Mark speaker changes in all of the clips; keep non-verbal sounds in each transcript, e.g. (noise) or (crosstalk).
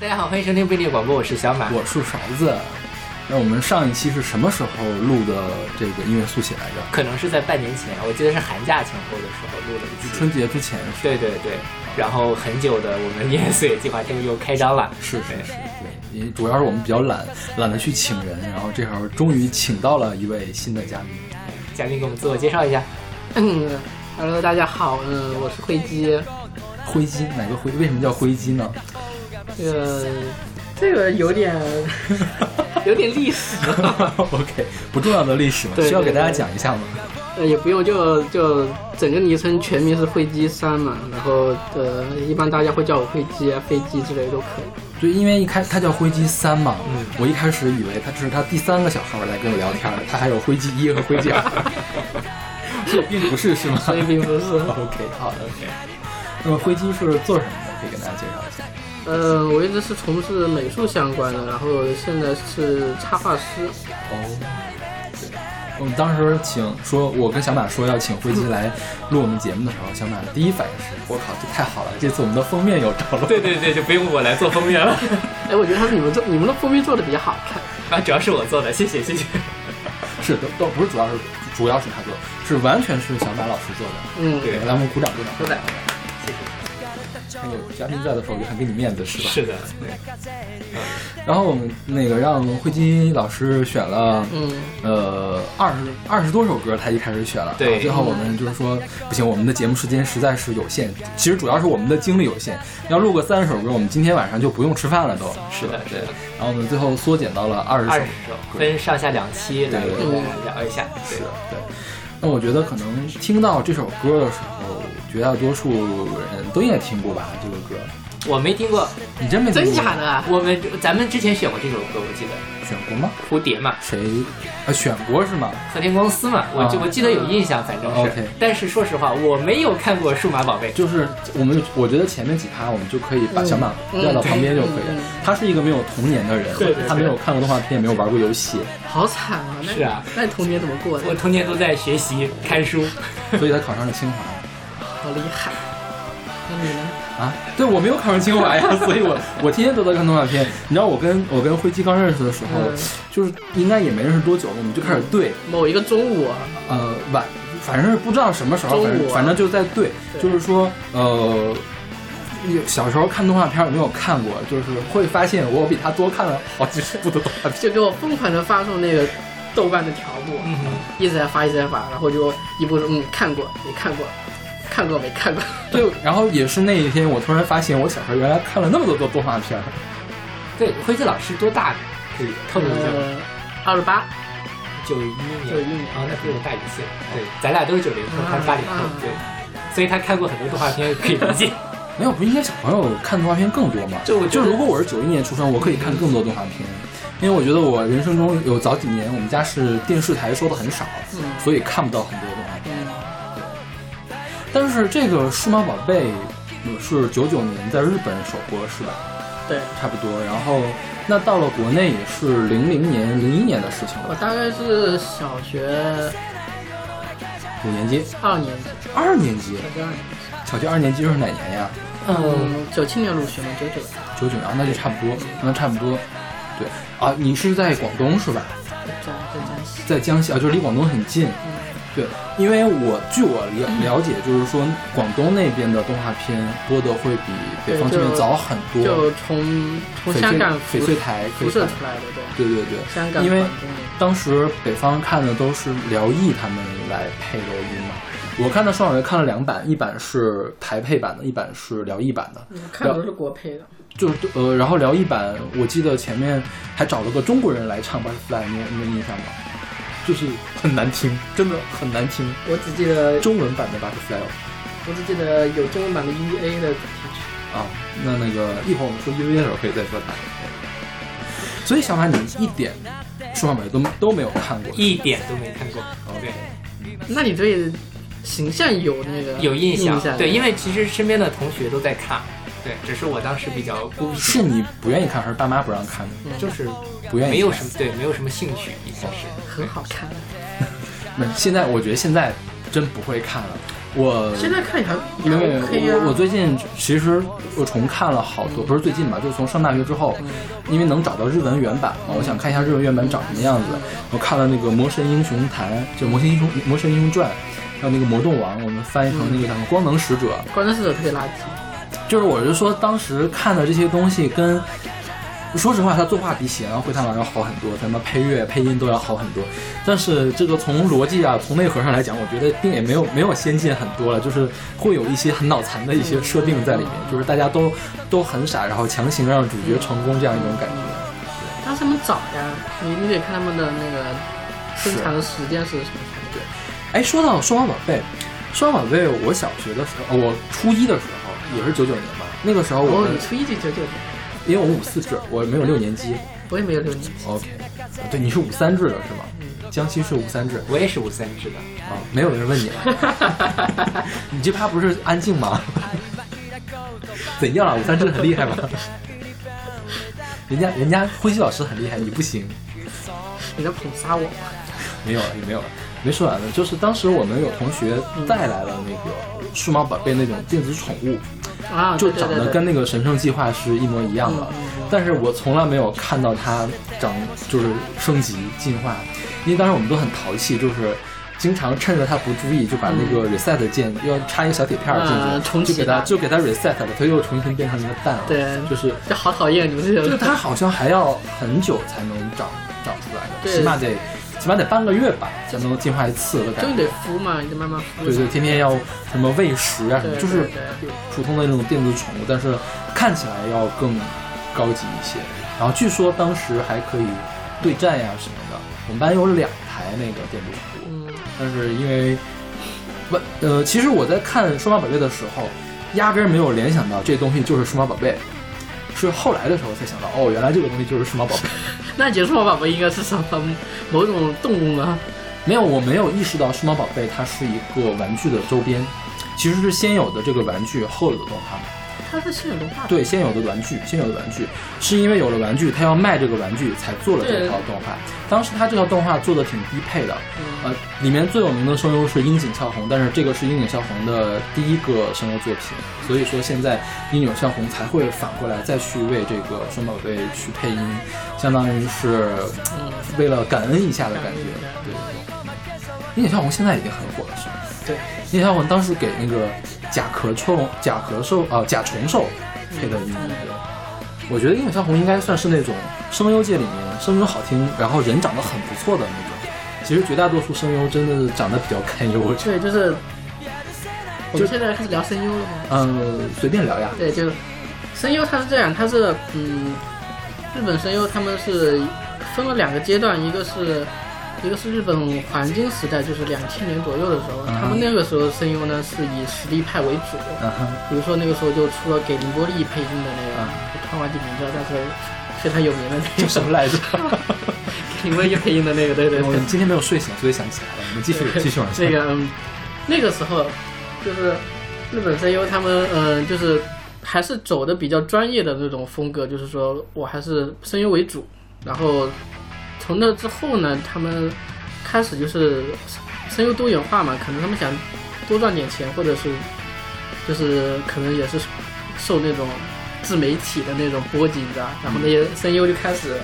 Speaker 1: 大家好，欢迎收听贝利广播，我是小马。
Speaker 2: 我是勺子。那我们上一期是什么时候录的这个音乐速写来着？
Speaker 1: 可能是在半年前，我记得是寒假前后的时候录了一
Speaker 2: 就
Speaker 1: 期。
Speaker 2: 春节之前是
Speaker 1: 对对对，然后很久的我们夜碎计划终于又开张了。
Speaker 2: 是是是，对，也主要是我们比较懒， (laughs) 懒得去请人，然后这会儿终于请到了一位新的嘉宾。
Speaker 1: 嘉宾给我们自我介绍一下。
Speaker 3: 嗯，Hello，大家好，嗯，我是慧姬。
Speaker 2: 灰机哪个灰？为什么叫灰机呢？ (laughs)
Speaker 3: 这个这个有点 (laughs) 有点历史，
Speaker 2: OK，不重要的历史嘛，
Speaker 3: 对
Speaker 2: 需要给
Speaker 3: 对
Speaker 2: 大家
Speaker 3: 对
Speaker 2: 讲一下吗？
Speaker 3: 呃，也不用就就整个昵称全名是慧姬三嘛，然后呃，一般大家会叫我慧姬啊、飞机之类都可以。
Speaker 2: 就因为一开他叫灰机三嘛，
Speaker 3: 嗯
Speaker 2: 我一开始以为他这是他第三个小号来跟我聊天儿，他还有灰机一和灰机二， (laughs) 这并不是是吗
Speaker 3: 所以并不是， (laughs)
Speaker 2: ？OK，好的。那么灰机是做什么的？可以跟大家介绍一下。
Speaker 3: 呃，我一直是从事美术相关的，然后现在是插画师。
Speaker 2: 哦，我们当时请说，我跟小马说要请灰机来录我们节目的时候，小马的第一反应是：我靠，这太好了，这次我们的封面有着落。
Speaker 1: 对对对，就不用我来做封面了，
Speaker 3: 哎，我觉得还是你们做，你们的封面做的比较好看。
Speaker 1: (laughs) 啊，主要是我做的，谢谢谢谢。
Speaker 2: 是都都不是主要是主要是他做的，是完全是小马老师做的。
Speaker 3: 嗯，
Speaker 1: 对
Speaker 2: 给咱们鼓掌鼓掌。
Speaker 1: 鼓掌
Speaker 2: 那有嘉宾在的时候，我就很给你面子，是吧？
Speaker 1: 是的，对，
Speaker 2: 然后我们那个让慧金老师选了，
Speaker 3: 嗯，
Speaker 2: 呃，二十二十多首歌，他一开始选了。
Speaker 1: 对
Speaker 2: 然后最后我们就是说，不行，我们的节目时间实在是有限，其实主要是我们的精力有限，要录个三十首歌，我们今天晚上就不用吃饭了都。
Speaker 1: 是的是的
Speaker 2: 对。然后我们最后缩减到了二十首
Speaker 1: 二。十首分上下两期来跟大家聊一下。对
Speaker 2: 是，对。那我觉得可能听到这首歌的时候，绝大多数人都应该听过吧？这个歌，
Speaker 1: 我没听过，
Speaker 2: 你真没听
Speaker 3: 真
Speaker 2: 过
Speaker 3: 假的啊？
Speaker 1: 我们咱们之前选过这首歌，我记得
Speaker 2: 选过吗？
Speaker 1: 蝴蝶嘛，
Speaker 2: 谁？啊，选过是吗？
Speaker 1: 和田光司嘛，我就
Speaker 2: 啊
Speaker 1: 我记得有印象，反正是
Speaker 2: OK。
Speaker 1: 但是说实话，我没有看过《数码宝贝》，
Speaker 2: 就是我们，我觉得前面几趴我们就可以
Speaker 3: 嗯
Speaker 2: 把小马撂到旁边就可以了。他是一个没有童年的人，
Speaker 1: 对对对
Speaker 2: 他没有看过动画片，也没有玩过游戏，
Speaker 3: 好惨啊！那
Speaker 1: 是啊，
Speaker 3: 那你童年怎么过的？
Speaker 1: 我童年都在学习看书。
Speaker 2: 所以他考上了清华
Speaker 3: 好厉害。那你呢？
Speaker 2: 啊。对，我没有考上清华呀，所以我我天天都在看动画片。你知道我跟我跟辉基刚认识的时候，
Speaker 3: 嗯
Speaker 2: 就是应该也没认识多久，我们就开始对，
Speaker 3: 某一个中午啊，
Speaker 2: 呃晚，反正是不知道什么时候，
Speaker 3: 中午啊
Speaker 2: 反正反正就在对，
Speaker 3: 对
Speaker 2: 就是说呃。有小时候看动画片有没有看过？就是会发现我比他多看了好几十部的动画片。
Speaker 3: 就给我疯狂的发送那个豆瓣的条目，
Speaker 1: 嗯哼，
Speaker 3: 一直在发，一直在发，然后就一步嗯看过没看过，看过没看过，
Speaker 2: 对，然后也是那一天，我突然发现我小时候原来看了那么多的动画片儿。
Speaker 1: 对，辉子老师多大？可以透露一下吗，
Speaker 3: 呃，二十八，
Speaker 1: 呃九一年，嗯
Speaker 3: 91年
Speaker 1: 啊，那比我大一岁。对，咱俩都是九零后，
Speaker 3: 啊
Speaker 1: 他八零后
Speaker 3: 啊，
Speaker 1: 对，所以他看过很多动画片，可以理 (laughs) 解。
Speaker 2: 没有，不应该小朋友看动画片更多吗？
Speaker 1: 就我觉
Speaker 2: 就
Speaker 1: 得
Speaker 2: 如果我是九一年出生，我可以看更多动画片，因为我觉得我人生中有早几年，我们家是电视台收的很少，
Speaker 3: 嗯
Speaker 2: 所以看不到很多动画片。
Speaker 3: 嗯，
Speaker 2: 但是这个《数码宝贝》呃是九九年在日本首播是吧？
Speaker 3: 对
Speaker 2: 差不多。然后那到了国内也是零零年、零一年的事情
Speaker 3: 我
Speaker 2: 了，
Speaker 3: 大概是小学
Speaker 2: 五年级、
Speaker 3: 二年级，
Speaker 2: 二年级，
Speaker 3: 小学二年级，
Speaker 2: 小学二年级又是哪年呀？
Speaker 1: 嗯，
Speaker 3: 嗯，九七年入学嘛，九九，
Speaker 2: 九九年，啊那就差不多，那差不多。对啊，你是在广东是吧？
Speaker 3: 在在江西，
Speaker 2: 在江西啊，就是离广东很近。
Speaker 3: 嗯
Speaker 2: 对，因为我据我了了解，就是说广东那边的动画片播的会比北方这边早很多。
Speaker 3: 就从从
Speaker 2: 翡
Speaker 3: 香
Speaker 2: 翠
Speaker 3: 港
Speaker 2: 翡
Speaker 3: 辐
Speaker 2: 翠台
Speaker 3: 辐
Speaker 2: 翡翠
Speaker 3: 射
Speaker 2: 台
Speaker 3: 出来的，对，
Speaker 2: 对对对，
Speaker 3: 香港
Speaker 2: 因为
Speaker 3: 广东
Speaker 2: 当时北方看的都是辽艺他们来配辽音嘛。我看的双耳看了两版，一版是台配版的，一版是辽艺版的。
Speaker 3: 我嗯看的都是国配的，
Speaker 2: 就是呃，然后辽一版，我记得前面还找了个中国人来唱《Butterfly》，你有你有印象吗？就是很难听，真的很难听。
Speaker 3: 我只记得
Speaker 2: 中文版的《Butterfly》
Speaker 3: 我只记得有中文版的 E A 的主题曲。
Speaker 2: 啊，那那个一会儿我们说 EV 的时候可以再说它。所以小马，你一点数码宝贝都都没有看过，啊
Speaker 1: 一点都没看过。对，
Speaker 3: 那你对形象有那个
Speaker 1: 有印象。对，因
Speaker 3: 为
Speaker 1: 为其实身边的同学都在看，对，只是我当时比较孤僻，
Speaker 2: 是你不愿意看还是爸妈不让看的？
Speaker 3: 嗯
Speaker 1: 就是
Speaker 2: 不愿意看。
Speaker 1: 没有什么对，没有什么兴趣，应该是。
Speaker 3: 很好看。
Speaker 2: 没现在我觉得现在真不会看了。我
Speaker 3: 现在看也还也
Speaker 2: 因为
Speaker 3: OK 啊
Speaker 2: 我我最近其实我重看了好多，不是最近吧，就是从上大学之后，
Speaker 3: 嗯
Speaker 2: 因为能找到日文原版嘛，我想看一下日文原版长什么样子。我看了那个《魔神英雄坛》，就《魔神英雄魔神英雄传》，还有那个《魔动王》，我们翻译成那个叫什么《光能使者》。
Speaker 3: 关键是特别垃圾。
Speaker 2: 就是我是说，当时看的这些东西跟，说实话，它作画比《喜羊羊灰太狼》要好很多，什么配乐、配音都要好很多。但是这个从逻辑啊，从内核上来讲，我觉得并也没有没有先进很多了，就是会有一些很脑残的一些设定在里面，就是大家都都很傻，然后强行让主角成功这样一种感觉。
Speaker 3: 但是他们早呀，你你得看他们的那个生产的时间是什么时候。
Speaker 2: 哎，说到数码宝贝，数码宝贝，我小学的时候，哦我初一的时候也是九九年吧，那个时候我
Speaker 3: 哦，
Speaker 2: 们
Speaker 3: 你初一就九九年，
Speaker 2: 因为我五四制，我没有六年级。
Speaker 3: 我也没有六年级。
Speaker 2: OK，对，啊你是五三制的是吗？江西是五三制
Speaker 1: 我也是五三 (laughs) 制的，
Speaker 2: 啊，没有人问你了。你这趴不是安静吗？怎样了？啊五三制很厉害吗？人家人家辉西老师很厉害，你不行。
Speaker 3: 你在捧杀我？
Speaker 2: 没有了，也没有了。没说完呢，就是当时我们有同学带来了那个数码宝贝那种电子宠物，
Speaker 3: 啊，
Speaker 2: 就
Speaker 3: 对对
Speaker 2: 长
Speaker 3: 对
Speaker 2: 得
Speaker 3: 对嗯
Speaker 2: 跟那个神圣计划是一模一样的，但是我从来没有看到它长就是升级进化，因为当时我们都很淘气，就是。经常趁着它不注意，就把那个 reset 键要插一个小铁片儿进去，
Speaker 3: 嗯重启
Speaker 2: 就给它
Speaker 3: 它
Speaker 2: 就给它 reset 了，它又重新变成一个蛋了。
Speaker 3: 对
Speaker 2: 就是
Speaker 3: 就好讨厌你们这些
Speaker 2: 就是
Speaker 3: 人。
Speaker 2: 它好像还要很久才能长长出来的，
Speaker 3: 对
Speaker 2: 起码得起码得半个月吧，才能进化一次的
Speaker 3: 就
Speaker 2: 感觉
Speaker 3: 你。得敷嘛，你得慢慢敷。
Speaker 2: 对对，天天要什么喂食啊什么，
Speaker 3: 对
Speaker 2: 就是
Speaker 3: 对对
Speaker 2: 普通的那种电子宠物，但是看起来要更高级一些。然后据说当时还可以对战呀什么的。我们班有两台那个电子宠物，
Speaker 3: 嗯，
Speaker 2: 但是因为不呃，其实我在看《数码宝贝》的时候，压根儿没有联想到这东西就是数码宝贝，是后来的时候才想到，哦，原来这个东西就是数码宝贝。
Speaker 3: 那结束我宝宝应该是什么？某种动物啊？
Speaker 2: 没有，我没有意识到数码宝贝它是一个玩具的周边，其实是先有的这个玩具，后有的动画。
Speaker 3: 它是现有动画。
Speaker 2: 对，先有的玩具，先有的玩具，是因为有了玩具，他要卖这个玩具才做了这
Speaker 3: 对
Speaker 2: 套动画。当时他这套动画做的挺低配的，呃，里面最有名的声优是樱井孝宏，但是这个是樱井孝宏的第一个声优作品，所以说现在樱井孝宏才会反过来再去为这个双宝贝去配音，相当于是
Speaker 3: 嗯，
Speaker 2: 为了感恩一下的感觉
Speaker 3: 感。
Speaker 2: 对，樱井孝宏现在已经很火了，是吧？
Speaker 3: 对，
Speaker 2: 聂小文当时给那个甲壳虫、甲壳兽啊、甲虫兽配的音乐，我觉得应小红应该算是那种声优界里面声优好听，然后人长得很不错的那种。其实绝大多数声优真的是长得比较堪忧，我觉得。
Speaker 3: 对，就是。我们现在开始聊声优了吗？
Speaker 2: 嗯，随便聊呀。
Speaker 3: 对，就声优他是这样，他是嗯，日本声优他们是分了两个阶段，一个是一个是日本黄金时代，就是两千年左右的时候，
Speaker 2: 嗯
Speaker 3: 他们那个时候声优呢是以实力派为主，
Speaker 2: 嗯哼，
Speaker 3: (laughs) 比如说那个时候就出了给凌波丽配音的那个
Speaker 2: 嗯，
Speaker 3: 我突然忘记名字了，但是非常有名的那
Speaker 2: 叫
Speaker 3: 个
Speaker 2: 什么来着？
Speaker 3: 给凌波丽配音的那个，对对
Speaker 2: 我
Speaker 3: 对
Speaker 2: 们，今天没有睡醒，所以想不起来了。我们继续继续往
Speaker 3: (laughs)
Speaker 2: 下。
Speaker 3: 那个、嗯、那个时候，就是日本声优他们嗯、呃就是还是走的比较专业的那种风格，就是说我还是声优为主。然后从那之后呢，他们开始就是声优多元化嘛，可能他们想多赚点钱，或者是就是可能也是受那种自媒体的那种波及的，然后那些声优就开始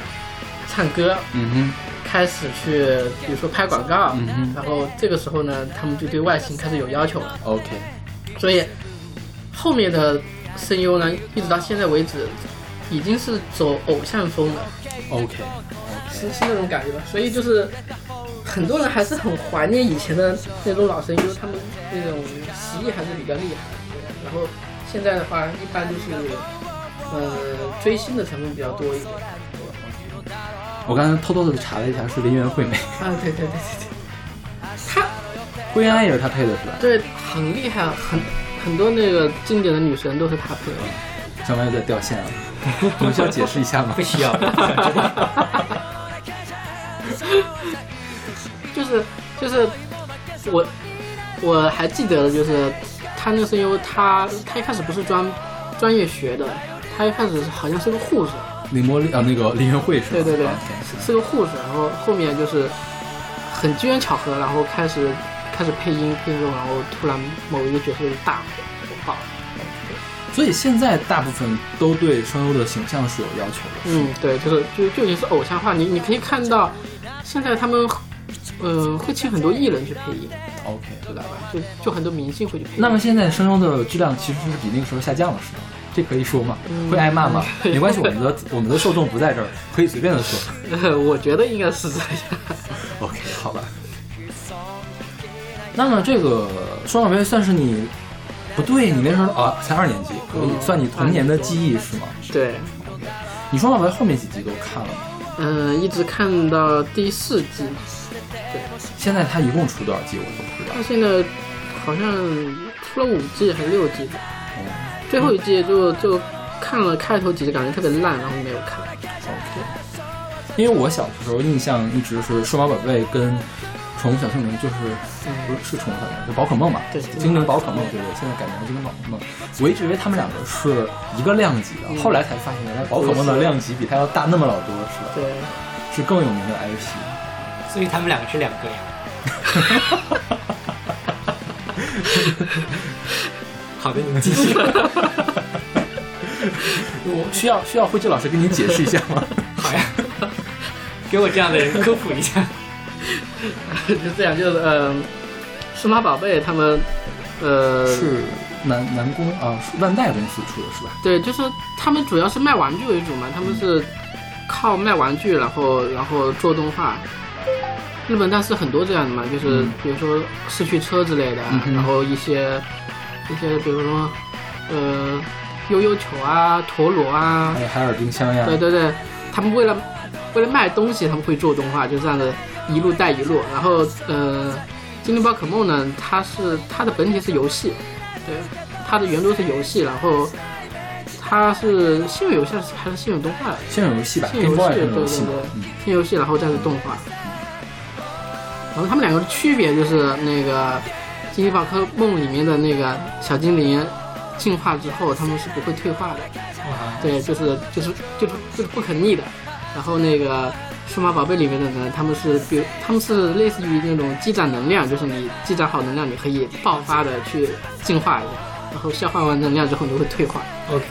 Speaker 3: 唱歌，
Speaker 2: 嗯
Speaker 3: 开始去比如说拍广告，
Speaker 2: 哼，嗯
Speaker 3: 然后这个时候呢，他们就对外形开始有要求了，
Speaker 2: 哼，OK，
Speaker 3: 所以后面的声优呢，一直到现在为止，已经是走偶像风了，
Speaker 2: OK，
Speaker 3: 是是那种感觉吧。所以就是很多人还是很怀念以前的那种老声优，他们那种实力还是比较厉害的。然后现在的话，一般就是呃追星的成分比较多一点。
Speaker 2: 我刚才偷偷的查了一下，是林原惠美， (laughs)
Speaker 3: 啊，对对对对对，他
Speaker 2: 灰原哀也是她配的是吧？
Speaker 3: 对很厉害，啊很很多那个经典的女神都是他配的。
Speaker 2: 小麦又在掉线了，我们 (laughs) 需要解释一下吗
Speaker 1: 不？需要。
Speaker 3: 就是就是我我还记得，就是他那个声优，他他一开始不是专专业学的，他一开始好像是个护士，
Speaker 2: 林茉莉啊，那个林元慧是吧？
Speaker 3: 对对对
Speaker 2: OK，
Speaker 3: 是个护士，然后后面就是很机缘巧合，然后开始开始配音配肉，然后突然某一个角色就大火火爆。
Speaker 2: 所以现在大部分都对声优的形象是有要求的。
Speaker 3: 嗯，对，就是就就也是偶像化，你你可以看到，现在他们，呃，会请很多艺人去配音，
Speaker 2: OK，
Speaker 3: 知道吧？就就很多明星会去配音。
Speaker 2: 那么现在声优的质量其实是比那个时候下降了，是吗？这可以说吗？
Speaker 3: 嗯
Speaker 2: 会挨骂
Speaker 3: (laughs)
Speaker 2: 吗？
Speaker 3: 嗯
Speaker 2: 没关系，我们的我们的受众不在这儿，可以随便
Speaker 3: (laughs)
Speaker 2: 的说。
Speaker 3: 呃，我觉得应该是这样。
Speaker 2: OK，好吧。那么这个双耳杯算是你不对，你那时候啊才二年级，可以
Speaker 3: 嗯
Speaker 2: 算你童年的记忆是吗？
Speaker 3: 对，
Speaker 2: 你双耳杯后面几集都看了吗？
Speaker 3: 嗯、一直看到第四季，
Speaker 2: 现在它一共出多少集我都不知道
Speaker 3: 到。现在好像出了五季还是六季，
Speaker 2: 嗯
Speaker 3: 最后一季就就看了开头几集，感觉特别烂，然后没有看。
Speaker 2: OK，因为我小的时候印象一直是数码宝贝跟宠物小精灵，就是不
Speaker 3: 嗯，
Speaker 2: 是是宠物小精灵，就宝可梦嘛，
Speaker 3: 对
Speaker 2: 精灵宝可梦，对对，现在改名了精灵宝可梦。我一直以为他们两个是一个量级的，
Speaker 3: 嗯
Speaker 2: 后来才发现原来宝可梦的量级比它要大那么老多，是吧？
Speaker 3: 对， (laughs)
Speaker 2: 是更有名的 IP。
Speaker 1: 所以他们两个是两个呀。好的，你们继续。
Speaker 2: 我需要需要慧智老师给你解释一下
Speaker 3: (laughs)
Speaker 2: 吗？
Speaker 1: 好呀，给我这样的人科普一下。
Speaker 3: 就这样，就是嗯，数码宝贝他们，呃，
Speaker 2: 是南南宫啊，是万代公司出的是吧？
Speaker 3: 对，就是他们主要是卖玩具为主嘛，他们
Speaker 2: 嗯
Speaker 3: 是靠卖玩具，然后然后做动画。日本但是很多这样的嘛，就是
Speaker 2: 嗯
Speaker 3: 比如说四驱车之类的，啊
Speaker 2: 嗯哼
Speaker 3: 然后一些一些比如说呃悠悠球啊、陀螺啊
Speaker 2: 还，有海尔冰箱呀，
Speaker 3: 对对对，他们为了为了卖东西，他们会做动画，就这样的一路带一路。然后呃，精灵宝可梦呢，它是它的本体是游戏，对，它的原作是游戏，然后它是先有游戏还是先有动画来着？
Speaker 2: 现有游戏吧
Speaker 3: 现有
Speaker 2: ，Game Boy
Speaker 3: 游戏
Speaker 2: 上的游戏嘛
Speaker 3: 对对对，
Speaker 2: 嗯
Speaker 3: 先游戏，然后再是动画。然后他们两个的区别就是那个《精灵宝可梦》里面的那个小精灵进化之后，他们是不会退化的。对，就是就是就是就是不可逆的。然后那个数码宝贝里面的呢，他们是比如他们是类似于那种积攒能量，就是你积攒好能量，你可以爆发的去进化一下，然后消化完能量之后你就会退化。
Speaker 1: OK，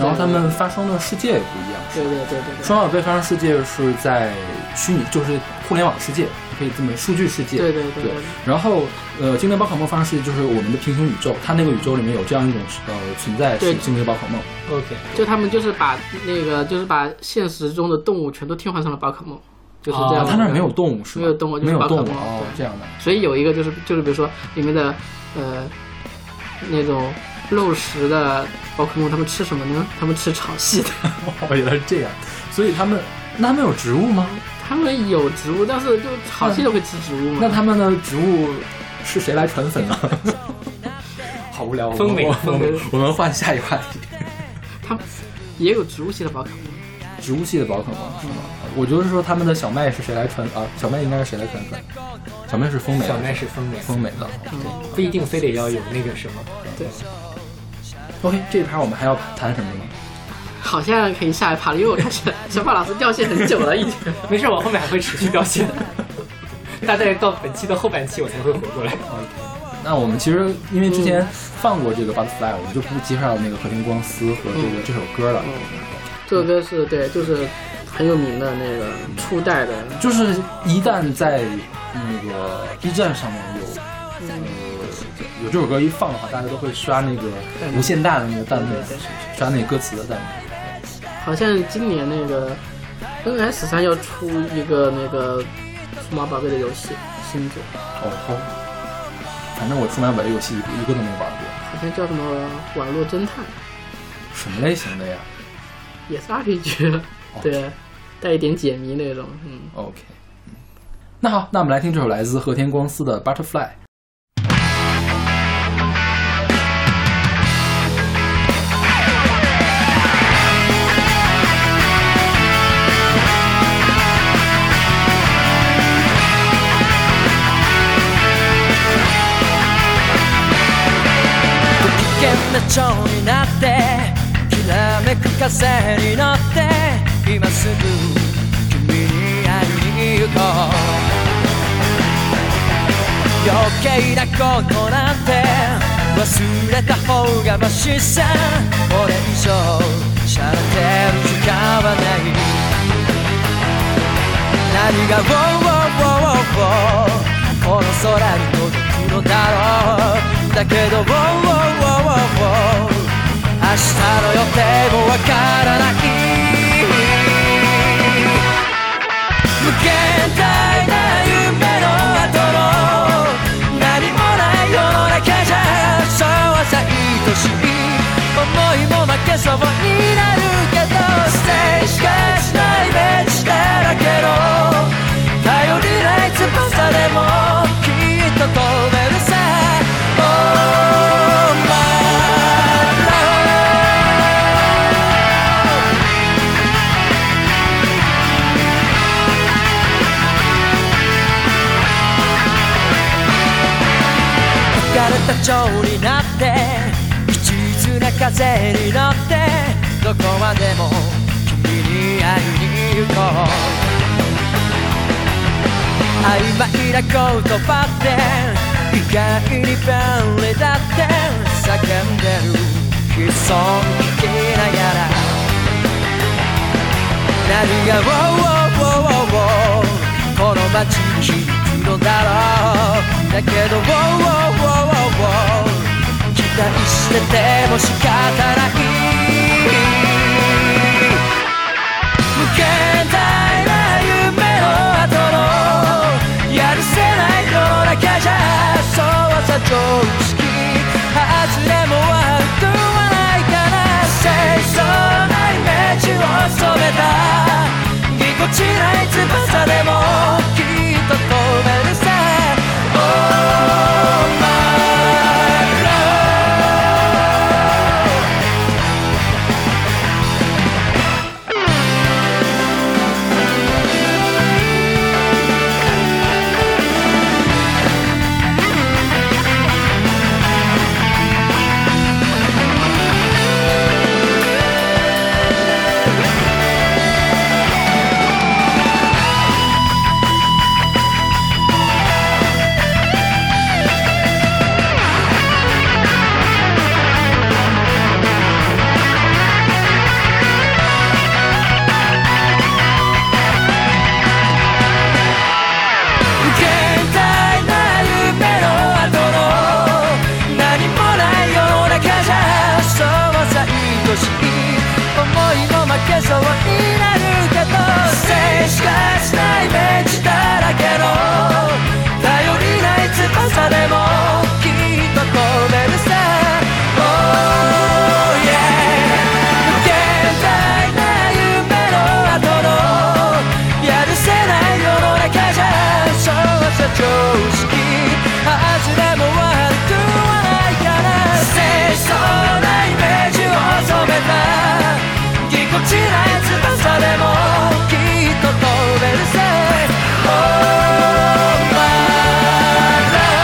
Speaker 2: 然后他们发生的世界也不一样。
Speaker 3: 对对对对
Speaker 2: 双耳贝发生世界是在虚拟，就是互联网世界，可以这么数据世界。
Speaker 3: 对对对对
Speaker 2: 对
Speaker 3: 对，
Speaker 2: 然后，呃，精灵宝可梦发生世界就是我们的平行宇宙，它那个宇宙里面有这样一种呃存在是
Speaker 3: 对哦
Speaker 2: 精灵宝可梦。
Speaker 1: OK，
Speaker 3: 就他们就是把那个就是把现实中的动物全都替换成了宝可梦，就是这
Speaker 1: 哦
Speaker 3: 样
Speaker 2: 啊，
Speaker 3: 的。
Speaker 2: 它那儿没有动物是吧？
Speaker 3: 没有动物就是
Speaker 2: 没有
Speaker 3: 宝可
Speaker 2: 动物
Speaker 3: 梦
Speaker 2: 哦，
Speaker 3: 对
Speaker 2: 这样的。
Speaker 3: 所以有一个就是就是比如说里面的呃那种肉食的宝可梦，他们吃什么呢？他们吃草系的， (laughs)
Speaker 2: 哦，原来是这样。所以他们，那他们有植物吗？
Speaker 3: 他们有植物，但是就草系的会吃植物嘛。
Speaker 2: 那他们的植物是谁来传粉呢？啊 (laughs) 好无聊，我
Speaker 1: 风
Speaker 2: 们
Speaker 1: 美
Speaker 2: 我
Speaker 1: 风美
Speaker 2: 我我们换下一个话题。
Speaker 3: 他们也有植物系的宝可梦，
Speaker 2: 植物系的宝可梦是吗？我就是说他们的小麦是谁来传啊？小麦应该是谁来传粉？小麦是丰美，
Speaker 1: 小麦是风的，
Speaker 2: 丰美的。
Speaker 3: 嗯，
Speaker 1: 不一定非得要有那个什么。
Speaker 3: 对，
Speaker 2: OK，这一盘我们还要谈什么吗？
Speaker 3: 好像可以下一趴了，因为我看小 (laughs) 小马老师掉线很久了已经。
Speaker 1: 没事，我后面还会持续掉线。大概到本期的后半期，我才会回过来。
Speaker 2: 那我们其实因为之前放过这个《Butterfly》，我们就不介绍那个和田光司和这个这首歌了。
Speaker 3: 这首歌是对，就是很有名的那个初代的，
Speaker 2: 就是一旦在那个 B 站上面有呃有这首歌一放的话，大家都会刷那个无限大的那个弹幕
Speaker 3: 对对，
Speaker 2: 刷那个歌词的弹幕。
Speaker 3: 好像今年那个 NS 三要出一个那个数码宝贝的游戏新作。
Speaker 2: 哦吼！反正我出买本游戏一个一个都没玩过，
Speaker 3: 好像叫什么网络侦探，
Speaker 2: 什么类型的呀
Speaker 3: 也是 RPG，
Speaker 2: 哦
Speaker 3: 对，带一点解谜那种，嗯。
Speaker 2: ？OK，嗯那好，那我们来听这首来自和田光司的《Butterfly》。
Speaker 4: ご機嫌な蝶になってきらめく風に乗って今すぐ君に会いに行こう余計なことなんて忘れた方がマシさこれ以上しゃれてる時間はない何が「ウォーウォーウォーウォーウォー」この空に届くのだろうだけど「ウォーウォーウォーウォーウォー」明日の予定もわからない無限大な夢の後の何もない世の中じゃそうさ愛しい思いも負けそうになるけどステージしかしないベンチだらけの頼りない翼でもきっと飛べるさ Oh my love 疲れた蝶になって一途な風に乗ってどこまでも君に会いに行こう曖昧な言葉って意外に便利だって叫んでる悲壮聞きながら何が「ウォーウォーウォーウォーウォー」この街に響くのだろうだけど「ウォーウォーウォーウォーウォー」期待してても仕方ない無限大な夢の後のやるせない世の中じゃそうさ常識外れも悪くはないから清楚なイメージを染めたぎこちない翼でもきっと飛べるさ Oh my love 無限大な夢の後の何もない世の中じゃそうさ愛しい思いも負けそうになるけど静しかしないベンチだらけの頼りない翼でもきっと飛べるさ Oh yeah 無限大な夢の後のやるせない世の中じゃそうさ常識外れも悪くはないから清楚なイメージを染めたぎこちない翼でもきっと飛べるぜ Oh my love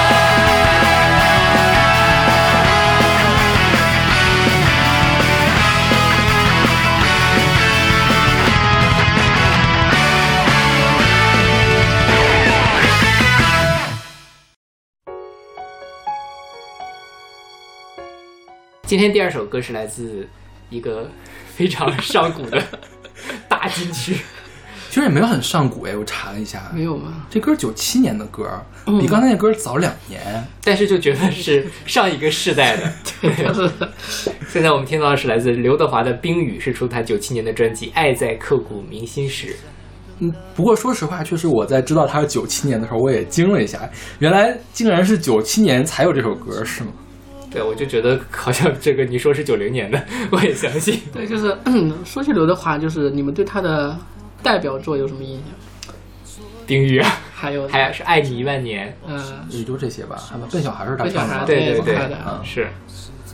Speaker 1: 今天第二首歌是来自一个非常上古的大金曲，
Speaker 2: 其实也没有很上古哎，我查了一下，
Speaker 3: 没有吗？
Speaker 2: 这歌九七年的歌，比刚才那歌早两年。
Speaker 1: 但是就觉
Speaker 3: (laughs)
Speaker 1: 得是上一个世代的。
Speaker 3: 他是
Speaker 1: 现在我们听到的是来自刘德华的《冰雨》，是出自他九七年的专辑《爱在刻骨铭心时》。
Speaker 2: 嗯，不过说实话，确实我在知道它是九七年的时候，我也惊了一下，原来竟然是九七年才有这首歌，是吗？
Speaker 1: 对，我就觉得好像这个你说是九零年的， (laughs) 我也相信。
Speaker 3: 对，就是 (clears throat) 说起刘德华，就是你们对他的代表作有什么印象？
Speaker 1: 冰雨啊，
Speaker 3: 还有
Speaker 1: 还有是爱你一万年，
Speaker 3: 嗯，
Speaker 2: 也就这些吧，还有笨小孩是他
Speaker 3: 笨小
Speaker 2: 唱
Speaker 3: 孩
Speaker 2: 的，嗯
Speaker 1: 对对对
Speaker 3: 我看了，啊
Speaker 1: 是，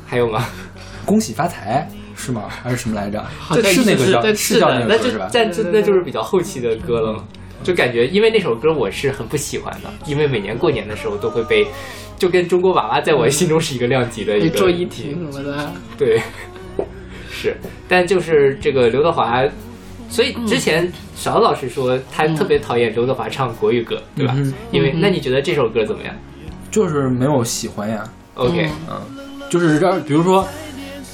Speaker 1: 还有吗？
Speaker 2: 恭喜发财是吗？还是什么来着？
Speaker 3: 好
Speaker 2: 这
Speaker 3: 像
Speaker 2: 是那个
Speaker 3: 是
Speaker 2: 叫
Speaker 3: 对
Speaker 2: 是叫那
Speaker 1: 那
Speaker 2: 个歌
Speaker 1: 就是
Speaker 2: 吧？
Speaker 1: 但这那就是比较后期的歌了嘛，就感觉因为那首歌我是很不喜欢的，因为每年过年的时候都会被，就跟中国娃娃在我心中是一个量级的一
Speaker 3: 被
Speaker 1: 个
Speaker 3: 周怡婷什么的，
Speaker 1: 对， (laughs) 是，但就是这个刘德华，所
Speaker 3: 嗯
Speaker 1: 以之前勺子老师说他特别讨厌刘德华唱国语歌，对吧？
Speaker 2: 嗯哼
Speaker 1: 因为
Speaker 3: 嗯哼
Speaker 1: 那你觉得这首歌怎么样？
Speaker 2: 就是没有喜欢呀，
Speaker 3: 嗯
Speaker 1: OK，
Speaker 2: 就是让比如说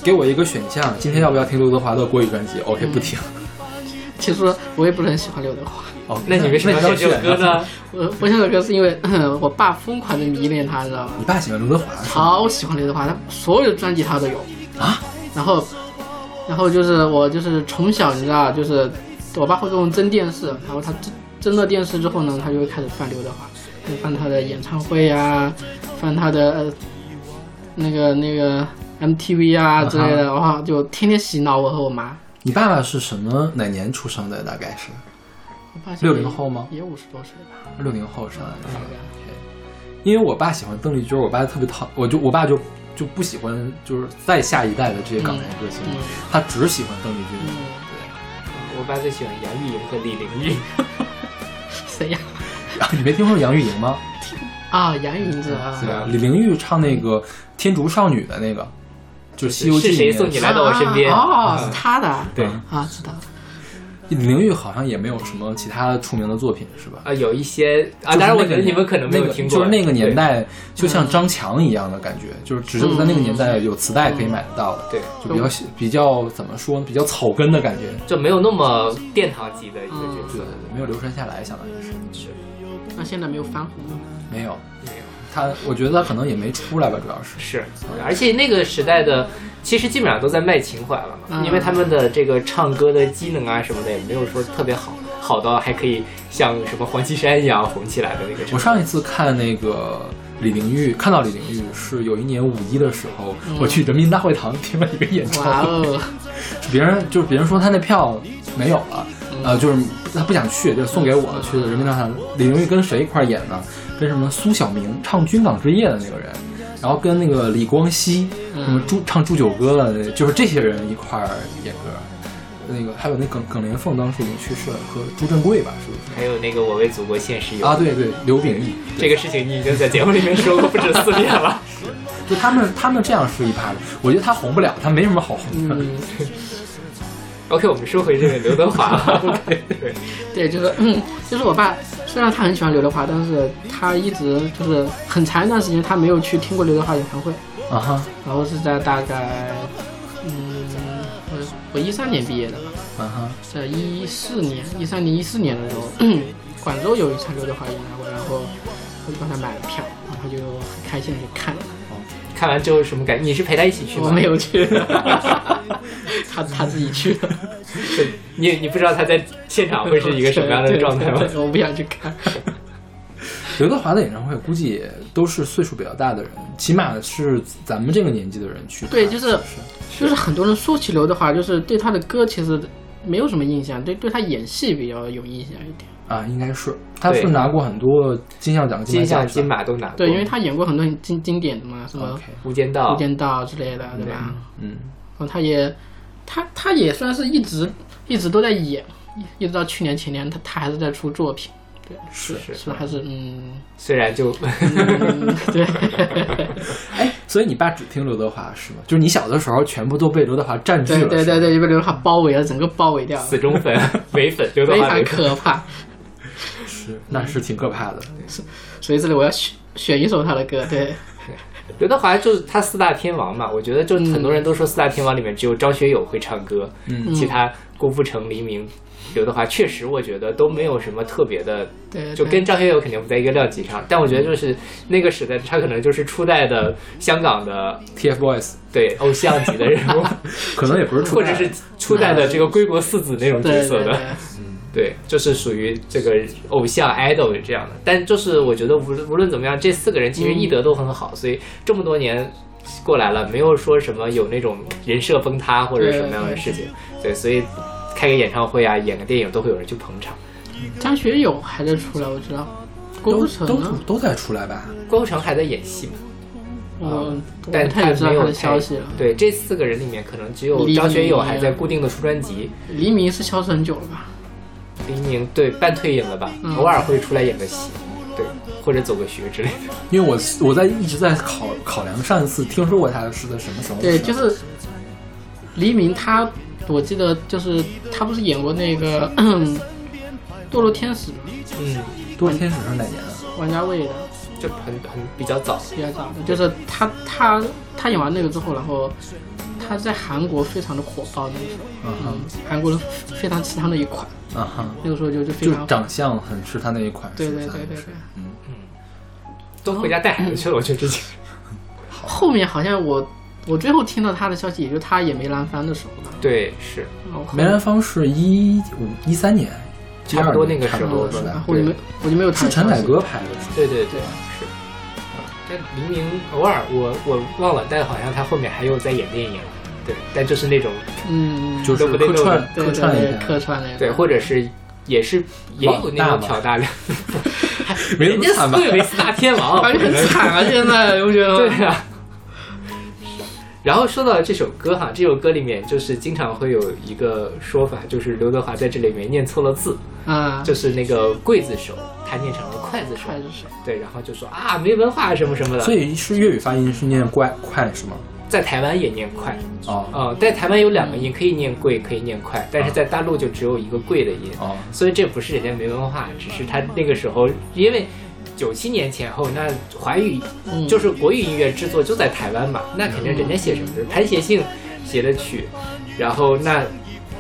Speaker 2: 给我一个选项，今天要不要听刘德华的国语专辑？OK，不听。
Speaker 3: 其实我也不是很喜欢刘德华，
Speaker 2: 哦，
Speaker 1: 那你为什么
Speaker 2: 那
Speaker 1: 要
Speaker 2: 你
Speaker 1: 选这首歌
Speaker 2: 呢？
Speaker 1: 呢？
Speaker 3: 我我选这首歌是因为 (clears throat) 我爸疯狂的迷恋他，你知道吗？
Speaker 2: 你爸喜欢刘德华是吧？
Speaker 3: 超喜欢刘德华，他所有的专辑他都有
Speaker 2: 啊。
Speaker 3: 然后，然后就是我就是从小你知道，就是我爸会给我们争电视，然后他争争了电视之后呢，他就会开始放刘德华，就放他的演唱会呀、放他的、呃、那个那个呃 MTV 啊之类的，哇，就天天洗脑我和我妈。
Speaker 2: 你爸爸是什么哪年出生的？大概是
Speaker 3: 我爸现在
Speaker 2: 60后吗
Speaker 3: 也五十多岁吧。
Speaker 2: 六零后生的。
Speaker 3: 大概
Speaker 2: 因为我爸喜欢邓丽君，我爸特别讨，我就我爸就就不喜欢就是再下一代的这些港台歌星，
Speaker 3: 嗯嗯
Speaker 2: 他只喜欢邓丽君。
Speaker 3: 嗯
Speaker 1: 我爸最喜欢杨钰莹和李玲玉。
Speaker 2: (laughs)
Speaker 3: 谁呀？
Speaker 2: 啊你没听说杨钰莹吗？
Speaker 3: 啊，杨钰莹子啊
Speaker 2: 对，啊
Speaker 1: 啊，
Speaker 2: 李玲玉唱那个《天竺少女》的那个，就是《西游记》
Speaker 1: 是谁
Speaker 2: 里面
Speaker 1: 送你来到我身边
Speaker 3: 啊哦，是他的啊。
Speaker 1: 对
Speaker 3: 啊，知道了。
Speaker 2: 李玲玉好像也没有什么其他出名的作品，是吧？
Speaker 1: (laughs) 啊，有一些啊，
Speaker 2: 就是
Speaker 1: 当然我
Speaker 2: 那
Speaker 1: 觉
Speaker 2: 个
Speaker 1: 得你
Speaker 2: 年
Speaker 1: 们可能没有听过，
Speaker 2: 那个就是那个年
Speaker 1: 对嗯
Speaker 2: 代，就像张强一样的感觉，就是只是在那个年代有磁带可以买得到的，
Speaker 1: 对，嗯
Speaker 2: 就比较比较怎么说，比较草根的感觉，
Speaker 1: 就没有那么殿堂级的一个角
Speaker 2: 对对
Speaker 1: 色，
Speaker 3: 嗯
Speaker 2: 对，没有流传下来，相当于是
Speaker 1: 嗯
Speaker 3: 那现在没有翻红了。
Speaker 2: 没有。
Speaker 1: 没有。
Speaker 2: 他，我觉得他可能也没出来吧，主要是。
Speaker 1: 是，而且那个时代的，其实基本上都在卖情怀了嘛，
Speaker 3: 嗯
Speaker 1: 因为他们的这个唱歌的机能啊什么的也没有说特别好，好到还可以像什么黄绮珊一样红起来的那个程度。
Speaker 2: 我上一次看那个李玲玉，看到李玲玉是有一年五一的时候，
Speaker 1: 嗯
Speaker 2: 我去人民大会堂听了一个演
Speaker 3: 哇
Speaker 2: 唱会，
Speaker 3: 哦，
Speaker 2: 别人就是别人说他那票没有了，呃，就是他不想去，就是送给我去的人民大会堂。李玲玉跟谁一块儿演呢？跟什么苏小明唱《军港之夜》的那个人，然后跟那个李光羲，什么祝唱《祝酒歌》的，就是这些人一块儿演歌。那个还有那耿耿莲凤当时已经去世了，和朱振贵吧，是不
Speaker 1: 还有那个我为祖国献石
Speaker 2: 是？
Speaker 1: 油
Speaker 2: 啊，，对对，刘秉义，
Speaker 1: 这个事情你已经在节目里面说过不止四遍了。
Speaker 2: 就他们他们这样是一趴的，我觉得他红不了，他没什么好红的。
Speaker 3: 嗯，
Speaker 1: OK，我们说回这个刘德华。OK，对， (laughs)
Speaker 3: 对，就是，嗯，就是我爸，虽然他很喜欢刘德华，但是他一直就是很长一段时间他没有去听过刘德华演唱会，
Speaker 2: (laughs) 啊哈，
Speaker 3: 然后是在大概，嗯，我我一三年毕业的吧，
Speaker 2: 啊哈，
Speaker 3: 在一四年、一三年、一四年的时候， (clears throat) 广州有一场刘德华演唱会，然后我就帮他买了票，然后他就很开心的去看了，
Speaker 1: 看完之后什么感觉？你是陪他一起去吗？
Speaker 3: 我没有
Speaker 1: (laughs)
Speaker 3: 去，他他自己去了。
Speaker 1: 对，你你不知道他在现场会是一个什么样的状态吗
Speaker 3: 对？对对对我不想去看。
Speaker 2: 刘德华的演唱会估计也都是岁数比较大的人，起码是咱们这个年纪的人去看。
Speaker 3: 对就是
Speaker 2: 是
Speaker 3: 就是很多人说起刘德华，就是对他的歌其实没有什么印象，对对他演戏比较有印象一点。
Speaker 2: 啊，应该是他是
Speaker 1: 对
Speaker 2: 拿过很多金像奖、
Speaker 1: 金像、
Speaker 2: 像
Speaker 1: 金。马都拿过，
Speaker 3: 对，因为他演过很多很经经典的嘛，什么
Speaker 2: OK，
Speaker 1: 《无间
Speaker 3: 《
Speaker 1: 道
Speaker 3: 无》间道》之类的，对吧？
Speaker 2: 嗯，
Speaker 3: 然后他也，他他也算是一直一直都在演，一一直到去年前年，他他还是在出作品，
Speaker 2: 是。
Speaker 1: 是
Speaker 3: 是吧？还是嗯，
Speaker 1: 虽然就
Speaker 3: 嗯 (laughs) 对，
Speaker 2: 哎，所以你爸只听刘德华是吗？就是你小的时候全部都被刘德华占据
Speaker 3: 对
Speaker 2: 了。
Speaker 3: 对
Speaker 2: 是吗
Speaker 3: 对。对，就被刘德华包围了，整个包围掉了，
Speaker 1: 死忠
Speaker 3: (laughs)
Speaker 1: 粉、伪粉，刘德
Speaker 3: 非
Speaker 1: 华
Speaker 3: 常
Speaker 1: 伪粉。
Speaker 3: 可怕。
Speaker 2: 是，那是挺可怕的。
Speaker 3: 所以这里我要选选一首他的歌，对，
Speaker 1: 刘德华就是他四大天王嘛，我觉得就
Speaker 3: 嗯
Speaker 1: 很多人都说四大天王里面只有张学友会唱歌，
Speaker 2: 嗯
Speaker 1: 其他郭富城、黎明、刘德华确实我觉得都没有什么特别的，
Speaker 3: 对对
Speaker 1: 就跟张学友肯定不在一个量级上，但我觉得
Speaker 3: 嗯
Speaker 1: 就是那个时代他可能就是初代的香港的
Speaker 2: TFBOYS
Speaker 1: 对偶像级的人
Speaker 3: (laughs)
Speaker 1: 物，
Speaker 2: 可能也不是出
Speaker 1: 或者是初代的这个归国四子那种角
Speaker 3: 对
Speaker 1: 色
Speaker 3: 对
Speaker 1: 的。
Speaker 3: 对。
Speaker 1: 对，就是属于这个偶像 idol 这样的。但就是我觉得无论无论怎么样，这四个人其实艺德都很好，所以这么多年过来了，没有说什么有那种人设崩塌或者什么样的事情。对，所以开个演唱会啊，演个电影都会有人去捧场。
Speaker 3: 张学友还在出来，我知道。郭
Speaker 2: 都
Speaker 3: 富城
Speaker 2: 都
Speaker 3: 呢？
Speaker 2: 都在出来吧？
Speaker 1: 郭富城还在演戏嘛，
Speaker 3: 我我
Speaker 1: 但
Speaker 3: 不太知道
Speaker 1: 没有
Speaker 3: 他的
Speaker 1: 太
Speaker 3: 消息了。
Speaker 1: 对，这四个人里面可能只有
Speaker 3: 黎
Speaker 1: 张学友
Speaker 3: 明啊
Speaker 1: 还在固定的出专辑，
Speaker 3: 黎明是消失很久了吧？
Speaker 1: 黎明对半退隐了吧，
Speaker 3: 嗯
Speaker 1: 偶尔会出来演个戏，对，或者走个学之类的。
Speaker 2: 因为我我在一直在考考量上一次听说过他是在什么时候。
Speaker 3: 对，就是黎明他，我记得就是他不是演过那个 (clears throat) 《堕落天使》吗？
Speaker 1: 嗯，
Speaker 2: 多天使是哪年的？
Speaker 3: 王家卫的。
Speaker 1: 就很很比较早。
Speaker 3: 比较早，就是他他他演完那个之后，然后他在韩国非常的火爆，那个时候，
Speaker 2: 嗯哼，
Speaker 3: 韩国人非常吃他那一款，
Speaker 2: 嗯哼，
Speaker 3: 那个时候就就非
Speaker 2: 就
Speaker 3: 常
Speaker 2: 是长相很吃他那一款，
Speaker 3: 对
Speaker 2: 是不
Speaker 3: 对
Speaker 2: 是
Speaker 3: 对对
Speaker 2: 还是嗯
Speaker 3: 对。
Speaker 1: 都回家带孩子去了，我觉得 (laughs) 这件事
Speaker 3: 后面好像我我最后听到他的消息，也就他也没蓝帆的时候吧。
Speaker 1: 对是
Speaker 3: 然后后
Speaker 2: 梅兰芳是一五一三年，
Speaker 1: 差不多那个
Speaker 2: 12年
Speaker 1: 时
Speaker 2: 差不
Speaker 1: 候
Speaker 2: 多是
Speaker 1: 吧
Speaker 3: 然
Speaker 2: 吧？
Speaker 3: 后我就没我就没有他
Speaker 2: 是
Speaker 3: 的消
Speaker 2: 陈
Speaker 3: 息
Speaker 2: 凯歌拍的吗，
Speaker 1: 对对对
Speaker 3: 对
Speaker 1: 是。啊但黎明偶尔我我忘了，但好像他后面还有在演电影，对，但就是那种
Speaker 3: 嗯，
Speaker 2: 就
Speaker 1: 都
Speaker 2: 是
Speaker 1: 不对
Speaker 2: 客
Speaker 1: 都
Speaker 2: 串
Speaker 3: 对
Speaker 2: 客
Speaker 3: 对
Speaker 2: 串了一
Speaker 3: 对
Speaker 2: 下，
Speaker 3: 客串那
Speaker 1: 对，或者是也是也有那种
Speaker 2: 网大嘛
Speaker 1: 挑嗯 (laughs) 大梁，
Speaker 2: 没那
Speaker 1: 人
Speaker 2: 么
Speaker 1: 家
Speaker 2: 惨吧？
Speaker 1: 四维四大天 (laughs) 王，
Speaker 3: 感觉很惨啊！现在我觉
Speaker 1: 哦对
Speaker 3: 得吗，
Speaker 1: 啊。然后说到这首歌哈，这首歌里面就是经常会有一个说法，就是刘德华在这里面念错了字，
Speaker 3: 啊，
Speaker 1: (laughs) 就是那个刽子手，他念成了刽子手
Speaker 3: 快，就是
Speaker 1: 对，然后就说啊没文化什么什么的，
Speaker 2: 所以是粤语发音是念怪快是吗？
Speaker 1: 在台湾也念快，
Speaker 3: 啊
Speaker 2: 哦
Speaker 1: 呃，在台湾有两个音，可以念贵，可以念快，但是在大陆就只有一个贵的音，
Speaker 2: 哦，
Speaker 1: 所以这不是人家没文化，只是他那个时候因为。九七年前后，那华语
Speaker 3: 嗯
Speaker 1: 就是国语音乐制作就在台湾嘛，那肯定人家写什么
Speaker 2: 嗯
Speaker 1: 潘协庆写的曲，然后那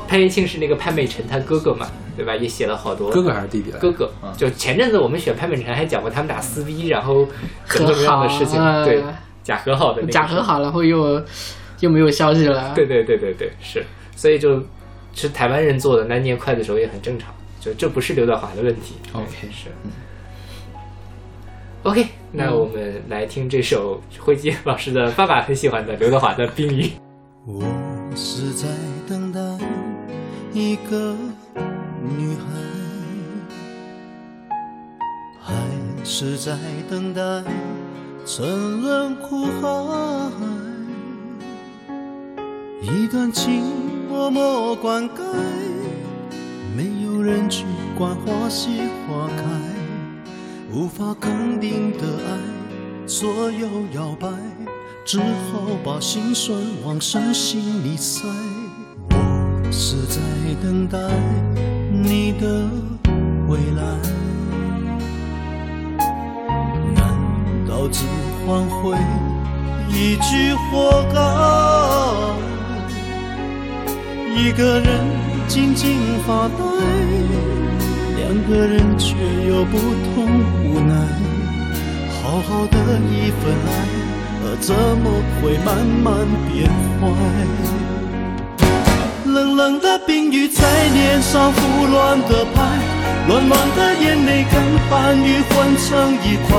Speaker 1: 潘协庆是那个潘美辰他哥哥嘛，对吧？也写了好多
Speaker 2: 哥哥还是弟弟来着？
Speaker 1: 哥哥
Speaker 2: 嗯
Speaker 1: 就前阵子我们选潘美辰还讲过他们俩撕逼，然后怎么怎么样的事情，
Speaker 3: 和好
Speaker 1: 对
Speaker 3: 哎，
Speaker 1: 假和好的那个
Speaker 3: 假
Speaker 1: 事
Speaker 3: 和好，然后又又没有消息了，
Speaker 1: 对对对对对，是，所以就是台湾人做的，那念快的时候也很正常，就这不是刘德华的问题。
Speaker 2: OK 嗯
Speaker 1: 是。OK，那我们来听这首辉杰老师的爸爸很喜欢的刘德华的《冰雨
Speaker 5: 我是在等待一个女孩，还是在等待沉沦苦海？一段情默默灌溉，没有人去管花谢花开，无法肯定的爱，左右摇摆，只好把心酸往深心里塞。我是在等待你的未来，难道只换回一句活该？一个人静静发呆，两个人却有不同无奈。好好的一份爱，呃，怎么会慢慢变坏？冷冷的冰雨在脸上胡乱的拍，暖暖的眼泪跟寒雨混成一块，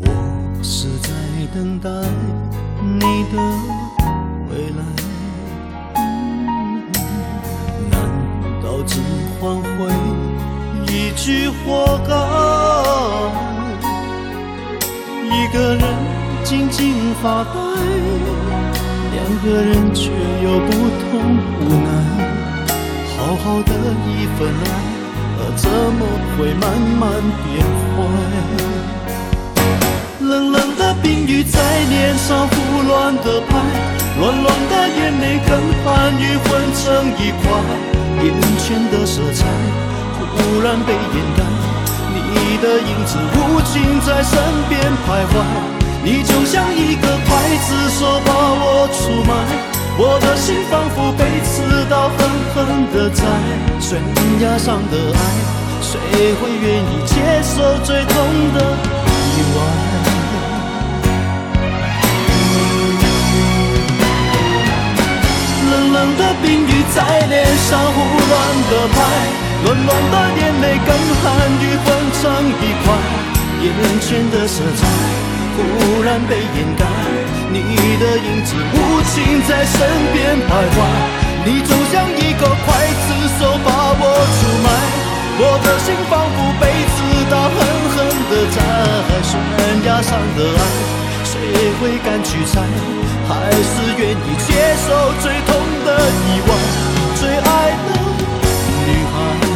Speaker 5: 我是在等待你的未来，嗯难道只换回一句活该？一个人静静发呆，两个人却有不同无奈。好好的一份爱，呃，怎么会慢慢变坏？冷冷的冰雨在脸上胡乱的拍，乱乱的眼泪跟寒雨混成一块，眼前的色彩忽然被掩盖，你的影子无情在身边徘徊，你就像一个刽子手把我出卖，我的心仿佛被刺刀狠狠的宰，悬崖上的爱，谁会愿意接受最痛的意外？在脸上胡乱的拍，暖暖的眼泪跟寒雨混成一块，眼圈的色彩忽然被掩盖，你的影子无情在身边徘徊，你总像一个刽子手把我出卖，我的心仿佛被刺刀狠狠的扎，悬崖上的爱。谁会敢去猜？还是愿意接受最痛的意外？最爱的女孩，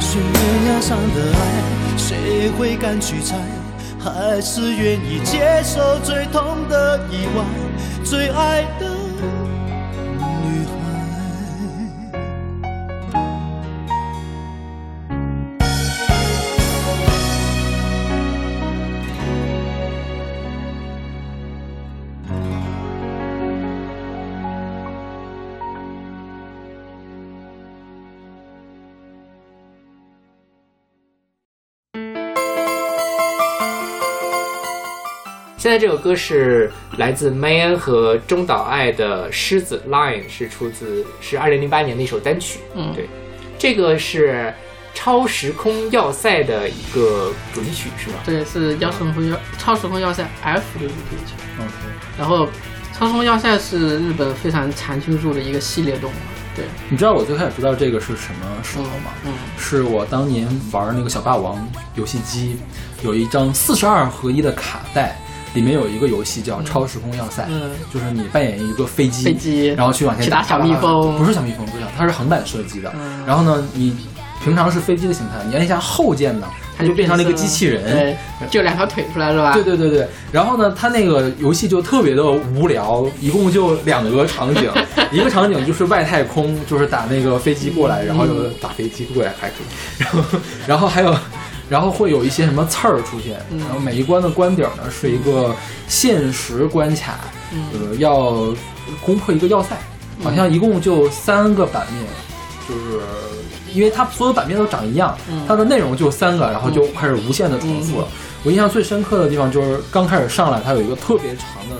Speaker 5: 悬崖上的爱，谁会敢去猜？还是愿意接受最痛的意外？最爱的女孩。
Speaker 1: 现在这首歌是来自 Mayan 和中岛爱的《狮子 Lion》，是出自是二零零八年的一首单曲。
Speaker 3: 嗯
Speaker 1: 对，这个是超时空要塞的一个主题曲是吗？
Speaker 3: 对，是《妖神空要超时空要塞 F》的主题曲。
Speaker 2: OK，
Speaker 3: 然后，《超时空要塞》是日本非常常青树的一个系列动画。对，
Speaker 2: 你知道我最开始知道这个是什么时候吗？
Speaker 3: 嗯，
Speaker 2: 是我当年玩那个小霸王游戏机，有一张四十二合一的卡带，里面有一个游戏叫《超时空要塞》，
Speaker 3: 嗯
Speaker 2: 就是你扮演一个飞机，
Speaker 3: 飞机
Speaker 2: 然后去往前
Speaker 3: 去打小蜜蜂
Speaker 2: 不是小蜜蜂，不是小，它是横版射击的。
Speaker 3: 嗯
Speaker 2: 然后呢，你平常是飞机的形态，你按一下后键呢，它就变成了一个机器人。
Speaker 3: 对，就两条腿出来是吧？
Speaker 2: 对对对对，然后呢，它那个游戏就特别的无聊，一共就两个场景，一个场景就是外太空，就是打那个飞机过来，然后有打飞机过来还可以，然后 (laughs) 然后还有。然后会有一些什么刺儿出现，然后每一关的关点呢是一个限时关卡，呃，要攻破一个要塞，好像一共就三个版面，就是因为它所有版面都长一样，它的内容就三个，然后就开始无限的重复了。我印象最深刻的地方就是刚开始上来，它有一个特别长的。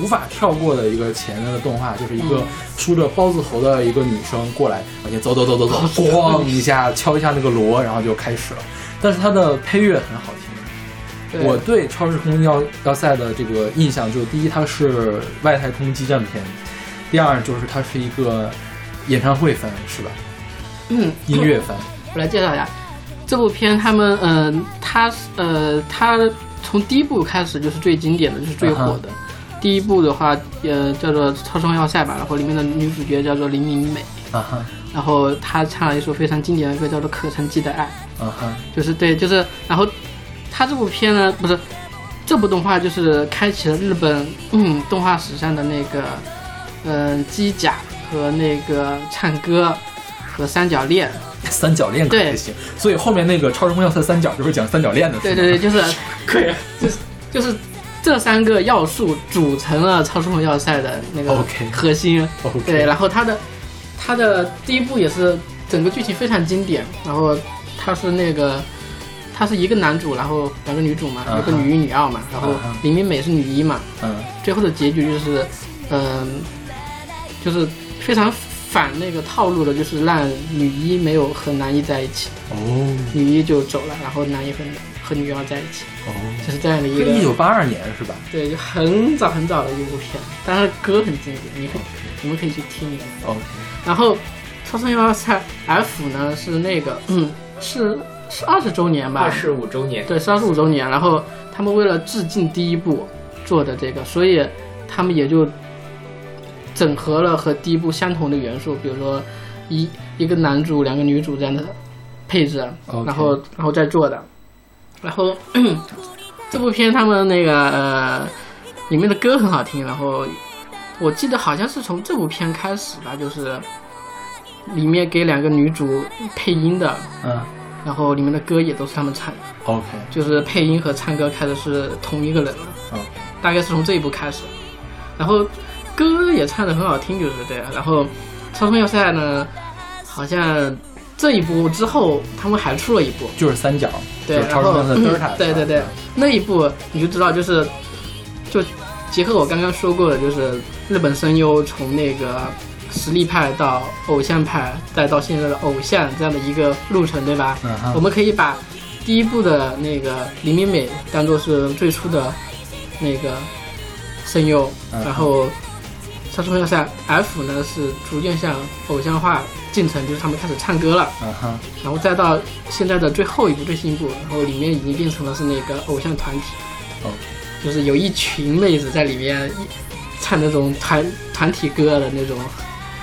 Speaker 2: 无法跳过的一个前面的动画，就是一
Speaker 3: 嗯
Speaker 2: 个梳着包子头的一个女生过来，往前走走走走
Speaker 3: 啊
Speaker 2: 走，咣一下敲一下那个锣，然后就开始了。但是它的配乐很好听，
Speaker 3: 对
Speaker 2: 我对《超时空要要塞》的这个印象就是，第一，它是外太空激战片；第二，就是它是一个演唱会番，是吧？
Speaker 3: 嗯，
Speaker 2: 音乐番。
Speaker 3: 我来介绍一下这部片，他们嗯、呃，它呃，它从第一部开始就是最经典的，就是最火的。第一部的话，呃，叫做《超声要塞》吧，然后里面的女主角叫做林明美，
Speaker 2: 啊哈，
Speaker 3: 然后她唱了一首非常经典的歌，叫做《可曾记得爱》，
Speaker 2: 啊哈，
Speaker 3: 就是对，就是然后她这部片呢，不是这部动画就是开启了日本嗯动画史上的那个嗯、机甲和那个唱歌和三角恋，
Speaker 2: 三角恋可还
Speaker 3: 对
Speaker 2: 行。所以后面那个《超时空要塞》三角就是讲三角恋的，
Speaker 3: 对
Speaker 2: 是
Speaker 3: 对对，
Speaker 2: 吗
Speaker 3: 就是
Speaker 1: 可以。
Speaker 3: 就是这三个要素组成了超时空要塞的那个
Speaker 2: OK
Speaker 3: 核心。
Speaker 2: OK
Speaker 3: 对，然后它的它的第一部也是整个剧情非常经典，然后它是那个。它是一个男主，然后两个女主嘛，
Speaker 2: 嗯
Speaker 3: 有个女一、女二嘛，然后
Speaker 2: 嗯
Speaker 3: 林明美是女一嘛，
Speaker 2: 嗯
Speaker 3: 最后的结局就是，嗯、就是非常反那个套路的，就是让女一没有和男一在一起，
Speaker 2: 哦
Speaker 3: 女一就走了，然后男一和和女二在一起，
Speaker 2: 哦，
Speaker 3: 就是这样的一
Speaker 2: 这
Speaker 3: 个。
Speaker 2: 一九八二年是吧？
Speaker 3: 对，就很早很早的一部片，但是歌很经典，你
Speaker 1: 哦
Speaker 3: 可以你们可以去听一下。
Speaker 2: 哦，
Speaker 3: 然后《超声幺幺三 F》呢是那个，嗯，是是二十周年吧？
Speaker 1: 二十五周年，
Speaker 3: 对，啊是二十五周年。然后他们为了致敬第一部做的这个，所以他们也就整合了和第一部相同的元素，比如说一一个男主、两个女主这样的配置啊
Speaker 2: OK
Speaker 3: 然后然后再做的。然后 (clears throat) 这部片他们那个呃里面的歌很好听，然后我记得好像是从这部片开始吧，就是里面给两个女主配音的，
Speaker 2: 嗯
Speaker 3: 然后里面的歌也都是他们唱的。
Speaker 2: ，OK
Speaker 3: 就是配音和唱歌开的是同一个人了，
Speaker 2: OK，
Speaker 3: 大概是从这一步开始。然后歌也唱的很好听，就是这样。然后《超风要塞》呢，好像这一部之后他们还出了一部，
Speaker 2: 就是三角，
Speaker 3: 对，
Speaker 2: 就是《
Speaker 3: 然
Speaker 2: 超时
Speaker 3: 后
Speaker 2: 空要塞》德尔塔
Speaker 3: 嗯，对对对，那一部你就知道就是就结合我刚刚说过的，就是日本声优从那个实力派到偶像派，再到现在的偶像这样的一个路程，对吧？
Speaker 2: 嗯哼
Speaker 3: 我们可以把第一部的那个李美美当做是最初的那个声优，
Speaker 2: 嗯哼
Speaker 3: 然后上升要向 F 呢是逐渐向偶像化进程，就是他们开始唱歌了，
Speaker 2: 嗯哼，
Speaker 3: 然后再到现在的最后一部最新一部，然后里面已经变成了是那个偶像团体
Speaker 2: OK
Speaker 3: 就是有一群妹子在里面一唱那种团团体歌的那种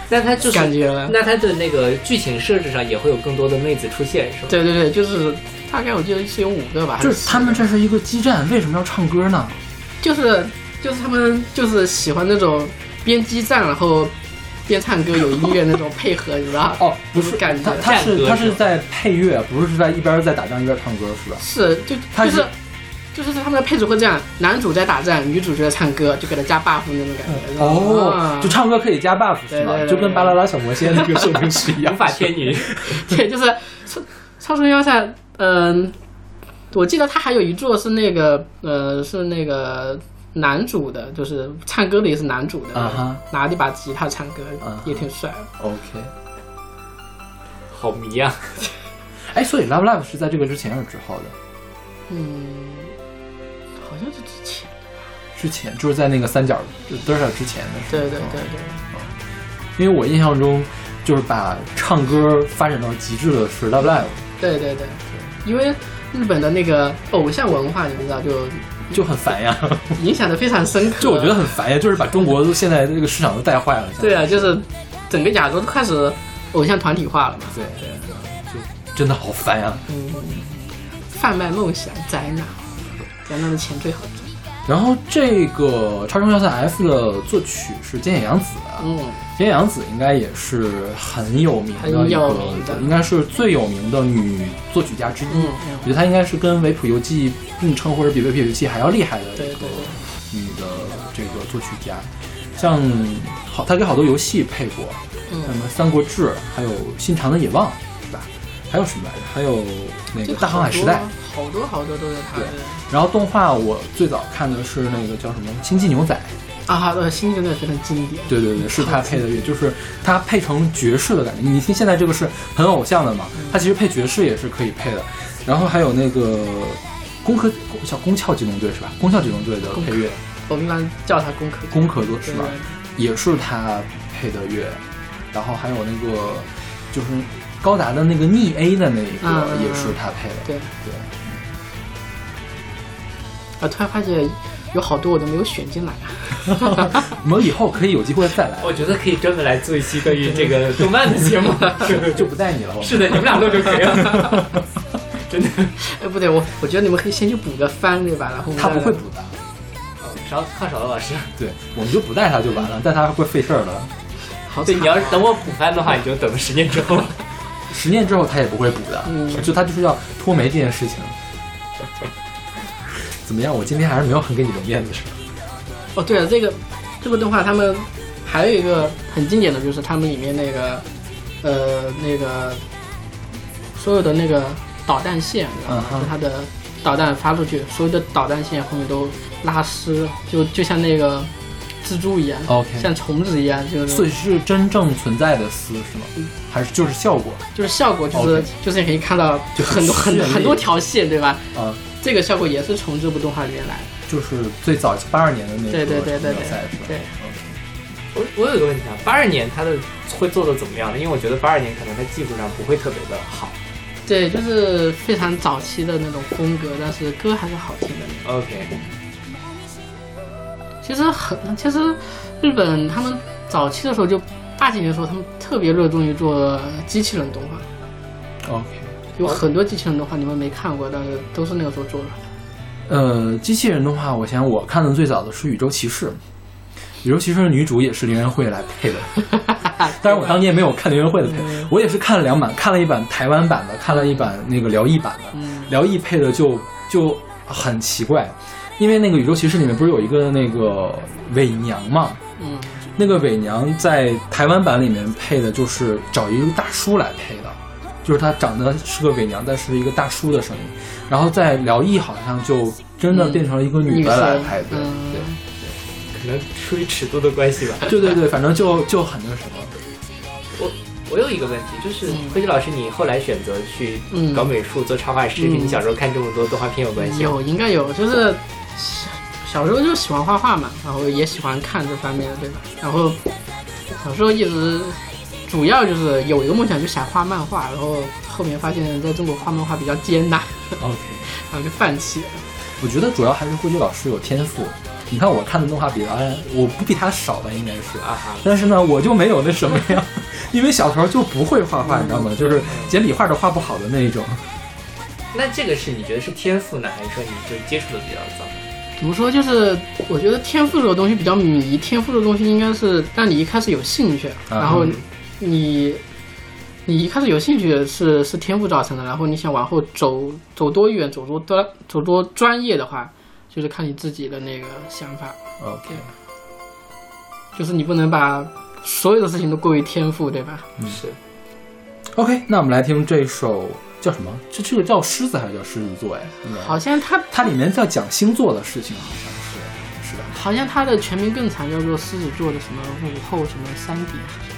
Speaker 1: 那它就是
Speaker 3: 感觉了。
Speaker 1: 那它的那个剧情设置上也会有更多的妹子出现，是吧？
Speaker 3: 对对对，就是大概我记得是有五个吧，还
Speaker 2: 就是他们
Speaker 3: 四个
Speaker 2: 这是一个基站，为什么要唱歌呢？
Speaker 3: 就是就是他们就是喜欢那种边激战然后边唱歌有音乐那种配合，你知道吧？
Speaker 2: 哦，不是，
Speaker 3: 感觉
Speaker 2: 他他
Speaker 1: 战
Speaker 2: 是
Speaker 1: 歌
Speaker 2: 他
Speaker 1: 是
Speaker 2: 是
Speaker 1: 吧
Speaker 2: 在配乐，不是在一边在打仗一边唱歌是吧？
Speaker 3: 是就
Speaker 2: 他
Speaker 3: 就是是。就是他们的配置会这样，男主在打仗，女主就在唱歌，就给他加 buff 那种感觉。
Speaker 2: 哦
Speaker 3: 啊，
Speaker 2: 就唱歌可以加 buff 是吗
Speaker 3: 对对？对
Speaker 2: 就跟巴啦啦小魔仙那个设定是一样。
Speaker 1: 无法天女，
Speaker 3: (laughs) 对，就是超超神要塞，嗯、我记得他还有一座是那个，呃，是那个男主的，就是唱歌的也是男主的
Speaker 2: 啊哈
Speaker 3: 拿了一把吉他唱歌
Speaker 2: 啊哈
Speaker 3: 也挺帅的。
Speaker 2: OK，
Speaker 1: (laughs) 好迷啊！
Speaker 2: 哎，所以 Love Live 是在这个之前还是之后的？
Speaker 3: 嗯，好像是之前，
Speaker 2: 之前就是在那个三角就 d i r t 之前的是
Speaker 3: 对
Speaker 2: 吗。
Speaker 3: 对对
Speaker 2: 嗯
Speaker 3: 对，
Speaker 2: 因为我印象中，就是把唱歌发展到极致的是 Love Live，
Speaker 3: 对对对，因为日本的那个偶像文化，你知道，就
Speaker 2: 就很烦呀，
Speaker 3: 影响的非常深刻。
Speaker 2: 就我觉得很烦呀，就是把中国现在这个市场都带坏了。
Speaker 3: 对啊，就是整个亚洲都开始偶像团体化了嘛，
Speaker 2: 对对，就真的好烦呀。
Speaker 3: 嗯，贩卖梦想，宅男，宅男的钱最好赚。
Speaker 2: 然后这个《超声要塞 F》的作曲是菅野洋子啊，
Speaker 3: 嗯，
Speaker 2: 菅野洋子应该也是很有名的一个，
Speaker 3: 很有名的
Speaker 2: 应该是最有名的女作曲家之一。
Speaker 3: 嗯
Speaker 2: 我觉得她应该是跟维普游记并称，或者比维普游记还要厉害的
Speaker 3: 对
Speaker 2: 一
Speaker 3: 对
Speaker 2: 个
Speaker 3: 对，
Speaker 2: 女的这个作曲家。像好，她给好多游戏配过，像什
Speaker 3: 嗯，
Speaker 2: 么《三国志》，还有《新长的野望》，是吧？还有什么来着？还有那个
Speaker 3: 这
Speaker 2: 《大航海时代》。
Speaker 3: 好多好多都是他的
Speaker 2: 然后动画我最早看的是那个叫什么《星际牛仔》，
Speaker 3: 啊，呃，新真的非常经典。
Speaker 2: 对对对，是他配的乐，就是他配成爵士的感觉。你听现在这个是很偶像的嘛，他其实配爵士也是可以配的。然后还有那个攻壳叫宫壳机动队是吧？宫壳机动队的配乐，
Speaker 3: 我们一般叫他功课
Speaker 2: 宫壳多是
Speaker 3: 对
Speaker 2: 吧？也是他配的乐。然后还有那个就是高达的那个逆 A 的那一
Speaker 3: 嗯
Speaker 2: 个
Speaker 3: 嗯嗯
Speaker 2: 也是他配的。
Speaker 3: 对。
Speaker 2: 对，
Speaker 3: 啊，突然发现有好多我都没有选进来啊。
Speaker 2: 我们以后可以有机会再来，
Speaker 1: 我觉得可以专门来做一期关于这个动漫的节目。
Speaker 3: (laughs)
Speaker 2: 就不带你了。我们
Speaker 1: 是的，你们俩录就可以了。真的，
Speaker 3: 哎，不对，我我觉得你们可以先去补个番，对吧？然后我们
Speaker 2: 他
Speaker 3: 再
Speaker 2: 不会补的，
Speaker 1: 少看少了老师。
Speaker 2: 对，我们就不带他就完了，带他会费事儿的。
Speaker 3: 好惨
Speaker 1: 对，
Speaker 3: 啊
Speaker 1: 你要是等我补番的话，你就等十年之后。
Speaker 2: 十年之后他也不会补的，
Speaker 3: 嗯
Speaker 2: 就他就是要脱媒这件事情。 (laughs) 怎么样？我今天还是没有很给你留面子，是吧？
Speaker 3: 哦，对了，这个这部动画他们还有一个很经典的就是他们里面那个呃那个所有的那个导弹线，然
Speaker 2: 嗯
Speaker 3: 后
Speaker 2: 哼
Speaker 3: 它的导弹发出去，所有的导弹线后面都拉丝，就就像那个蜘蛛一样
Speaker 2: OK
Speaker 3: 像虫子一样，就是
Speaker 2: 所以是真正存在的丝是吗？还是就是效果
Speaker 3: 就是效果就是、
Speaker 2: 哦 OK
Speaker 3: 就是你可以看到
Speaker 2: 就很
Speaker 3: 很多很
Speaker 2: 绚丽
Speaker 3: 很多条线，对吧？
Speaker 2: 啊、
Speaker 3: 这个效果也是从这部动画里面来的，
Speaker 2: 就是最早八二年的那个
Speaker 3: 对对对对
Speaker 2: 比
Speaker 3: 对
Speaker 2: 赛是吧？
Speaker 3: 对。
Speaker 1: 我我有一个问题啊，八二年他的会做的怎么样呢？因为我觉得八二年可能在技术上不会特别的好。
Speaker 3: 对，就是非常早期的那种风格，但是歌还是好听的。
Speaker 1: OK，
Speaker 3: 其实很，其实日本他们早期的时候就八几年的时候，他们特别热衷于做机器人动画，
Speaker 2: OK，
Speaker 3: 有很多机器人动画你们没看过，但是都是那个时候做的。
Speaker 2: 呃，机器人的话，我想我看的最早的是《宇宙骑士》，《宇宙骑士》的女主也是林仁惠来配的。当然，我当年没有看林仁惠的配，我也是看了两版，看了一版台湾版的，看了一版那个辽艺版的。
Speaker 3: 嗯，
Speaker 2: 辽艺配的就就很奇怪，因为那个《宇宙骑士》里面不是有一个那个伪娘嘛？
Speaker 3: 嗯，
Speaker 2: 那个伪娘在台湾版里面配的就是找一个大叔来配的，就是她长得是个伪娘，但是一个大叔的声音。然后在辽艺好像就真的变成了一个女的来拍的，
Speaker 3: 嗯
Speaker 1: 可能出于尺度的关系吧。
Speaker 2: 对对对对，反正就就很那什么。
Speaker 1: 我我有一个问题，就是
Speaker 3: 嗯
Speaker 1: 科技老师，你后来选择去
Speaker 3: 嗯
Speaker 1: 搞美术、做插画师，跟
Speaker 3: 嗯
Speaker 1: 你小时候看这么多动画片有关系吗？
Speaker 3: 有应该有，就是小小时候就喜欢画画嘛，然后也喜欢看这方面的，对吧？然后小时候一直主要就是有一个梦想，就想画漫画，然后后面发现在中国画漫画比较艰难，
Speaker 2: OK，
Speaker 3: 然后就放弃了。
Speaker 2: 我觉得主要还是慧君老师有天赋。你看我看的动画比他，我不比他少吧，应该是
Speaker 1: 啊哈，
Speaker 2: 但是呢，我就没有那什么呀， (laughs) 因为小时候就不会画画，你知道吗？就是简笔画都画不好的那一种。
Speaker 1: 那这个是你觉得是天赋呢，还是说你就接触的比较早？
Speaker 3: 怎么说？就是我觉得天赋这个东西比较迷，天赋这个东西应该是让你一开始有兴趣，
Speaker 2: 嗯
Speaker 3: 然后你你一开始有兴趣是是天赋造成的，然后你想往后走走多远，走多专走多专业的话，就是看你自己的那个想法，
Speaker 2: OK，
Speaker 3: 就是你不能把所有的事情都归于天赋，对吧？
Speaker 1: 是
Speaker 2: OK，那我们来听这首叫什么？这这个叫狮子还是叫狮子座呀？应该
Speaker 3: 好像它
Speaker 2: 它里面在讲星座的事情，啊好像是是吧
Speaker 3: 好像它的全名更长，叫做狮子座的什么午后什么三点，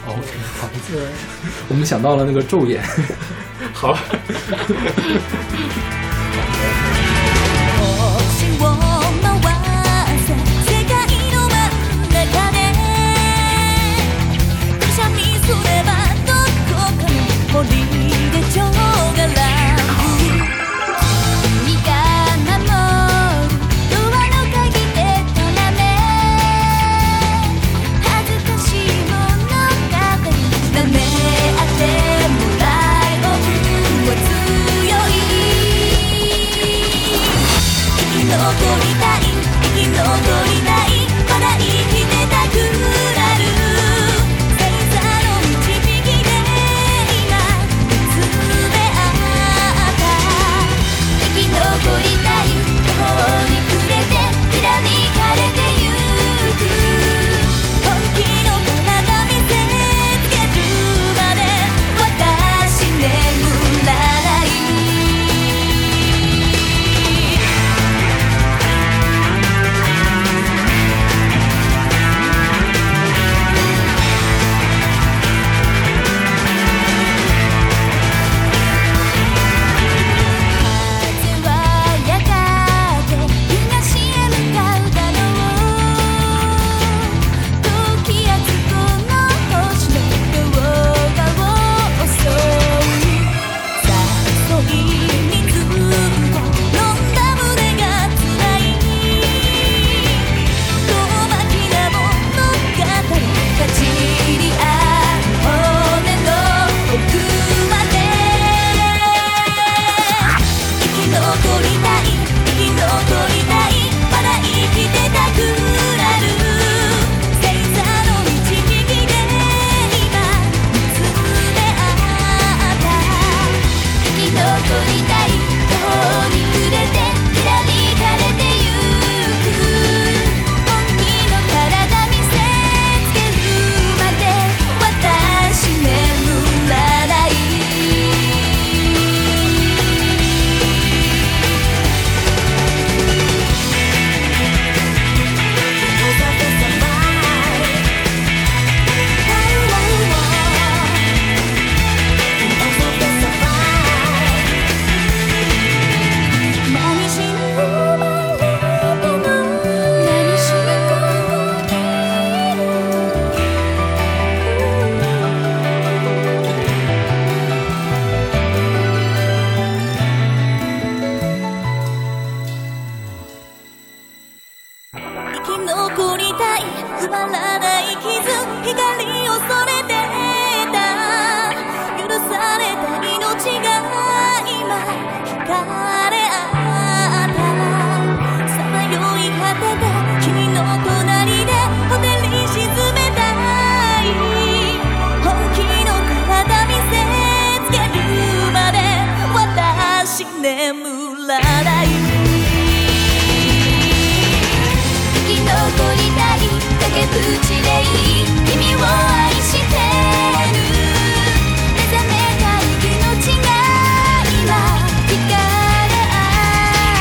Speaker 2: ？OK，好，
Speaker 3: 对。
Speaker 2: 我们想到了那个昼夜。
Speaker 1: 好，
Speaker 6: 星を回せ世界の真ん中でくしゃみすればどこかの森で蝶が鳴く君が守るドアの鍵でとなめ恥ずかしいものだって舐め合ってもらえ僕は強い生き残りたい生き残りたいまだ生きてたくなる星座の導きで今見つめ合った生き残りたい途方に暮れてひらめかれてゆく本気の体見せつけるまで私眠らない風はやがて東へ向かうだろう時やつこの星の動画を襲う誘い水を飲んだ胸がつらい遠巻きな物語かじり合う骨の奥まで生き残りたい生き残りたいまだ生きてたくなる星座の導きで今見つめ合った生き残りたい途方に暮れてひらめかれてゆく本気の体見せつけるまで私眠らない何しに生まれたの何しにここにいる生き残りたい埋まらない傷光を恐れてた許された命が今惹かれ合ったさまよい果てた君の隣でホテルに沈めたい本気の体見せつけるまで私眠らない生き残りたい崖っぷちでいい君を愛してる目覚めた命が今惹かれ合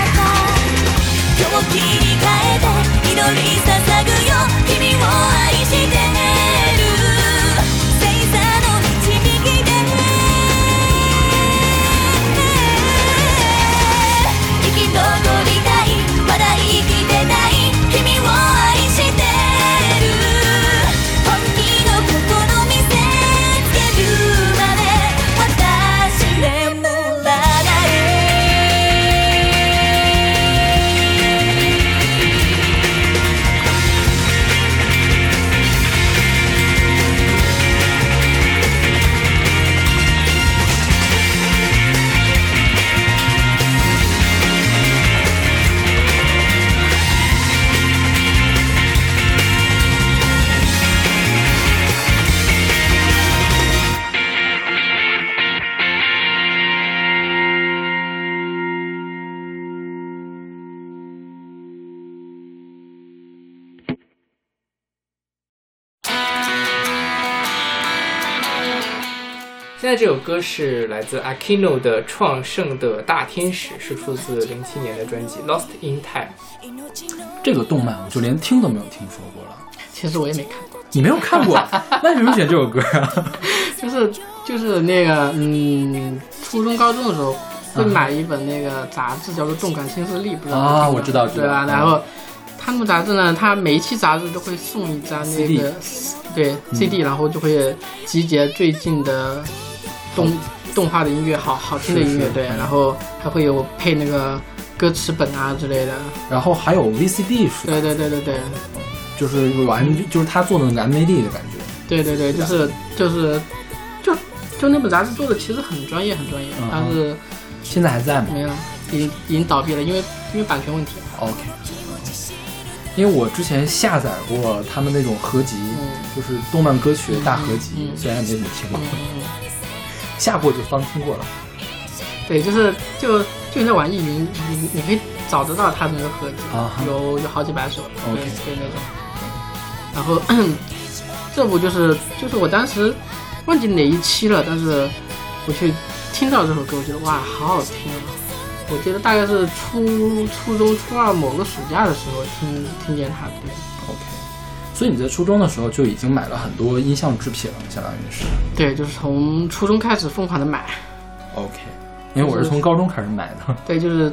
Speaker 6: った狂気に変えて祈り捧ぐよ君を愛してる星座の導
Speaker 1: 现在这首歌是来自 Akino 的《创圣的大天使》，是出自零七年的专辑《Lost in Time》。
Speaker 2: 这个动漫我就连听都没有听说过了。
Speaker 3: 其实我也没看，
Speaker 2: 你没有看过，那你为什么选这首歌啊？
Speaker 3: 就是就是那个嗯，初中高中的时候会
Speaker 2: 嗯
Speaker 3: 买一本那个杂志，叫做《动感新势力》，不知道你
Speaker 2: 啊，
Speaker 3: 听过
Speaker 2: 我知道，知
Speaker 3: 对
Speaker 2: 道
Speaker 3: 吧？然后他们杂志呢，它每一期杂志都会送一张那
Speaker 2: CD
Speaker 3: 个对
Speaker 2: 嗯
Speaker 3: CD，、然后就会集结最近的动动画的音乐，好好听的音乐，
Speaker 2: 是是
Speaker 3: 对，然后还会有配那个歌词本啊之类的，
Speaker 2: 然后还有 VCD 是吧
Speaker 3: 对对对对对
Speaker 2: 就是有 MV，就是他做的那个 MVD 的感觉。
Speaker 3: 对对对，就是就是就就那本杂志做的其实很专业很专业
Speaker 2: 嗯，
Speaker 3: 但是
Speaker 2: 现在还在吗
Speaker 3: 没了，已经已经倒闭了，因为因为版权问题。
Speaker 2: ？OK。因为我之前下载过他们那种合集，
Speaker 3: 嗯
Speaker 2: 就是动漫歌曲的大合集，
Speaker 3: 嗯嗯
Speaker 2: 虽然也没怎么听过
Speaker 3: 嗯，嗯
Speaker 2: 下过就当听过了。
Speaker 3: 对，就是就就在网易云，你你可以找得到他那个合集，
Speaker 2: 啊哈
Speaker 3: 有有好几百首，对
Speaker 2: OK
Speaker 3: 对那种。然后 (clears throat) 这部就是就是我当时忘记哪一期了，但是我去听到这首歌，我觉得哇，好好听啊！我记得大概是初初中初二某个暑假的时候听听见他的，
Speaker 2: OK。所以你在初中的时候就已经买了很多音像制品了，相当于是。
Speaker 3: 对，就是从初中开始疯狂的买，
Speaker 2: OK。因为嗯我是从高中开始买的。
Speaker 3: 对，就是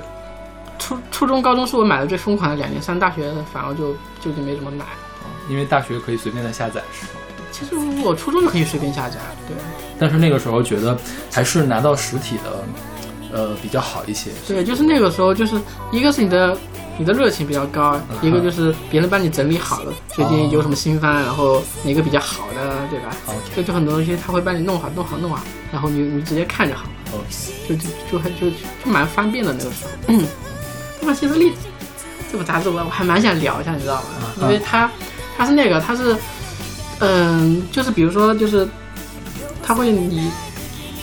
Speaker 3: 初初中高中是我买的最疯狂的两年，上大学反而就就就没怎么买。
Speaker 2: 因为大学可以随便的下载，是吗？
Speaker 3: 其实我初中就可以随便下载，对，
Speaker 2: 但是那个时候觉得还是拿到实体的，呃，比较好一些。
Speaker 3: 对，就是那个时候，就是一个是你的你的热情比较高，一个就是别人帮你整理好了，最近有什么新番，然后哪个比较好的，对吧？
Speaker 2: OK
Speaker 3: 就就很多东西他会帮你弄好、弄好、弄好，然后你你直接看就好，
Speaker 2: OK，
Speaker 3: 就就就还就就蛮方便的那个时候。那么其实力这部杂志我我还蛮想聊一下，你知道吗？因为它它是那个它是嗯、就是比如说就是它会你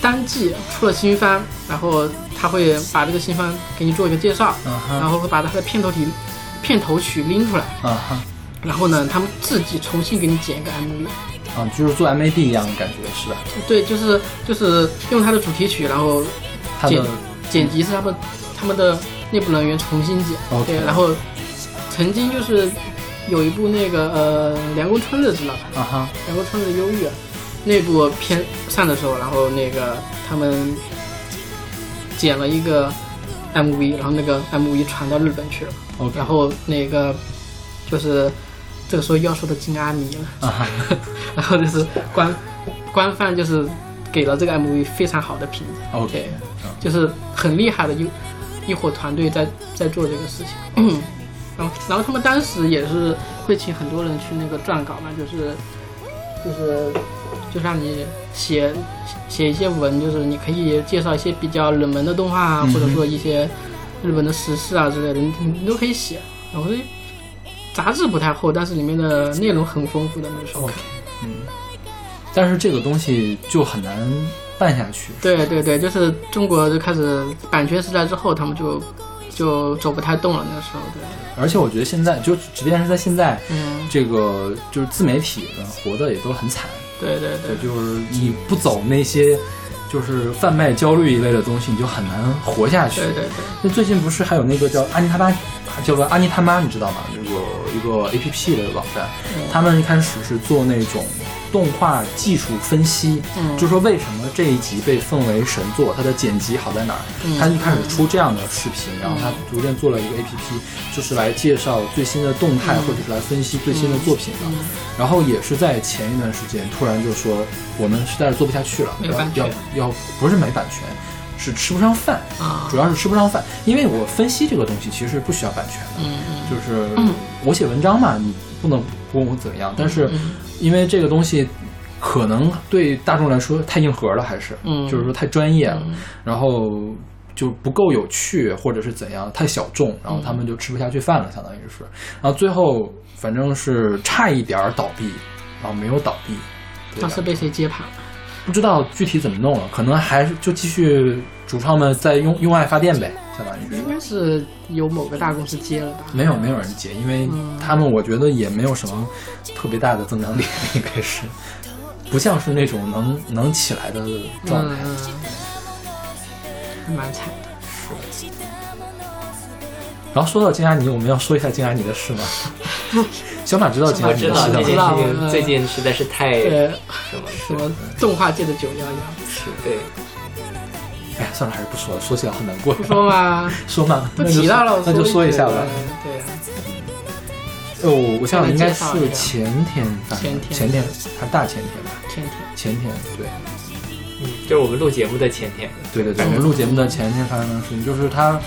Speaker 3: 单季出了新番，然后它会把这个新番给你做一个介绍，
Speaker 2: 嗯
Speaker 3: 然
Speaker 2: 哼，
Speaker 3: 后会把它的片头题片头曲拎出来，
Speaker 2: 嗯哼，
Speaker 3: 然后呢他们自己重新给你剪一个 MV。
Speaker 2: 啊，就是做 MAD 一样的感觉是吧？
Speaker 3: 对，就是就是用它的主题曲，然后
Speaker 2: 它
Speaker 3: 剪
Speaker 2: 的
Speaker 3: 剪辑是他们他们的内部人员重新剪。
Speaker 2: OK
Speaker 3: 对，然后曾经就是有一部那个呃《凉宫春日》知道吧？
Speaker 2: 啊哈
Speaker 3: 《凉宫春日的忧郁》啊那部片上的时候，然后那个他们剪了一个 MV，然后那个 MV 传到日本去了，
Speaker 2: ，OK，
Speaker 3: 然后那个就是这个时候要说的金阿米了。
Speaker 2: 啊哈，
Speaker 3: (laughs) 然后就是官官方就是给了这个 MV 非常好的评价，
Speaker 2: OK，啊
Speaker 3: 对，就是很厉害的一一伙团队在在做这个事情。然后然后他们当时也是会请很多人去那个撰稿嘛，就是就是就让你写写一些文，就是你可以介绍一些比较冷门的动画啊，
Speaker 2: 嗯哼
Speaker 3: 或者说一些日本的时事啊之类的，你你都可以写。然后这杂志不太厚，但是里面的内容很丰富的那种。
Speaker 2: 但是这个东西就很难办下去。
Speaker 3: 对对对，就是中国就开始版权时代之后，他们就就走不太动了。那个时候，对，
Speaker 2: 而且我觉得现在就即便是在现在，
Speaker 3: 嗯，
Speaker 2: 这个就是自媒体呢活的也都很惨。
Speaker 3: 对对
Speaker 2: 对，
Speaker 3: 对
Speaker 2: 就是你不走那些就是贩卖焦虑一类的东西，你就很难活下去。
Speaker 3: 对对
Speaker 2: 那最近不是还有那个叫阿尼他妈，叫个阿尼他妈，你知道吗？那个一个 A P P 的网站，
Speaker 3: 嗯
Speaker 2: 他们一开始是做那种动画技术分析，
Speaker 3: 嗯
Speaker 2: 就说为什么这一集被奉为神作，它的剪辑好在哪儿？
Speaker 3: 嗯
Speaker 2: 他一开始出这样的视频，然后他逐渐做了一个 A P P，就是来介绍最新的动
Speaker 3: 嗯
Speaker 2: 态，或者是来分析最新的作品的。啊然后也是在前一段时间，突然就说我们实在是做不下去了，
Speaker 3: 没有
Speaker 2: 要
Speaker 3: 版权
Speaker 2: 要要不是没版权，是吃不上饭。
Speaker 3: 对，啊
Speaker 2: 主，要是吃不上饭，因为我分析这个东西其实不需要版权的，
Speaker 3: 嗯嗯
Speaker 2: 就是我写文章嘛，你不能不问我怎么
Speaker 3: 嗯
Speaker 2: 样，但是因为这个东西可能对大众来说太硬核了，还是
Speaker 3: 嗯
Speaker 2: 就是说太专业了，然后就不够有趣，或者是怎样太小众，然后他们就吃不下去饭了，相当于是，然后最后反正是差一点儿倒闭，然后没有倒闭，对吧
Speaker 3: 当时被谁接盘？
Speaker 2: 不知道具体怎么弄了，可能还是就继续主创们在用用爱发电呗，相当于是
Speaker 3: 应。该是有某个大公司接了吧？
Speaker 2: 没有没有人接，因为他们我觉得也没有什么特别大的增长点，应该是。不像是那种能能起来的状
Speaker 3: 嗯
Speaker 2: 态。
Speaker 3: 嗯，还蛮惨的。
Speaker 2: 然后说到金阿尼，我们要说一下金阿尼的事吗？ (laughs) 小马知道
Speaker 3: 啊
Speaker 2: 金阿
Speaker 1: 我
Speaker 2: 尼
Speaker 1: 知
Speaker 2: 的
Speaker 1: 道
Speaker 2: 事
Speaker 1: 这件事
Speaker 2: 的吗？
Speaker 1: 情最近实在是太
Speaker 3: 嗯对，
Speaker 1: 什么
Speaker 3: 什么动画界的九幺幺，
Speaker 1: 对，
Speaker 2: 哎，算了，还是不说了，说起来好难过
Speaker 3: 不。说嘛，
Speaker 2: (laughs) 说嘛，
Speaker 3: 都
Speaker 2: 那就
Speaker 3: 提到了，
Speaker 2: 那就
Speaker 3: 说
Speaker 2: 说一下吧。
Speaker 3: 嗯对啊，
Speaker 2: 哦，我想应该是
Speaker 3: 那介绍一下
Speaker 2: 前天发生的，前
Speaker 3: 前天
Speaker 2: 天还大前天吧，
Speaker 3: 天天
Speaker 2: 前天对。
Speaker 1: 嗯，就是我们录节目的前天，
Speaker 2: 对对对，我们录节目的前天发生的事情，就是他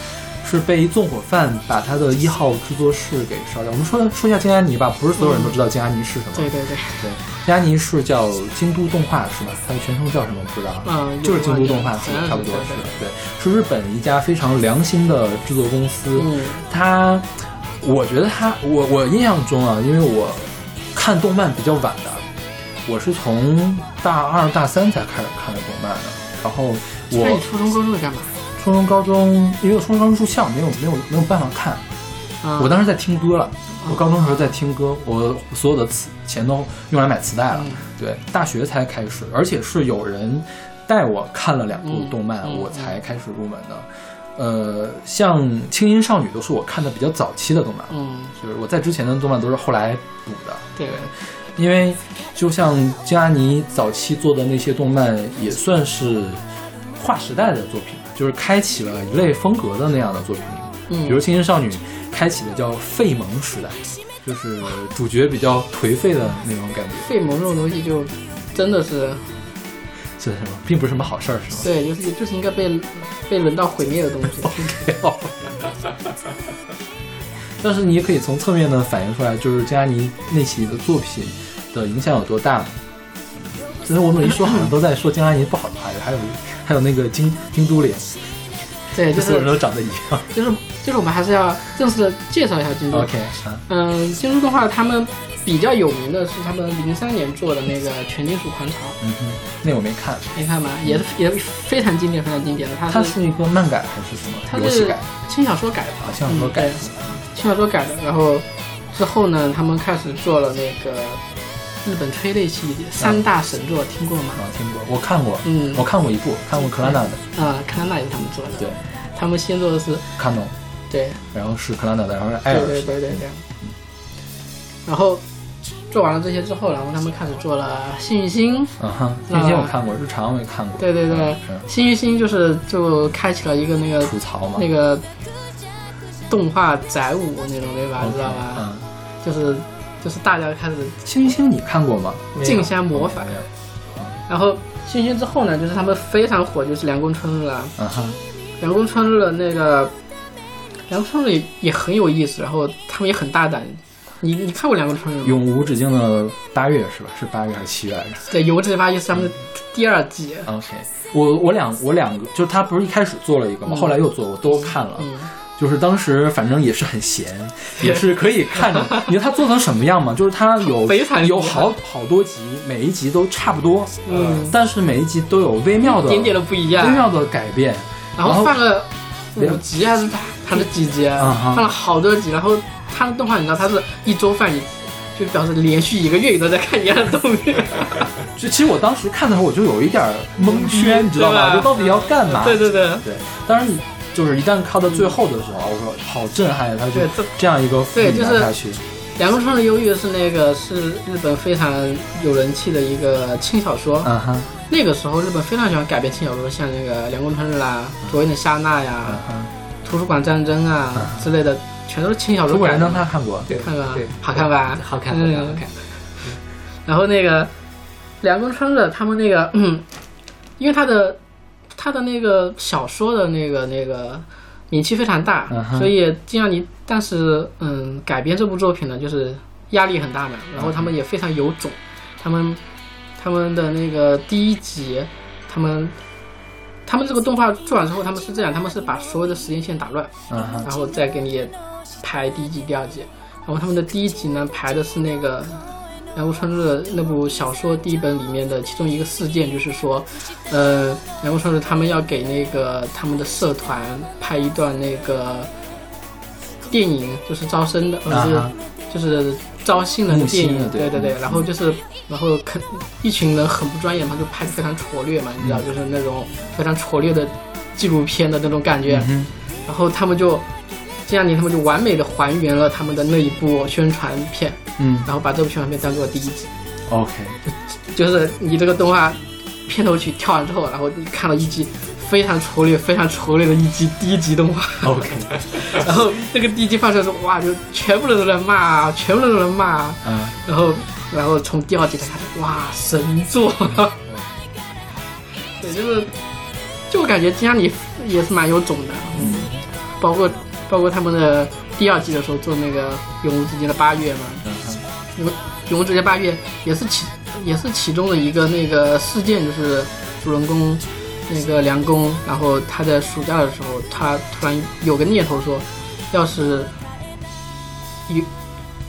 Speaker 2: 是被一纵火犯把他的一号制作室给烧掉。我们说说一下金安妮吧，不是所有人都知道金安妮是什么。
Speaker 3: 嗯对对对，
Speaker 2: 对，金安妮是叫京都动画是吧？它的全称叫什么不知道啊？
Speaker 3: 嗯
Speaker 2: 就是京都动画是
Speaker 3: 有
Speaker 2: 吧
Speaker 3: 点
Speaker 2: 差不多是
Speaker 3: 对对。
Speaker 2: 对，是日本一家非常良心的制作公司。
Speaker 3: 嗯
Speaker 2: 它，我觉得它，我我印象中啊，因为我看动漫比较晚的，我是从大二大三才开始看的动漫的。然后我
Speaker 3: 那你初中高中干嘛？
Speaker 2: 初中、高中，因为我初中、高中住校，没有没有没有办法看。
Speaker 3: 啊，
Speaker 2: 我当时在听歌了，我高中的时候在听歌，我所有的磁钱都用来买磁带了
Speaker 3: 嗯。
Speaker 2: 对，大学才开始，而且是有人带我看了两部
Speaker 3: 嗯
Speaker 2: 动漫，
Speaker 3: 嗯
Speaker 2: 我才开始入门的。呃，像《轻音少女》都是我看的比较早期的动漫，
Speaker 3: 嗯，
Speaker 2: 就是我在之前的动漫都是后来补的。
Speaker 3: 对，
Speaker 2: 因为就像金阿尼早期做的那些动漫，也算是划时代的作品，就是开启了一类风格的那样的作品。
Speaker 3: 嗯
Speaker 2: 比如《青年少女》开启的叫废萌时代，就是主角比较颓废的那种感觉，
Speaker 3: 费蒙这种东西就真的是，
Speaker 2: 是什么？并不是什么好事儿，是吗？
Speaker 3: 对，就是就是应该被被轮到毁灭的东
Speaker 2: (laughs)
Speaker 3: 西。
Speaker 2: 但是你也可以从侧面的反映出来，就是加尼那期的作品的影响有多大。其实我们一说好像都在说江阿尼不好的话，还有还有那个京京都脸，
Speaker 3: 对，就
Speaker 2: 所有人
Speaker 3: 是
Speaker 2: 都长得一样。
Speaker 3: 就是就是我们还是要正式的介绍一下京都
Speaker 2: OK 啊，
Speaker 3: 嗯，京都动画他们比较有名的是他们零三年做的那个《全金属狂潮》，
Speaker 2: 嗯哼，那我没看，
Speaker 3: 你看吧，也是也是非常经典、非常经典的。它
Speaker 2: 它
Speaker 3: 是
Speaker 2: 是一个漫改还是什么
Speaker 3: 它
Speaker 2: 游戏
Speaker 3: 是
Speaker 2: 改？
Speaker 3: 轻小说改的，
Speaker 2: 好像说改的
Speaker 3: 嗯，对轻小说改的。然后之后呢，他们开始做了那个日本催泪系列三大神作，听过吗
Speaker 2: 啊？，听过，我看过，
Speaker 3: 嗯
Speaker 2: 我看过一部，看过克拉纳的，
Speaker 3: 啊、嗯，康纳也是他们做的。
Speaker 2: 对，
Speaker 3: 他们先做的是
Speaker 2: 卡农，
Speaker 3: 对
Speaker 2: 然后是克拉纳的，然后是艾
Speaker 3: 对
Speaker 2: 尔，
Speaker 3: 对对对对。然后做完了这些之后，然后他们开始做了幸运星。
Speaker 2: 嗯哼，那些我看过，日常我也看过，
Speaker 3: 啊对对对
Speaker 2: 嗯，
Speaker 3: 幸运星就是就开启了一个那个
Speaker 2: 嗯吐槽嘛，
Speaker 3: 那个动画宅舞那种对吧？
Speaker 2: OK，
Speaker 3: 知道吧？
Speaker 2: 嗯，
Speaker 3: 就是就是大家开始
Speaker 2: 星星你看过吗？
Speaker 3: 竞相模仿，
Speaker 2: 没有
Speaker 3: 然后幸运星之后呢，就是他们非常火，就是凉宫春日了。
Speaker 2: 嗯哼，
Speaker 3: 凉宫春日的那个凉宫春日也也很有意思，然后他们也很大胆。你你看过凉宫春日吗？
Speaker 2: 永无止境的八月是吧？是八月还是七月来着？
Speaker 3: 对，《游这八一》是他们的第二季。
Speaker 2: OK，我我两我两个，就是他不是一开始做了一个嘛，
Speaker 3: 嗯
Speaker 2: 后来又做，我都看了。
Speaker 3: 嗯
Speaker 2: 就是当时反正也是很闲，也是可以
Speaker 3: (laughs)
Speaker 2: 看着。你知道他做成什么样吗？就是他有
Speaker 3: 非常厉害
Speaker 2: 有好好多集，每一集都差不多，
Speaker 3: 嗯，
Speaker 2: 但是每一集都有微妙的
Speaker 3: 一点点的不一样
Speaker 2: 微。妙的改变。
Speaker 3: 然
Speaker 2: 然后
Speaker 3: 后放了五集还是还是几集，啊
Speaker 2: 嗯哼
Speaker 3: 放了好多集。然后他的动画，你知道，他是一周放一集，就表示连续一个月你都在看一样的东西。
Speaker 2: 就其实我当时看的时候，我就有一点儿蒙圈，你知道
Speaker 3: 嗯对
Speaker 2: 吧？
Speaker 3: 吧
Speaker 2: 就到底要干嘛？
Speaker 3: 对对对
Speaker 2: 对，当然就是一旦靠到最后的时候，我说好震撼呀！他就
Speaker 3: 对这
Speaker 2: 这样一个
Speaker 3: 对
Speaker 2: 复杂
Speaker 3: 就是
Speaker 2: 下去，
Speaker 3: 梁公春的忧郁是那个是日本非常有人气的一个轻小说。
Speaker 2: 嗯哼，
Speaker 3: 那个时候日本非常喜欢改编轻小说，像那个梁公春日啦、左右的夏娜呀、
Speaker 2: 嗯哼。
Speaker 3: 图书馆战争啊、之类的，全都是轻小
Speaker 2: 如
Speaker 3: 说
Speaker 2: 果
Speaker 3: 改
Speaker 2: 然
Speaker 3: 的
Speaker 2: 让。他看过，
Speaker 1: 对，
Speaker 3: 看吧
Speaker 1: 对，，
Speaker 3: 好看吧？
Speaker 1: 好看，好
Speaker 3: 嗯
Speaker 1: 看，好看。
Speaker 3: 然后那个梁公春日他们那个，嗯，因为他的他的那个小说的那个那个名气非常大，
Speaker 2: 嗯哼
Speaker 3: 所以金让你，但是嗯，改编这部作品呢，就是压力很大嘛。然后他们也非常有种，他们他们的那个第一集，他们。他们这个动画做完之后，他们是这样，他们是把所有的时间线打乱，
Speaker 2: 嗯哼，
Speaker 3: 然后再给你排第一集、第二集。然后他们的第一集呢，排的是那个梁国春日的那部小说第一本里面的其中一个事件，就是说，呃，梁国春日他们要给那个他们的社团拍一段那个电影，就是招生的，
Speaker 2: 啊
Speaker 3: 呃，
Speaker 2: 哈
Speaker 3: 就是就是招新人的电
Speaker 2: 募新的
Speaker 3: 影，
Speaker 2: 对
Speaker 3: 对对对。然后就是然后肯一群人很不专业嘛，就拍得非常拙劣嘛，你知
Speaker 2: 嗯
Speaker 3: 道，就是那种非常拙劣的纪录片的那种感觉。
Speaker 2: 嗯
Speaker 3: 然后他们就这样，你他们就完美的还原了他们的那一部宣传片，
Speaker 2: 嗯
Speaker 3: 然后把这部宣传片当做第一集，
Speaker 2: ，OK，
Speaker 3: 就是你这个动画片头曲跳完之后，然后你看到一集非常拙劣、非常拙劣的一集第一集动画。 (laughs)
Speaker 2: OK，
Speaker 3: 然后那个第一集放出来的时候，哇，就全部人都在骂啊，全部人都在骂啊。
Speaker 2: 嗯，
Speaker 3: 然后，然后从第二集才开始，哇，神作！ (laughs) 对，就是，就我感觉金安里也是蛮有种的，嗯，包括包括他们的第二季的时候做那个《永无止境的八月》嘛，
Speaker 2: 嗯嗯
Speaker 3: 那个《永无止境的八月》也是其也是其中的一个那个事件，就是主人公那个梁公，然后他在暑假的时候，他突然有个念头说，要是有。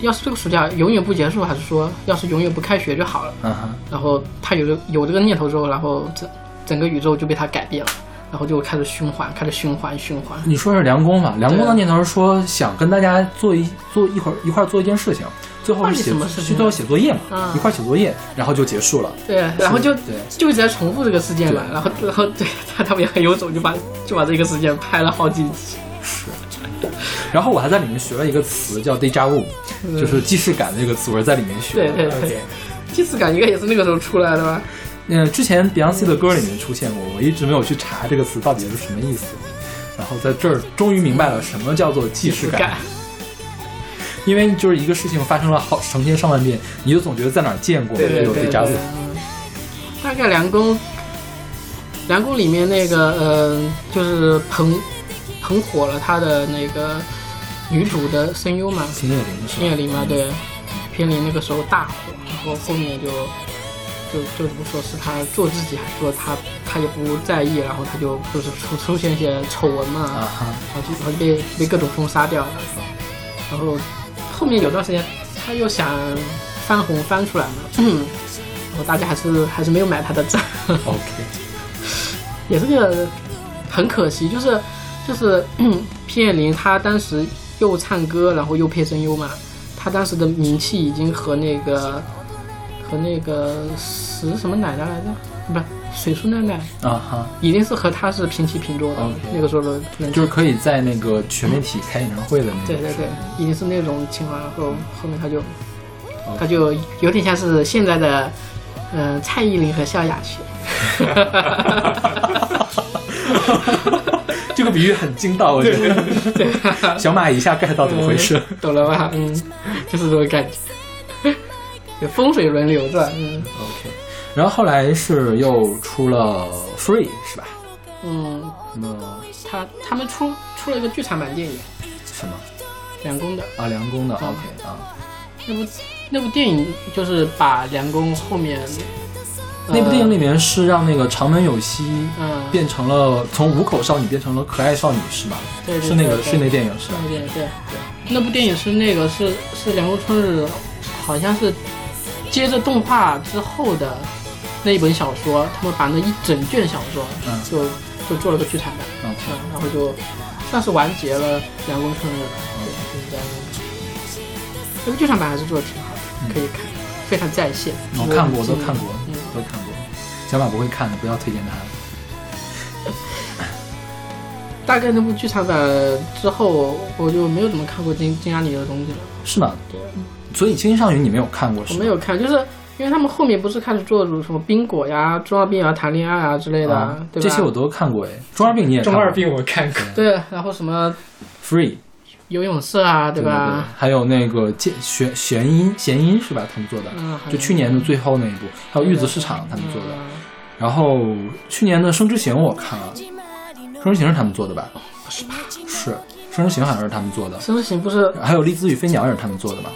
Speaker 3: 要是这个暑假永远不结束，还是说要是永远不开学就好了？
Speaker 2: 嗯哼，
Speaker 3: 然后他有这有这个念头之后，然后整整个宇宙就被他改变了，然后就开始循环，开始循环循环。
Speaker 2: 你说是梁工吧？梁工的
Speaker 3: 对
Speaker 2: 念头是说想跟大家做一做一会儿一块儿做一件事情，最后
Speaker 3: 到
Speaker 2: 是
Speaker 3: 底
Speaker 2: 写
Speaker 3: 什么事情
Speaker 2: 最后写作业嘛，
Speaker 3: 啊
Speaker 2: 一块儿写作业，然后就结束了。
Speaker 3: 对，然后就
Speaker 2: 对
Speaker 3: 就一直在重复这个事件嘛，
Speaker 2: 对
Speaker 3: 然后然后对他他们也很有种，就把就把这个事件拍了好几集。
Speaker 2: 然后我还在里面学了一个词叫 deja vu，就是既视感这个词，我是在里面学的。
Speaker 3: 嗯对对对，即视感应该也是那个时候出来的吧？
Speaker 2: 嗯，之前 Beyonce 的歌里面出现过，我一直没有去查这个词到底是什么意思。然后在这儿终于明白了什么叫做既视感， (laughs)
Speaker 3: 感
Speaker 2: 因为就是一个事情发生了好成千上万遍，你就总觉得在哪儿见过，
Speaker 3: 对对
Speaker 2: 有
Speaker 3: 对
Speaker 2: deja
Speaker 3: 对
Speaker 2: vu。。
Speaker 3: 大概梁公，梁公里面那个呃，就是捧捧火了他的那个女主的声优嘛，
Speaker 2: 秦月林是吧
Speaker 3: 片野绫嘛，对，片野绫那个时候大火，然后后面就就就怎么说是他做自己，还是说他他也不在意，然后他就就是出出现一些丑闻嘛，
Speaker 2: 啊哈，
Speaker 3: 然后就然后就被被各种封杀掉了，然后后面有段时间他又想翻红翻出来嘛， (coughs) 然后大家还是还是没有买他的账，
Speaker 2: OK，
Speaker 3: 也是个很可惜，就是就是 (clears throat) 片野绫她当时又唱歌，然后又配声优嘛，她当时的名气已经和那个和那个石什么奶奶来着，不是水树奈奈，
Speaker 2: 啊哈，
Speaker 3: 已经是和她是平起平坐的
Speaker 2: OK
Speaker 3: 那个时候的人气
Speaker 2: 就是可以在那个全媒体开演唱会的那
Speaker 3: 对
Speaker 2: 种。
Speaker 3: 对对，已经是那种情况，然后后面他就
Speaker 2: OK
Speaker 3: 他就有点像是现在的嗯、呃蔡依林和萧亚轩。 (laughs)
Speaker 2: (laughs) 这个比喻很劲道，我觉得。 (laughs) 小马一下 get 到怎么回事。
Speaker 3: 懂了吧？嗯，就是这种感觉。有风水轮流转，嗯
Speaker 2: OK，然后后来是又出了 Free 是吧？
Speaker 3: 嗯，
Speaker 2: 那
Speaker 3: 他他们出出了一个剧场版电影，
Speaker 2: 什么
Speaker 3: 梁公的
Speaker 2: 啊，梁工的
Speaker 3: 嗯
Speaker 2: OK 啊，
Speaker 3: 那部那部电影就是把梁公后面、呃
Speaker 2: 那部电影里，面是让那个长门有希
Speaker 3: 嗯，
Speaker 2: 变成了从五口少女变成了可爱少女是吗？
Speaker 3: 对对
Speaker 2: 是那个
Speaker 3: 对
Speaker 2: 是那电影是吧
Speaker 3: 那？部电影对对，那部电影是那个是是梁公春日，好像是接着动画之后的那一本小说，他们把那一整卷小说
Speaker 2: 嗯
Speaker 3: 就、就做了个剧场版。
Speaker 2: 嗯
Speaker 3: 嗯，然后就算是完结了梁公春日吧，对，就是这样。这部剧场版还是做的挺好的，可以看，非常在线。
Speaker 2: 我哦看过，都
Speaker 3: 嗯
Speaker 2: 看过，
Speaker 3: 嗯，
Speaker 2: 都看过。小马不会看的，不要推荐他。
Speaker 3: 大概那部剧场版之后，我就没有怎么看过金金阿里的东西了。
Speaker 2: 是吗？对。所以《青青少女》你没有看过是
Speaker 3: 我
Speaker 2: 吗？
Speaker 3: 没有看，就是因为他们后面不是开始做什么冰果呀、中二病啊、谈恋爱啊之类的，
Speaker 2: 啊，
Speaker 3: 对吧？
Speaker 2: 这些我都看过哎。中二病你也看
Speaker 1: 中
Speaker 2: 过
Speaker 1: 二病我看过，
Speaker 3: 对，然后什么
Speaker 2: Free
Speaker 3: 游泳社啊，
Speaker 2: 对对
Speaker 3: 吧？？
Speaker 2: 还有那个剑悬悬音弦音是吧？他们做的，
Speaker 3: 嗯还有
Speaker 2: 就去年的最后那一部，还有玉子市场他们做
Speaker 3: 嗯
Speaker 2: 的。然后去年的《生之行》我看了，《生之行》是他们做的吧？是吧？是，《生之行》好像是他们做的。
Speaker 3: 生之行不是
Speaker 2: 还有《丽兹与飞鸟》也是他们做的吧？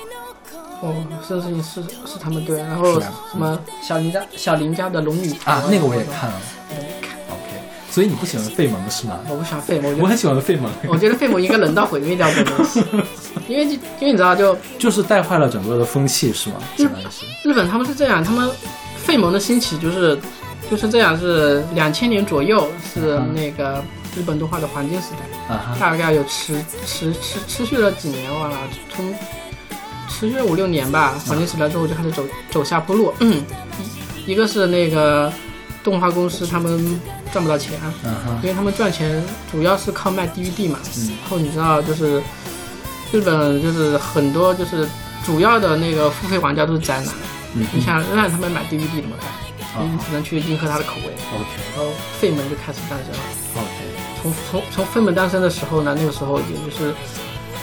Speaker 3: 哦，生之行是是他们对，然后
Speaker 2: 是吧
Speaker 3: 什么小林家小林家的龙女图
Speaker 2: 啊，那个我也看了。
Speaker 3: 看
Speaker 2: OK，所以你不喜欢费蒙是吗？
Speaker 3: 我不喜欢费蒙，我觉
Speaker 2: 我很
Speaker 3: 得
Speaker 2: 喜欢费蒙，
Speaker 3: 我觉得费蒙应该人道毁灭掉这个东
Speaker 2: (laughs)
Speaker 3: 西，因为就因为你知道就
Speaker 2: 就是带坏了整个的风气是吗？相当于是。
Speaker 3: 日本他们是这样，他们费蒙的兴起就是就是这样，是两千年左右是
Speaker 2: 嗯
Speaker 3: 那个日本动画的黄金时代，
Speaker 2: 啊哈，
Speaker 3: 大概有持持持持续了几年哇，从十月五六年吧，黄金时代之后就开始走走下坡路。嗯，一一个是那个动画公司他们赚不到钱，
Speaker 2: 嗯哼，
Speaker 3: 因为他们赚钱主要是靠卖 DVD 嘛。然后你知道，就是日本就是很多就是主要的那个付费玩家都是宅男，
Speaker 2: 嗯
Speaker 3: 你想让他们买 DVD 怎么办？你只能去迎合他的口味，
Speaker 2: ，OK
Speaker 3: 然后废门就开始诞生了。
Speaker 2: OK，
Speaker 3: 从从从分门诞生的时候呢，那个时候也就是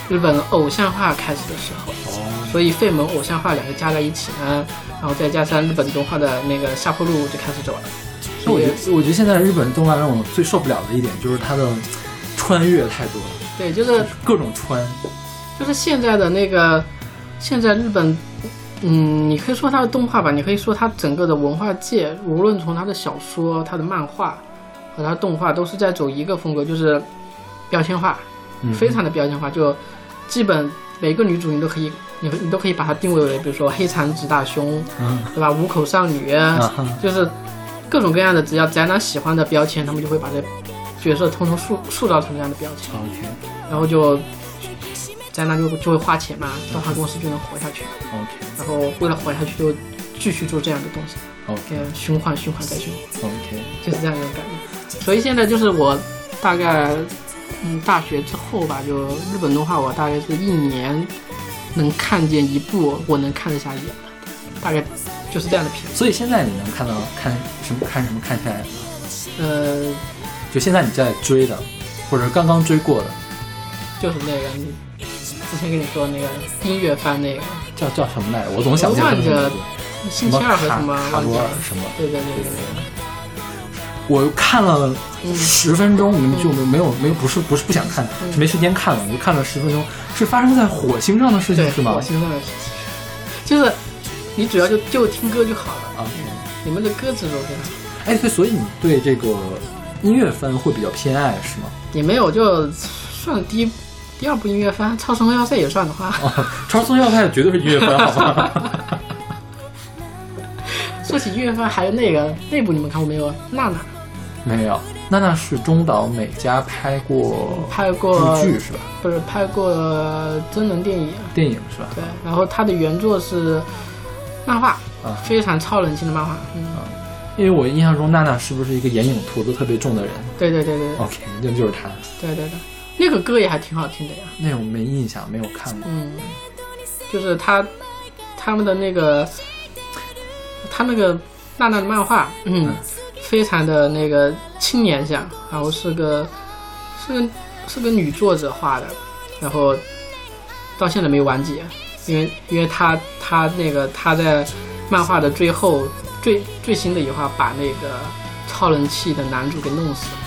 Speaker 3: 日本偶像化开始的时候，
Speaker 2: 哦，
Speaker 3: 所以废萌偶像化两个加在一起呢，然后再加上日本动画的那个下坡路就开始走了。
Speaker 2: 那我觉得我觉得现在日本动漫让我最受不了的一点就是它的穿越太多了，
Speaker 3: 对，就是
Speaker 2: 各种穿，
Speaker 3: 就是现在的那个，现在日本，嗯，你可以说它的动画吧，你可以说它整个的文化界，无论从它的小说、它的漫画和它的动画，都是在走一个风格，就是标签化，
Speaker 2: 嗯
Speaker 3: 非常的标签化，就基本每个女主你都可以，你你都可以把它定位为，比如说黑长直大胸，
Speaker 2: 嗯
Speaker 3: 对吧？五口少女，
Speaker 2: 啊哈
Speaker 3: 就是各种各样的，只要宅男喜欢的标签，他们就会把这角色通通塑塑造成这样的标签。
Speaker 2: ，OK
Speaker 3: 然后就在那就就会花钱嘛，动画公司就能活下去，
Speaker 2: OK
Speaker 3: 然后为了活下去就继续做这样的东西，
Speaker 2: OK
Speaker 3: 嗯，循环循环再循环，
Speaker 2: OK，
Speaker 3: 就是这样一种感觉。所以现在就是我大概嗯大学之后吧，就日本动画我大概是一年能看见一部我能看得下眼的，大概就是这样的频率。
Speaker 2: 所以现在你能看到看什么看什么看下来，
Speaker 3: 呃，
Speaker 2: 就现在你在追的，或者刚刚追过的，
Speaker 3: 就是那个你之前跟你说那个音乐番那个
Speaker 2: 叫叫什么来着？我总想不起来
Speaker 3: 我忘记了
Speaker 2: 什
Speaker 3: 星期
Speaker 2: 么
Speaker 3: 二
Speaker 2: 卡
Speaker 3: 和什么
Speaker 2: 卡
Speaker 3: 忘记
Speaker 2: 罗尔
Speaker 3: 了
Speaker 2: 什么。
Speaker 3: 对对对对对。
Speaker 2: 我看了
Speaker 3: 嗯
Speaker 2: 十分钟，没就没有没有不是不是不想看，
Speaker 3: 嗯
Speaker 2: 是没时间看了，我就看了十分钟。是发生在火星上的事
Speaker 3: 对，
Speaker 2: 情是吗
Speaker 3: 火？星上的事情，就是你主要就就听歌就好了。
Speaker 2: 啊，
Speaker 3: 你们的歌词都非常好，
Speaker 2: 哎，对，所以你对这个音乐番会比较偏爱是吗？
Speaker 3: 也没有就算第一第二部音乐番《超时空要塞》也算的话，
Speaker 2: 哦，超松要塞绝对是音乐番，好吧？ (laughs)
Speaker 3: 说起音乐番，还有那个那部你们看过没有？啊娜娜
Speaker 2: 没有，娜娜是中岛美嘉拍过
Speaker 3: 拍过
Speaker 2: 日剧是吧？
Speaker 3: 不是拍过真人电影，啊
Speaker 2: 电影是吧？
Speaker 3: 对，然后他的原作是漫画，
Speaker 2: 啊
Speaker 3: 非常超人气的漫画，嗯，
Speaker 2: 因为我印象中娜娜是不是一个眼影涂的特别重的人
Speaker 3: 对对对对对
Speaker 2: ？OK，那就是她。
Speaker 3: 对对对，那个歌也还挺好听的呀。
Speaker 2: 那我没印象，没有看过。
Speaker 3: 嗯，就是他他们的那个他那个娜娜的漫画，嗯，非常的那个青年向，然后是个是个是个女作者画的，然后到现在没完结，因为因为他他那个他在漫画的最后最最新的一话把那个超人气的男主给弄死了，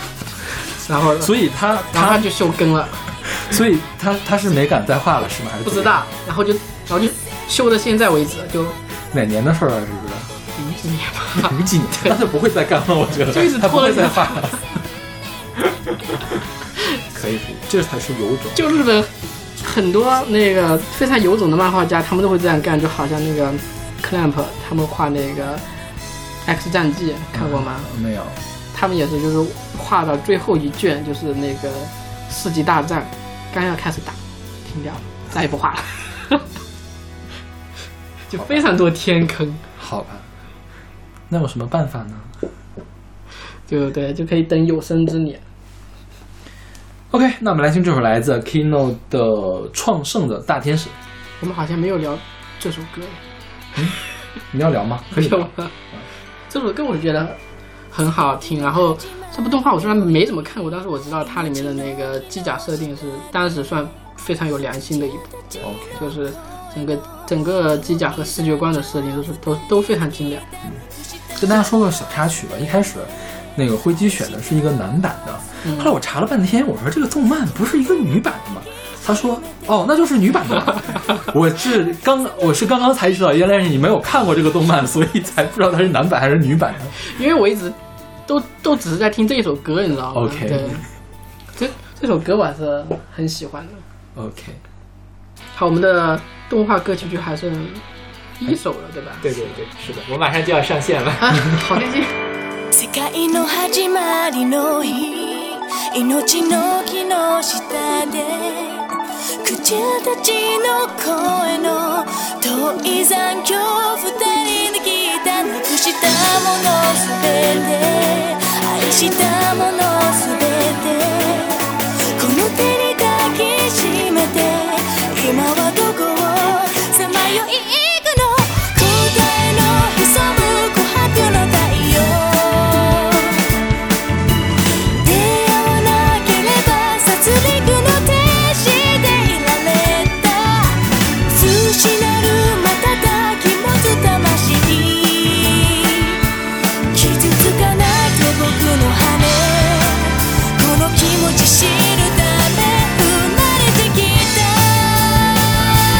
Speaker 3: 然后
Speaker 2: 所以她
Speaker 3: 然后
Speaker 2: 她
Speaker 3: 他就休更了。
Speaker 2: 所以他他是没敢再画了是吗？还是
Speaker 3: 不知道，然后就然后就修到现在为止，就
Speaker 2: 哪年的事儿了，啊是不是？
Speaker 3: 零几年
Speaker 2: (laughs)
Speaker 3: 吧。
Speaker 2: 五几年，那就不会再干了，我觉得。
Speaker 3: 就一直
Speaker 2: 他不
Speaker 3: 拖
Speaker 2: 会
Speaker 3: 着
Speaker 2: 再
Speaker 3: 你
Speaker 2: 画
Speaker 3: (laughs)
Speaker 2: 了。可以，可以，这才是有种。
Speaker 3: 就日本很多那个非常有种的漫画家，他们都会这样干，就好像那个 Clamp 他们画那个 X 战记，看过吗？
Speaker 2: 没有，
Speaker 3: 他们也是就是画到最后一卷，就是那个世纪大战刚要开始打，停掉了，再也不画了。 (laughs) 就非常多天坑，
Speaker 2: 好吧。那有什么办法呢
Speaker 3: 就对，就可以等有生之年。
Speaker 2: ？OK，那我们来听这首来自 Kino 的《创圣的大天使》，
Speaker 3: 我们好像没有聊这首歌。
Speaker 2: 你要聊吗？可以
Speaker 3: (laughs) 有
Speaker 2: 聊。
Speaker 3: 了。这首歌我觉得很好听，然后这部动画我虽然没怎么看过，但是我知道它里面的那个机甲设定是当时算非常有良心的一部，
Speaker 2: OK，
Speaker 3: 就是整个整个机甲和视觉观的设定都是都都非常精良。
Speaker 2: 跟大家说个小插曲吧。一开始，那个灰机选的是一个男版的，后来我查了半天，我说这个动漫不是一个女版的吗？他说：“哦，那就是女版的吧。”我是刚我是刚刚才知道，原来是你没有看过这个动漫，所以才不知道它是男版还是女版的。
Speaker 3: 因为我一直都都只是在听这一首歌，你知道吗
Speaker 2: OK
Speaker 3: 对，这这首歌我还是很喜欢的。
Speaker 2: OK，
Speaker 3: 好，我们的动画歌曲就还剩一首了，对吧？
Speaker 1: (laughs) 对对对，是的，我马上就要上线了。 (laughs)
Speaker 3: 啊，好开心。
Speaker 6: 世界の始まりの日命の木の下で口たちの声の遠い残響二人で聞いたなくしたものすべて愛したものすべてこの手に抱きしめて今はどこをさまよい行くの答えの潜む琥珀の太陽出会わなければ殺戮の手していられた失なる瞬き持つ魂傷つかなきゃ僕の羽この気持ち知るため生まれてきた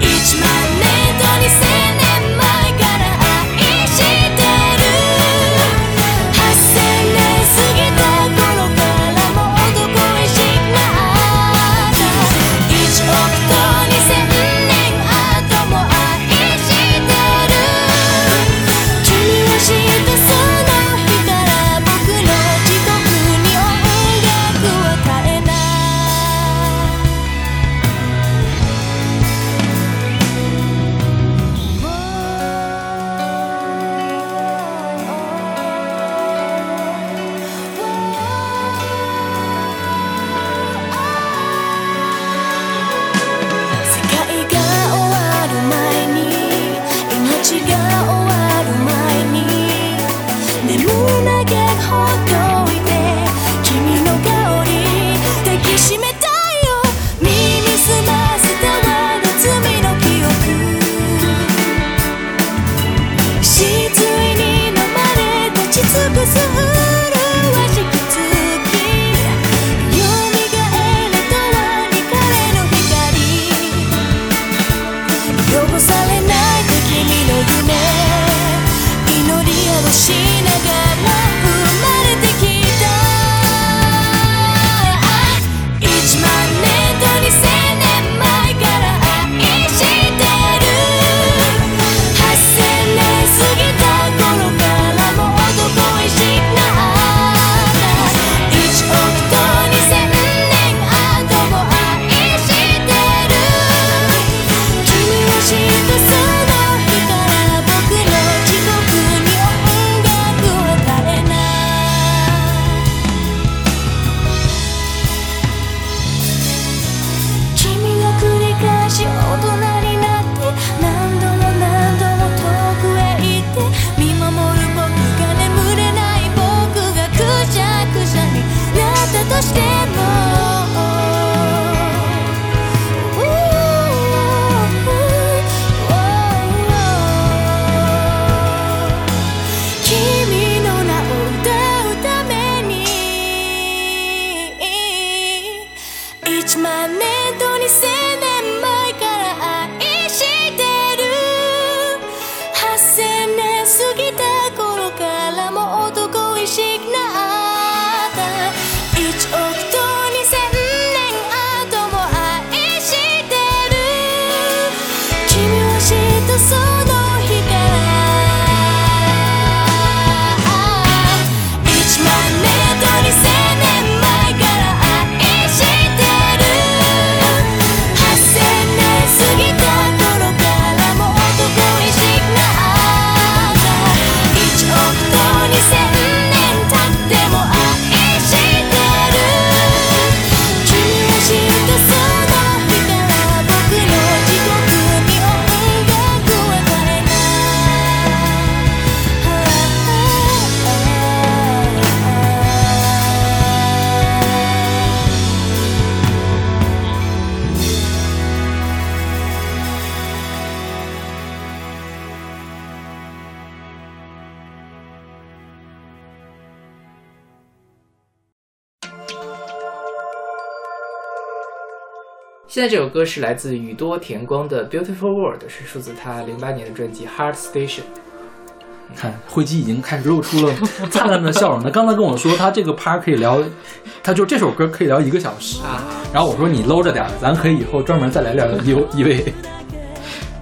Speaker 6: 1万年と2000年前から愛してる8000年過ぎた頃からも男意識があった1億と2000年後も愛してる君を知ったその日から僕の地獄に音楽は絶えない世界が終わる前に命が終わる前に眠らけほどいて君の香り抱きしめたいよ耳すませたわの罪の記憶失意に飲まれ立ち尽くす麗しき月「よみがえるとはに彼の光」「汚されないと君の夢」「祈りをしながら生まれてきた」「1万年と2000年前から愛してる」「8000年過ぎた頃からも男意識があった」「1億と2000年後も愛してる」「君を知ったその日から僕の地獄に音楽を変えない」君が繰り返し大人になって何度も何度も遠くへ行って見守る僕が眠れない僕がくしゃくしゃになったとしても君の名を歌うために1万年と2000年前から愛してる8000年過ぎた頃からも男意識があった1億と2000年後も愛してる君を知ったその日から1万年と2000年前から愛してる8000年過ぎた頃からも男意識があった1億と2000年経っても愛してる君を知ったその日から僕の地獄に音楽を変えない
Speaker 1: 现在这首歌是来自宇多田光的《Beautiful World》，是出自他零八年的专辑《Heart Station》。
Speaker 2: 看慧姬已经开始露出了灿烂的笑容。他刚才跟我说，他这个趴可以聊，他就这首歌可以聊一个小时。啊然后我说你搂着点儿，咱可以以后专门再来聊聊 E E V。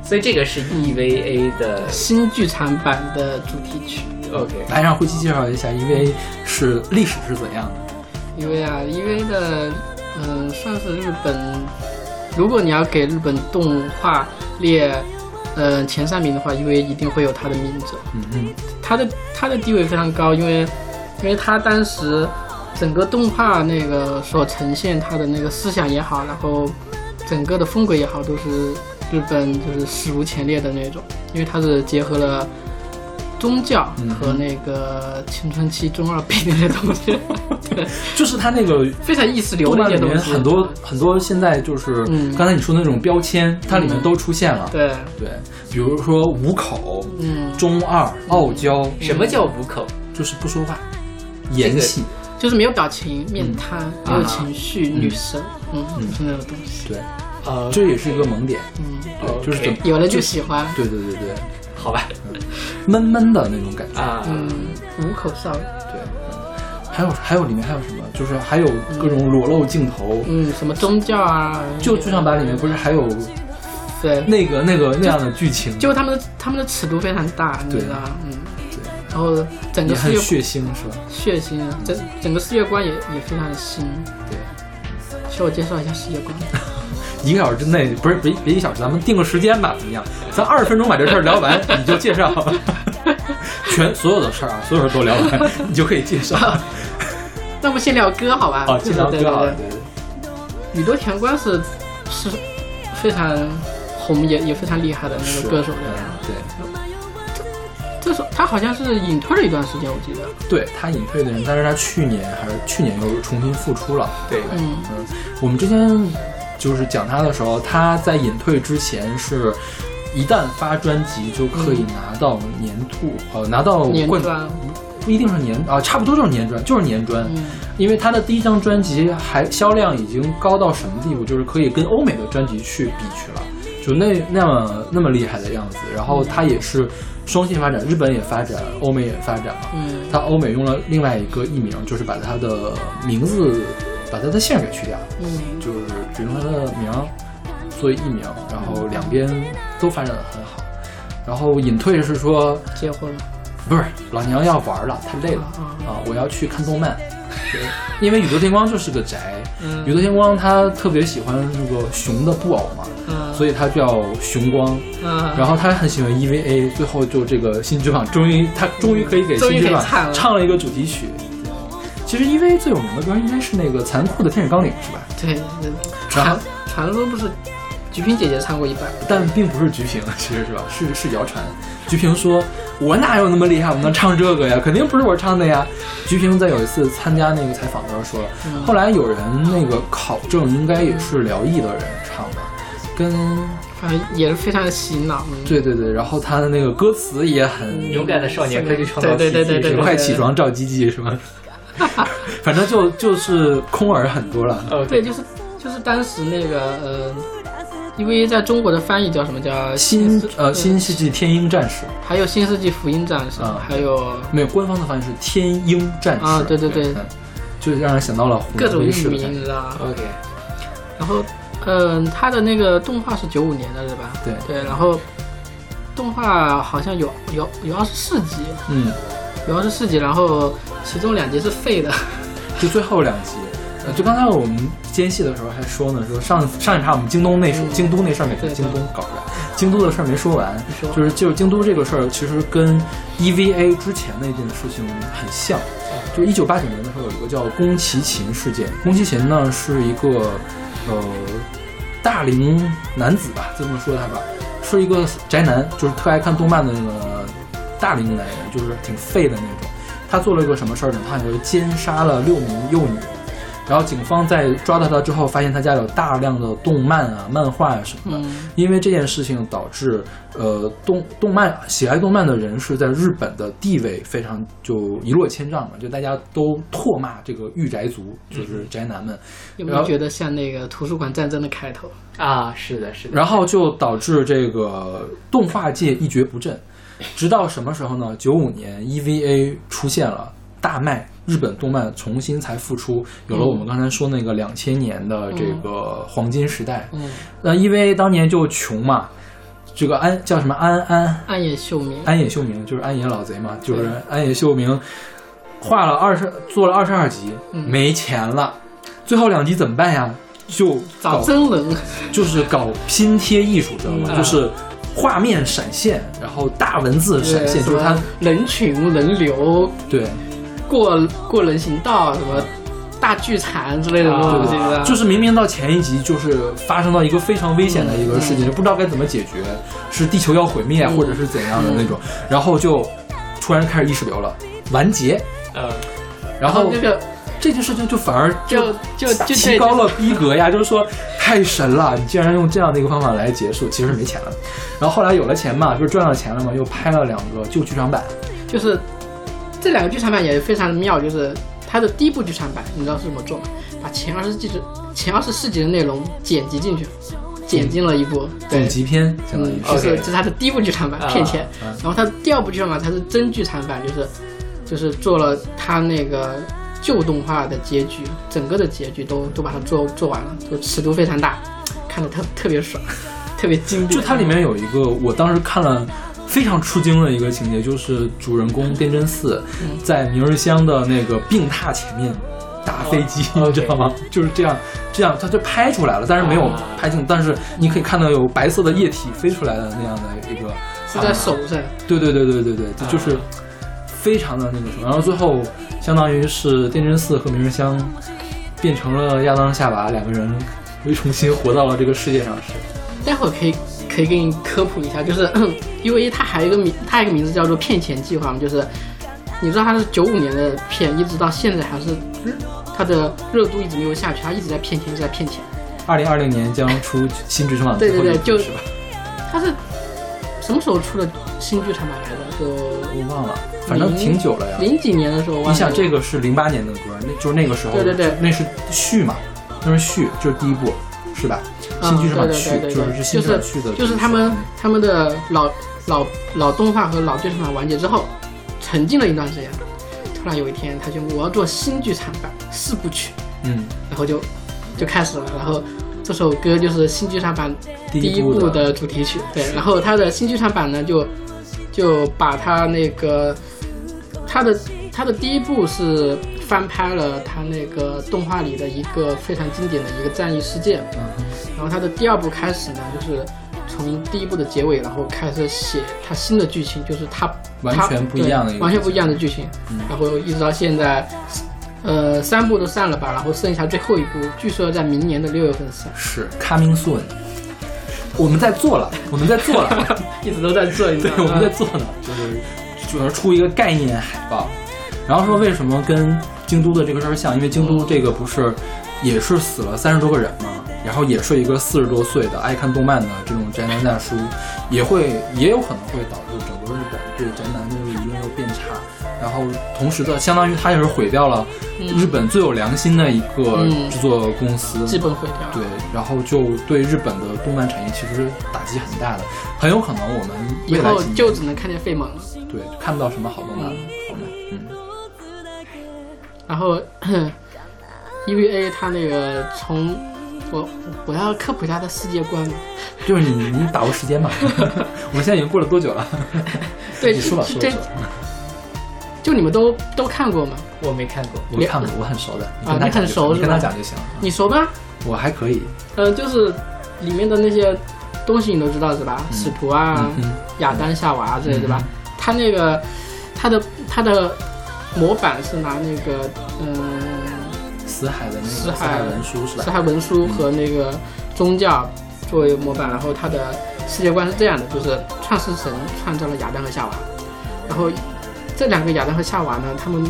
Speaker 1: 所以这个是 EVA 的
Speaker 3: 新剧场版的主题曲。
Speaker 1: OK，
Speaker 3: 嗯
Speaker 2: 来让慧姬介绍一下 E V A 是历史是怎样的。
Speaker 3: 因为啊，因为的嗯，算是日本。如果你要给日本动画列，呃，前三名的话，因为一定会有他的名字。
Speaker 2: 嗯嗯
Speaker 3: 他的他的地位非常高，因为因为他当时整个动画那个所呈现他的那个思想也好，然后整个的风格也好，都是日本就是史无前例的那种，因为它是结合了宗教和那个青春期中二病那些东西，对，
Speaker 2: 就是他那个
Speaker 3: 非常意识流
Speaker 2: 动
Speaker 3: 的一
Speaker 2: 漫
Speaker 3: 些
Speaker 2: 里
Speaker 3: 东
Speaker 2: 面
Speaker 3: 西，
Speaker 2: 很多很多现在就是
Speaker 3: 嗯
Speaker 2: 刚才你说的那种标签，它里面都出现了。
Speaker 3: 对，
Speaker 2: 对，比如说五口、
Speaker 3: 嗯，
Speaker 2: 中二、傲娇，
Speaker 1: 什么叫五口？
Speaker 2: 就是不说话，演戏。
Speaker 3: 就是没有表情、面瘫、没有情绪、女神，嗯，
Speaker 2: 啊嗯
Speaker 3: 就是那种东西，
Speaker 2: 对，
Speaker 1: 呃，
Speaker 2: 这也是一个萌点。
Speaker 3: 嗯，
Speaker 2: 对，就是怎么
Speaker 3: 有了就喜欢，
Speaker 2: 对对对对，
Speaker 1: 好吧
Speaker 2: 闷闷的那种感觉。
Speaker 1: 啊，
Speaker 3: 嗯，五口哨，
Speaker 2: 对，还有还有里面还有什么？就是还有各种裸露镜头。
Speaker 3: 嗯，什么宗教啊，
Speaker 2: 就剧场版里面不是还有
Speaker 3: 对，
Speaker 2: 那个那个那样的剧情，
Speaker 3: 就他们的他们的尺度非常大，你
Speaker 2: 对啊
Speaker 3: 知道吗，嗯，
Speaker 2: 对
Speaker 3: 然后整
Speaker 2: 也
Speaker 3: 个世
Speaker 2: 很
Speaker 3: 界
Speaker 2: 血腥是吧？
Speaker 3: 血腥，啊整整个世界观也也非常的新。
Speaker 2: 对，
Speaker 3: 需要我介绍一下世界观， (laughs)
Speaker 2: 一个小时之内不是别别一小时，咱们定个时间吧，怎么样？咱二十分钟把这事儿聊完，你就介绍 (laughs) 全所有的事儿啊，所有事儿都聊完，你就可以介绍啊，
Speaker 3: 那我们先聊歌好吧？
Speaker 2: 介绍
Speaker 3: 对
Speaker 2: 哦歌好
Speaker 3: 对
Speaker 2: 了
Speaker 3: 对。宇多田光是是非常红也也非常厉害的那
Speaker 2: 是
Speaker 3: 个歌手
Speaker 2: 嗯
Speaker 3: 的。
Speaker 2: 对
Speaker 3: 这首他好像是隐退了一段时间，我记得。
Speaker 2: 对，他隐退的人，但是他去年还是去年又重新复出了。
Speaker 1: 对，
Speaker 3: 嗯
Speaker 2: 我们之前就是讲他的时候，他在隐退之前是。一旦发专辑就可以拿到年度，呃，拿到
Speaker 3: 嗯年啊
Speaker 2: 冠，
Speaker 3: 专，
Speaker 2: 不一定是年啊，差不多就是年专，就是年专。
Speaker 3: 嗯
Speaker 2: 因为他的第一张专辑还销量已经高到什么地步，就是可以跟欧美的专辑去比去了，就那那么那么厉害的样子。然后他也是双线发展，日本也发展，欧美也发展嘛。
Speaker 3: 嗯
Speaker 2: 他欧美用了另外一个艺名，就是把他的名字，把他的姓儿给去掉，
Speaker 3: 嗯
Speaker 2: 就是只用他的名儿作为艺名，然后两边都发展的很好。然后隐退是说，
Speaker 3: 结婚了
Speaker 2: 不是老娘要玩了，太累了。
Speaker 3: 啊
Speaker 2: 啊，我要去看动漫，因为宇多田光就是个宅，宇
Speaker 3: 嗯
Speaker 2: 多田光他特别喜欢那个熊的布偶嘛，
Speaker 3: 嗯，
Speaker 2: 所以他叫熊光，
Speaker 3: 以啊
Speaker 2: 然后他很喜欢 EVA，最后就这个新之榜终于他终于可以给
Speaker 3: 终于
Speaker 2: 新之
Speaker 3: 可以
Speaker 2: 榜
Speaker 3: 唱了
Speaker 2: 唱了一个主题曲。其实 EVA 最有名的歌应该是那个残酷的天使纲领是吧？
Speaker 3: 对，嗯
Speaker 2: 然
Speaker 3: 传
Speaker 2: 后
Speaker 3: 传说不是菊萍姐姐唱过一版，
Speaker 2: 但并不是菊萍， (laughs) 其实是吧？是是谣传。菊萍说：“我哪有那么厉害，我能唱这个呀？肯定不是我唱的呀。”菊萍在有一次参加那个采访的时候说了，
Speaker 3: 嗯
Speaker 2: 后来有人那个考证，应该也是辽艺的人唱的，跟
Speaker 3: 反正也是非常的洗脑。嗯，
Speaker 2: 对对对，然后他的那个歌词也很
Speaker 1: 勇敢的少年可以创造奇
Speaker 3: 对对对
Speaker 1: 迹，
Speaker 3: 对
Speaker 1: 是
Speaker 2: 是
Speaker 1: 吧？
Speaker 2: 快起床照鸡鸡是吗？ (laughs) 反正就就是空耳很多了。
Speaker 1: 哦，
Speaker 3: 对，就是就是当时那个呃，因为在中国的翻译叫什么叫
Speaker 2: 新
Speaker 3: 世
Speaker 2: 呃
Speaker 3: 嗯
Speaker 2: 新世纪天鹰战士
Speaker 3: 还有新世纪福音战士，
Speaker 2: 啊
Speaker 3: 还有
Speaker 2: 没有官方的翻译是天鹰战士
Speaker 3: 啊对对对
Speaker 2: 嗯就让人想到了湖
Speaker 3: 各
Speaker 2: 南
Speaker 3: 种
Speaker 2: 卫
Speaker 3: 域
Speaker 2: 视的嗯
Speaker 3: 名，
Speaker 2: 感
Speaker 3: 你
Speaker 2: 觉。
Speaker 3: 知道吧？
Speaker 1: OK，
Speaker 3: 然后嗯、他的那个动画是九五年的对吧？
Speaker 2: 对
Speaker 3: 对，然后动画好像有有有二十四集，
Speaker 2: 嗯，
Speaker 3: 有二十四集，然后其中两集是废的，
Speaker 2: 就最后两集。呃，就刚才我们间隙的时候还说呢，说上上一趴我们京东那事，
Speaker 3: 嗯
Speaker 2: 京都那事儿没
Speaker 3: 对对
Speaker 2: 京东搞出来，京都的事儿没说完，
Speaker 3: 你说
Speaker 2: 就是就是京都这个事儿，其实跟 EVA 之前那件事情很像。
Speaker 3: 嗯
Speaker 2: 就一九八九年的时候，有一个叫宫崎勤事件。宫崎勤呢是一个呃大龄男子吧，这么说他吧，是一个宅男，就是特爱看动漫的那个大龄男人，就是挺废的那种。他做了一个什么事儿呢？他好像奸杀了六名幼女，然后警方在抓到他之后，发现他家有大量的动漫啊、漫画啊什么的。
Speaker 3: 嗯
Speaker 2: 因为这件事情导致，呃，动动漫喜爱动漫的人士在日本的地位非常就一落千丈嘛，就大家都唾骂这个御宅族，就是宅男们，
Speaker 3: (laughs) 有没有觉得像那个图书馆战争的开头？
Speaker 1: 啊，是的，是的，
Speaker 2: 然后就导致这个动画界一蹶不振。直到什么时候呢？九五年 EVA 出现了，大卖，日本动漫重新才复出，有了我们刚才说那个两千年的这个黄金时代。
Speaker 3: 嗯，
Speaker 2: 那 EVA 当年就穷嘛，这个安叫什么安安
Speaker 3: 暗夜秀明，
Speaker 2: 安野秀明，就是安野老贼嘛，就是安野秀明画了二十做了二十二集，没钱了，最后两集怎么办呀？就
Speaker 3: 咋
Speaker 2: 搞
Speaker 3: 真能？
Speaker 2: 就是搞拼贴艺术，知道吗？
Speaker 3: 嗯
Speaker 2: 就是画面闪现，然后大文字闪现，
Speaker 3: 什
Speaker 2: 就是它
Speaker 3: 么人群人流
Speaker 2: 对，
Speaker 3: 过过人行道什么大聚餐之类的东西
Speaker 1: 啊
Speaker 3: 吧？
Speaker 2: 就是明明到前一集就是发生到一个非常危险的一个事情，就不知道该怎么解决，是地球要毁灭
Speaker 3: 嗯
Speaker 2: 或者是怎样的那种，然后就突然开始意识流了，完结，
Speaker 1: 呃，
Speaker 2: 然
Speaker 3: 嗯然后
Speaker 2: 后
Speaker 3: 这个
Speaker 2: 这件事情就反而
Speaker 3: 就就就
Speaker 2: 提高了逼格呀，就是说太神了，你竟然用这样的一个方法来结束，其实没钱了。然后后来有了钱嘛，就是赚了钱了嘛，又拍了两个旧剧场版，
Speaker 3: 就是这两个剧场版也非常的妙，就是它的第一部剧场版，你知道是怎么做吗？把前二十季的前二十四集的内容剪辑进去，剪进了一部，
Speaker 2: 总
Speaker 3: 对，
Speaker 2: 集篇相当于
Speaker 3: 嗯，就是
Speaker 2: 是。
Speaker 3: 这
Speaker 1: OK
Speaker 3: 是它的第一部剧场版
Speaker 1: 啊
Speaker 3: 骗钱
Speaker 2: 啊，
Speaker 3: 然后它第二部剧场版才是真剧场版，就是就是做了它那个旧动画的结局，整个的结局都都把它做做完了，就尺度非常大，看得特特别爽，特别经典。
Speaker 2: 就它里面有一个，我当时看了非常吃惊的一个情节，就是主人公电真寺
Speaker 1: 嗯
Speaker 2: 在明日香的那个病榻前面打飞机，
Speaker 1: 哦
Speaker 2: (laughs) 你知道吗？就是这样，这样他就拍出来了，但是没有
Speaker 1: 啊
Speaker 2: 拍进，但是你可以看到有白色的液体飞出来的那样的一个
Speaker 3: 是
Speaker 2: 画
Speaker 3: 在
Speaker 2: 面。
Speaker 3: 手上，
Speaker 2: 对对对对对对，
Speaker 1: 啊
Speaker 2: 就是非常的那个什么。然后最后相当于是电真寺和明日香变成了亚当夏娃两个人。又重新活到了这个世界上是，
Speaker 3: 待会儿可以可以给你科普一下，就是 (clears throat) 因为它还有一个名，它还有一个名字叫做“骗钱计划”嘛，就是你知道它是九五年的片，一直到现在还是它的热度一直没有下去，它一直在骗钱，一直在骗钱。
Speaker 2: 二零二零年将出新剧场版
Speaker 3: 对
Speaker 2: 最
Speaker 3: 对
Speaker 2: 后
Speaker 3: 对
Speaker 2: 一部，
Speaker 3: 就是
Speaker 2: 吧？
Speaker 3: 它是什么时候出的新剧场版来着？就
Speaker 2: 我忘了，反正挺久了呀。
Speaker 3: 零几年的时候，
Speaker 2: 你想，这个是零八年的歌，那就是那个时候，
Speaker 3: 对对对
Speaker 2: 那是序嘛，那是序，就是第一部，是吧？新剧场版
Speaker 3: 嗯
Speaker 2: 序
Speaker 3: 对对对对
Speaker 2: 是新剧场版序的，
Speaker 3: 就是他们他们的老老老动画和老剧场版完结之后，沉浸了一段时间，突然有一天他宣布我要做新剧场版四部曲。
Speaker 2: 嗯，
Speaker 3: 然后就就开始了，然后这首歌就是新剧场版
Speaker 2: 第
Speaker 3: 第
Speaker 2: 一
Speaker 3: 一
Speaker 2: 部
Speaker 3: 部的主题曲，对，然后它的新剧场版呢就就把它那个它的它的第一部是翻拍了它那个动画里的一个非常经典的一个战役事件，
Speaker 2: 嗯
Speaker 3: 然后它的第二部开始呢就是。从第一部的结尾，然后开始写它新的剧情，就是它
Speaker 2: 完
Speaker 3: 它
Speaker 2: 全不
Speaker 3: 对
Speaker 2: 一样的一个嗯
Speaker 3: 完全不一样的剧情，然后一直到现在呃，三部都上了吧，然后剩下最后一部，据说在明年的六月份上，
Speaker 2: 是 Coming Soon，我们在做了，我们在做了，
Speaker 3: 一直都在做，你知
Speaker 2: 对，
Speaker 3: 道
Speaker 2: 我
Speaker 3: 吗
Speaker 2: 们在做呢，就是主要出一个概念海报，然后说为什么跟京都的这个事儿像，因为京都这个不是也是死了三十多个人嘛，然后也是一个四十多岁的爱看动漫的这种宅男大叔，也会也有可能会导致整个日本对宅男的舆论又变差，然后同时的相当于他也是毁掉了日本最有良心的一个
Speaker 3: 嗯
Speaker 2: 制作公司，
Speaker 3: 基本毁掉
Speaker 2: 对
Speaker 3: 了。，
Speaker 2: 然后就对日本的动漫产业其实打击很大的，很有可能我们
Speaker 3: 以
Speaker 2: 未来
Speaker 3: 后
Speaker 2: 几年
Speaker 3: 就只能看见废萌了。
Speaker 2: 对看不到什么好动漫了，好吗？嗯，
Speaker 3: 然后 (clears throat) EVA 它那个从我我要科普一下它世界观嘛，
Speaker 2: 就是你你把握时间嘛， (laughs) 我们现在已经过了多久了？
Speaker 3: 对，
Speaker 2: 你说吧，说吧
Speaker 3: 这
Speaker 2: 说吧，
Speaker 3: 就你们都都看过吗？
Speaker 1: 我没看过。
Speaker 2: 我看过，我很熟的，你
Speaker 3: 啊
Speaker 2: 跟他
Speaker 3: 你
Speaker 2: 讲
Speaker 3: 很
Speaker 2: 就行，
Speaker 3: 熟
Speaker 2: 你
Speaker 3: 是
Speaker 2: 跟他
Speaker 3: 吧
Speaker 2: 讲就行了，
Speaker 3: 你熟吧？
Speaker 2: 我还可以，
Speaker 3: 呃，就是里面的那些东西你都知道是吧？使徒啊、
Speaker 2: 嗯
Speaker 3: 亚当夏娃啊之类对吧？他那个他的他的模板是拿那个嗯
Speaker 2: 死海的那个
Speaker 3: 死海
Speaker 2: 海文书是
Speaker 3: 四
Speaker 2: 吧？
Speaker 3: 海文书和那个宗教作为模板，然后他的世界观是这样的，就是创世神创造了亚当和夏娃，然后这两个亚当和夏娃呢，他们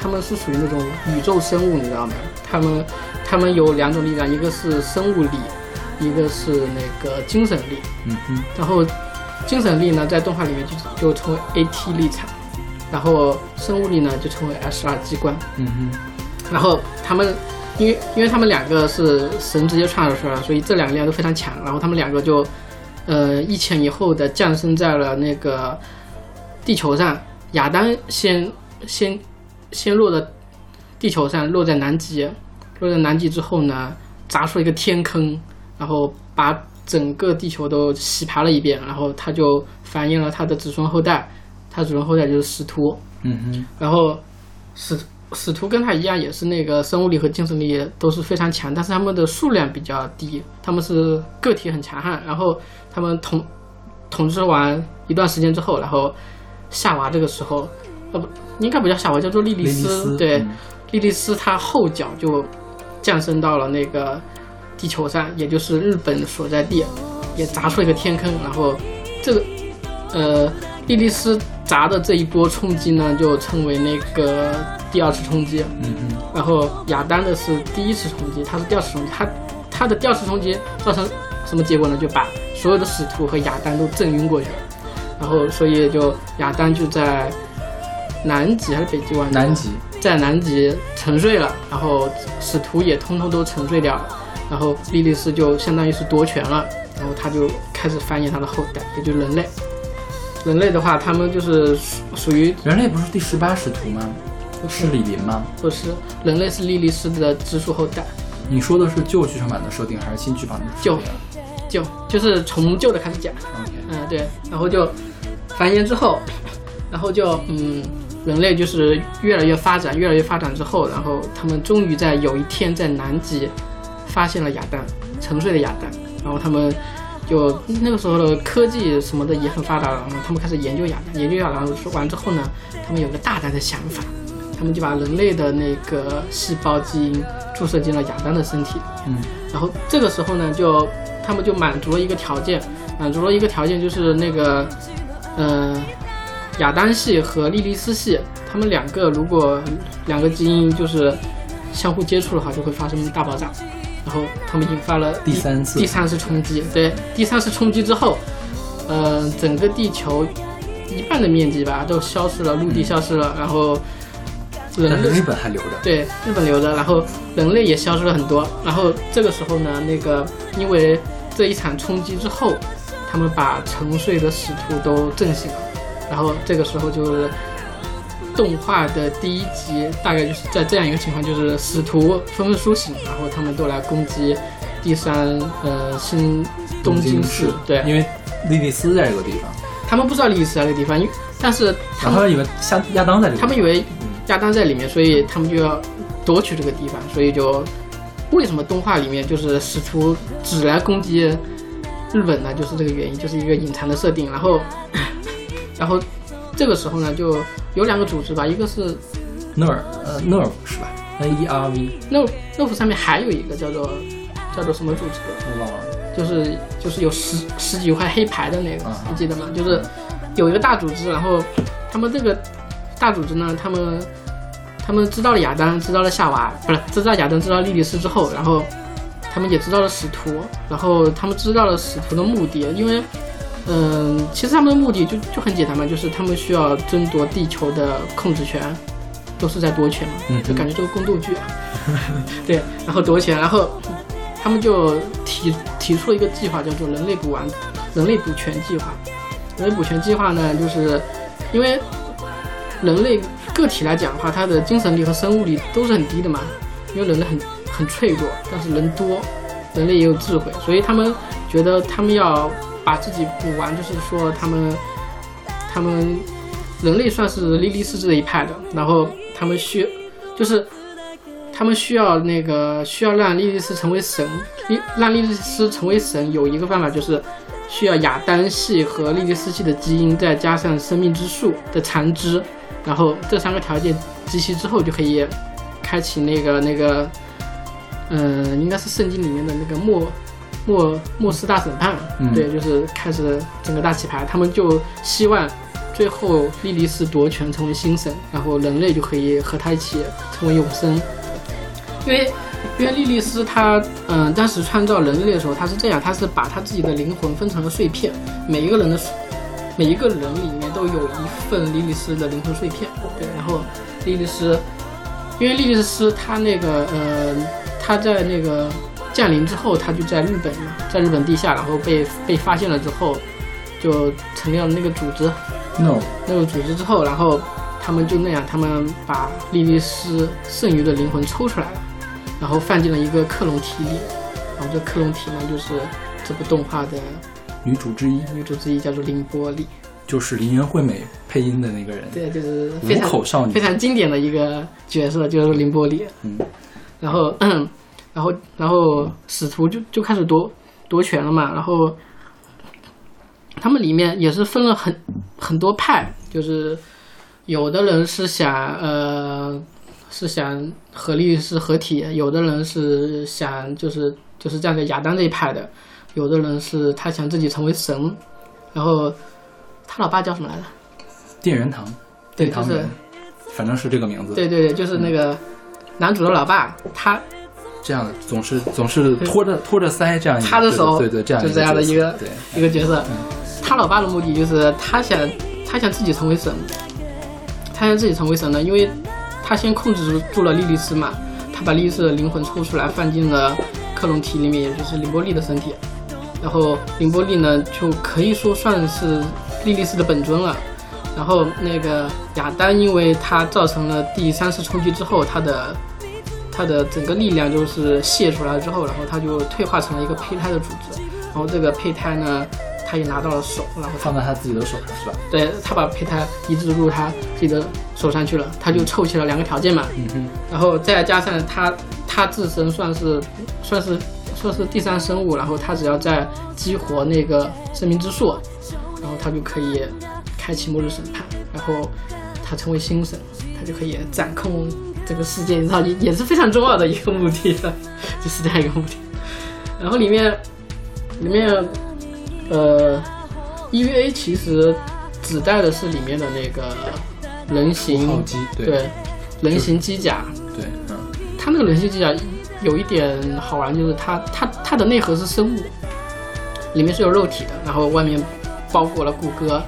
Speaker 3: 他们是属于那种宇宙生物，你知道吗？他们他们有两种力量，一个是生物力，一个是那个精神力。
Speaker 2: 嗯哼，
Speaker 3: 然后精神力呢，在动画里面就就称为 AT 立场，然后生物力呢就称为 SR 机关。
Speaker 2: 嗯
Speaker 3: 然后他们，因为因为他们两个是神直接创造出来的，所以这两个力量都非常强。然后他们两个就，呃，一前一后的降生在了那个地球上。亚当先先先落的地球上，落在南极，落在南极之后呢，砸出了一个天坑，然后把整个地球都洗牌了一遍。然后他就繁衍了他的子孙后代，他子孙后代就是使徒。
Speaker 2: 哼，嗯哼，
Speaker 3: 然后使使徒跟他一样，也是那个生物力和精神力都是非常强，但是他们的数量比较低，他们是个体很强悍，然后他们统统治完一段时间之后，然后夏娃这个时候，呃不，应该不叫夏娃，叫做莉
Speaker 2: 莉
Speaker 3: 莉
Speaker 2: 莉
Speaker 3: 丝，
Speaker 2: 丝
Speaker 3: 对，
Speaker 2: 嗯
Speaker 3: 莉莉丝她后脚就降生到了那个地球上，也就是日本所在地，也砸出了一个天坑。然后这个呃，莉莉丝砸的这一波冲击呢，就称为那个第二次冲击。
Speaker 2: 嗯嗯，
Speaker 3: 然后亚当的是第一次冲击，他是第二次冲击，他他的第二次冲击造成什么结果呢？就把所有的使徒和亚当都震晕过去了，然后所以就亚当就在南极还是北极湾？
Speaker 2: 南极，
Speaker 3: 在南极沉睡了，然后使徒也通通都沉睡掉了，然后莉莉丝就相当于是夺权了，然后他就开始繁衍他的后代，也就是人类。人类的话，他们就是属属于
Speaker 2: 人类不是第十八使徒吗？是李林吗？
Speaker 3: 不是人类是莉莉丝的直属后代，
Speaker 2: 你说的是旧剧场版的设定还是新剧版的设定？啊
Speaker 3: 旧就就是从旧的开始讲，
Speaker 2: OK，
Speaker 3: 嗯对，然后就繁衍之后，然后就嗯人类就是越来越发展，越来越发展之后，然后他们终于在有一天在南极发现了亚当，沉睡的亚当，然后他们就那个时候的科技什么的也很发达了，然后他们开始研究亚当，研究亚当完之后呢，他们有个大胆的想法，他们就把人类的那个细胞基因注射进了亚当的身体，
Speaker 2: 嗯，
Speaker 3: 然后这个时候呢，就他们就满足了一个条件，满足了一个条件就是那个，呃，亚当系和莉莉丝系，他们两个如果两个基因就是相互接触的话，就会发生大爆炸，然后他们引发了
Speaker 2: 第三次
Speaker 3: 第三次冲击，对，第三次冲击之后，呃，整个地球一半的面积吧都消失了，陆地消失了，然后
Speaker 2: 但
Speaker 3: 人
Speaker 2: 是
Speaker 3: 类
Speaker 2: 日本还留着。
Speaker 3: 对，日本留的，然后人类也消失了很多。然后这个时候呢，那个因为这一场冲击之后，他们把沉睡的使徒都震醒了。然后这个时候就是呃动画的第一集，大概就是在这样一个情况，就是使徒纷纷苏醒，然后他们都来攻击第三呃新东京市。对，
Speaker 2: 因为莉莉丝在这个地方，
Speaker 3: 他们不知道历史啊这个地方，因为但是他们
Speaker 2: 然后他们以为夏亚当在这个地方，
Speaker 3: 他们以为亚当在里面，所以他们就要夺取这个地方，所以就为什么动画里面就是使徒只来攻击日本呢？就是这个原因，就是一个隐藏的设定。然后， (coughs) 然后这个时候呢，就有两个组织吧，一个是
Speaker 2: 那儿呃那儿是吧？N E R V，
Speaker 3: 诺诺夫上面还有一个叫做叫做什么组织的，
Speaker 2: 我忘了。
Speaker 3: 就是就是有十十几块黑牌的那个
Speaker 2: 啊，
Speaker 3: 你记得吗？就是有一个大组织，然后他们这个大组织呢，他们他们知道了亚当，知道了夏娃，不是知道亚当，知道莉莉丝之后，然后他们也知道了使徒，然后他们知道了使徒的目的，因为嗯，其实他们的目的就就很简单嘛，就是他们需要争夺地球的控制权，都是在夺权嘛，
Speaker 2: 嗯
Speaker 3: 就感觉这个宫斗剧啊， (laughs) 对，然后夺权，然后他们就提提出了一个计划，叫做人类补完人类补全计划。人类补全计划呢，就是因为人类个体来讲的话，他的精神力和生物力都是很低的嘛，因为人类很很脆弱，但是人多，人类也有智慧，所以他们觉得他们要把自己补完，就是说他们他们人类算是莉莉丝这一派的，然后他们需就是他们需要那个需要让莉莉丝成为神，莉让莉莉丝成为神有一个办法就是需要亚当系和莉莉丝系的基因，再加上生命之树的残枝，然后这三个条件集齐之后就可以开启那个那个，嗯、应该是圣经里面的那个末末末世大审判，
Speaker 2: 嗯
Speaker 3: 对，就是开始整个大洗牌，他们就希望。最后，莉莉丝夺权成为新神，然后人类就可以和她一起成为永生。因为因为莉莉丝她嗯、当时创造人类的时候，她是这样，她是把她自己的灵魂分成了碎片，每一个人的每一个人里面都有一份莉莉丝的灵魂碎片，对，然后莉莉丝，因为莉莉丝她那个呃，她在那个降临之后，她就在日本嘛，在日本地下，然后被被发现了之后，就成立了那个组织，
Speaker 2: No，
Speaker 3: 那个组织之后，然后他们就那样，他们把莉莉丝剩余的灵魂抽出来了，然后放进了一个克隆体里，然后这克隆体呢，就是这部动画的
Speaker 2: 女主之一。
Speaker 3: 女主之一，叫做凌波丽。
Speaker 2: 就是林原惠美配音的那个人，
Speaker 3: 对，就是非
Speaker 2: 五
Speaker 3: 常
Speaker 2: 口少女
Speaker 3: 非，常经典的一个角色，就是凌波丽。
Speaker 2: 嗯，
Speaker 3: 然后，嗯然后，然后使徒就就开始夺夺权了嘛。然后，他们里面也是分了很很多派，就是有的人是想呃是想合力是合体，有的人是想就是就是站在亚当这一派的，有的人是他想自己成为神，然后他老爸叫什么来着？
Speaker 2: 电人堂，
Speaker 3: 对，
Speaker 2: 殿
Speaker 3: 就
Speaker 2: 堂
Speaker 3: 是
Speaker 2: 人，反正是这个名字。
Speaker 3: 对对对，就是那个男主的老爸，他
Speaker 2: 这样的总是总是拖着拖着腮这样一个，
Speaker 3: 插着手
Speaker 2: 对对，对这样
Speaker 3: 就这样的一个
Speaker 2: 角色
Speaker 3: 一
Speaker 2: 对。
Speaker 3: 个角色，他老爸的目的就是他想他想自己成为神，他想自己成为神呢，因为他先控制住住了莉莉丝嘛，他把莉莉丝的灵魂抽出来放进了克隆体里面，也就是凌波丽的身体，然后凌波丽呢就可以说算是莉莉丝的本尊了。然后那个亚当，因为他造成了第三次冲击之后，他的他的整个力量就是泄出来了之后，然后他就退化成了一个胚胎的组织，然后这个胚胎呢，他也拿到了手，然后他
Speaker 2: 放在他自己的手上是吧？
Speaker 3: 对他把胚胎移植入他自己的手上去了，他就凑齐了两个条件嘛，
Speaker 2: 嗯哼，
Speaker 3: 然后再加上他他自身算是算是算是第三生物，然后他只要再激活那个生命之树，然后他就可以开启末日审判，然后他成为新神，他就可以掌控这个世界，你知道也也是非常重要的一个目的 (laughs) 的，就是这样一个目的。然后里面里面呃，EVA 其实指代的是里面的那个人
Speaker 2: 好
Speaker 3: 形
Speaker 2: 机对
Speaker 3: 嗯对人形机甲，
Speaker 2: 对，嗯，
Speaker 3: 它那个人形机甲啊有一点好玩，就是它它它的内核是生物，里面是有肉体的，然后外面包裹了骨骼，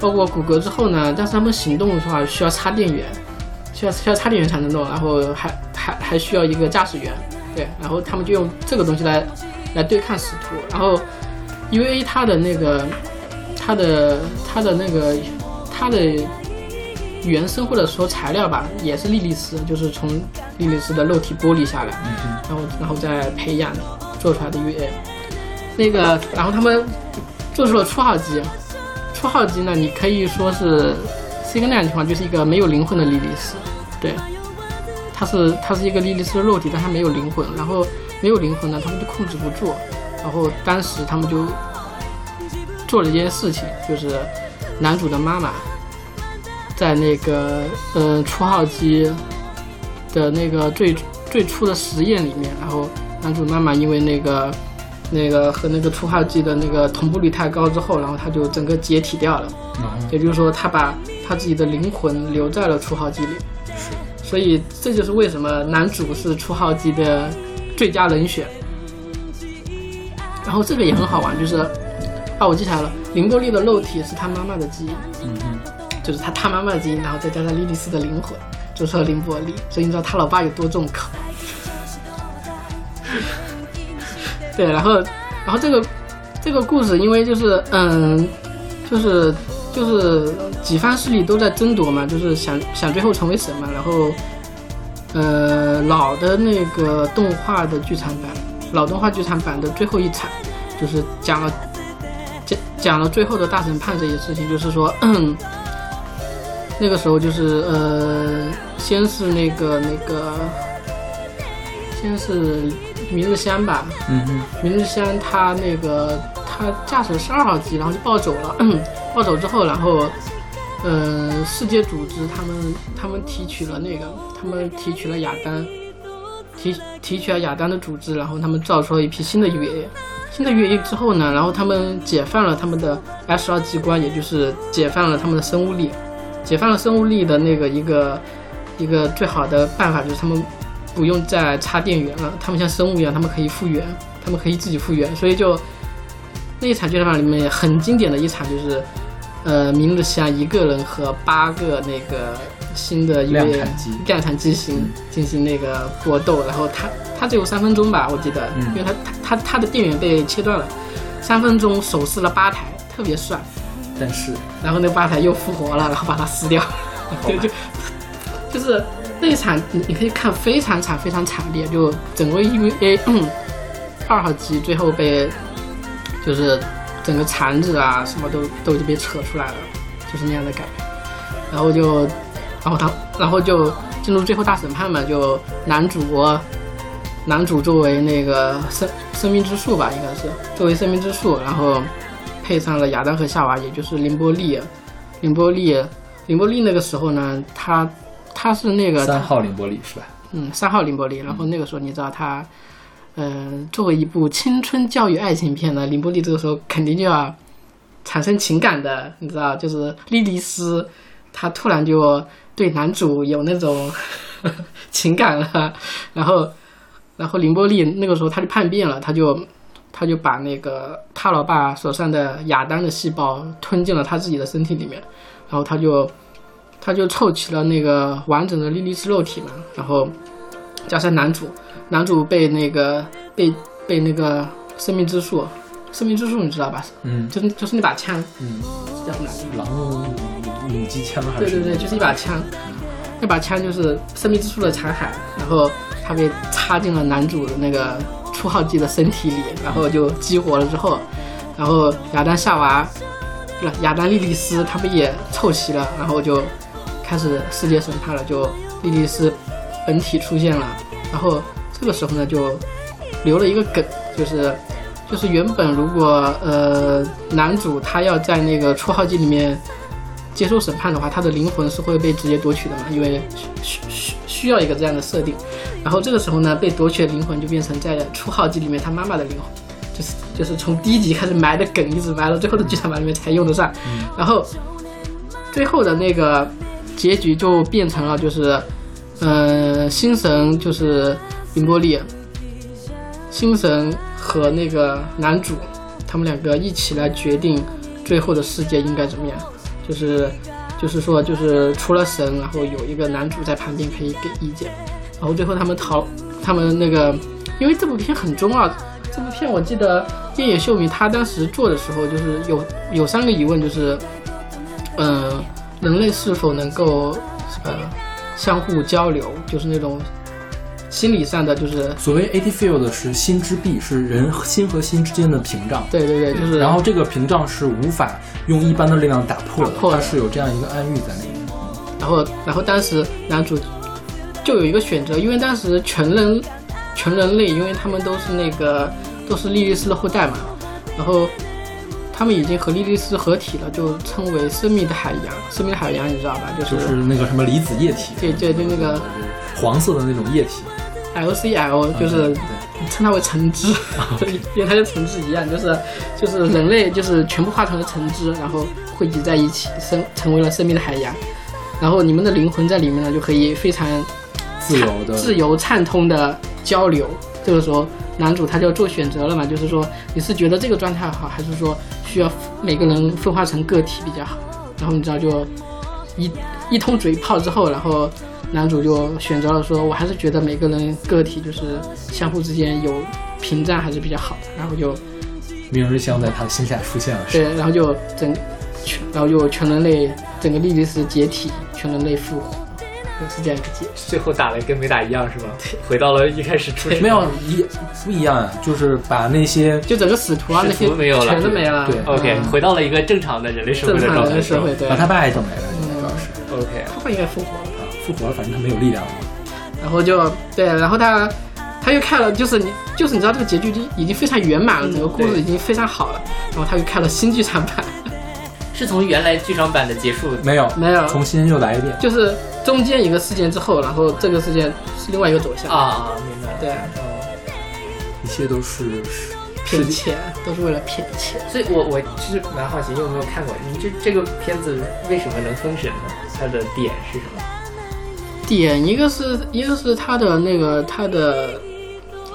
Speaker 3: 包裹骨骼之后呢，但是他们行动的话需要插电源，需要需要插电源才能动，然后还还还需要一个驾驶员，对，然后他们就用这个东西来来对抗使徒，然后 UA 它的那个它的它的那个它的原生或者说材料吧，也是莉莉丝，就是从莉莉丝的肉体剥离下来，然后然后再培养做出来的 UA。那个，然后他们做出了初号机，初号机呢，你可以说是是一个那样的情况，就是一个没有灵魂的莉莉丝，对，它是它是一个莉莉丝的肉体，但它没有灵魂，然后没有灵魂呢，他们就控制不住，然后当时他们就做了一件事情，就是男主的妈妈在那个呃初号机的那个最最初的实验里面，然后男主妈妈因为那个那个和那个初号机的那个同步率太高之后，然后他就整个解体掉了，
Speaker 2: 然后
Speaker 3: 也就是说他把他自己的灵魂留在了初号机里。所以这就是为什么男主是初号机的最佳人选。然后这个也很好玩，就是啊，我记起来了，林波丽的肉体是他妈妈的基因，
Speaker 2: 嗯哼，
Speaker 3: 就是他他妈妈的基因，然后再加上莉莉丝的灵魂，就说林伯利。所以你知道他老爸有多重口。 (laughs) 对，然后，然后这个这个故事，因为就是嗯，就是就是几方势力都在争夺嘛，就是想想最后成为神嘛，然后呃老的那个动画的剧场版，老动画剧场版的最后一场，就是讲了讲讲了最后的大审判这些事情，就是说。那个时候就是呃，先是那个那个，先是明日香吧，
Speaker 2: 嗯哼，
Speaker 3: 明日香他那个他驾驶十二号机，然后就暴走了， (clears throat) 暴走之后，然后呃，世界组织他们他们提取了那个，他们提取了亚当，提提取了亚当的组织，然后他们造出了一批新的 UA。新的 UA 之后呢，然后他们解放了他们的 S 二机关，也就是解放了他们的生物力，解放了生物力的那个一个一个最好的办法就是他们不用再插电源了，他们像生物一样，他们可以复原，他们可以自己复原，所以就那一场剧场版里面很经典的一场就是，呃，明日香一个人和八个那个新的
Speaker 2: 量
Speaker 3: UA
Speaker 2: 产机嗯
Speaker 3: 量产机型进行那个搏斗，然后他他只有三分钟吧，我记得，
Speaker 2: 嗯
Speaker 3: 因为他他他他的电源被切断了，三分钟手撕了八台，特别帅。
Speaker 2: 但是
Speaker 3: 然后那个吧台又复活了，然后把它撕掉，对， (laughs) 就就是那一场，你你可以看非常惨，非常惨烈，嗯就整个 EVA 二号机最后被就是整个残肢啊什么都都就被扯出来了，就是那样的感觉。然后就，然后他，然后就进入最后大审判嘛，就男主，啊男主作为那个生生命之树吧，应该是作为生命之树，然后配上了亚当和夏娃，也就是凌波丽，凌波丽，凌波丽那个时候呢，他他是那个
Speaker 2: 三号凌波丽是吧？
Speaker 3: 嗯，三号凌波丽。然后那个时候你知道他，嗯，作为一部青春教育爱情片呢，凌波丽这个时候肯定就要产生情感的，你知道，就是莉莉丝，她突然就对男主有那种 (laughs) 情感了，然后，然后凌波丽那个时候她就叛变了，她就。她就把那个她老爸手上的亚当的细胞吞进了她自己的身体里面，然后她就他就凑齐了那个完整的莉莉丝肉体嘛，然后加上男主，男主被那个被被那个生命之树，生命之树你知道吧？
Speaker 2: 嗯
Speaker 3: 就是就是那把枪，
Speaker 2: 嗯，
Speaker 3: 是叫什么来着？
Speaker 2: 狼嗯哦母鸡枪还
Speaker 3: 对
Speaker 2: 是什
Speaker 3: 对
Speaker 2: 么？嗯
Speaker 3: 对，就是一把枪，那把枪就是生命之树的残骸，然后它被插进了男主的那个初号机的身体里，然后就激活了之后，然后亚当夏娃，不是亚当莉莉丝他们也凑齐了，然后就开始世界审判了，就莉莉丝本体出现了，然后这个时候呢就留了一个梗，就是。就是原本如果呃男主他要在那个初号机里面接受审判的话，他的灵魂是会被直接夺取的嘛，因为需需需要一个这样的设定。然后这个时候呢，被夺取的灵魂就变成在初号机里面他妈妈的灵魂，就是就是从第一集开始埋的梗，一直埋到最后的剧场版里面才用得上。然后最后的那个结局就变成了就是，呃，星神就是凌波丽，星神和那个男主，他们两个一起来决定最后的世界应该怎么样。就是就是说就是除了神，然后有一个男主在旁边可以给意见，然后最后他们逃，他们那个，因为这部片很中二，这部片我记得夜野秀明他当时做的时候，就是有有三个疑问，就是，呃，人类是否能够呃相互交流，就是那种心理上的就是。
Speaker 2: 所谓 AT field 是心之壁，是人心和心之间的屏障。
Speaker 3: 对对对，就是
Speaker 2: 然后这个屏障是无法用一般的力量打破的
Speaker 3: 打，破的
Speaker 2: 它是有这样一个暗喻在里面。
Speaker 3: 然后然后当时男主就有一个选择，因为当时全人全人类，因为他们都是那个都是莉莉丝的后代嘛，然后他们已经和莉莉丝合体了，就称为生命的海洋，生命的海洋你知道吧？就是、
Speaker 2: 就是那个什么离子液体，
Speaker 3: 对对对那个
Speaker 2: 黄色的那种液体，嗯
Speaker 3: LCL 就是
Speaker 2: 对
Speaker 3: 称它为橙汁，因为它跟橙汁一样，就是就是人类就是全部化成了橙汁，然后汇集在一起，生成为了生命的海洋。然后你们的灵魂在里面呢，就可以非常
Speaker 2: 自由的
Speaker 3: 自由畅通的交流。这个时候，男主他就要做选择了嘛，就是说你是觉得这个状态好，还是说需要每个人分化成个体比较好？然后你知道就一一通嘴炮之后，然后男主就选择了说，我还是觉得每个人个体就是相互之间有屏障还是比较好的。然后就
Speaker 2: 明日香在他心下出现了。是吧
Speaker 3: 对，然后就整全，然后就全人类整个莉莉丝解体，全人类复活，就是这样一个结局。
Speaker 1: 最后打了跟没打一样是吗？回到了一开始出
Speaker 2: 没有一不一样啊，就是把那些
Speaker 3: 就整个使徒啊那
Speaker 1: 使
Speaker 3: 些
Speaker 1: 徒没有了
Speaker 3: 全都没了。
Speaker 2: 对
Speaker 1: ，OK，
Speaker 3: 嗯
Speaker 1: 回到了一个正常的人类社会
Speaker 3: 正
Speaker 1: 的
Speaker 3: 常
Speaker 1: 状态
Speaker 3: 人
Speaker 1: 是
Speaker 3: 社
Speaker 1: 吧
Speaker 3: 会对，
Speaker 2: 把他爸也整没了，主要是
Speaker 1: ？OK，
Speaker 3: 他爸应该复活了。
Speaker 2: 啊复活了，反正他没有力量了。
Speaker 3: 然后就对，然后他他又看了，就是你就是你知道这个结局已经已经非常圆满了，整个故事
Speaker 1: 对
Speaker 3: 已经非常好了，然后他又看了新剧场版， (laughs)
Speaker 1: 是从原来剧场版的结束
Speaker 2: 没有，
Speaker 3: 没有
Speaker 2: 重新又来一遍。
Speaker 3: 就是中间一个事件之后，然后这个事件是另外一个走向，
Speaker 1: 啊，明白了。
Speaker 3: 对，
Speaker 2: 一切都是是
Speaker 3: 骗钱都是为了骗钱。
Speaker 1: 所以我我其实蛮好奇，你有没有看过？你这这个片子为什么能封神呢？它的点是什么？
Speaker 3: 点一个是一个是他的那个他的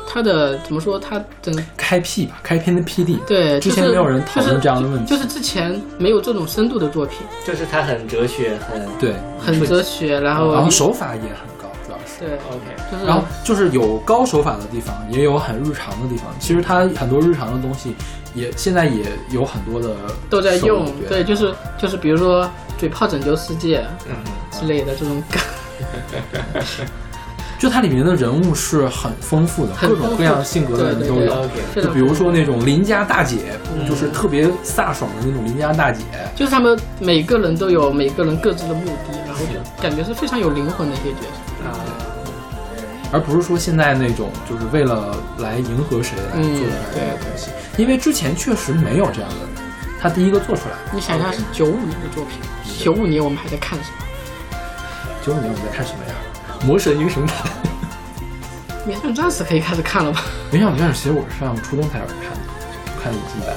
Speaker 3: 他的怎么说他整
Speaker 2: 开辟吧，开篇的 PD。
Speaker 3: 对
Speaker 2: 之
Speaker 3: 就是
Speaker 2: 前没有人讨论这样的问题。
Speaker 3: 就是之前没有这种深度的作品，
Speaker 1: 就是它很哲学，很
Speaker 2: 对，
Speaker 3: 很哲学，然后
Speaker 2: 嗯然后手法也很高，主要是。
Speaker 3: 对，
Speaker 1: OK。
Speaker 3: 就是
Speaker 2: 然后就是有高手法的地方，也有很日常的地方。其实它很多日常的东西也现在也有很多的
Speaker 3: 都在用
Speaker 2: 手，
Speaker 3: 对，就
Speaker 2: 对，
Speaker 3: 是就是比如说嘴炮拯救世界
Speaker 1: 嗯，
Speaker 3: 之类的这种梗，
Speaker 2: 就它里面的人物是很丰富的，
Speaker 3: 很
Speaker 2: 各
Speaker 3: 丰富
Speaker 2: 种各样的性格的人
Speaker 3: 对
Speaker 2: 都
Speaker 3: 对对
Speaker 2: 有。
Speaker 1: OK，
Speaker 3: 非
Speaker 2: 就
Speaker 3: 常
Speaker 2: 比如说那种邻家大姐，
Speaker 3: 嗯
Speaker 2: 就是特别飒爽的那种邻家大姐，
Speaker 3: 就是他们每个人都有每个人各自的目的，然后就感觉是非常有灵魂的一些角色。
Speaker 2: 而不是说现在那种就是为了来迎合谁来
Speaker 3: 嗯
Speaker 2: 做的这个东西。因为之前确实没有这样的人，他第一个做出来。
Speaker 3: 你想一下，是九五年的作品，九五年我们还在看什么？
Speaker 2: 九五年我们在看什么呀？《魔神英雄坛》。
Speaker 3: 免战战士可以开始看了吧？
Speaker 2: 《没想到，其实我是上初中才开始看的，看的一季版，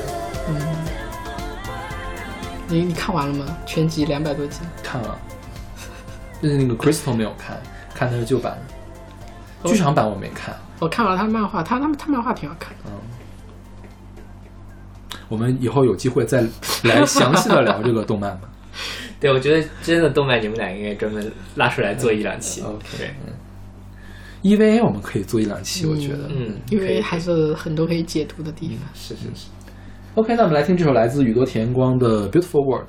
Speaker 3: (laughs) 你你看完了吗？全集两百多集，
Speaker 2: 看了。就是那个 Crystal 没有看，看的是旧版的，
Speaker 3: 哦
Speaker 2: 剧场版我没看。
Speaker 3: 我看完了他的漫画，他他他漫画挺好看的。
Speaker 2: 我们以后有机会再来详细的聊这个动漫
Speaker 1: (laughs)
Speaker 2: 吧。
Speaker 1: 对，我觉得真的动漫你们俩应该专门拉出来做一两期。
Speaker 2: OK
Speaker 1: 哦对，
Speaker 2: EVA E 我们可以做一两期，我觉得。
Speaker 1: 嗯，
Speaker 3: 因
Speaker 1: 可以
Speaker 3: 为还是很多可以解读的地方。
Speaker 1: 是是是。
Speaker 2: OK，那我们来听这首来自宇多田光的《Beautiful World》。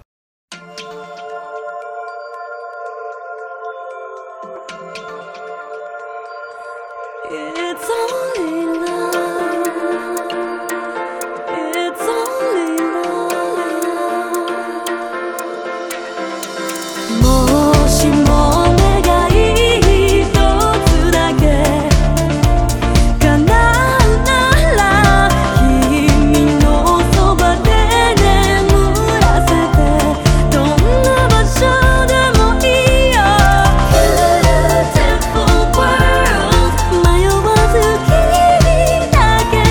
Speaker 6: It's only love. It's only love. もしも願い一つだけ叶うなら君のそばで眠らせてどんな場所でもいいよ Beautiful world 迷わず君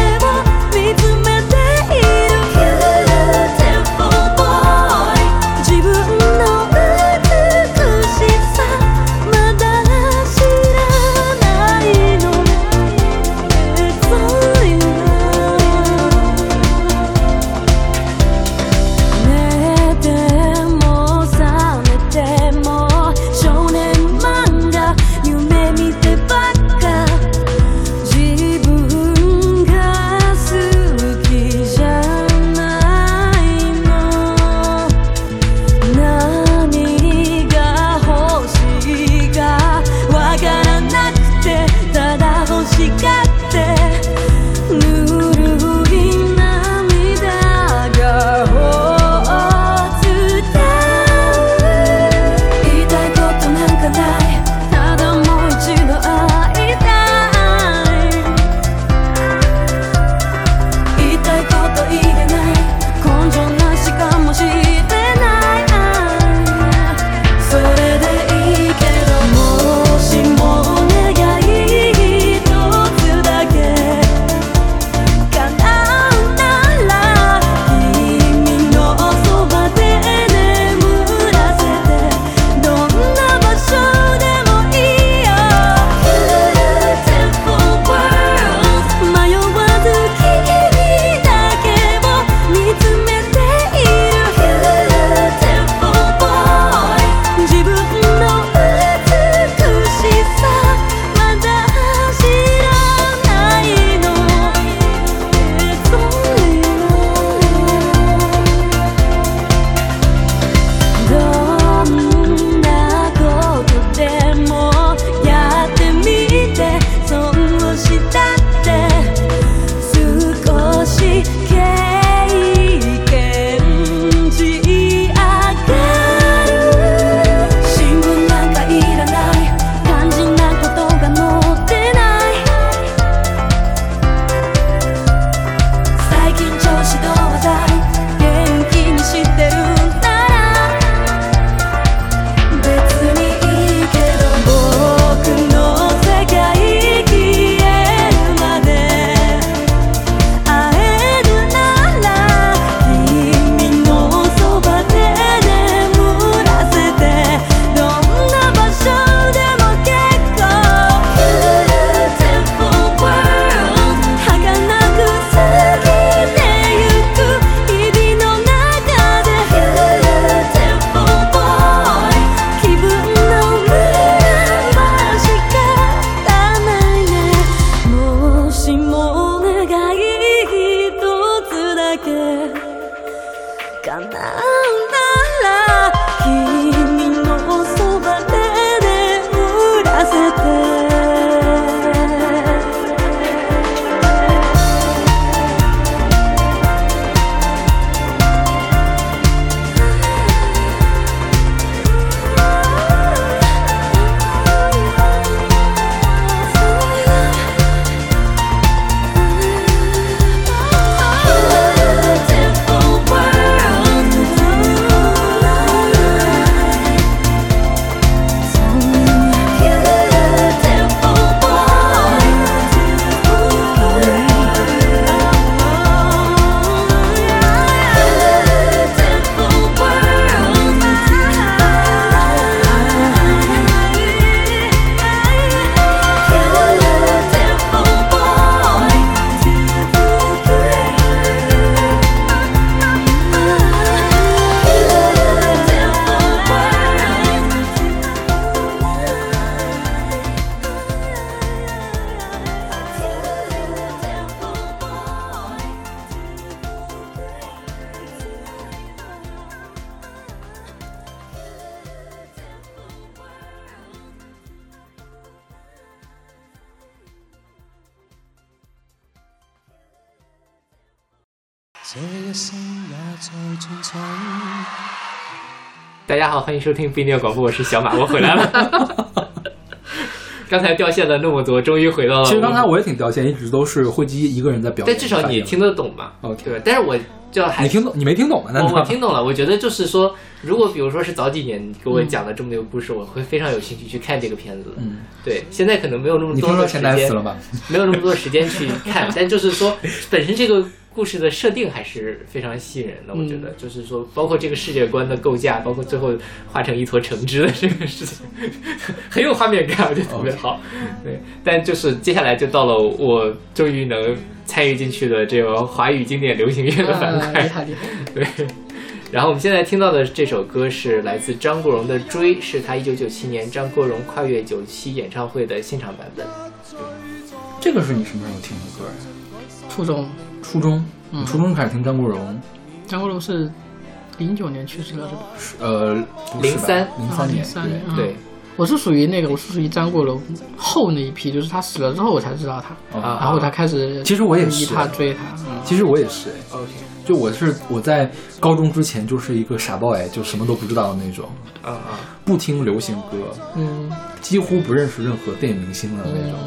Speaker 7: 这一生也在进取。
Speaker 1: 大家好，欢迎收听不一定要广播，我是小马，我回来了。 (laughs) 刚才掉线了那么多，终于回到了。
Speaker 2: 其实刚才，我也挺掉线，一直都是惠姬一个人在表演。
Speaker 1: 但嗯至少你听得懂嘛
Speaker 2: 哦 OK
Speaker 1: 对吧？但是我就还
Speaker 2: 你听懂，你没听懂啊？那
Speaker 1: 我我听懂了，我觉得就是说，如果比如说是早几年你给我讲了这么一个故事，我会非常有兴趣去看这个片子的。
Speaker 2: 嗯，
Speaker 1: 对，现在可能没有那么
Speaker 2: 你
Speaker 1: 多
Speaker 2: 听
Speaker 1: 的
Speaker 2: 说
Speaker 1: 时
Speaker 2: 潜台词了
Speaker 1: 间，
Speaker 2: 吧？
Speaker 1: (laughs) 没有那么多时间去看，但就是说，本身这个故事的设定还是非常吸引人的。我觉
Speaker 2: 嗯
Speaker 1: 得，就是说，包括这个世界观的构架，包括最后化成一坨橙汁的这个事情， (laughs) 很有画面感，我觉得特别
Speaker 2: 哦
Speaker 1: 好。对，但就是接下来就到了我终于能参与进去的这个华语经典流行乐的板
Speaker 3: 啊
Speaker 1: 块。
Speaker 3: 厉害厉害，
Speaker 1: 对。然后我们现在听到的这首歌是来自张国荣的《追》，是他1997年张国荣跨越九七演唱会的现场版本。
Speaker 2: 这个是你什么时候听的歌呀？
Speaker 3: 初中
Speaker 2: 初中，
Speaker 3: 嗯
Speaker 2: 你初中开始听张国荣，
Speaker 3: 张国荣是零九年去世的，是吧？
Speaker 2: 呃，
Speaker 1: 03
Speaker 2: 零三年，
Speaker 3: 03年
Speaker 2: 对
Speaker 3: 嗯
Speaker 1: 对
Speaker 3: 我是属于那个，我是属于张国荣后那一批，就是他死了之后我才知道他，
Speaker 1: 啊
Speaker 3: 然后我才开始
Speaker 2: 哦其实我也是啊
Speaker 3: 迷他追他，嗯，
Speaker 2: 其实我也是，哎
Speaker 1: ，OK，
Speaker 2: 就我是我在高中之前就是一个傻 boy，就什么都不知道的那种，
Speaker 1: 啊啊，
Speaker 2: 不听流行歌，
Speaker 3: 嗯
Speaker 2: 几乎不认识任何电影明星的那种。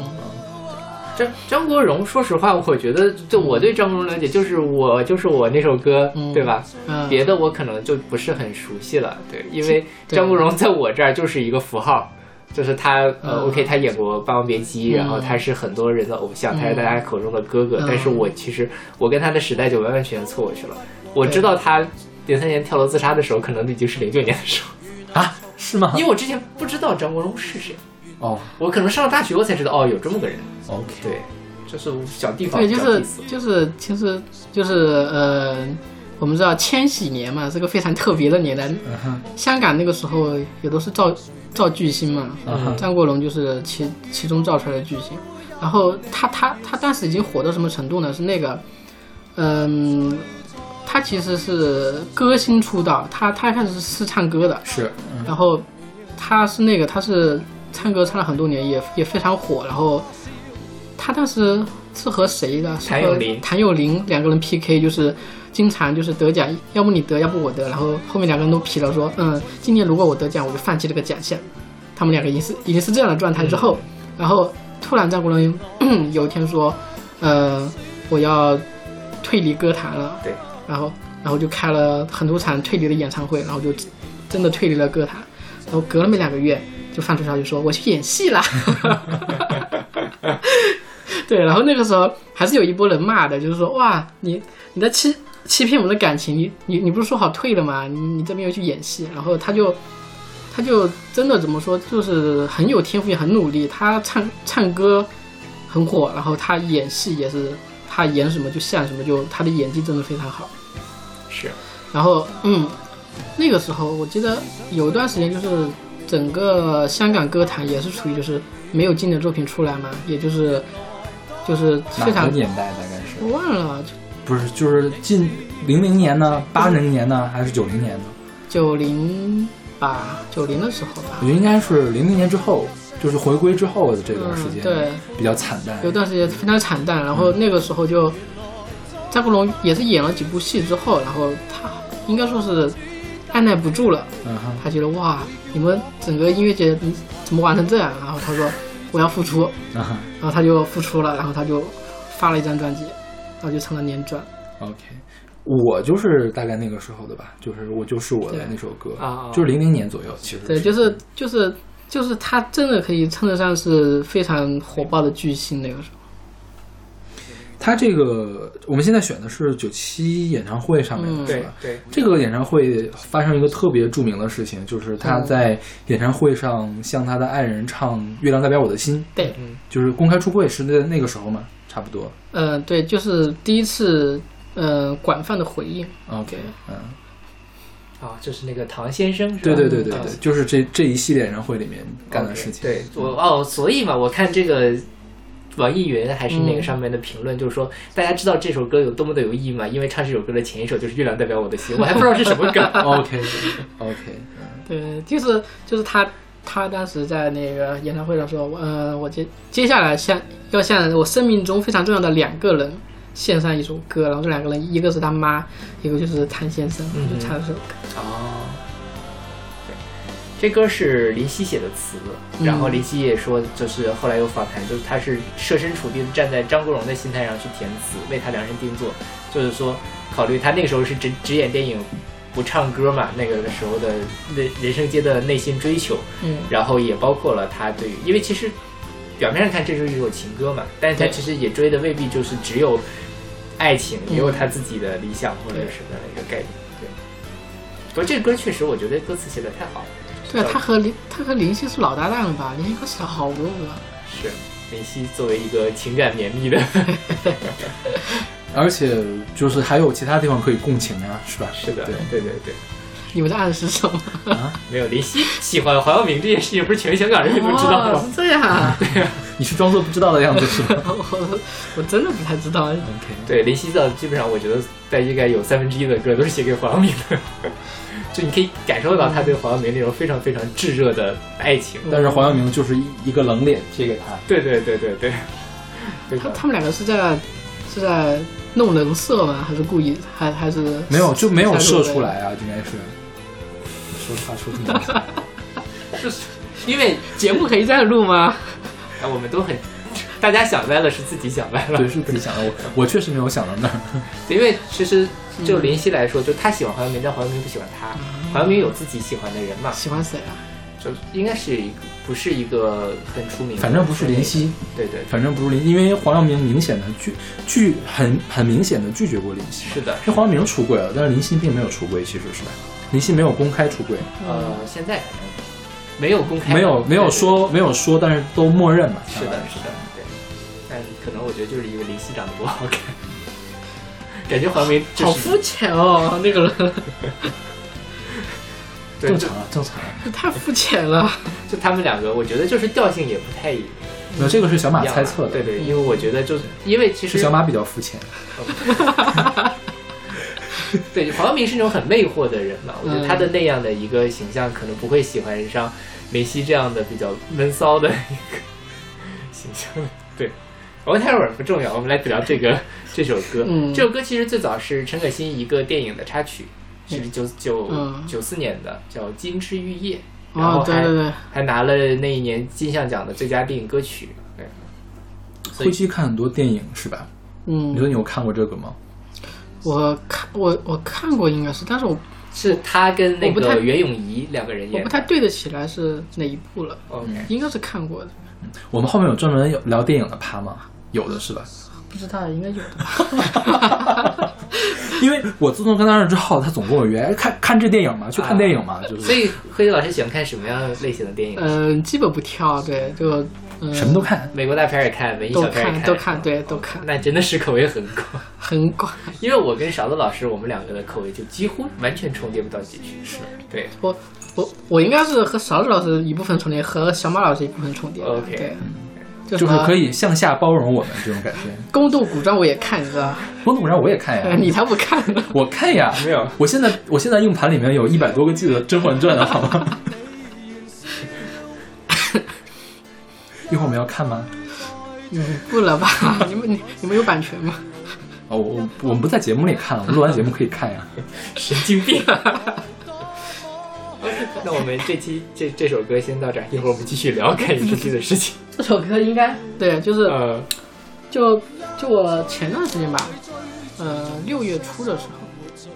Speaker 1: 张张国荣，说实话，我觉得就我对张国荣了解，就是我就是我那首歌，
Speaker 3: 嗯
Speaker 1: 对吧？
Speaker 3: 嗯，
Speaker 1: 别的我可能就不是很熟悉了，对，因为
Speaker 3: 对
Speaker 1: 张国荣在我这儿就是一个符号，就是他呃、
Speaker 3: 嗯
Speaker 1: o k 他演过《霸王别姬》
Speaker 3: 嗯
Speaker 1: 然后他是很多人的偶像，
Speaker 3: 嗯
Speaker 1: 他是大家口中的哥哥，
Speaker 3: 嗯
Speaker 1: 但是我其实我跟他的时代就完完全全错过去了。我知道他零三年跳楼自杀的时候，可能已经是零九年的时候，
Speaker 2: 啊， (laughs) 是吗？
Speaker 1: 因为我之前不知道张国荣是谁，
Speaker 2: 哦
Speaker 1: 我可能上了大学我才知道哦有这么个人，
Speaker 2: ，OK，
Speaker 1: 对，就是小地方
Speaker 3: 对，就
Speaker 1: 小
Speaker 3: 是
Speaker 1: 地方
Speaker 3: 就是其实就是呃，我们知道千禧年嘛，是个非常特别的年代。
Speaker 2: 嗯哼，
Speaker 3: 香港那个时候也都是造造巨星嘛，
Speaker 2: 嗯哼
Speaker 3: 张国荣就是其其中造出来的巨星。然后他他他当时已经火到什么程度呢？是那个，嗯，他其实是歌星出道，他他一开始是唱歌的，
Speaker 2: 是，嗯
Speaker 3: 然后他是那个他是唱歌唱了很多年，也也非常火。然后他当时是和谁的？是和
Speaker 1: 谭咏麟
Speaker 3: 谭咏麟两个人 PK，就是经常就是得奖，要不你得，要不我得。然后后面两个人都疲了，说嗯，今年如果我得奖，我就放弃这个奖项。他们两个已经是已经是这样的状态之
Speaker 1: 嗯
Speaker 3: 后，然后突然张国荣 (clears throat) 有一天说，呃，我要退离歌坛了。
Speaker 1: 对，
Speaker 3: 然后然后就开了很多场退离的演唱会，然后就真的退离了歌坛，然后隔了没两个月，就放出消息说我去演戏啦。 (laughs) 对，然后那个时候还是有一波人骂的，就是说哇，你你在欺欺骗我们的感情，你你你不是说好退的吗？你你这边又去演戏，然后他就他就真的怎么说，就是很有天赋，也很努力，他唱唱歌很火，然后他演戏也是他演什么就像什么，就他的演技真的非常好。
Speaker 1: 是
Speaker 3: 然后嗯，那个时候我记得有一段时间就是整个香港歌坛也是处于就是没有经典作品出来嘛，也就是就是非
Speaker 2: 哪个
Speaker 3: 常
Speaker 2: 年代大概是？
Speaker 3: 我忘了
Speaker 2: 不是，就是近零零年呢，八零年呢，还是九零年呢？
Speaker 3: 九零吧，九零的时候吧
Speaker 2: 我觉，得应该是零零年之后，就是回归之后的这段时
Speaker 3: 嗯
Speaker 2: 间，
Speaker 3: 对，
Speaker 2: 比较惨淡。
Speaker 3: 有段时间非常惨淡，然后那个时候就张国荣也是演了几部戏之后，然后他应该说是按耐不住了。
Speaker 2: 嗯哼，
Speaker 3: 他觉得哇，你们整个音乐节你怎么玩成这样？然后他说我要复出，
Speaker 2: 嗯哼
Speaker 3: 然后他就复出了，然后他就发了一张专辑，然后就成了年专。
Speaker 2: ，OK。我就是大概那个时候的吧，就是我就是我的那首歌
Speaker 1: 对啊，
Speaker 2: 就是零零年左右，其实
Speaker 3: 对，就是就是就是他真的可以称得上是非常火爆的巨星那个时候。
Speaker 2: 他这个我们现在选的是九七演唱会上面的
Speaker 3: 嗯
Speaker 2: 是
Speaker 1: 对
Speaker 2: 吧？
Speaker 1: 对，
Speaker 2: 这个演唱会发生一个特别著名的事情，就是他在演唱会上向他的爱人唱《月亮代表我的心》，
Speaker 3: 对，
Speaker 2: 就是公开出柜是在那个时候嘛，差不多。
Speaker 3: 呃，对，就是第一次呃广泛的回应。
Speaker 2: OK，嗯，
Speaker 1: 啊，就是那个唐先生是吧？
Speaker 2: 对对对对
Speaker 1: 啊
Speaker 2: 对，就是这这一系列演唱会里面干的事情。
Speaker 1: 对 (laughs) 我哦，所以嘛，我看这个网易云还是
Speaker 2: 嗯
Speaker 1: 那个上面的评论，就是说、大家知道这首歌有多么的有意义嘛？因为唱这首歌的前一首就是《月亮代表我的心》，我还不知道是什
Speaker 2: (laughs)
Speaker 1: 么歌。哦
Speaker 2: OK OK，
Speaker 3: 对，就是就是他他当时在那个演唱会上说，呃，我接接下来向要向我生命中非常重要的两个人献上一首歌，然后这两个人一个是他妈，一个就是谭先生，就唱这首歌。
Speaker 1: 哦，对，这歌是林夕写的词，
Speaker 3: 嗯
Speaker 1: 然后林夕也说，就是后来有访谈，就是他是设身处地地站在张国荣的心态上去填词，为他量身定做，就是说考虑他那个时候是只只演电影。不唱歌嘛，那个时候的人人生阶段的内心追求，
Speaker 3: 嗯，
Speaker 1: 然后也包括了他对于，因为其实表面上看这就是一首情歌嘛，但是他
Speaker 3: 对
Speaker 1: 其实也追的未必就是只有爱情，
Speaker 3: 嗯
Speaker 1: 也有他自己的理想或者
Speaker 3: 对
Speaker 1: 什么样的一个概念。对，不过这歌确实，我觉得歌词写的太好了，
Speaker 3: 对啊，他和林他和林夕是老搭档了吧？林夕歌写了好多歌。
Speaker 1: 是林夕作为一个情感绵密的， (laughs)
Speaker 2: 而且就是还有其他地方可以共情啊，是吧？
Speaker 1: 是的，
Speaker 2: 对
Speaker 1: 对。对对对，
Speaker 3: 你们的暗示是
Speaker 1: (laughs)
Speaker 3: 什么？
Speaker 1: 没有林夕喜欢黄耀明这件事情，不是全香港人都知道
Speaker 3: 哦
Speaker 1: 吗？
Speaker 3: 是这样啊，
Speaker 2: 你是装作不知道的样子是
Speaker 1: (laughs)
Speaker 2: 吧
Speaker 3: (laughs) 我我真的不太知道。
Speaker 2: ？OK，
Speaker 1: 对，林夕的基本上我觉得在应该有三分之一的歌都是写给黄晓明的， (laughs) 就你可以感受到他对黄晓明那种非常非常炙热的爱情。
Speaker 2: 但是黄耀明就是一一个冷脸贴给他，
Speaker 1: 对对对对对，非
Speaker 3: 他
Speaker 1: 常
Speaker 3: 他们两个是在是在弄人设吗？还是故意？还还是
Speaker 2: 没有就没有射出来啊，应该是。说话说这么难
Speaker 1: (laughs)
Speaker 2: 听，
Speaker 1: 因为
Speaker 3: 节目可以这样录吗？
Speaker 1: 哎 (laughs) 我们都很，大家想歪了是自己想歪了
Speaker 2: 对，，是自己想的。我我确实没有想到那儿。
Speaker 1: 因为其实
Speaker 2: 嗯
Speaker 1: 就林夕来说，就他喜欢黄晓明，但黄晓明不喜欢他。黄晓明有自己喜欢的人嘛，
Speaker 3: 喜欢谁啊？
Speaker 1: 就应该是一个不是一个很出名的，
Speaker 2: 反正不是林，夕，
Speaker 1: 对对，
Speaker 2: 反正不是林，因为黄耀明明显的拒拒很很明显的拒绝过林夕。
Speaker 1: 是的，
Speaker 2: 是黄耀明出轨了，但是林夕并没有出轨，其实是吧？林夕没有公开出轨，
Speaker 1: 呃，现在反正没有公开的，
Speaker 2: 没有没有
Speaker 1: 对
Speaker 2: 说没有说，但是都默认嘛。
Speaker 1: 是的，是的，对。但可能我觉得就是因为林夕长得不好看，感觉黄明就
Speaker 3: 好
Speaker 1: 是
Speaker 3: 肤浅哦，那个人
Speaker 1: 对
Speaker 2: 正
Speaker 1: 就
Speaker 2: 常啊，正常啊。
Speaker 3: (laughs) 太肤浅了。 (laughs)
Speaker 1: 就他们两个，我觉得就是调性也不太一样
Speaker 2: 那这个是小马
Speaker 1: 啊。
Speaker 2: 猜测的，嗯
Speaker 1: 对对，因为我觉得就是因为其
Speaker 2: 是
Speaker 1: 实
Speaker 2: 小马比较肤浅。
Speaker 3: 哦
Speaker 1: 对黄晓明是那种很魅惑的人嘛，我觉
Speaker 3: 嗯
Speaker 1: 得他的那样的一个形象可能不会喜欢上梅西这样的比较闷骚的一个 (laughs) 形象。对，我们待会儿不重要，我们来聊这个这首歌。
Speaker 3: 嗯
Speaker 1: 这首歌其实最早是陈可辛一个电影的插曲，是九九
Speaker 3: 嗯
Speaker 1: 九四年的，叫《金枝玉叶》，然
Speaker 3: 哦
Speaker 1: 后，
Speaker 3: 对
Speaker 1: 还、
Speaker 3: 对对，
Speaker 1: 还拿了那一年金像奖的最佳电影歌曲。对，所以
Speaker 2: 后期看很多电影是吧？你说
Speaker 3: 嗯，
Speaker 2: 你有看过这个吗？
Speaker 3: 我看我我看过应该是，但是我
Speaker 1: 是他跟那
Speaker 3: 我不太
Speaker 1: 个袁咏仪两个人
Speaker 3: 我
Speaker 1: 演
Speaker 3: 不
Speaker 1: 的。
Speaker 3: 太对得起来是哪一部了，
Speaker 1: OK，
Speaker 3: 应该是看过的，
Speaker 2: 我们后面有专门有聊电影的趴吗？有的
Speaker 1: (laughs)
Speaker 2: 是吧？
Speaker 3: 不知道应该有的吧。 (laughs)
Speaker 2: 因为我自从跟他认识之后，他总跟我约哎看看这电影嘛，去看电影嘛，啊就是
Speaker 1: 啊所以辉老师喜欢看什么样类型的电影？
Speaker 3: 嗯，基本不挑，对，就嗯
Speaker 2: 什么都看。
Speaker 1: 美国大片也看，文艺
Speaker 3: 都
Speaker 1: 小片也
Speaker 3: 看都
Speaker 1: 看
Speaker 3: 看，对都看，
Speaker 1: 那真的是口味很广。
Speaker 3: 很广。
Speaker 1: 因为我跟勺子老师，我们两个的口味就几乎完全重叠不到一起去。是对，
Speaker 3: 我我我应该是和勺子老师一部分重叠，和小马老师一部分重叠的。
Speaker 1: OK
Speaker 3: 对，
Speaker 2: 就是
Speaker 3: 什么
Speaker 1: 啊
Speaker 2: 可以向下包容我们这种感觉。
Speaker 3: 宫斗古装我也看，你知道吧？
Speaker 2: 《光头古然我也看
Speaker 3: (laughs)
Speaker 2: 呀，
Speaker 3: 你才不看呢。
Speaker 2: 我看呀，
Speaker 1: 哎没有
Speaker 2: 我现在我现在硬盘里面有一百多个 G 的《甄嬛传》啊，
Speaker 1: (laughs)
Speaker 2: 好吗？一会儿我们要看吗？
Speaker 3: 嗯， (laughs) 不了吧？你们你你们有版权吗？
Speaker 2: 哦，我我我们不在节目里看，我们录完节目可以看
Speaker 3: (laughs)
Speaker 2: 呀。
Speaker 3: 嗯
Speaker 1: 神经病。啊那我们这期这这首歌先到这儿，一会儿我们继续聊看影视剧的
Speaker 3: (laughs)
Speaker 1: 事情。
Speaker 3: 这首歌应该对，就是
Speaker 1: 呃，
Speaker 3: 就就我前段时间吧，呃，六月初的时候，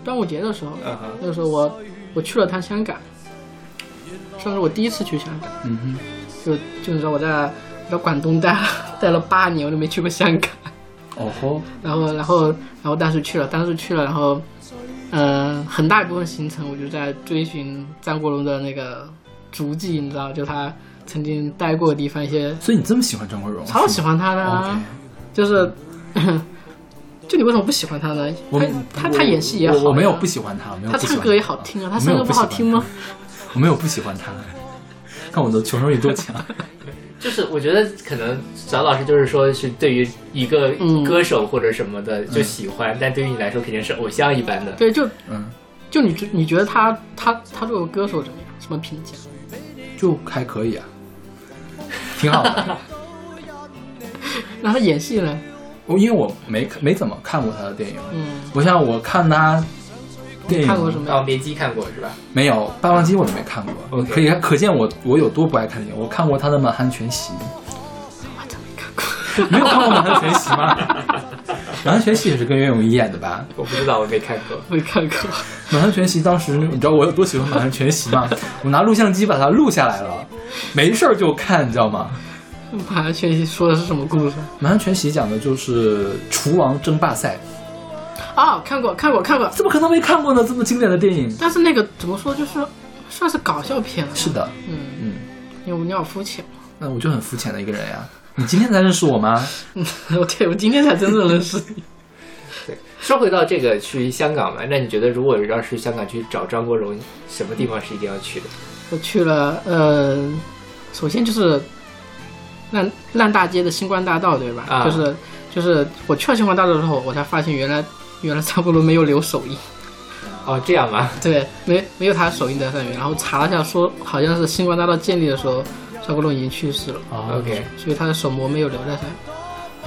Speaker 3: 端午节的时候，
Speaker 1: 嗯哼
Speaker 3: 那个时候我我去了趟香港，算是我第一次去香港。
Speaker 2: 嗯
Speaker 3: 就就你知道我在我在广东待了待了八年，我都没去过香港。
Speaker 2: 哼，哦吼，
Speaker 3: 然后然后然后当时去了，当时去了，然后呃，很大一部分行程我就在追寻张国荣的那个足迹，你知道，就他曾经待过的地方一些，
Speaker 2: 所以你这么喜欢张国荣？
Speaker 3: 超喜欢他的、
Speaker 2: 欢
Speaker 3: 啊就是 (laughs) 就你为什么不喜欢他呢？
Speaker 2: 我
Speaker 3: 他他他演戏也好
Speaker 2: 我我没有
Speaker 3: 呀
Speaker 2: 不喜欢他，没有
Speaker 3: 他
Speaker 2: 不喜欢
Speaker 3: 唱歌也好听啊，他
Speaker 2: 我没
Speaker 3: 唱
Speaker 2: 有
Speaker 3: 歌
Speaker 2: 不
Speaker 3: 好
Speaker 2: 喜欢
Speaker 3: 听吗？
Speaker 2: 他？我没有不喜欢他，看我的求生欲
Speaker 3: (laughs)
Speaker 2: 多强。
Speaker 1: 就是我觉得可能勺老师就是说是对于一个
Speaker 3: 嗯
Speaker 1: 歌手或者什么的就喜欢，但对于你来说肯定是偶像一般的。
Speaker 3: 对，就
Speaker 2: 嗯，
Speaker 3: 就你觉你觉得他他他作为歌手怎么样？什么评价？
Speaker 2: 就还
Speaker 3: (laughs)
Speaker 2: 可以啊，挺好的。
Speaker 3: 那他演戏呢？
Speaker 2: 我因为我没没怎么看过他的电影，
Speaker 3: 嗯，
Speaker 2: 不像我看他电影
Speaker 3: 看过什么
Speaker 1: 霸王
Speaker 3: 呀？
Speaker 1: 别姬看过是吧？
Speaker 2: 没有《霸王姬》，我都没看过。
Speaker 1: OK
Speaker 2: 可以可见我我有多不爱看电影。我看过他的《满汉全席》， (laughs) 没有看过《满汉全席》吗？《满汉全席》也是跟袁咏仪演的吧？
Speaker 1: 我不知道，我没看过。
Speaker 3: 没看过。
Speaker 2: 《满汉全席》当时你知道我有多喜欢《满汉全席》 (laughs) 吗？我拿录像机把它录下来了，没事儿就看，你知道吗？
Speaker 3: 马上全说的是什么故事？
Speaker 2: 《满汉全席》讲的就是厨王争霸赛，
Speaker 3: 啊，看过，看过，看过。
Speaker 2: 怎么可能没看过呢？这么经典的电影。
Speaker 3: 但是那个怎么说，就是算是搞笑片了。
Speaker 2: 是的，
Speaker 3: 嗯，
Speaker 2: 嗯，
Speaker 3: 因为我们比较肤浅。
Speaker 2: 那我就很肤浅的一个人呀。你今天才认识我 (laughs) 吗？
Speaker 3: 嗯，对，我今天才真正认识你。
Speaker 1: 说回到这个去香港嘛，那你觉得如果要是去香港去找张国荣，什么地方是一定要去的？
Speaker 3: 我去了，呃，首先就是烂烂大街的星光大道，对吧？
Speaker 1: 啊
Speaker 3: 就是就是我去了星光大道之后，我才发现原来原来张国荣没有留手印，嗯
Speaker 1: 哦，这样吗？
Speaker 3: 对，没没有他的手印在上面。然后查了一下说，好像是星光大道建立的时候，张国荣已经去世了，
Speaker 2: 啊
Speaker 1: OK
Speaker 3: 所以他的手模没有留在上面。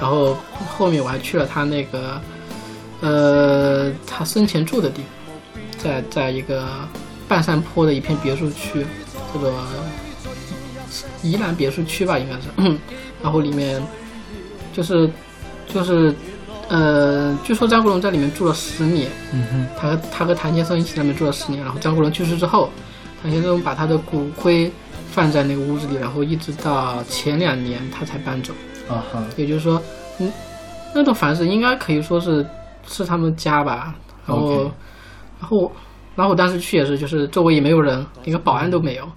Speaker 3: 然后后面我还去了他那个，呃，他生前住的地方，在在一个半山坡的一片别墅区，这个宜兰别墅区吧，应该是。 (clears throat) 然后里面就是就是呃，据说张国荣在里面住了十年，
Speaker 2: 嗯哼，
Speaker 3: 他和他和谭先生一起在那边住了十年。然后张国荣去世之后，谭先生把他的骨灰放在那个屋子里，然后一直到前两年他才搬走。
Speaker 2: 啊哈，
Speaker 3: 也就是说，嗯，那栋房子应该可以说是是他们家吧。然后
Speaker 2: OK
Speaker 3: 然后我，然后我当时去也是，就是周围也没有人，连个保安都没有。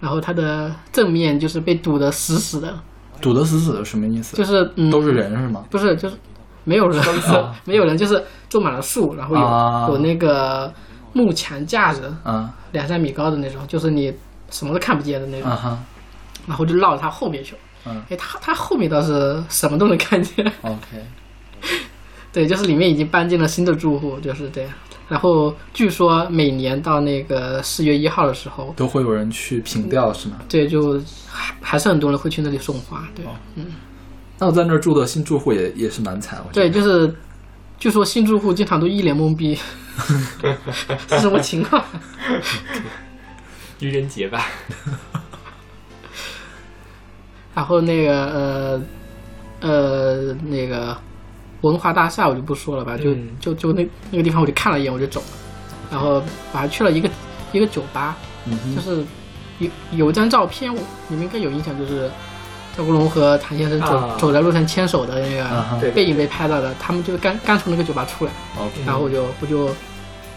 Speaker 3: 然后他的正面就是被堵得死死的，
Speaker 2: 堵得死死的，什么意思？
Speaker 3: 就是嗯，
Speaker 2: 都是人是吗？
Speaker 3: 不是就是没有人， (laughs) 没有人，就是种满了树，然后有、
Speaker 2: 啊
Speaker 3: 有那个幕墙架着，
Speaker 2: 啊
Speaker 3: 两三米高的那种，就是你什么都看不见的那种，
Speaker 2: 啊哈
Speaker 3: 然后就绕着他后面去了。
Speaker 2: 嗯
Speaker 3: 哎，他他后面倒是什么都能看见。 (laughs)
Speaker 2: ，OK，
Speaker 3: 对，就是里面已经搬进了新的住户，就是这样。然后据说每年到那个四月一号的时候，
Speaker 2: 都会有人去凭吊是吗？
Speaker 3: 对，就还还是很多人会去那里送花。对，
Speaker 2: 那我在那儿住的新住户也也是蛮惨，我觉
Speaker 3: 对，
Speaker 2: 得。
Speaker 3: 就是据说新住户经常都一脸懵逼，这是什么情况？
Speaker 1: 愚人节吧，
Speaker 3: 然后那个呃呃那个文华大厦我就不说了吧，就、
Speaker 1: 嗯
Speaker 3: 就就那那个地方我就看了一眼我就走了，然后我还去了一个一个酒吧，
Speaker 2: 嗯哼
Speaker 3: 就是有有一张照片，我你们应该有印象，就是赵国荣和谭先生走、
Speaker 1: 啊
Speaker 3: 走在路上牵手的那
Speaker 2: 啊哈
Speaker 3: 个
Speaker 1: 对
Speaker 3: 背影被拍到的，他们就是刚刚从那个酒吧出来，
Speaker 2: ，OK，
Speaker 3: 然后我就我就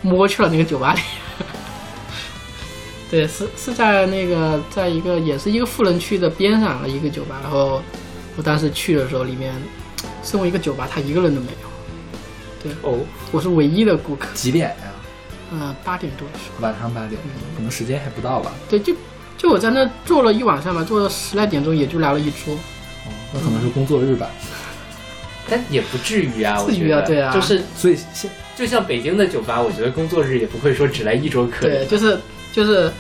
Speaker 3: 摸去了那个酒吧里。 (laughs) 对，是是在那个，在一个也是一个富人区的边上的一个酒吧，然后我当时去的时候，里面身为一个酒吧，他一个人都没有，
Speaker 1: 哦，
Speaker 3: 我是唯一的顾客。
Speaker 2: 几点呀？
Speaker 3: 嗯、八点多的时候，
Speaker 2: 晚上八点，可能时间还不到吧？
Speaker 3: 对，就就我在那坐了一晚上吧，坐了十来点钟，也就来了一桌。
Speaker 2: 哦，那可能是工作日吧。
Speaker 1: 但也不至于啊，我
Speaker 3: 至
Speaker 1: 觉
Speaker 3: 于啊
Speaker 1: 得，
Speaker 3: 对啊
Speaker 1: 就是
Speaker 2: 所以现
Speaker 1: 就像北京的酒吧，我觉得工作日也不会说只来一桌客
Speaker 3: 对，
Speaker 1: 人。
Speaker 3: 就是就是，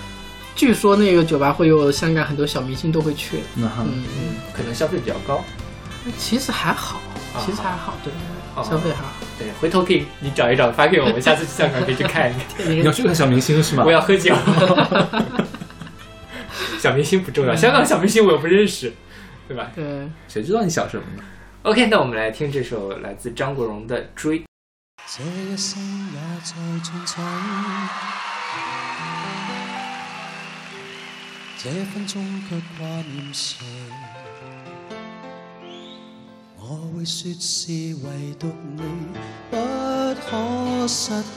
Speaker 3: 据说那个酒吧会有香港很多小明星都会去。
Speaker 2: 嗯哈，
Speaker 3: 嗯，
Speaker 1: 可能消费比较高。
Speaker 3: 其实还好，
Speaker 2: 啊
Speaker 3: 其实还好，对，
Speaker 1: 哦
Speaker 3: 消费还好。
Speaker 1: 对，回头可以你找一找发给我们，下次去香港可以去看一
Speaker 3: (laughs)
Speaker 1: 看。
Speaker 2: 你要去看小明星是吗
Speaker 1: 我？要喝酒。小明星不重要，
Speaker 3: 嗯
Speaker 1: 香港小明星我又不认识，对吧
Speaker 3: 对。
Speaker 2: 谁知道你想什么呢？
Speaker 1: ？OK，那我们来听这首来自张国荣的《追》。
Speaker 7: 这一生也在进取，这分钟却挂念谁？我会说是唯独你不可失去。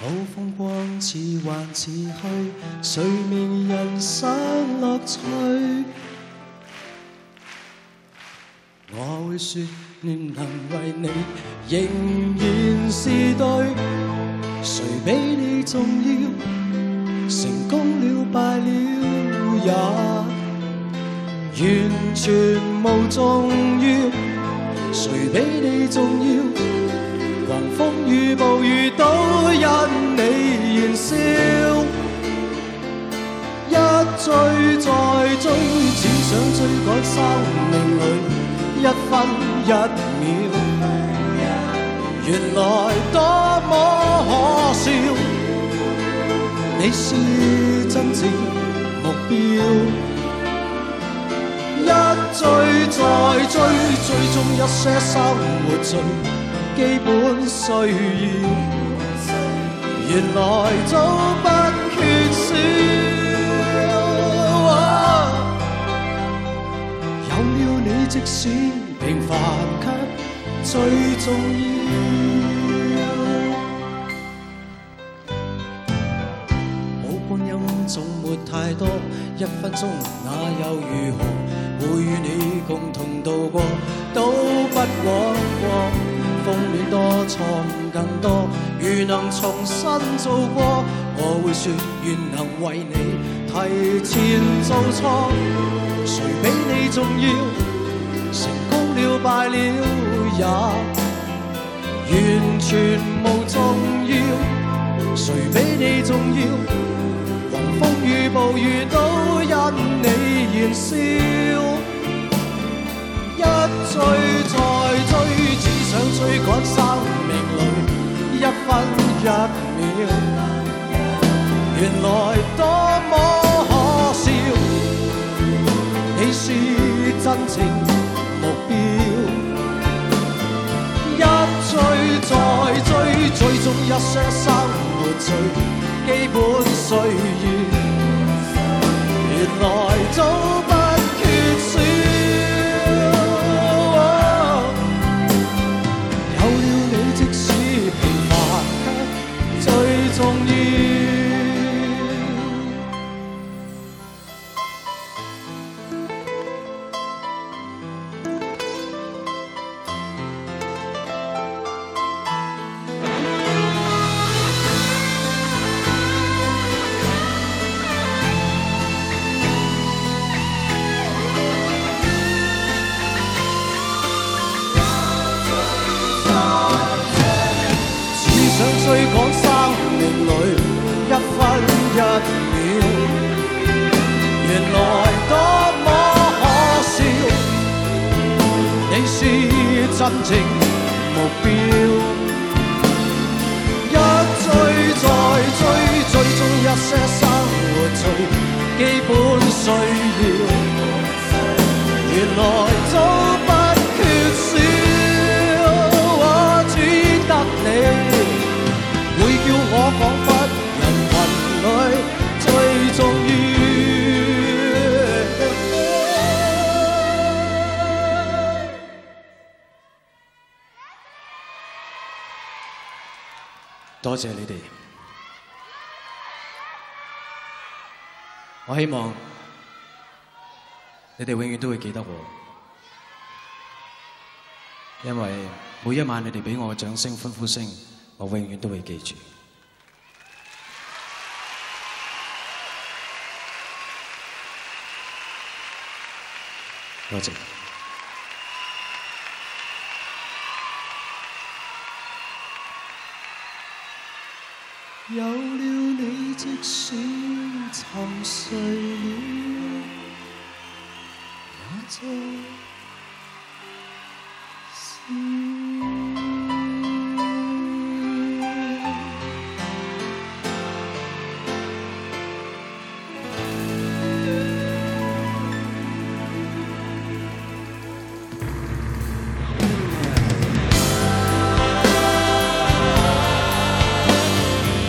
Speaker 7: 好风光似幻似虚，谁明人生乐趣？我会说，愿能为你，仍然是对。谁比你重要？成功了，败了也完全无重要。谁比你重要？狂风雨暴雨都因你燃烧。一追再追，只想追赶生命里一分一秒。原來多麼可笑，你是真正目標。一追再追，追蹤一些生活最基本需要，原來早不缺少。啊有了你，即使平凡卻最重要。冇光陰總沒太多，一分鐘那又如何？會與你共同度過，都不枉過。風戀多，錯誤更多，如能重新做過，我會說願能為你提前做錯。誰比你重要？成功了敗了也完全無重要。谁比你重要？狂风与暴雨都因你燃烧。一追再追，只想追赶生命里一分一秒。原来多么可笑，你是真正目标。一追再追，追蹤一些生活最基本需要，原來早不缺少。啊有了你，即使平凡卻最重要。只想追趕生命裏一分一秒。原來多麼可笑，你是真正目標。一追再追，追蹤一些生活最基本需要。原來早不缺少，我只得你，會叫我彷彿人群裏最重要。多謝你哋，我希望你哋永遠都會記得我。因為每一晚你哋俾我嘅掌聲、歡呼聲，我永遠都會記住。多謝。有了你，即使沉睡了，也將。
Speaker 6: 「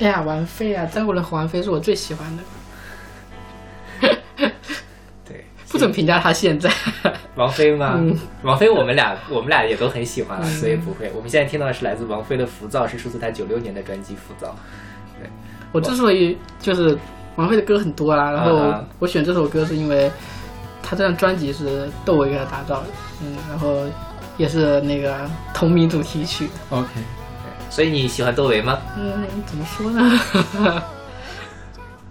Speaker 3: 哎呀，王菲啊，张国荣和王菲是我最喜欢的，
Speaker 1: 对，
Speaker 3: 不准评价她现 (laughs) 在。
Speaker 1: 王菲吗？
Speaker 3: 嗯
Speaker 1: 王菲，我们俩我们俩也都很喜欢了，所以不会。我们现在听到的是来自王菲的《浮躁》，是出自她九六年的专辑《浮躁》。
Speaker 3: 我之所以就是王菲的歌很多啦，然后
Speaker 1: 啊
Speaker 3: 我选这首歌是因为她这张专辑是窦唯给她打造的，嗯，然后也是那个同名主题曲。
Speaker 2: OK，
Speaker 1: 对所以你喜欢窦唯吗？
Speaker 3: 嗯，怎么说呢？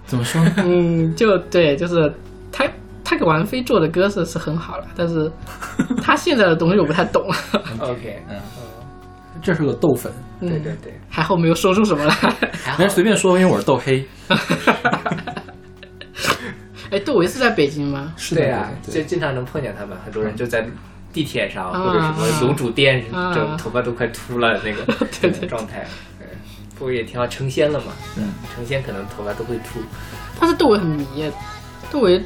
Speaker 2: 怎么说呢？
Speaker 3: (laughs)
Speaker 2: (laughs)
Speaker 3: 嗯，就对，就是他他给王菲做的歌是是很好了，但 (laughs) 是他现在的东西我不太懂。
Speaker 1: OK，
Speaker 2: 嗯，这是个豆粉，
Speaker 3: 嗯
Speaker 1: 对对，对，
Speaker 3: 还好没有说出什么来。 (laughs)
Speaker 1: 还好
Speaker 2: 人家。随便说，因为我是豆黑。
Speaker 3: 哎，窦唯是在北京吗？
Speaker 2: 是的，
Speaker 1: 对啊，
Speaker 2: 对
Speaker 1: 就
Speaker 2: 对
Speaker 1: 经常能碰见他们，很多人就在地铁上
Speaker 3: 啊
Speaker 1: 或者什么卤煮店，
Speaker 3: 啊
Speaker 1: 整头发都快秃了那个
Speaker 3: (laughs) 对
Speaker 1: 那种状态。对，不过也挺好，成仙了嘛，
Speaker 2: 嗯，
Speaker 1: 成仙可能头发都会秃。
Speaker 3: 但是窦唯很迷耶，窦唯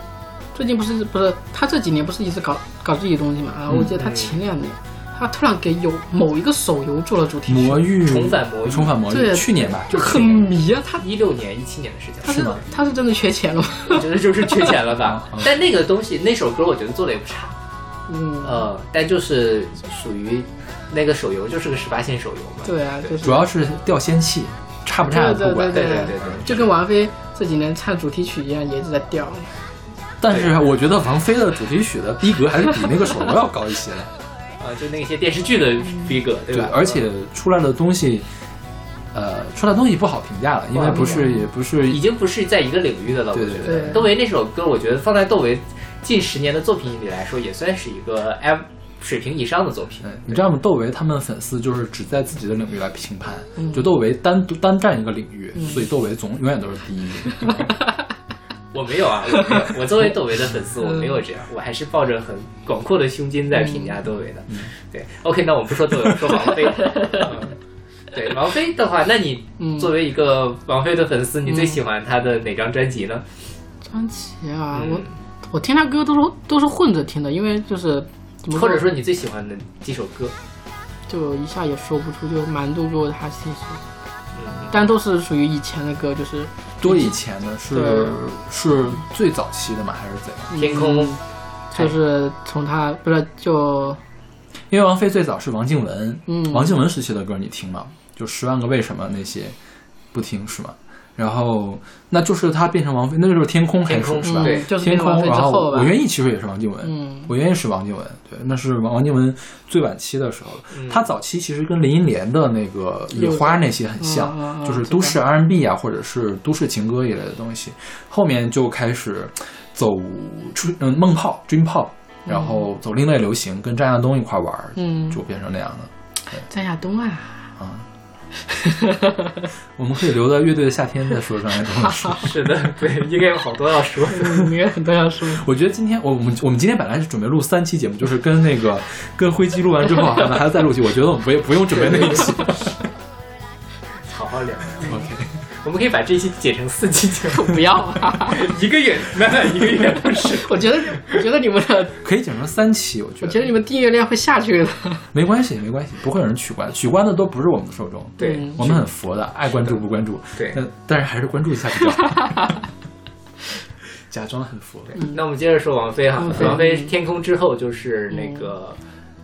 Speaker 3: 最近不是不是他这几年不是一直搞搞自己东西嘛？然后我记得他前两年，他突然给有某一个手游做了主题曲，
Speaker 2: 魔域
Speaker 1: 重返魔域
Speaker 2: 重返魔域，
Speaker 3: 对
Speaker 2: 去年吧，
Speaker 3: 就很迷啊。他
Speaker 1: 一六年、一七年的事情，
Speaker 3: 他是
Speaker 2: 吗。
Speaker 3: 他是真的缺钱了吗？
Speaker 1: 我觉得就是缺钱了吧
Speaker 2: (laughs) 嗯
Speaker 1: 但那个东西，那首歌我觉得做的也不差，
Speaker 3: 嗯，
Speaker 1: 呃，但就是属于那个手游，就是个十八线手游嘛。
Speaker 3: 对啊，就是
Speaker 2: 主要是掉仙气，差不差
Speaker 3: 对
Speaker 2: 不
Speaker 3: 对
Speaker 2: 管
Speaker 3: 对。
Speaker 1: 对对
Speaker 3: 对
Speaker 1: 对对
Speaker 3: 就跟王菲这几年唱主题曲一样，也一直在掉。
Speaker 2: 但是我觉得王菲的主题曲的逼格还是比那个手游要高一些的。
Speaker 1: 啊，就那些电视剧的逼格，对
Speaker 2: (laughs) 对
Speaker 1: 吧？，
Speaker 2: 而且出来的东西，呃，出来的东西不好评价了，因为不是也不是
Speaker 1: 已经不是在一个领域的了。我
Speaker 2: 对
Speaker 1: 觉
Speaker 2: 对
Speaker 1: 得
Speaker 3: 对
Speaker 1: 窦唯那首歌，我觉得放在窦唯近十年的作品里来说，也算是一个 F 水平以上的作品。
Speaker 2: 嗯，你知道吗？窦唯他们粉丝就是只在自己的领域来评判，就窦唯单独单占一个领域，所以窦唯总永远都是第 (laughs) 一。
Speaker 1: 我没 (laughs) 有啊，我没有，我作为窦唯的粉丝，我没有这样，我还是抱着很广阔的胸襟在评价窦唯的。对，OK，那我们不说窦唯， (laughs) 我们说王菲。嗯对王菲的话，那你
Speaker 3: 嗯
Speaker 1: 作为一个王菲的粉丝，你最喜欢她的哪张专辑呢？
Speaker 3: 专辑啊，
Speaker 1: 嗯
Speaker 3: 我我听他歌都是都是混着听的，因为就是怎么
Speaker 1: 或者说你最喜欢的几首歌？
Speaker 3: 就一下也说不出，就蛮多歌我还是挺喜欢，但都是属于以前的歌，就是
Speaker 2: 多以前呢是
Speaker 3: 对
Speaker 2: 是最早期的吗？还是怎样？
Speaker 1: 天空
Speaker 3: 嗯就是从他不是就
Speaker 2: 因为王菲最早是王静雯，
Speaker 3: 嗯
Speaker 2: 王静雯时期的歌你听吗？就《十万个为什么》那些不听是吗？然后那就是她变成王菲，那就是天空还
Speaker 1: 天
Speaker 2: 是
Speaker 1: 空
Speaker 2: 是吧？
Speaker 1: 嗯对
Speaker 3: 就是
Speaker 2: 天
Speaker 3: 变王
Speaker 2: 空，
Speaker 3: 菲之
Speaker 2: 然后
Speaker 3: 后吧
Speaker 2: 我，愿意其实也是王静雯，
Speaker 3: 嗯
Speaker 2: 我愿意是王静雯，对，那是王王静雯最晚期的时候了。
Speaker 3: 嗯
Speaker 2: 她早期其实跟林忆莲的那个《野花》那些很像，
Speaker 3: 嗯嗯嗯
Speaker 2: 就是都市 R&B 啊，或者是都市情歌一类的东西。后面就开始走出嗯梦泡、dream pop，然后走另类流行，跟张亚东一块玩儿，
Speaker 3: 嗯
Speaker 2: 就变成那样了。
Speaker 3: 张亚东啊，
Speaker 2: 我们可以留到乐队的夏天再说张亚东的
Speaker 3: (laughs)
Speaker 2: 事。
Speaker 1: (laughs) 是的， (laughs) 对，应该有好多要说。
Speaker 3: 嗯，应该很多要说， (laughs)
Speaker 2: 我觉得今天我我们我们今天本来是准备录三期节目，就是跟那个跟灰机录完之后，我们还要再录一期。我觉得我们不用不用准备那一期。
Speaker 1: 好好 (laughs) 聊，
Speaker 2: OK。
Speaker 1: 我们可以把这一期剪成四期节 (laughs) 目，
Speaker 3: 不要啊！ (laughs)
Speaker 1: 一个月，慢慢一个月不是。
Speaker 3: 我觉得我觉得你们的，
Speaker 2: 可以剪成三期，我觉
Speaker 3: 我
Speaker 2: 得
Speaker 3: 觉得你们订阅量会下去的。
Speaker 2: 没关系，没关系，不会有人取关，取关的都不是我们的受众，
Speaker 1: 对
Speaker 2: 我们很佛的，爱关注不关注，
Speaker 1: 对
Speaker 2: 但但是还是关注一下比较好，假装很佛。
Speaker 1: 那我们接着说王菲哈
Speaker 3: 王，菲
Speaker 1: 王菲天空之后就是那个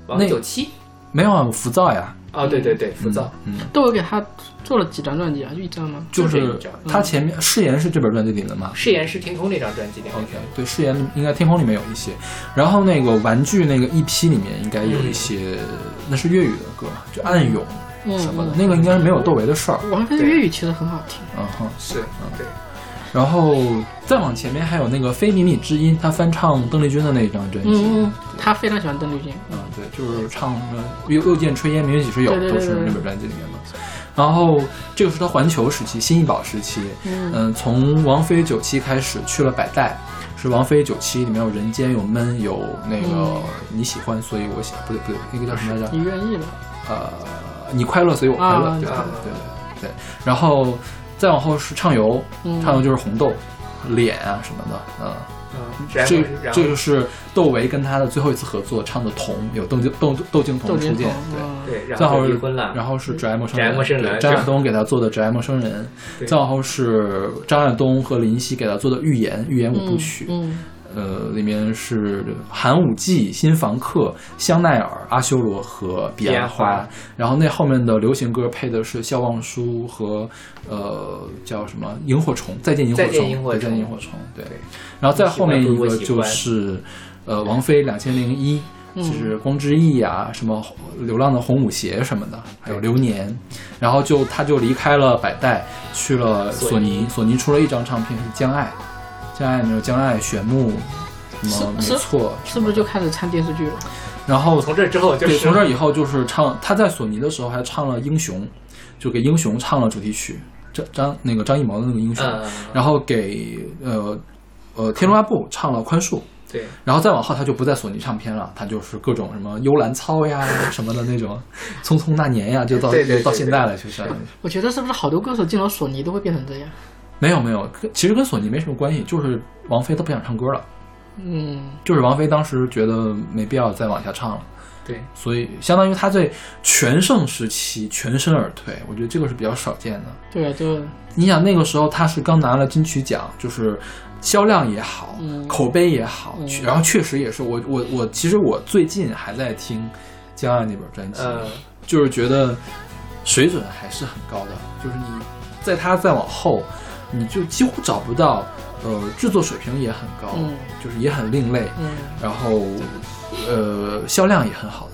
Speaker 1: 王
Speaker 2: 那
Speaker 1: 九七。
Speaker 2: 没有啊，浮躁呀，嗯
Speaker 1: 哦，对对对，浮躁。
Speaker 3: 窦唯给他做了几张专辑啊？就一张吗？
Speaker 2: 就
Speaker 1: 就是
Speaker 2: 是
Speaker 1: 一张
Speaker 2: 他前面《誓言》是这本专辑里的嘛。
Speaker 1: 誓言是天空那张专辑里面
Speaker 2: OK，
Speaker 1: 的。
Speaker 2: 对，誓言应该天空里面有一些，然后那个玩具那个 EP 里面应该有一些，那是粤语的歌嘛，就暗涌什么的，
Speaker 3: 嗯
Speaker 2: 那个应该没有窦唯的事儿，
Speaker 3: 王菲的粤语其实很好听，
Speaker 2: 嗯哼。
Speaker 1: 是，对，
Speaker 2: 然后再往前面还有那个《非靡靡之音》，他翻唱邓丽君的那一张专辑。
Speaker 3: 嗯嗯，他非常喜欢邓丽君，
Speaker 2: 嗯对，就是唱什么《又又见炊烟明月几时有》，
Speaker 3: 对对对
Speaker 2: 都是那本专辑里面的。然后这个是他环球时期、新艺宝时期，嗯、从王菲九七开始去了百代，是王菲九七里面有《人间》、有《闷》、有那个
Speaker 3: 嗯
Speaker 2: 你喜欢，所以我喜不对不对，那个叫什么来着？
Speaker 3: 你愿意了。
Speaker 2: 呃，你快乐，所以我快乐，
Speaker 3: 啊
Speaker 2: 对吧
Speaker 1: 啊
Speaker 2: 对对对。然后再往后是畅游，
Speaker 3: 嗯
Speaker 2: 畅游就是红豆、脸啊什么的，嗯，
Speaker 1: 然后
Speaker 2: 这
Speaker 1: 然后
Speaker 2: 这就是窦唯跟他的最后一次合作唱的《童》，有窦靖窦窦靖童
Speaker 3: 窦
Speaker 2: 出
Speaker 3: 靖
Speaker 2: 现
Speaker 3: 童，，
Speaker 2: 对。
Speaker 3: 嗯
Speaker 1: 对，然
Speaker 2: 再
Speaker 1: 后
Speaker 2: 后
Speaker 1: 离
Speaker 2: 是
Speaker 1: 婚了，
Speaker 2: 然后是《挚爱陌生
Speaker 1: 挚爱
Speaker 2: 人》
Speaker 1: 陌生
Speaker 2: 对
Speaker 1: 人
Speaker 2: 张
Speaker 1: 这
Speaker 2: 亚东给他做的《挚爱陌生人
Speaker 1: 对》，
Speaker 2: 再往后是张亚东和林夕给他做的《预言》，《预言》五部曲，
Speaker 3: 嗯，
Speaker 2: 呃，里面是寒武纪、新房客、香奈儿、阿修罗和彼
Speaker 1: 彼
Speaker 2: 岸
Speaker 1: 岸
Speaker 2: 花，
Speaker 1: 花
Speaker 2: 然后那后面的流行歌配的是《笑忘书》和呃叫什么《萤火虫》，再见萤火
Speaker 1: 再
Speaker 2: 虫，
Speaker 1: 见萤火
Speaker 2: 对再见
Speaker 1: 虫
Speaker 2: 萤火虫，对
Speaker 1: 对。
Speaker 2: 然后再后面一
Speaker 1: 我喜
Speaker 2: 个
Speaker 1: 欢不
Speaker 2: 就
Speaker 1: 我喜欢嗯
Speaker 2: 是呃王菲《两千零一》。就是光之翼啊，什么流浪的红舞鞋什么的，还有流年，然后就他就离开了百代，去了索
Speaker 1: 索
Speaker 2: 尼。索尼出了一张唱片是《将爱》，江爱没有江爱玄木，什么没
Speaker 3: 是是
Speaker 2: 错。
Speaker 3: 是不是就开始看电视剧了？
Speaker 2: 然后
Speaker 1: 从这之后就
Speaker 2: 对，
Speaker 1: 是
Speaker 2: 从这以后就是唱，他在索尼的时候还唱了《英雄》，就给《英雄》唱了主题曲，张张那个张艺谋的那个《英雄》
Speaker 1: 嗯
Speaker 2: 然后给呃呃《天龙八部》唱了《宽恕》。
Speaker 1: 对，
Speaker 2: 然后再往后，他就不在索尼唱片了，他就是各种什么《幽兰操》呀什么的
Speaker 1: (laughs)
Speaker 2: 那种，《匆匆那年》呀，就到
Speaker 1: 对对对
Speaker 2: 到现
Speaker 1: 对
Speaker 2: 在了，就是。
Speaker 3: 我觉得是不是好多歌手进了索尼都会变成这样？
Speaker 2: 没有没有，跟其实跟索尼没什么关系，就是王菲她不想唱歌了，
Speaker 3: 嗯，
Speaker 2: 就是王菲当时觉得没必要再往下唱了，
Speaker 1: 对
Speaker 2: 所以相当于她在全盛时期全身而退，我觉得这个是比较少见的。
Speaker 3: 对啊，就
Speaker 2: 你想那个时候她是刚拿了金曲奖，就是销量也好，
Speaker 3: 嗯
Speaker 2: 口碑也好，
Speaker 3: 嗯
Speaker 2: 然后确实也是我我我其实我最近还在听江岸那本专辑，
Speaker 1: 呃，
Speaker 2: 就是觉得水准还是很高的，就是你在他再往后，你就几乎找不到，呃，制作水平也很高，
Speaker 3: 嗯
Speaker 2: 就是也很另类，
Speaker 3: 嗯
Speaker 2: 然后呃，销量也很好的。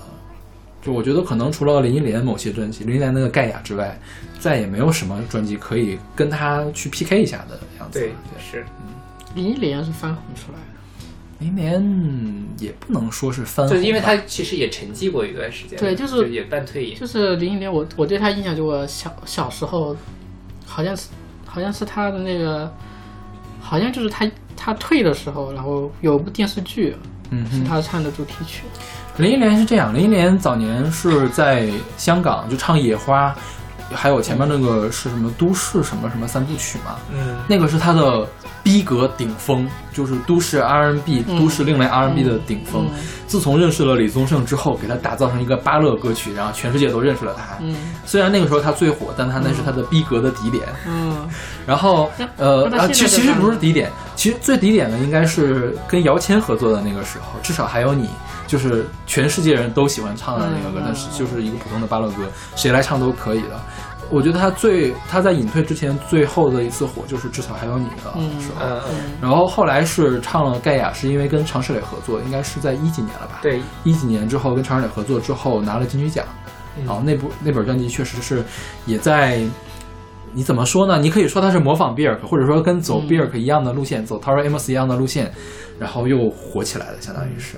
Speaker 2: 就我觉得可能除了林忆莲某些专辑，林忆莲那个《盖亚》之外，再也没有什么专辑可以跟他去 PK 一下的样子了。
Speaker 1: 对是
Speaker 3: 林忆莲是翻红出来的，
Speaker 2: 林忆莲也不能说是翻
Speaker 1: 就
Speaker 2: 红吧，
Speaker 1: 是因为他其实也沉寂过一段时间，
Speaker 3: 对就
Speaker 1: 就是也半退隐，
Speaker 3: 就是林忆莲，我我对她印象就我小小时候，好像是好像是她的那个，好像就是她她退的时候，然后有部电视剧
Speaker 2: 嗯哼
Speaker 3: 是她唱的主题曲，
Speaker 2: 林忆莲是这样，林忆莲早年是在香港就唱《野花》，还有前面那个是什么都市什么什么三部曲嘛，
Speaker 1: 嗯，
Speaker 2: 那个是她的逼格顶峰，就是都市 R&B、
Speaker 3: 嗯
Speaker 2: 都市另类 R&B 的顶峰。
Speaker 3: 嗯
Speaker 2: 自从认识了李宗盛之后，给她打造成一个芭乐歌曲，然后全世界都认识了她。
Speaker 3: 嗯
Speaker 2: 虽然那个时候她最火，但她那是她的逼格的底点。
Speaker 3: 嗯
Speaker 2: 然后
Speaker 3: 那
Speaker 2: 呃
Speaker 3: 那她
Speaker 2: 啊，
Speaker 3: 现在
Speaker 2: 其
Speaker 3: 在
Speaker 2: 其实
Speaker 3: 干
Speaker 2: 不是
Speaker 3: 嘛
Speaker 2: 底点，其实最底点的应该是跟姚谦合作的那个时候，至少还有你，就是全世界人都喜欢唱的那个歌，
Speaker 3: 嗯
Speaker 2: 但是就是一个普通的巴乐歌，谁来唱都可以的。我觉得他最他在隐退之前最后的一次火就是至少还有你的
Speaker 3: 嗯
Speaker 2: 时候，
Speaker 1: 呃，
Speaker 2: 然后后来是唱了盖亚，是因为跟常石磊合作，应该是在一几年了吧？
Speaker 1: 对，
Speaker 2: 一几年之后跟常石磊合作之后拿了金曲奖，
Speaker 1: 嗯
Speaker 2: 然后那部那本专辑确实是也在，你怎么说呢？你可以说它是模仿 Bjork，或者说跟走
Speaker 3: 嗯
Speaker 2: Bjork 一样的路线，走 Tori Amos 一样的路线，然后又火起来了，相当于是。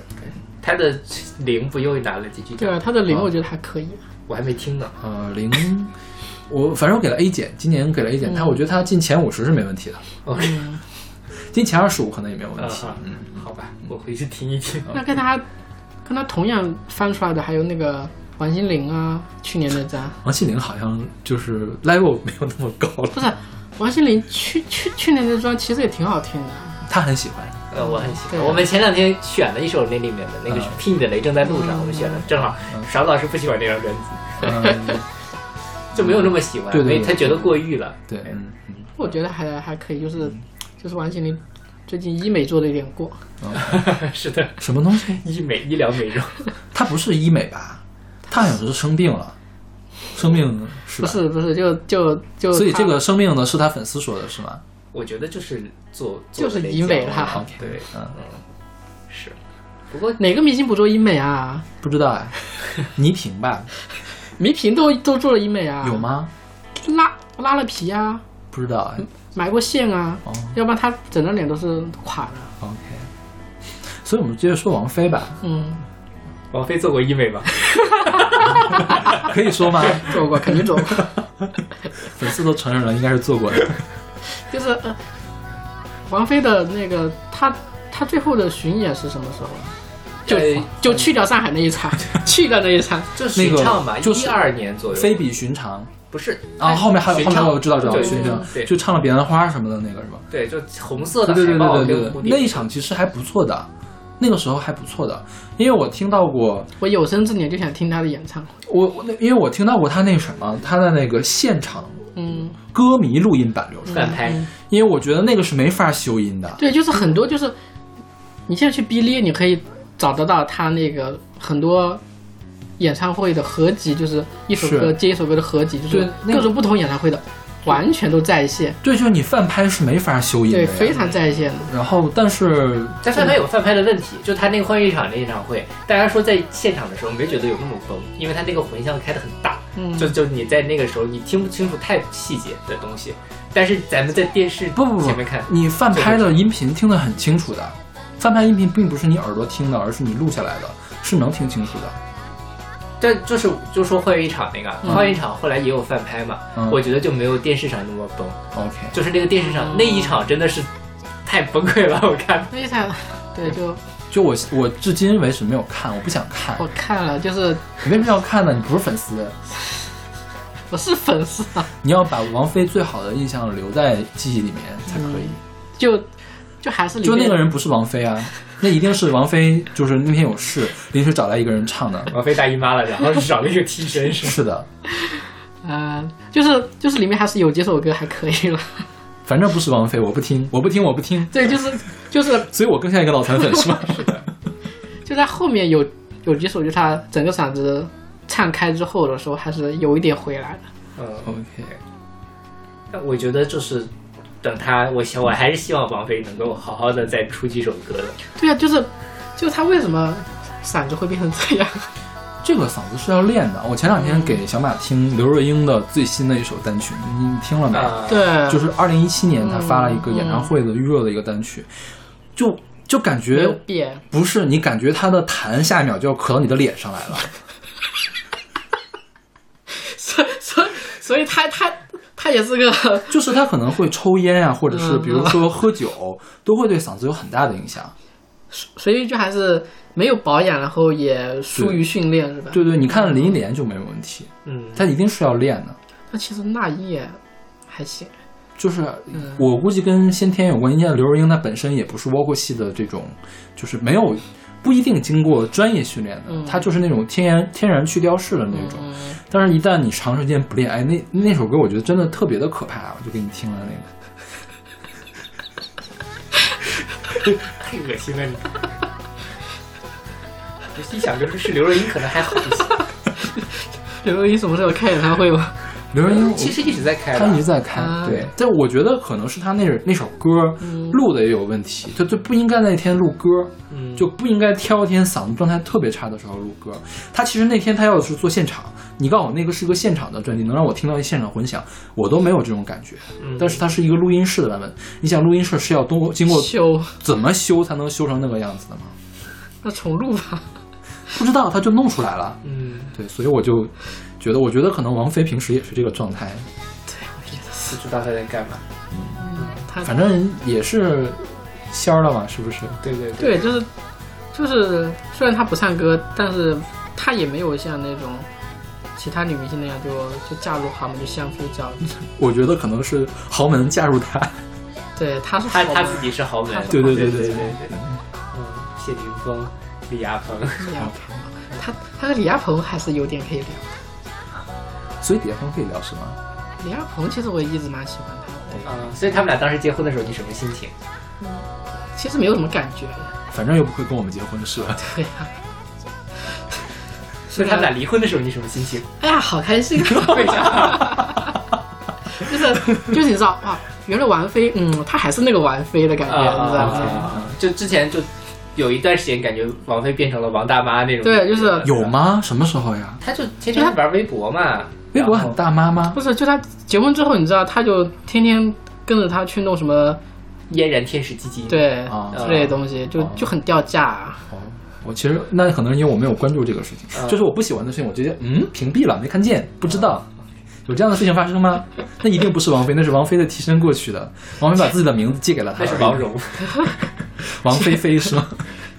Speaker 1: 他的零不又拿了几句
Speaker 3: 对
Speaker 1: 奖，
Speaker 3: 啊，她的零
Speaker 2: 啊
Speaker 3: 我觉得还可以，
Speaker 1: 我还没听呢，
Speaker 2: 呃，零，我反正我给了 A 减，今年给了 A 减，但我觉得它进前五十是没问题的，
Speaker 1: 哦，
Speaker 3: 嗯，
Speaker 2: (laughs) 进前二十五可能也没有问
Speaker 1: 嗯
Speaker 2: 题。嗯，
Speaker 1: 好吧，我回去听一听。
Speaker 3: 那跟她跟她同样翻出来的还有那个王心凌啊，去年那张。
Speaker 2: 王心凌好像就是 level 没有那么高了，
Speaker 3: 不是，王心凌去去去年那张其实也挺好听的，
Speaker 2: 她很喜欢。
Speaker 1: 呃，我很喜欢。
Speaker 3: 对
Speaker 1: 我们前两天选了一首那里面的那个是
Speaker 2: 嗯
Speaker 1: 《Pink 的雷正在路上》，我们选了，正好勺子老师不喜欢这张专辑，
Speaker 2: 嗯，
Speaker 1: 就没有那么喜欢，
Speaker 2: 对对
Speaker 1: 因为
Speaker 2: 对
Speaker 1: 他觉得过誉了。哎
Speaker 2: 对，嗯嗯
Speaker 3: 我觉得还还可以，就是就是王心凌最近医美做的有点过，
Speaker 1: (laughs) 是的，
Speaker 2: 什么东西？
Speaker 1: 医美医疗美容， (laughs)
Speaker 2: 她不是医美吧？她好像是生病了，生病是
Speaker 3: 不
Speaker 2: 吧？
Speaker 3: 是不是就就就
Speaker 2: 所以这个
Speaker 3: 她
Speaker 2: 生病呢是她粉丝说的是吗？
Speaker 1: 我觉得就是做
Speaker 3: 就
Speaker 1: 做
Speaker 3: 是
Speaker 1: 的
Speaker 3: 医美
Speaker 1: 那
Speaker 3: 啦
Speaker 1: 种
Speaker 3: 啊
Speaker 2: OK，
Speaker 1: 对，
Speaker 2: 嗯，
Speaker 1: 是。不过
Speaker 3: 哪个明星不做医美啊？
Speaker 2: 不知道
Speaker 1: (laughs)
Speaker 2: 哎，倪萍吧，
Speaker 3: 倪萍都都做了医美啊，
Speaker 2: 有？吗？
Speaker 3: 拉拉了皮啊，
Speaker 2: 不知道哎
Speaker 1: 嗯
Speaker 3: 埋过线啊，
Speaker 2: 哦
Speaker 3: 要不然她整张脸都是垮的。
Speaker 2: ，OK。所以我们接着说王菲吧， (laughs)
Speaker 3: 嗯，
Speaker 1: 王菲做过医美吗？
Speaker 2: 可以说吗？
Speaker 1: (laughs)
Speaker 3: 做过肯定做过，
Speaker 2: 粉丝都承认了，应该是做过的。
Speaker 3: (laughs) 就是、呃、王菲的那个她她最后的巡演是什么时候啊？就
Speaker 1: 呃
Speaker 2: 哎
Speaker 3: 就
Speaker 2: (laughs)
Speaker 3: 去掉上海那一场，去掉那一场。
Speaker 1: 就
Speaker 2: 那
Speaker 1: 是
Speaker 2: 个
Speaker 1: 唱吧，
Speaker 2: 就是
Speaker 1: 一二年左右。
Speaker 2: 非比寻常，
Speaker 1: 不是
Speaker 2: 啊，后面还有
Speaker 1: 哎寻
Speaker 2: 后面
Speaker 1: 常
Speaker 2: 我知道知道
Speaker 1: 对
Speaker 2: 寻常，
Speaker 1: 对
Speaker 2: 就唱了《彼岸花》什么的那个是吧？
Speaker 1: 对，就红色的
Speaker 2: 对对
Speaker 1: 海
Speaker 2: 对
Speaker 1: 报
Speaker 2: 对对
Speaker 1: 跟
Speaker 2: 对
Speaker 1: 蝴
Speaker 2: 对，那
Speaker 1: 蝶
Speaker 2: 一场其实还不错的，那个时候还不错的，因为我听到过，
Speaker 3: 我有生之年就想听他的演唱会。
Speaker 2: 我我那因为我听到过他那什么，他的那个现场
Speaker 3: 嗯，
Speaker 2: 歌迷录音版流出来，
Speaker 1: 反拍，
Speaker 2: 因为我觉得那个是没法修音的。
Speaker 3: 对，就是很多就是，你现在去哔哩，你可以找得到他那个很多演唱会的合集，就是一首歌
Speaker 2: 是
Speaker 3: 接一首歌的合集，就是
Speaker 2: 对那
Speaker 3: 各种不同演唱会的，完全都在线，
Speaker 2: 对，就是你翻拍是没法修音的
Speaker 3: 对，
Speaker 2: 呀。
Speaker 3: 非常在线的。
Speaker 2: 然后，但是
Speaker 1: 但翻拍有翻拍的问题，就他那个换乐场那演唱会，大家说在现场的时候没觉得有那么崩，因为他那个混响开的很大，
Speaker 3: 嗯
Speaker 1: 就就你在那个时候你听不清楚太细节的东西，但是咱们在电视
Speaker 2: 不不不
Speaker 1: 前面看，，
Speaker 2: 你翻拍的音频听得很清楚的，翻拍音频并不是你耳朵听的，而是你录下来的，是能听清楚的。
Speaker 1: 但就是就说换乐场那个
Speaker 3: 嗯
Speaker 1: 换乐场后来也有翻拍嘛，
Speaker 2: 嗯
Speaker 1: 我觉得就没有电视上那么崩，
Speaker 2: OK，
Speaker 1: 就是那个电视上
Speaker 3: 嗯
Speaker 1: 那一场真的是太崩溃了，我看
Speaker 3: 那一场，对，就
Speaker 2: 就我我至今为止没有看，我不想看。
Speaker 1: 哦
Speaker 3: 我看了，就是
Speaker 2: 你为什么要看呢？你不是粉丝，
Speaker 3: 我是粉丝啊，
Speaker 2: 你要把王菲最好的印象留在记忆里面才可
Speaker 1: 嗯
Speaker 2: 以。
Speaker 3: 就就还是里
Speaker 2: 就
Speaker 3: 面
Speaker 2: 那个人不是王菲啊， (laughs) 那一定是王菲，就是那天有事临时找来一个人唱的。
Speaker 3: (laughs)
Speaker 1: 王菲大姨妈了，然后找了一个替身是吧。
Speaker 2: 是的，
Speaker 3: 呃，就是就是里面还是有几首歌还可以了。 (laughs)
Speaker 2: 反正不是王菲，我不听，我不听，我不听。
Speaker 3: 对，就是就是
Speaker 2: 所以我更像一个脑残粉
Speaker 3: (laughs)
Speaker 2: 是吗？
Speaker 3: 就在后面有有几首，就是他整个嗓子唱开之后的时候，还是有一点回来的。
Speaker 1: 嗯，
Speaker 2: (laughs) OK，
Speaker 1: 但我觉得就是等他，我希我还是希望王菲能够好好的再出几首歌的。
Speaker 3: 对啊，就是就是他为什么嗓子会变成这样？
Speaker 2: 这个嗓子是要练的。我前两天给小马听刘若英的最新的一首单曲，你你听了没？
Speaker 1: 啊，
Speaker 3: 对，
Speaker 2: 就是二零一七年她发了一个演唱会的预热的一个单曲，就就感
Speaker 3: 没有
Speaker 2: 觉
Speaker 3: 变。 (laughs)
Speaker 2: 不是你感觉她的痰下一秒就要咳到你的脸上来了。
Speaker 3: 所所以所以他他他也是个
Speaker 2: 就是他可能会抽烟呀、或者是
Speaker 3: 嗯
Speaker 2: 比如说喝酒，都会对嗓子有很大的影响。
Speaker 3: 所以就还是没有保养，然后也疏于训练，是吧？
Speaker 2: 对对，你看林忆莲就没有问题，
Speaker 1: 嗯，
Speaker 2: 她一定是要练的。
Speaker 3: 那其实那英也还行，
Speaker 2: 就是
Speaker 3: 嗯
Speaker 2: 我估计跟先天有关，因为刘若英她本身也不是 vocal 系的这种，就是没有不一定经过专业训练的，
Speaker 3: 嗯
Speaker 2: 她就是那种天然天然去雕饰的那种。
Speaker 3: 嗯，
Speaker 2: 但是，一旦你长时间不练，哎，那那首歌我觉得真的特别的可怕，啊我就给你听了那个。
Speaker 1: 太恶心了你。我一想就是是刘若英可能还好一 (laughs) 些，
Speaker 3: 刘若英什么时候开演唱会吗？
Speaker 2: 刘若英我
Speaker 1: 其实一直在开
Speaker 2: 他一直
Speaker 1: 吧。
Speaker 2: 在开，
Speaker 3: 啊
Speaker 2: 对，但我觉得可能是他那那首歌录的也有问题，就就不应该那天录歌，
Speaker 1: 嗯
Speaker 2: 就不应该挑一天嗓子状态特别差的时候录歌。他其实那天他要是做现场，你告诉我那个是个现场的专辑，能让我听到一现场混响，我都没有这种感觉。
Speaker 1: 嗯
Speaker 2: 但是它是一个录音室的版本，你想录音室是要多经过
Speaker 3: 修，
Speaker 2: 怎么修才能修成那个样子的吗？
Speaker 3: 那重录吧。
Speaker 2: 不知道，他就弄出来了。
Speaker 1: 嗯，
Speaker 2: 对，所以我就觉得，我觉得可能王菲平时也是这个状态。
Speaker 1: 不知道他在干嘛。
Speaker 3: 他
Speaker 2: 反正也是仙儿了嘛，是不是？
Speaker 1: 对对对，
Speaker 3: 对，就是就是，虽然她不唱歌，但是她也没有像那种其他女明星那样就就嫁入豪门就相夫教子。
Speaker 2: 我觉得可能是豪门嫁入 (laughs) 他，
Speaker 3: 对，她是
Speaker 1: 他
Speaker 3: 豪
Speaker 1: 他
Speaker 3: 门
Speaker 1: 自己是豪门
Speaker 3: 他。是
Speaker 2: 对对
Speaker 1: 对
Speaker 2: 对对
Speaker 1: 对对。嗯，谢霆锋、李亚鹏，
Speaker 3: 李亚鹏，她她和李亚鹏还是有点可以聊。
Speaker 2: 所以李亚鹏可以聊是吗？
Speaker 3: 李亚鹏其实我一直蛮喜欢
Speaker 2: 哦
Speaker 3: 他的，
Speaker 1: 嗯，所以他们俩当时结婚的时候，你什么心情？
Speaker 3: 其实没有什么感觉。
Speaker 2: 反正又不会跟我们结婚是吧？
Speaker 3: 对呀、啊
Speaker 1: 所以他们俩离婚的时候，你什么心 (laughs) 情？
Speaker 3: 哎呀，好开心啊！
Speaker 2: (laughs)
Speaker 1: 为 (laughs) 啥？
Speaker 3: 就是就是你知道哇，原来王菲，嗯，她还是那个王菲的感觉，你知道吗？
Speaker 1: 啊！就之前就有一段时间，感觉王菲变成了王大妈那种。
Speaker 3: 对就是
Speaker 2: 有？吗？什么时候呀？
Speaker 1: 她就天天玩微博嘛，
Speaker 2: 微博很大妈吗
Speaker 3: 不？是，就她结婚之后，你知道，她就天天跟着他去弄什么
Speaker 1: 嫣然天使基金。，
Speaker 3: 对
Speaker 2: 啊
Speaker 3: 之类的东西，就
Speaker 2: 啊
Speaker 3: 就很掉价。啊
Speaker 2: 哦，我其实那可能是因为我没有关注这个事情，
Speaker 1: 嗯
Speaker 2: 就是我不喜欢的事情，我直接嗯屏蔽了，没看见，不知道。有这样的事情发生吗？那一定不是王菲，那是王菲的替身过去 (laughs) 的。王菲把自己的名字借给了
Speaker 1: 那
Speaker 2: 他，
Speaker 1: 是王蓉。
Speaker 2: (laughs) 王菲菲是 (laughs) 吗？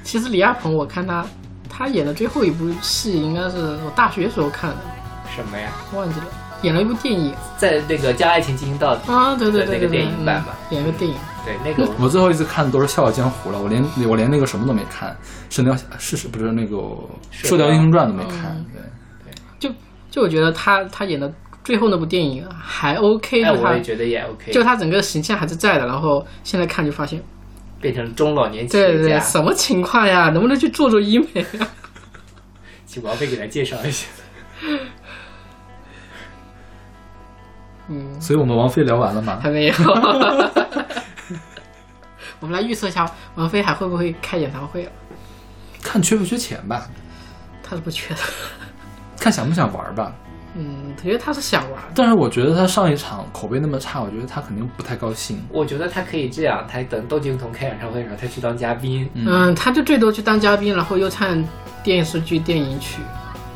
Speaker 3: 其实李亚鹏，我看他他演的最后一部戏应该是我大学时候看的，
Speaker 1: 什么呀？
Speaker 3: 忘记了，演了一部电影
Speaker 1: 在那个《将爱情进行到底》
Speaker 3: 啊，对对对，
Speaker 1: 对那个
Speaker 3: 对
Speaker 1: 电影版吧，
Speaker 3: 嗯演了个电影。
Speaker 1: 对那个哎
Speaker 2: 我最后一次看的都是《笑傲江湖》了，我连我连那个什么都没看，《射雕》呃是是不是那个《射雕英嗯雄传》都没看，对。
Speaker 3: 就就我觉得他他演的最后那部电影还 OK，
Speaker 1: 哎，
Speaker 3: 就
Speaker 1: 我也
Speaker 3: 他
Speaker 1: 觉得也 OK，
Speaker 3: 就他整个形象还是在的，然后现在看就发现，
Speaker 1: 变成中老年企
Speaker 3: 对
Speaker 1: 业
Speaker 3: 对，
Speaker 1: 家，
Speaker 3: 什么情况呀？能不能去做做医美啊？
Speaker 1: 请王菲给他介绍一下。
Speaker 3: 嗯，
Speaker 2: 所以我们王菲聊完了
Speaker 1: 啊
Speaker 2: 吗？
Speaker 3: 还
Speaker 1: (laughs)
Speaker 3: 没有。我们来预测一下，王菲还会不会开演唱会了？啊
Speaker 2: 看缺不缺钱吧，
Speaker 3: 她是不缺的，
Speaker 2: 看想不想玩吧。
Speaker 3: 嗯，我觉得她是想玩，
Speaker 2: 但是我觉得他上一场口碑那么差，我觉得他肯定不太高兴。
Speaker 1: 我觉得他可以这样，他等窦靖童开演唱会的时候，他去当嘉宾。
Speaker 2: 嗯，
Speaker 3: 嗯，她就最多去当嘉宾，然后又唱电视剧、电影曲。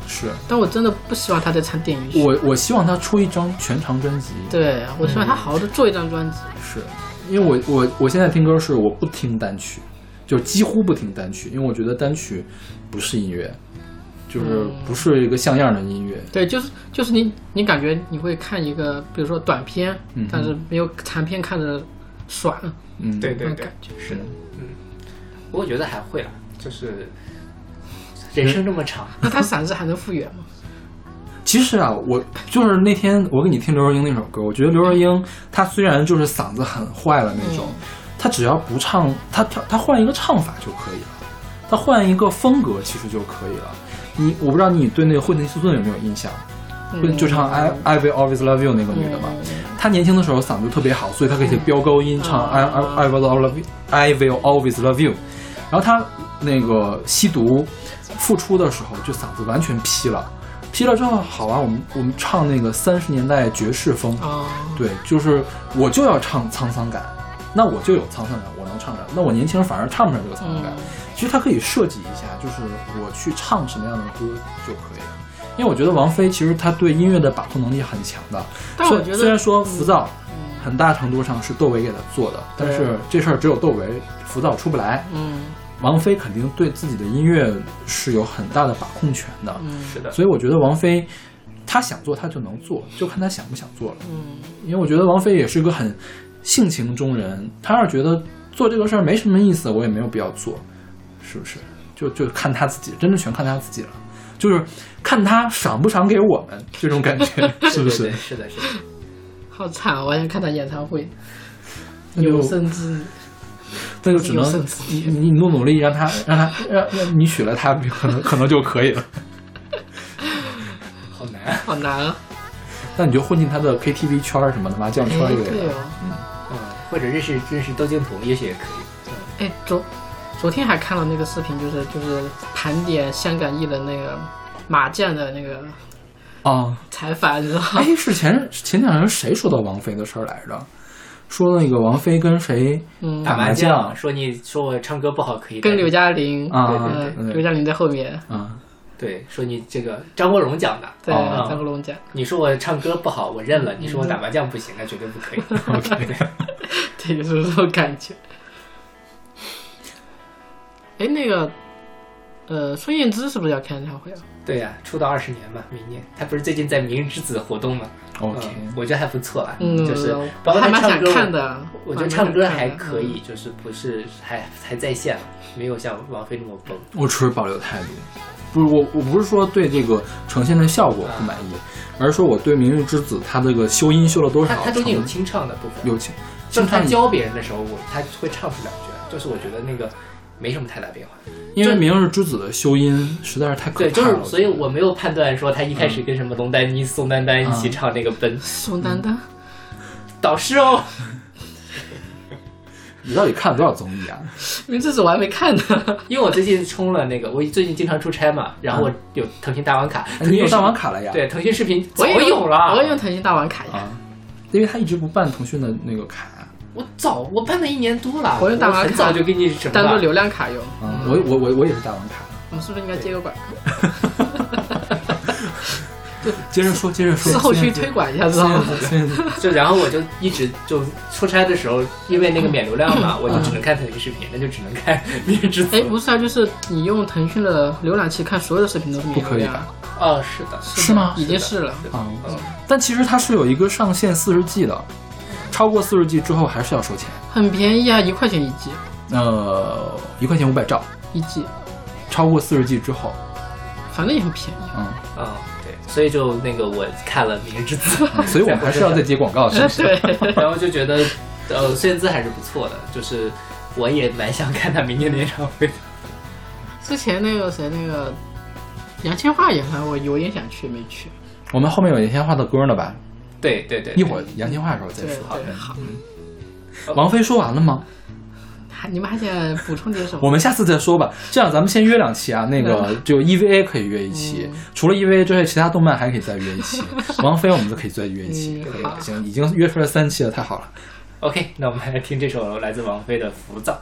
Speaker 2: 是
Speaker 3: 但我真的不希望她再唱电影曲。
Speaker 2: 我我希望他出一张全长专辑。
Speaker 3: 对我希望
Speaker 1: 嗯
Speaker 3: 她好好的做一张专辑。
Speaker 2: 是因为我我我现在听歌是我不听单曲，就几乎不听单曲，因为我觉得单曲不是音乐，就是
Speaker 3: 嗯
Speaker 2: 不是一个像样的音乐。
Speaker 3: 对，就是就是你你感觉你会看一个，比如说短片，
Speaker 2: 嗯哼
Speaker 3: 但是没有长片看着爽
Speaker 2: 嗯，
Speaker 1: 对
Speaker 3: 那
Speaker 1: 对
Speaker 3: 种
Speaker 1: 对
Speaker 3: 感，觉。
Speaker 2: 是的。
Speaker 1: 我觉得还会啦，就是人生这么长，
Speaker 3: 那他嗓子还能复原吗？
Speaker 2: 其实啊，我就是那天我给你听刘若英那首歌，我觉得刘若英她虽然就是嗓子很坏了那种，她只要不唱，她她她换一个唱法就可以了，她换一个风格其实就可以了。你我不知道你对那个惠特尼休斯顿有没有印象？惠就唱 I I will always love you 那个女的
Speaker 3: 嗯
Speaker 2: 嘛，她年轻的时候嗓子特别好，所以她可以飙高音唱 I I I will always love you- I will always love you。然后她那个吸毒复出的时候，就嗓子完全劈了，劈了之后好啊，我们我们唱那个三十年代爵士风，
Speaker 3: 哦，
Speaker 2: 对，就是我就要唱沧桑感，那我就有沧桑感，我能唱出来。那我年轻人反而唱不上这个沧桑感。
Speaker 3: 嗯
Speaker 2: 其实他可以设计一下，就是我去唱什么样的歌就可以了。因为我觉得王菲其实她对音乐的把控能力很强的，
Speaker 3: 但
Speaker 2: 虽
Speaker 3: 我觉得嗯
Speaker 2: 虽然说浮躁，很大程度上是窦唯给她做的，但是这事儿只有窦唯浮躁出不来。
Speaker 3: 嗯
Speaker 2: 王菲肯定对自己的音乐是有很大的把控权的，
Speaker 3: 嗯
Speaker 1: 是的，
Speaker 2: 所以我觉得王菲她想做她就能做，就看她想不想做了。
Speaker 3: 嗯，
Speaker 2: 因为我觉得王菲也是一个很性情中人，她要是觉得做这个事儿没什么意思，我也没有必要做，是不是？就就看她自己，真的全看她自己了，就是看她赏不赏给我们这种感觉，是
Speaker 1: 对
Speaker 2: 不是
Speaker 1: 对？是的，是的。
Speaker 3: 好惨啊，我想看他演唱会，
Speaker 2: 那就
Speaker 3: 有生之年
Speaker 2: 那哎就只能嗯
Speaker 3: 有生之
Speaker 2: 你
Speaker 3: 年
Speaker 2: 你努努力让她让她让让你娶了她，可能可能就可以了。
Speaker 1: 好难啊！
Speaker 3: 好难啊！
Speaker 2: 那你就混进她的 KTV 圈儿什么的麻将
Speaker 3: 哎
Speaker 2: 圈儿一类
Speaker 3: 对
Speaker 2: 的。
Speaker 3: 哦，
Speaker 1: 嗯，或者认识认识窦靖童，也许也可以。
Speaker 3: 哎，昨昨天还看了那个视频，就是就是盘点香港艺人那个麻将的那个
Speaker 2: 啊，
Speaker 3: 采访，你知道
Speaker 2: (laughs)
Speaker 3: 吗？
Speaker 2: 哎，是前前两天谁说到王菲的事儿来着？说那个王菲跟谁
Speaker 3: 嗯
Speaker 2: 打麻将
Speaker 1: 将，说你说我唱歌不好可以
Speaker 3: 跟刘嘉玲，
Speaker 2: 啊
Speaker 3: 嗯
Speaker 2: 对对对
Speaker 3: 刘嘉玲在后面，
Speaker 2: 啊？
Speaker 1: 对，说你这个张国荣讲的，
Speaker 3: 对，
Speaker 2: 哦
Speaker 3: 张国荣讲，
Speaker 1: 你说我唱歌不好，我认了；你
Speaker 3: 嗯
Speaker 1: 说我打麻将不行，那绝对不
Speaker 3: (laughs)
Speaker 1: 可以。
Speaker 2: OK，
Speaker 3: 对，就是 (laughs) 这种感觉。 (laughs) 哎，那个，呃，孙燕姿是不是要开演唱会啊？
Speaker 1: 对呀、出道二十年嘛，明年他不是最近在明日之子活动嘛
Speaker 2: OK，
Speaker 1: 嗯我觉得还不错啊，
Speaker 3: 嗯，
Speaker 1: 就是
Speaker 3: 我
Speaker 1: 包括
Speaker 3: 还
Speaker 1: 他
Speaker 3: 蛮
Speaker 1: 唱
Speaker 3: 想
Speaker 1: 歌，
Speaker 3: 看的，
Speaker 1: 我觉得
Speaker 3: 还蛮
Speaker 1: 唱歌
Speaker 3: 想看
Speaker 1: 还
Speaker 3: 的嗯
Speaker 1: 可以，，就是不是还还在线了，没有像王菲那么崩。
Speaker 2: 我持保留态度。不是我，我不是说对这个呈现的效果不满意，而是说我对《明日之子》它这个修音修了多
Speaker 1: 他
Speaker 2: 少
Speaker 1: 他
Speaker 2: 程
Speaker 1: 中
Speaker 2: 度
Speaker 1: 间有清唱的部分，
Speaker 2: 有情，
Speaker 1: 就是他
Speaker 2: 清唱
Speaker 1: 教别人的时候，我他会唱出两句来，就是我觉得那个没什么太大变化。
Speaker 2: 因为《明日之子》的修音实在是太可怕
Speaker 1: 对，
Speaker 2: 了。
Speaker 1: 就是所以
Speaker 2: 我觉得
Speaker 1: 我没有判断说他一开
Speaker 3: 嗯
Speaker 1: 始跟什么龙丹妮、宋丹丹一起唱那个奔
Speaker 3: (laughs) 宋丹 (laughs) 丹，
Speaker 1: 导师哦，
Speaker 2: 你到底看了多少综艺 (laughs) 啊？
Speaker 3: 明这是我还没看呢，
Speaker 1: 因为我最近充了那个，我最近经常出差嘛，然后我有腾讯大王卡，
Speaker 2: 啊你有上
Speaker 1: 大
Speaker 2: 网卡了呀？
Speaker 1: 对，腾讯视频早
Speaker 3: 我也
Speaker 1: 有了，
Speaker 3: 我也用腾讯大王卡呀，
Speaker 2: 啊，因为他一直不办腾讯的那个卡。啊
Speaker 1: 我早我办了一年多了，
Speaker 3: 我用大王卡
Speaker 1: 很早就给你什么
Speaker 3: 当做
Speaker 1: 了
Speaker 3: 流量卡用。
Speaker 2: 嗯，我我我我也是大王卡。
Speaker 3: 我们是不是应该接个广告？
Speaker 2: (laughs) 接着说，接着说。
Speaker 3: 事后去推广一下，知道吗？ (laughs)
Speaker 2: 广。
Speaker 1: 就然后我就一直就出差的时候，因为那个免流量嘛，我就只能看腾讯视频，那就只能看《明日之子
Speaker 3: 哎哎，》不是啊，就是你用腾讯的浏览器看所有的视频都是免
Speaker 2: 不可
Speaker 3: 流
Speaker 2: 以
Speaker 3: 量
Speaker 2: 吧，
Speaker 3: 啊，是的，的
Speaker 2: 是吗
Speaker 3: 已经是了。
Speaker 2: 啊、但其实它是有一个上限四十 G 的，超过四十 G 之后还是要收钱，
Speaker 3: 很便宜啊，一块钱一 G，
Speaker 2: 呃，一块钱五百兆，
Speaker 3: 一 G，
Speaker 2: 超过四十 G 之后，
Speaker 3: 反正也很便宜。
Speaker 2: 嗯，
Speaker 1: 嗯，对，所以就那个我看了《明日之子》
Speaker 3: (laughs)
Speaker 2: 嗯所以我们还是要再接广告，是不是？
Speaker 3: 对，
Speaker 1: 然后就觉得，呃，孙燕姿还是不错的，就是我也蛮想看她明年的演唱会的。
Speaker 3: 之前那个谁那个杨千嬅演唱会，我有点想去，没去。
Speaker 2: 我们后面有杨千嬅的歌呢吧？
Speaker 1: 对对对，
Speaker 2: 一会儿杨千嬅的时候再
Speaker 3: 对
Speaker 2: 说。
Speaker 3: 对，好，
Speaker 2: 王菲说完了吗？
Speaker 3: 还你们还想补充点什么？
Speaker 2: 我们下次再说吧。这样咱们先约两期啊，那个就 EVA 可以约一
Speaker 3: 嗯
Speaker 2: 期，除了 EVA 之外，其他动漫还可以再约
Speaker 3: (laughs)
Speaker 2: 一期。王菲我们都可以再约一期。
Speaker 3: 嗯
Speaker 2: 可以
Speaker 3: 好
Speaker 2: 行，已经约出来三期了，太好了。
Speaker 1: OK，那我们来听这首来自王菲的《浮躁》。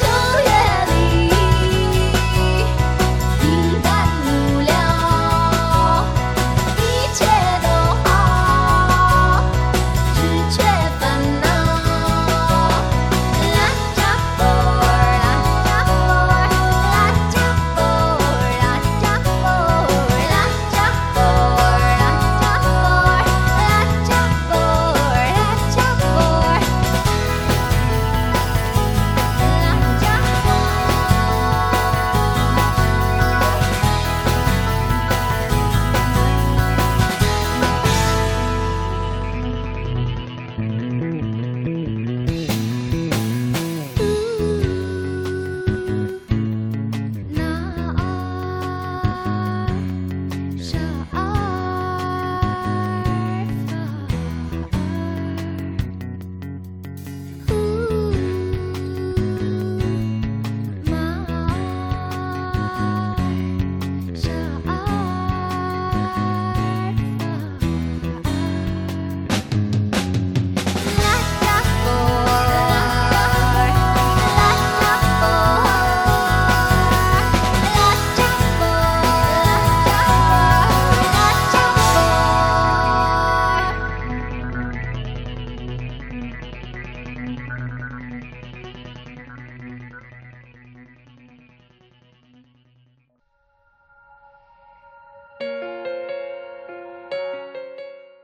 Speaker 6: 秋月里，平淡无聊，一切都好，只缺烦恼。拉扎波，拉扎波，拉扎波，拉扎波，拉扎波，拉扎波，拉扎波，拉扎波。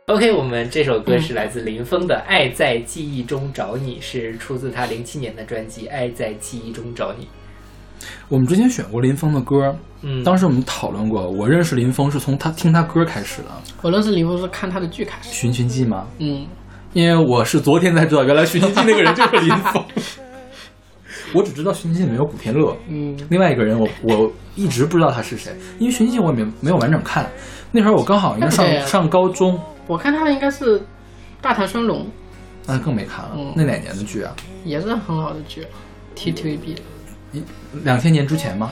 Speaker 1: OK，我们这首
Speaker 2: 嗯
Speaker 1: 歌是来自林峰的《爱在记忆中找你》，是出自他零七年的专辑《爱在记忆中找你》。
Speaker 2: 我们之前选过林峰的歌，
Speaker 1: 嗯，
Speaker 2: 当时我们讨论过，我认识林峰是从他听他歌开始的，
Speaker 3: 我认识林峰是看他的剧开
Speaker 2: 《
Speaker 3: 始。
Speaker 2: 寻秦记》吗？
Speaker 3: 嗯，
Speaker 2: 因为我是昨天才知道，原来《寻秦记》那个人就是林峰。 (laughs) 我只知道《寻秦记》里面有古天乐，
Speaker 3: 嗯，
Speaker 2: 另外一个人我我一直不知道他是谁，因为《寻秦记》我也没没有完整看。那会儿我刚好应该上
Speaker 3: 对
Speaker 2: 上高中，
Speaker 3: 我看他的应该是《大唐双龙
Speaker 2: 那啊更没看了。
Speaker 3: 嗯
Speaker 2: 那哪年的剧啊？》，
Speaker 3: 也是很好的剧，TTVB 的
Speaker 2: 两千年之前吗？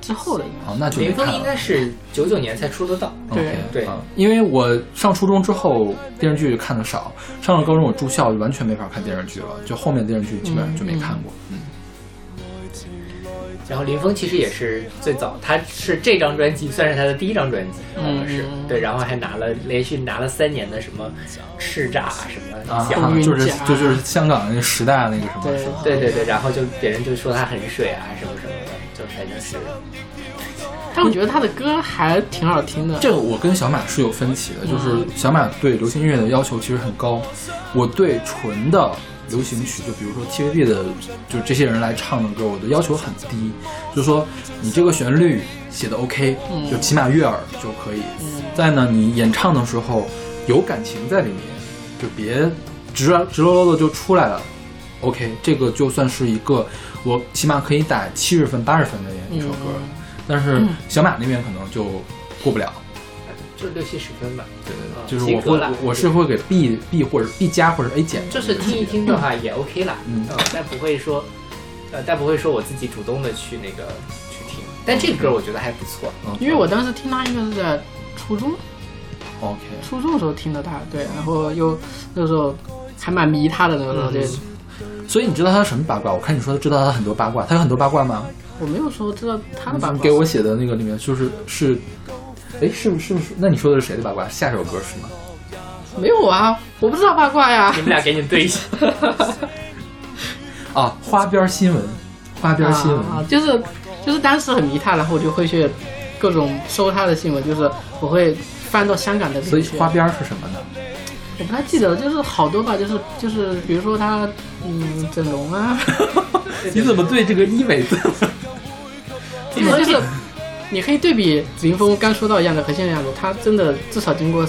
Speaker 3: 之后的应该。
Speaker 2: 哦，那就没
Speaker 1: 林
Speaker 2: 看
Speaker 1: 峰应该
Speaker 2: 了。
Speaker 1: 是九九年才出得到。
Speaker 3: 对
Speaker 2: OK，
Speaker 1: 对
Speaker 2: 啊因为我上初中之后电视剧看的少，上了高中我住校就完全没法看电视剧了，就后面电视剧基本上就没看过。嗯
Speaker 1: 然后林峰其实也是最早，他是这张专辑算是他的第一张专辑，好像是
Speaker 3: 嗯
Speaker 1: 对，然后还拿了连续拿了三年的什么叱咤什么
Speaker 3: 嗯
Speaker 2: 啊
Speaker 1: 奖，
Speaker 3: 运，
Speaker 2: 就是
Speaker 3: 奖
Speaker 2: 就就是香港那个时代那个什么，
Speaker 3: 对
Speaker 1: 对对对，然后就别人就说他很水啊什么什么的，就反正是
Speaker 3: 但我觉得他的歌还挺好听的。
Speaker 2: 这个我跟小马是有分歧的，就是小马对流行音乐的要求其实很高，我对纯的流行曲，就比如说 TVB 的，就这些人来唱的歌，我的要求很低，就是说你这个旋律写的 OK，就起码悦耳就可以。再呢，你演唱的时候有感情在里面，就别直啊直溜溜的就出来了。OK，这个就算是一个我起码可以打七十分、八十分的一
Speaker 3: 嗯
Speaker 2: 首歌，但是小马那边可能就过不了。
Speaker 1: 就六七十分吧，
Speaker 2: 对
Speaker 1: 啊
Speaker 2: 对，对，就是
Speaker 1: 及
Speaker 2: 我
Speaker 1: 格
Speaker 2: 会
Speaker 1: 了
Speaker 2: 我是会给 B B 或者 B 加或者 A 减的
Speaker 1: 就
Speaker 2: 这
Speaker 1: 是
Speaker 2: 个级别，
Speaker 1: 听一听的话也 OK 啦，
Speaker 2: 嗯
Speaker 1: 呃但不会说，呃，但不会说我自己主动的去那个去听，但这个歌我觉得还不错，
Speaker 2: 嗯，
Speaker 3: 因为我当时听他应该是在初中
Speaker 2: OK，
Speaker 3: 初中的时候听的他，对，然后又那时候还蛮迷他的，那个
Speaker 2: 嗯
Speaker 3: 时候对。
Speaker 2: 所以你知道他什么八卦？我看你说知道他很多八卦，他有很多八卦吗？
Speaker 3: 我没有说知道他的八
Speaker 2: 你
Speaker 3: 卦，
Speaker 2: 给我写的那个里面就是是，哎，是不是是不是？那你说的是谁的八卦？下首歌是吗？
Speaker 3: 没有啊，我不知道八卦呀
Speaker 1: 你。们俩赶紧对一下， (laughs)
Speaker 2: 啊，花边新闻，花边新闻，
Speaker 3: 啊，就是就是当时很迷他，然后我就会去各种搜他的新闻，就是我会翻到香港的这些。
Speaker 2: 所以花边是什么呢？
Speaker 3: 我不太记得了，就是好多吧，就是就是比如说他嗯整容
Speaker 2: (laughs)
Speaker 3: 啊，
Speaker 2: 你怎么对这个一尾字？
Speaker 3: 因为就是你可以对比林峰刚说到一样的和现在一样的，他真的至少经过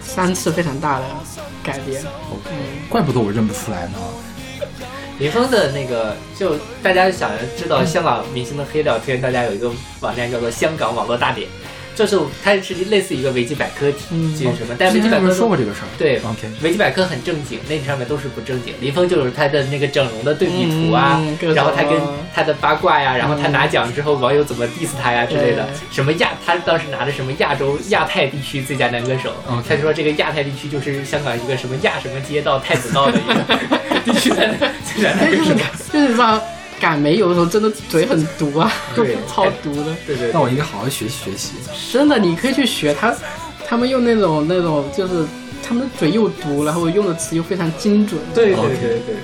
Speaker 3: 三次非常大的改
Speaker 2: (laughs)
Speaker 3: 变。
Speaker 2: 怪不得我认不出来呢。
Speaker 1: 林峰的那个，就大家想知道香港明星的黑料推荐，大家有一个网站叫做《香港网络大典》，就是它是类似一个维基百科
Speaker 2: 嗯
Speaker 1: 体系什么，但
Speaker 2: 之
Speaker 1: 维基
Speaker 2: 前
Speaker 1: 百
Speaker 2: 有
Speaker 1: 科
Speaker 2: 人说过
Speaker 1: 这
Speaker 2: 这个事儿，
Speaker 1: 对。
Speaker 2: ，OK，
Speaker 1: 维基百科很正经，那上面都是不正经。林峰就是他的那个整容的对比图啊，
Speaker 3: 嗯各种
Speaker 1: 然后他跟他的八卦呀，然后他拿奖之后网友怎么 diss 他呀之类的
Speaker 3: 嗯对，
Speaker 1: 什么亚他当时拿的什么亚洲亚太地区最佳男歌手
Speaker 3: 嗯
Speaker 2: OK
Speaker 1: 他说这个亚太地区就是香港一个什么亚什么街道太子道的一
Speaker 3: (laughs)
Speaker 1: 个地区的最佳男歌手。
Speaker 3: 就是吧，赶煤油的时候真的嘴很毒啊，
Speaker 1: 对
Speaker 3: (laughs) 超毒的。
Speaker 1: 对对
Speaker 2: 那我应该好好学习学习。
Speaker 3: 真的，你可以去学他，他们用那种那种就是他们的嘴又毒，然后用的词又非常精准，
Speaker 1: 对对对
Speaker 2: OK
Speaker 1: 对对对，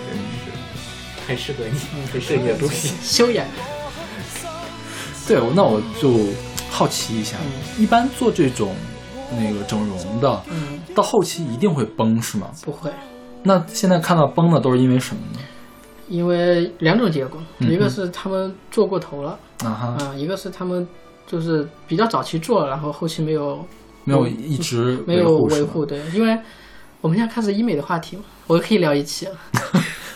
Speaker 1: 很适合你，很适合你的东西。
Speaker 3: 修养。
Speaker 2: 对，我那我就好奇一下，一般做这种那个整容的，
Speaker 3: 嗯，
Speaker 2: 到后期一定会崩是吗？
Speaker 3: 不会，
Speaker 2: 那现在看到崩的都是因为什么呢？
Speaker 3: 因为两种结果，
Speaker 2: 嗯
Speaker 3: 一个是他们做过头了，
Speaker 2: 啊哈，
Speaker 3: 啊、一个是他们就是比较早期做，然后后期没有
Speaker 2: 没有一直
Speaker 3: 嗯没有维
Speaker 2: 是吗
Speaker 3: 护，。对，因为我们现在开始医美的话题嘛，我可以聊一 (laughs) 期了，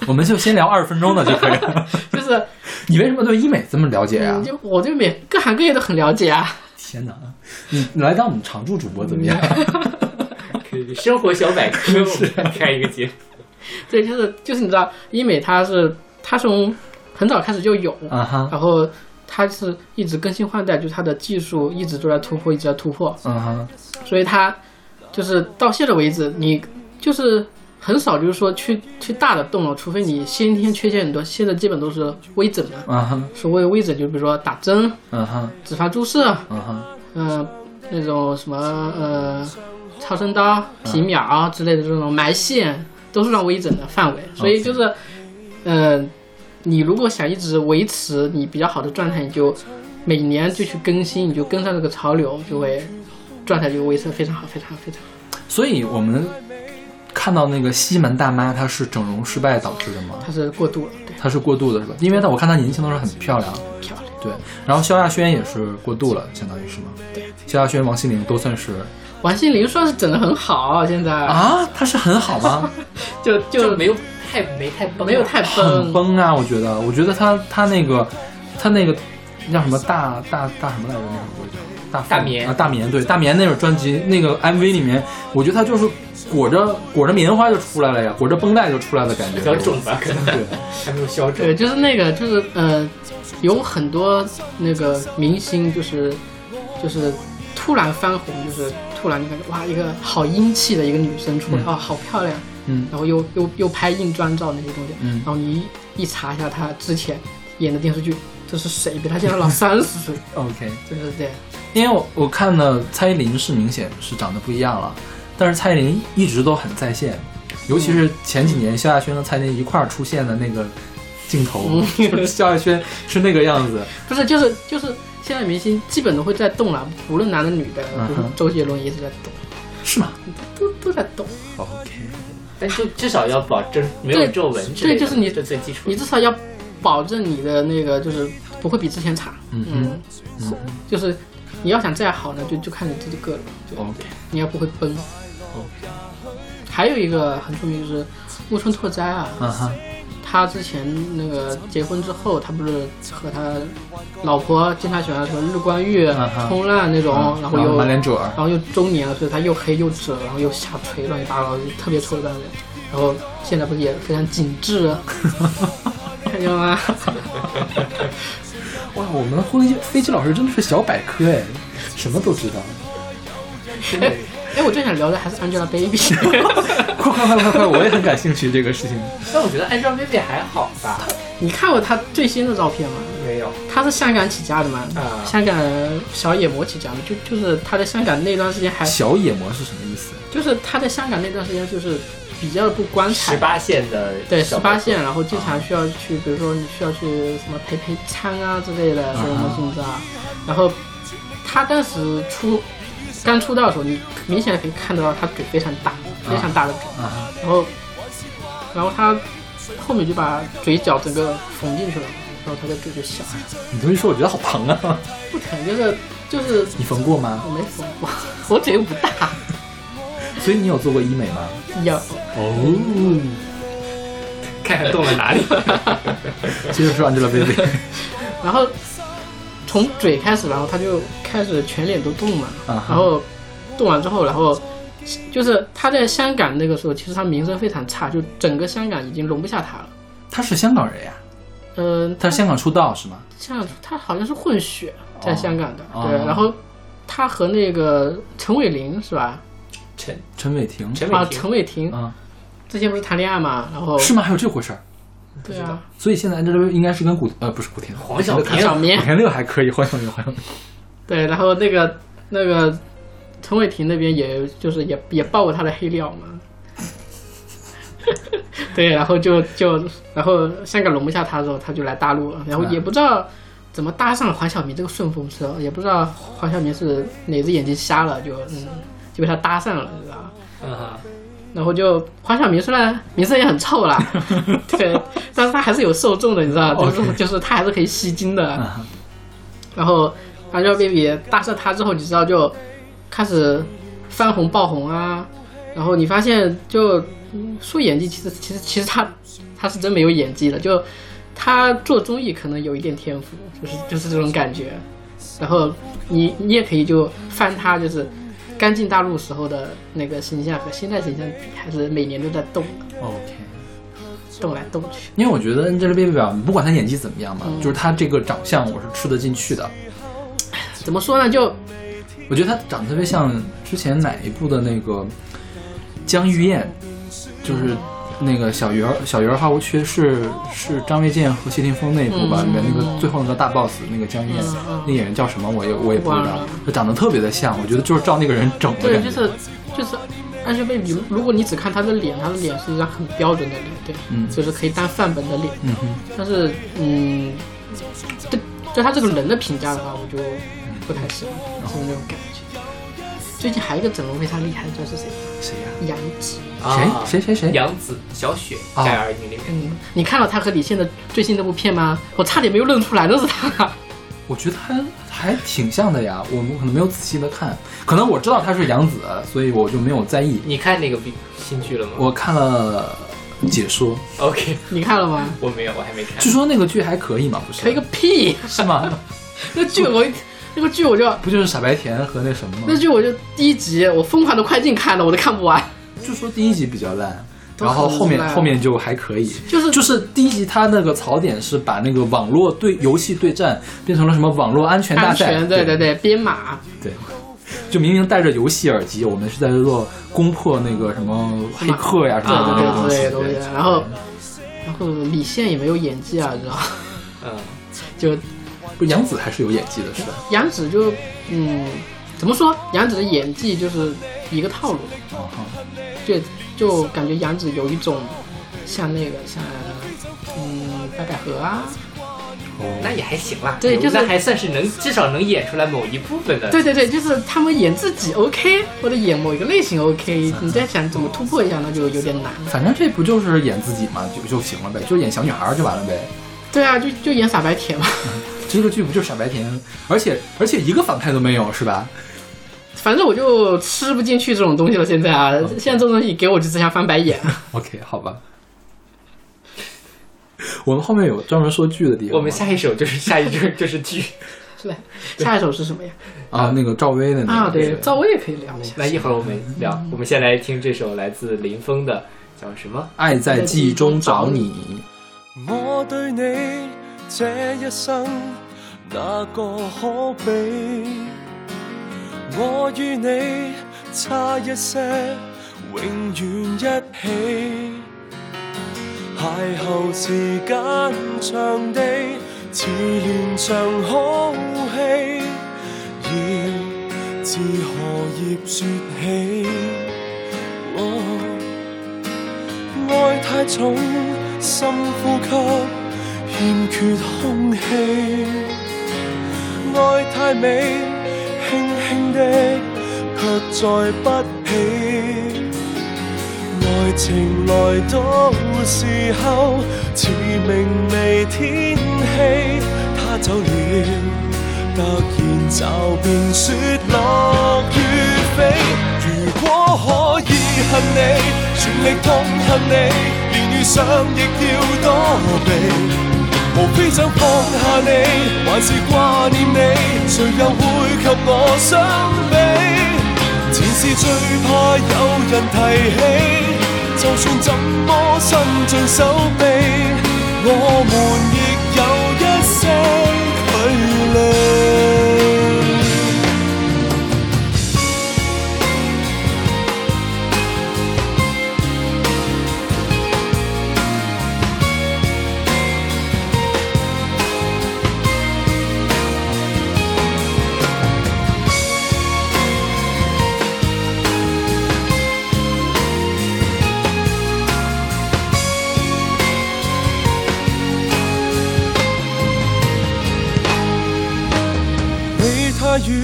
Speaker 2: 我们就先聊二十分钟的就可以
Speaker 3: (laughs)
Speaker 2: 了。
Speaker 3: 就是
Speaker 2: 你为什么对医美这么了解呀、
Speaker 3: 嗯，就我对美各行各业都很了解啊，
Speaker 2: 天哪，你来当我们常驻主播怎么样？
Speaker 1: 可以生活小百科，我们来开一个节目。
Speaker 3: 对，就是就是你知道医美它是它从很早开始就有，
Speaker 2: 啊
Speaker 3: (laughs)
Speaker 2: 哈，
Speaker 3: 然后它是一直更新换代，就是它的技术一直都在突破，一直在突破，
Speaker 2: 嗯哈，
Speaker 3: 所以它就是到现在为止，你就是很少就是说去去大的动了，除非你先天缺陷很多，现在基本都是微整嘛。
Speaker 2: 啊哈，
Speaker 3: 所谓微整，就比如说打针、
Speaker 2: 嗯哈，
Speaker 3: 脂肪注射，
Speaker 2: 嗯哈，
Speaker 3: 嗯、那种什么呃超声刀、皮秒啊之类的这种埋线，都是让微整的范围。所以就是，嗯、你如果想一直维持你比较好的状态，你就每年就去更新，你就跟上这个潮流，就会状态就维持得非常好，非常好，非常好。
Speaker 2: 所以我们看到那个西门大妈，她是整容失败导致的吗？
Speaker 3: 它是过度了，对，
Speaker 2: 她是过度的是吧？因为她我看她年轻的时候很漂亮，
Speaker 3: 漂亮。
Speaker 2: 对，然后萧亚轩也是过度了，相当于是吗？对，萧亚轩、王心凌都算是
Speaker 3: 王心凌算是整的很好，现在、
Speaker 2: 啊，她是很好吗？
Speaker 3: 就
Speaker 1: 就
Speaker 3: 就
Speaker 1: 没有太没太崩啊
Speaker 3: 没有太
Speaker 2: 很
Speaker 3: 崩，
Speaker 2: 崩啊，我觉得，我觉得她她那个她那个叫什么大大大什么来着？那首歌叫大风
Speaker 1: 大眠
Speaker 2: 啊，大眠对，大眠那首专辑那个 MV 里面，我觉得她就是裹着裹着棉花就出来了呀，裹着绷带就出来的感觉，
Speaker 1: 比较重吧，可能
Speaker 2: 对，
Speaker 1: 还没有消肿。
Speaker 3: 对，就是那个，就是呃，有很多那个明星，就是就是突然翻红，就是突然就感觉哇，一个好英气的一个女生出来，
Speaker 2: 嗯
Speaker 3: 啊，好漂亮，
Speaker 2: 嗯
Speaker 3: 然后又又又拍硬装照那些东西，
Speaker 2: 嗯
Speaker 3: 然后你一一查一下她之前演的电视剧，这是谁比他现在老三十岁？
Speaker 2: OK，
Speaker 3: 就是这样。
Speaker 2: 因为我我看了蔡依林是明显是长得不一样了，但是蔡依林一直都很在线，尤其是前几年萧亚轩跟蔡依林一块儿出现的那个镜头，就是萧亚轩是那个样 (laughs) 子，
Speaker 3: 不是，就是就是现在明星基本都会在动了，无论男的女的，
Speaker 2: 嗯
Speaker 3: 比
Speaker 2: 哼
Speaker 3: 如周杰伦也一直在动，
Speaker 2: 是吗
Speaker 3: 都都在动。
Speaker 2: ？OK，
Speaker 1: 但就 (laughs) 至少要保证没有
Speaker 3: 对
Speaker 1: 皱纹之类
Speaker 3: 对
Speaker 1: 的，
Speaker 3: 就是你
Speaker 1: 这最基础
Speaker 3: 你
Speaker 1: 的。
Speaker 3: 至少要保证你的那个就是不会比之前差。
Speaker 2: 嗯哼
Speaker 3: 嗯，就是你要想再好呢，就就看你自己个人，就
Speaker 2: ，OK，
Speaker 3: 你要不会崩。
Speaker 2: 哦
Speaker 3: 还有一个很著名就是木村拓哉啊，
Speaker 2: 嗯哼，
Speaker 3: 他之前那个结婚之后，他不是和他老婆经常喜欢什么日光浴、
Speaker 2: 嗯哼
Speaker 3: 冲浪那种，然后又
Speaker 2: 满脸褶儿
Speaker 3: 然后又中年了，所以他又黑又褶，然后又下垂，乱七八糟，就特别丑的感觉。然后现在不是也非常紧
Speaker 2: (laughs)
Speaker 3: 致，看见了吗？
Speaker 2: 哇，我们飞机飞机老师真的是小百科哎，什么都知道。
Speaker 3: 哎，我最想聊的还是
Speaker 2: (laughs)
Speaker 3: Angelababy。
Speaker 2: (laughs) 快快快快快，我也很感兴趣这个事情。
Speaker 1: 但我觉得 Angelababy 还好吧，
Speaker 3: 你看过她最新的照片吗？
Speaker 1: 没有。
Speaker 3: 她是香港起家的嘛，
Speaker 1: 啊
Speaker 3: 香港小野魔起家的，就就是她在香港那段时间还，
Speaker 2: 小野魔是什么意思？
Speaker 3: 就是她在香港那段时间就是比较不光彩
Speaker 1: 十。八线的
Speaker 3: 对，十
Speaker 1: 小白
Speaker 3: 八线，然后经常需要去，比如说你需要去什么陪陪餐啊之类的，什么东西你知道吧？然后他当时出刚出道的时候，你明显可以看得到他嘴非常大，非常大的嘴，
Speaker 2: 啊，
Speaker 3: 然后然后他后面就把嘴角整个缝进去了，然后他的嘴就小了，
Speaker 2: 你这么一说，我觉得好疼 (laughs) 啊！
Speaker 3: 不疼，就是就是
Speaker 2: 你缝过吗？
Speaker 3: 我没缝过， (laughs) 我嘴又不大，
Speaker 2: 所以你有做过医美吗？
Speaker 3: 有
Speaker 2: 哦，
Speaker 1: 看看动了 (laughs) 哪里。
Speaker 2: 接着说 (laughs) Angelababy
Speaker 3: 然后从嘴开始，然后他就开始全脸都动嘛，
Speaker 2: 啊哈
Speaker 3: 然后动完之后，然后就是他在香港那个时候，其实他名声非常差，就整个香港已经容不下他了。
Speaker 2: 她是香港人呀，
Speaker 3: 嗯、
Speaker 2: 她是香港出道是吗？
Speaker 3: 香港他好像是混血，在香港的，
Speaker 2: 哦
Speaker 3: 对，
Speaker 2: 哦
Speaker 3: 然后。他和那个陈伟霆是吧？
Speaker 1: 陈
Speaker 2: 陈伟霆
Speaker 1: 陈
Speaker 3: 啊，
Speaker 1: 伟霆
Speaker 3: 陈伟霆
Speaker 2: 啊，
Speaker 3: 之前不是谈恋爱嘛？然后
Speaker 2: 是吗？还有这回事儿？
Speaker 3: 对啊，
Speaker 2: 所以现在 Angelababy 应该是跟古呃不是古天乐，
Speaker 1: 黄晓
Speaker 3: 唐
Speaker 1: 明
Speaker 3: 小
Speaker 2: 古
Speaker 3: 明
Speaker 2: 天乐还可以，黄晓明黄晓明
Speaker 3: 对，然后那个那个陈伟霆那边也就是也也爆过他的黑料嘛， (laughs) 对，然后就就然后香港容不下他之后，他就来大陆了，然后也不知道怎么搭上了黄晓明这个顺风车，也不知道黄晓明是哪只眼睛瞎了，就嗯就被他搭上了，你知道吧？
Speaker 1: 啊，
Speaker 3: 然后就黄晓明虽然 (laughs) 名声也很臭
Speaker 2: (laughs)
Speaker 3: 啦，对，但是他还是有受众的，你知道，就是
Speaker 2: 哦 OK
Speaker 3: 就是他还是可以吸金的。
Speaker 2: 啊
Speaker 3: 然后 Angelababy 搭上他之后，你知道就开始翻红爆红啊。然后你发现就嗯说演技，其实其实其实他他是真没有演技的，就他做综艺可能有一点天赋，就是就是这种感觉。然后你你也可以就翻他就是刚进大陆时候的那个形象和现在形象比，还是每年都在动
Speaker 2: OK。
Speaker 3: 动来动去。
Speaker 2: 因为我觉得 Angelababy 啊，不管她演技怎么样
Speaker 1: 嗯
Speaker 2: 嘛，就是她这个长相我是吃得进去的。
Speaker 3: 怎么说呢？就
Speaker 2: 我觉得她长得特别像之前哪一部的那个江玉燕，就是那个小鱼儿小鱼儿好无缺是是张卫健和谢霆锋那一部吧，里面那个最后那个大 boss 那个江玉燕，那演员叫什么我也我也不知
Speaker 3: 忘
Speaker 2: 道
Speaker 3: 了，
Speaker 2: 她长得特别的像，我觉得就是照那个人整的
Speaker 3: 对，
Speaker 2: 感觉。
Speaker 3: 就是就是安雪贝比，如果你只看她的脸，她的脸是一张很标准的脸，对，
Speaker 2: 嗯
Speaker 3: 就是可以当范本的脸。
Speaker 2: 嗯哼，
Speaker 3: 但是，嗯，对对她这个人的评价的话，我就不太喜欢，
Speaker 2: 嗯
Speaker 3: 就是那种感觉。最近还有一个整容非常厉害，你知道是谁？
Speaker 2: 谁呀、
Speaker 3: 杨紫。
Speaker 1: 啊
Speaker 2: 谁谁谁谁？
Speaker 1: 杨紫、小雪
Speaker 2: 啊
Speaker 1: 《盖儿女》里面，
Speaker 3: 嗯，你看到她和李现的最新那部片吗？我差点没有认出来，那是她。
Speaker 2: 我觉得还还挺像的呀，我们可能没有仔细的看，可能我知道她是杨紫，所以我就没有在意。
Speaker 1: 你看那个比新剧了吗？
Speaker 2: 我看了解说，
Speaker 1: OK，
Speaker 3: 你看了吗？
Speaker 1: 我没有，我还没看。
Speaker 2: 据说那个剧还可以嘛，不是？
Speaker 3: 吹个屁！
Speaker 2: 是吗？ (laughs)
Speaker 3: 那剧我，那个剧我就，
Speaker 2: 不就是傻白甜和那什么吗
Speaker 3: 那？剧我就第一集我疯狂的快进看了，我都看不完。
Speaker 2: 据说第一集比较烂，
Speaker 3: 都
Speaker 2: 然后
Speaker 3: 很
Speaker 2: 后面
Speaker 3: 烂
Speaker 2: 后面就还可以。
Speaker 3: 就是
Speaker 2: 就是第一集它那个槽点是把那个网络对游戏对战变成了什么网络安全大
Speaker 3: 安
Speaker 2: 赛？
Speaker 3: 全，对
Speaker 2: 对
Speaker 3: 对对，编码，
Speaker 2: 对。就明明戴着游戏耳机，我们是在做攻破那个什么黑客呀什
Speaker 3: 对
Speaker 2: 么的
Speaker 3: 对
Speaker 2: 这
Speaker 3: 啊
Speaker 2: 种
Speaker 3: 对之
Speaker 2: 东
Speaker 3: 类
Speaker 2: 西
Speaker 3: 的东西。然后，然后李现也没有演技啊，知道吧？
Speaker 1: 嗯，
Speaker 3: (laughs) 就
Speaker 2: 不，杨紫还是有演技的，是吧？
Speaker 3: 杨紫就嗯，怎么说？杨紫的演技就是一个套路，
Speaker 2: 哦，好
Speaker 3: 对，就感觉杨紫有一种像那个像嗯白百合啊，
Speaker 1: 那也还行啦，
Speaker 3: 对就是
Speaker 1: 那还算是能至少能演出来某一部分的。
Speaker 3: 对对对，就是他们演自己 OK，或者演某一个类型 (laughs) OK，你在想怎么突破一下，那就有点难。
Speaker 2: 反正这不就是演自己嘛，就就行了呗，就演小女孩儿就完了呗。
Speaker 3: 对啊，就就演傻白甜嘛。
Speaker 2: 这个剧不就是傻白甜，而且而且一个反派都没有，是吧？
Speaker 3: 反正我就吃不进去这种东西了。现在啊，现在这种东西给我就只想翻白眼。
Speaker 2: OK，好吧。我们后面有专门说剧的地方吗。
Speaker 1: 我们下一首就是下一首就是剧，
Speaker 3: 来，下一首是什么呀？
Speaker 2: 啊，那个赵薇的那个
Speaker 3: 啊，对，
Speaker 2: 是
Speaker 3: 赵薇也可以聊一下。
Speaker 1: (laughs) 那一会儿我们聊。我们先来听这首来自林峰的叫什么？
Speaker 2: 爱在记忆中找你。
Speaker 8: 我对你这一生哪个可比？我与你差一些，永远一起。邂逅時間場地，似連場好戲，要自何葉説起？哦愛太重，深呼吸，欠缺空氣。愛太美，輕輕的，卻再不起。愛情來到時候，似明媚天氣，他走了，突然驟變雪落雨飛。如果可以恨你，全力痛恨你，連遇上亦要躲避。無非想放下你，還是掛念你，誰又會及我相比？前事最怕有人提起，就算怎麼伸盡手臂，我們亦有一些距離。你太遠，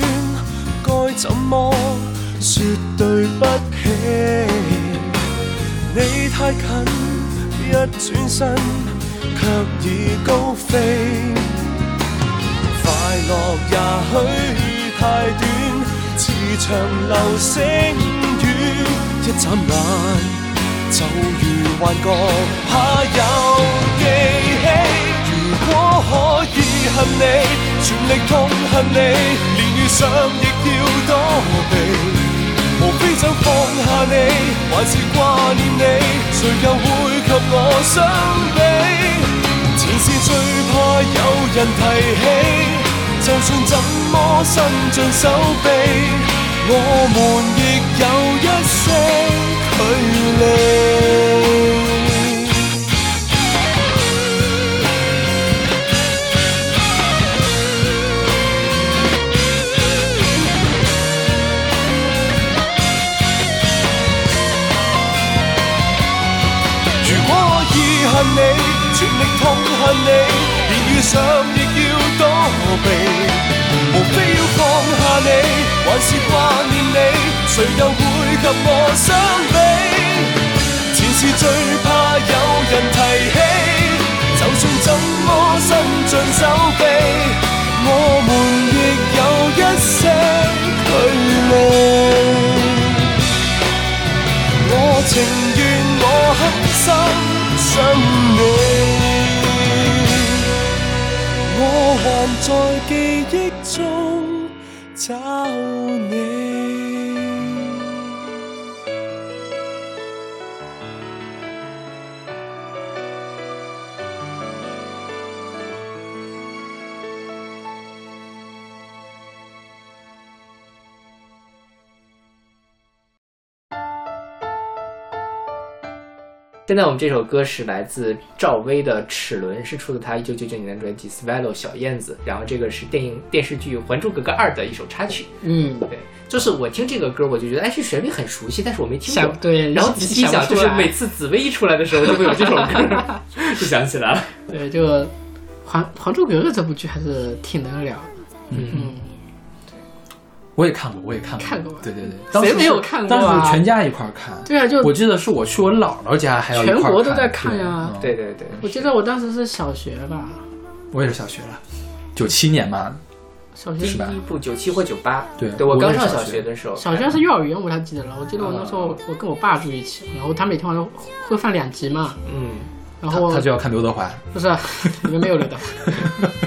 Speaker 8: 該怎麼說對不起？你太近，一轉身卻已高飛。快樂也許太短，似長流星雨，一眨眼。就如幻覺，怕有記起。如果可以恨你，全力痛恨你，連遇上亦要躲避。無非想放下你，還是掛念你，誰又會及我相比？前事最怕有人提起，就算怎麼伸盡手臂，我們亦有一些距離。如果可以恨你，全力痛恨你，連遇上亦要躲避。無非要放下你，還是掛念你，誰又會及我相比？前事最怕有人提起，就算怎麼伸盡手臂，我們亦有一些距離。我情願我狠心想你，我還在記憶中找你。
Speaker 1: 现在我们这首歌是来自赵薇的《齿轮》，是出自她一九九九年的专辑《Swallow 小燕子》，然后这个是电影电视剧《还珠格格二》的一首插曲。
Speaker 3: 嗯，
Speaker 1: 对，就是我听这个歌，我就觉得哎，这旋律很熟悉，但是我没听过
Speaker 3: 想。对，
Speaker 1: 然后仔细一想，
Speaker 3: 想不
Speaker 1: 就
Speaker 3: 出
Speaker 1: 是
Speaker 3: 来
Speaker 1: 每次紫薇一出来的时候，就会有这首
Speaker 2: (laughs)
Speaker 1: 歌，就想起来了。
Speaker 3: 对，就《还还珠格格》这部剧还是挺能聊。嗯，
Speaker 2: 我也看过，我也看过，
Speaker 3: 看过吧
Speaker 2: 对对对，当时是
Speaker 3: 没有看过啊
Speaker 2: 当时全家一块儿看，
Speaker 3: 对啊，就
Speaker 2: 我记得是我去我姥姥家，还要一块儿
Speaker 3: 全国都在看呀
Speaker 2: 对嗯
Speaker 1: 对对对，
Speaker 3: 我记得我当时是小学吧，
Speaker 2: 我也是小学了，九七年嘛，
Speaker 3: 小学
Speaker 1: 第
Speaker 2: 是吧
Speaker 1: 一部九七或九八，
Speaker 2: 对
Speaker 1: 对我
Speaker 2: 我
Speaker 1: 刚
Speaker 2: 也
Speaker 1: 上
Speaker 2: 小
Speaker 1: 小
Speaker 2: 学
Speaker 1: 学的时候，
Speaker 3: 小学是幼儿园，我不太记得了。我记得我那时候我跟我爸住一起，然后他每天晚上会放两集嘛，
Speaker 2: (laughs)
Speaker 1: 嗯，
Speaker 3: 然
Speaker 2: 他
Speaker 3: 后
Speaker 2: 他就要看刘德华，
Speaker 3: 不是啊 (laughs) 里面没有刘德华，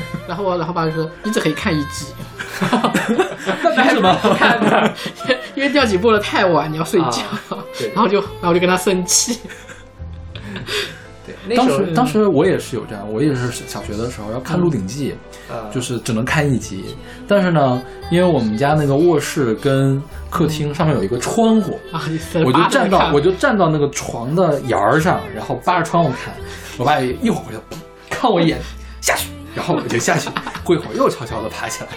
Speaker 3: (laughs) 然后我老爸就说你只可以看一集，
Speaker 2: 那凭什么？
Speaker 1: (laughs) 看
Speaker 2: (laughs)
Speaker 1: 的，
Speaker 3: (laughs) 因为第二集播的太晚，你要睡觉
Speaker 1: 啊，对
Speaker 3: 然后就然后我就跟他生气。
Speaker 1: 对，那
Speaker 2: 当
Speaker 1: 时候
Speaker 2: 时当时我也是有这样，我也是小学的时候要看《鹿鼎记》
Speaker 1: 呃
Speaker 2: 就是只能看一集。但是呢，因为我们家那个卧室跟客厅上面有一个窗户，
Speaker 3: 啊，
Speaker 2: 我就站到我
Speaker 3: 就
Speaker 2: 就站到那个床的沿儿上，然后扒着窗户看。我爸一会儿就砰看我一眼下去，然后我就下 (laughs) 去，过一会儿又悄悄地爬起来。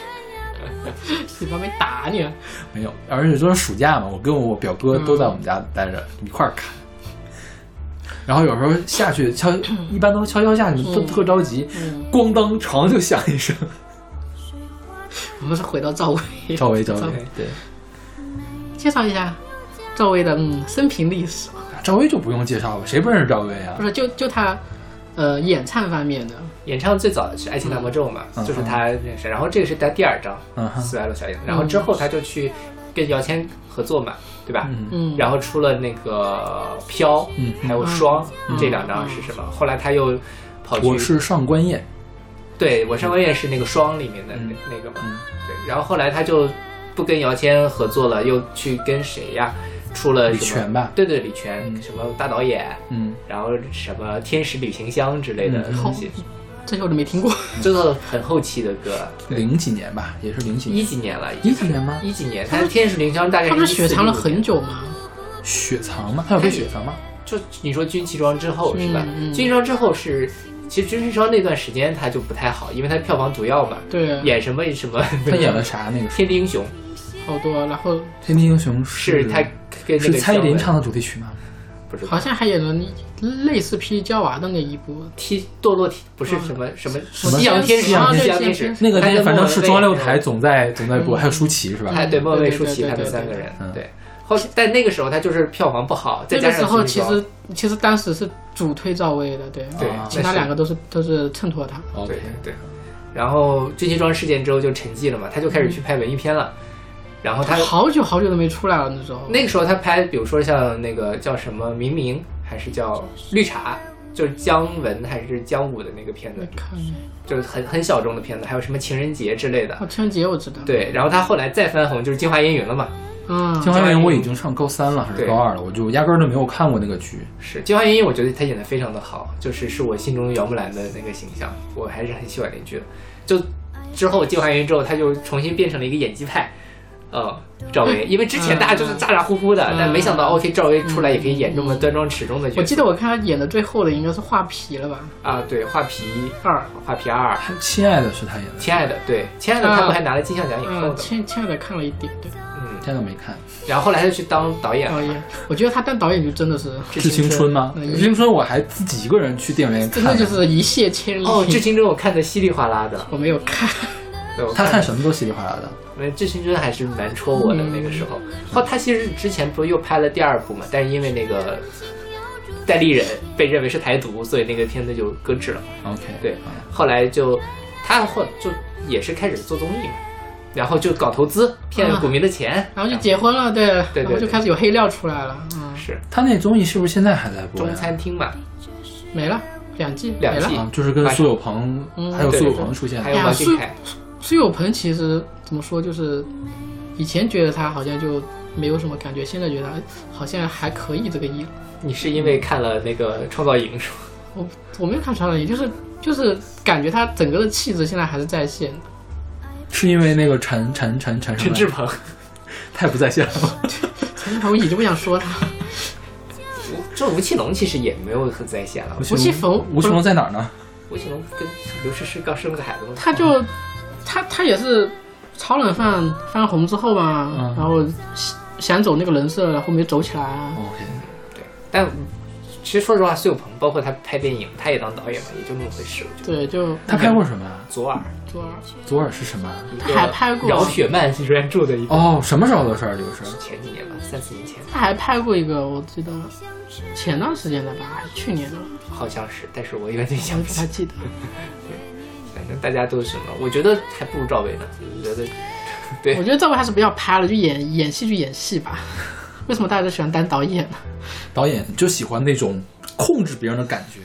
Speaker 3: 你爸没打你啊，
Speaker 2: 没有，而且就是暑假嘛，我跟我表哥都在我们家待着，一块儿看。然后有时候下去悄，一般都悄悄下去，都
Speaker 3: 嗯
Speaker 2: 特着急，咣当床就响一声。
Speaker 3: 我们是回到赵薇，
Speaker 2: 赵薇，赵薇
Speaker 3: 薇，
Speaker 2: 对，
Speaker 3: 介绍一下赵薇的嗯生平历史，
Speaker 2: 赵薇就不用介绍了，谁不认识赵薇啊
Speaker 3: 不？是就就她呃演唱方面的，
Speaker 1: 演唱最早的是《爱情大魔咒》嘛，
Speaker 2: 嗯
Speaker 1: 就是他认识，然后这个是他第二张
Speaker 2: 嗯
Speaker 1: 《
Speaker 2: 哼，
Speaker 1: 死爱罗小燕》，然后之后他就去跟姚谦合作嘛，对吧？
Speaker 2: 嗯
Speaker 3: 嗯，
Speaker 1: 然后出了那个《飘》，
Speaker 2: 嗯
Speaker 1: 还有《霜》这两张是什么？后来他又跑去，
Speaker 2: 我是上官燕，
Speaker 1: 对我上官燕是那个《霜》里面的
Speaker 2: 嗯
Speaker 1: 那那个嘛，
Speaker 2: 嗯
Speaker 1: 对，然后后来他就不跟姚谦合作了，又去跟谁呀？出了
Speaker 2: 李
Speaker 1: 什么
Speaker 2: 泉吧，
Speaker 1: 对对，李泉、
Speaker 2: 嗯
Speaker 1: 什么大导演，
Speaker 2: 嗯，
Speaker 1: 然后什么天使旅行箱之类的
Speaker 2: 嗯
Speaker 1: 东西，
Speaker 3: 这些我都没听过，
Speaker 1: 这都很后期的歌，
Speaker 2: 零几年吧，也是零几
Speaker 1: 一
Speaker 2: 年，
Speaker 1: 几年了，已经
Speaker 2: 一几年吗？
Speaker 1: 一几年，他天使旅行箱大概
Speaker 3: 她不是雪藏了
Speaker 1: 1416
Speaker 3: 很
Speaker 1: 年，
Speaker 3: 久吗？
Speaker 2: 雪藏吗？他有被雪藏吗？
Speaker 1: 就你说军旗装之后是吧？
Speaker 3: 嗯嗯
Speaker 1: 军旗装之后是，其实军旗装那段时间他就不太好，因为他票房毒药嘛，
Speaker 3: 对，
Speaker 1: 演什么什么，
Speaker 2: 他演了啥？那个
Speaker 1: 《
Speaker 2: 《
Speaker 1: (laughs) 天地英雄
Speaker 3: 好多，然后
Speaker 2: 天地英雄》》
Speaker 1: 是他跟那
Speaker 2: 嗯是
Speaker 1: 个
Speaker 2: 蔡依林唱
Speaker 1: 的，
Speaker 2: 的主题曲吗？
Speaker 1: 不是
Speaker 3: 好像还演了类似霹雳娇娃的那一部，
Speaker 1: 踢堕落踢不是什么什么
Speaker 2: 么
Speaker 1: 西洋天使，
Speaker 3: 西洋天使
Speaker 1: 西洋天使，
Speaker 2: 那个
Speaker 1: 他跟
Speaker 2: 反正
Speaker 1: 莫
Speaker 2: 是
Speaker 1: 文蔚
Speaker 2: 中央六台总在总在播，还有舒淇是吧？
Speaker 1: 哎，对，莫文蔚、
Speaker 3: 对对
Speaker 1: 舒淇
Speaker 3: 对
Speaker 1: 他们
Speaker 3: 对
Speaker 1: 三个
Speaker 3: 对
Speaker 1: 人
Speaker 2: 嗯，
Speaker 1: 对。后但那个时候他就是票房不好，再
Speaker 3: 那
Speaker 1: 加
Speaker 3: 个时
Speaker 1: 上
Speaker 3: 候
Speaker 1: 金
Speaker 3: 其
Speaker 1: 曲
Speaker 3: 实其实当时是主推赵薇的，对，
Speaker 1: 对
Speaker 2: 啊，
Speaker 3: 其他
Speaker 1: 那是
Speaker 3: 两个都是都是衬托她。
Speaker 1: 对
Speaker 2: OK，
Speaker 1: 对对。然后军旗装事件之后就沉寂了嘛，他就开始去拍文艺片了。然后他
Speaker 3: 好久好久都没出来了，那时候。
Speaker 1: 那个时候他拍，比如说像那个叫什么《明明》，还是叫《绿茶》，就是姜文还是姜武的那个片子
Speaker 3: 没，看，
Speaker 1: 就是很很小众的片子，还有什么情人节之类的
Speaker 3: 哦，。情人节我知道。，
Speaker 1: 对，然后他后来再翻红就是《京华烟云》了嘛，
Speaker 3: 嗯，
Speaker 2: 金花园我已经上高三了还是
Speaker 1: 对
Speaker 2: 高二了，我就压根儿就没有看过那个剧。
Speaker 1: 是《京华烟云》，我觉得他演的非常的好，就是是我心中姚木兰的那个形象，我还是很喜欢那剧的。就之后《京华烟云》之后，他就重新变成了一个演技派，嗯，赵薇，因为之前大家就是咋咋呼呼的，
Speaker 3: 嗯
Speaker 1: 但没想到 OK 赵薇出来也可以演这么端庄持重的角色。
Speaker 3: 我记得我看她演的最后的应该是画皮了吧？
Speaker 1: 啊，对，画皮
Speaker 3: 二，
Speaker 1: 画皮二，
Speaker 2: 亲爱的是他演的，
Speaker 1: 亲爱的，对，亲爱的，他不还拿了金像奖影后
Speaker 3: 嗯，
Speaker 1: 的吗，
Speaker 3: 亲亲爱的看了一点，
Speaker 1: (laughs)
Speaker 3: 对，
Speaker 1: 嗯，
Speaker 2: 真的没看。
Speaker 1: 然后后来他就去当导演
Speaker 3: 导
Speaker 1: 了嘛，
Speaker 3: 演，我觉得他当导演就真的是，
Speaker 1: 致
Speaker 2: 致青春
Speaker 1: 春？
Speaker 2: 吗？
Speaker 3: 嗯
Speaker 2: 致青春我还自己一个人去电影院
Speaker 3: 真
Speaker 2: 看
Speaker 3: 的
Speaker 2: 的。
Speaker 3: 就是一泻千里。
Speaker 1: 哦，《致青春》我看的稀里哗啦的，
Speaker 3: (laughs) 我没有
Speaker 1: (laughs)
Speaker 3: 看，
Speaker 1: 对，我
Speaker 2: 他
Speaker 1: 看
Speaker 2: 看什么都稀里哗啦的。
Speaker 1: 因为《致青春》还是蛮戳我的那个时候。后他其实之前不是又拍了第二部嘛，但是因为那个戴立忍被认为是台独，所以那个片子就搁置了。
Speaker 2: OK，
Speaker 1: 对
Speaker 2: 嗯
Speaker 1: 后来就他后就也是开始做综艺嘛，然后就搞投资骗
Speaker 3: 啊
Speaker 1: 股民的钱，
Speaker 3: 然后就结婚了，对，
Speaker 1: 对对
Speaker 3: 然后就
Speaker 1: 对
Speaker 3: 开始有黑料出来了，嗯，
Speaker 1: 是
Speaker 2: 他那综艺是不是现在还在播
Speaker 1: 中
Speaker 2: 呀？
Speaker 1: 餐厅嘛，
Speaker 3: 没了，两季，
Speaker 1: 两
Speaker 3: 没了
Speaker 1: 季。
Speaker 2: 啊，就是跟苏有朋
Speaker 3: 嗯
Speaker 2: 还有
Speaker 1: 对
Speaker 2: 苏有朋出现
Speaker 1: 还
Speaker 2: 的。
Speaker 3: 哎
Speaker 1: 有
Speaker 3: 呀
Speaker 1: 王俊凯。
Speaker 3: 苏有朋其实怎么说，就是以前觉得他好像就没有什么感觉，现在觉得哎好像还可以这个艺人。
Speaker 1: 你是因为看了那个《创造营》是吗？
Speaker 3: 我我没有看传染，也就是就是感觉他整个的气质现在还是在线的。
Speaker 2: 是因为那个陈陈陈陈
Speaker 1: 陈志
Speaker 2: 什么
Speaker 1: 鹏，
Speaker 2: 太不在线了吗。 (laughs)
Speaker 3: 陈志鹏，我已经不想说他，
Speaker 1: 这吴奇隆其实也没有很在线了，
Speaker 2: 吴
Speaker 3: 吴奇
Speaker 2: 隆
Speaker 3: 隆，
Speaker 2: 吴奇隆在哪儿呢？
Speaker 1: 吴奇隆跟刘诗诗刚生了个孩子嘛，
Speaker 3: 他就他他也是炒冷饭翻红之后嘛，
Speaker 2: 嗯
Speaker 3: 然后想想走那个人设，然后没走起来啊。
Speaker 1: 嗯
Speaker 2: OK，
Speaker 1: 但其实说实话，苏有朋包括他拍电影，他也当导演嘛，也就那么回事。我觉得
Speaker 3: 对，就
Speaker 2: 他拍过什么啊？
Speaker 1: 左耳，
Speaker 3: 左耳
Speaker 2: 左耳是什么啊？
Speaker 1: 一
Speaker 3: 嗯他
Speaker 1: 个
Speaker 3: 还拍过
Speaker 1: 饶雪漫原著的一个，
Speaker 2: 哦，什么时候的事儿？这个事儿
Speaker 1: 前几年吧，三四年前
Speaker 3: 他还拍过一个，我记得前段时间的吧，还是去年的，
Speaker 1: 好像是，但是我有点想
Speaker 3: 我
Speaker 1: 不
Speaker 3: 不
Speaker 1: 起
Speaker 3: 太记得。
Speaker 1: 反正大家都是什么，我觉得还不如赵薇呢。我觉得，对
Speaker 3: 我觉得赵薇还是不要拍了，就演演戏就演戏
Speaker 2: (laughs)
Speaker 3: 吧。为什么大家都喜欢当导演呢？啊
Speaker 2: 导演就喜欢那种控制别人的感觉。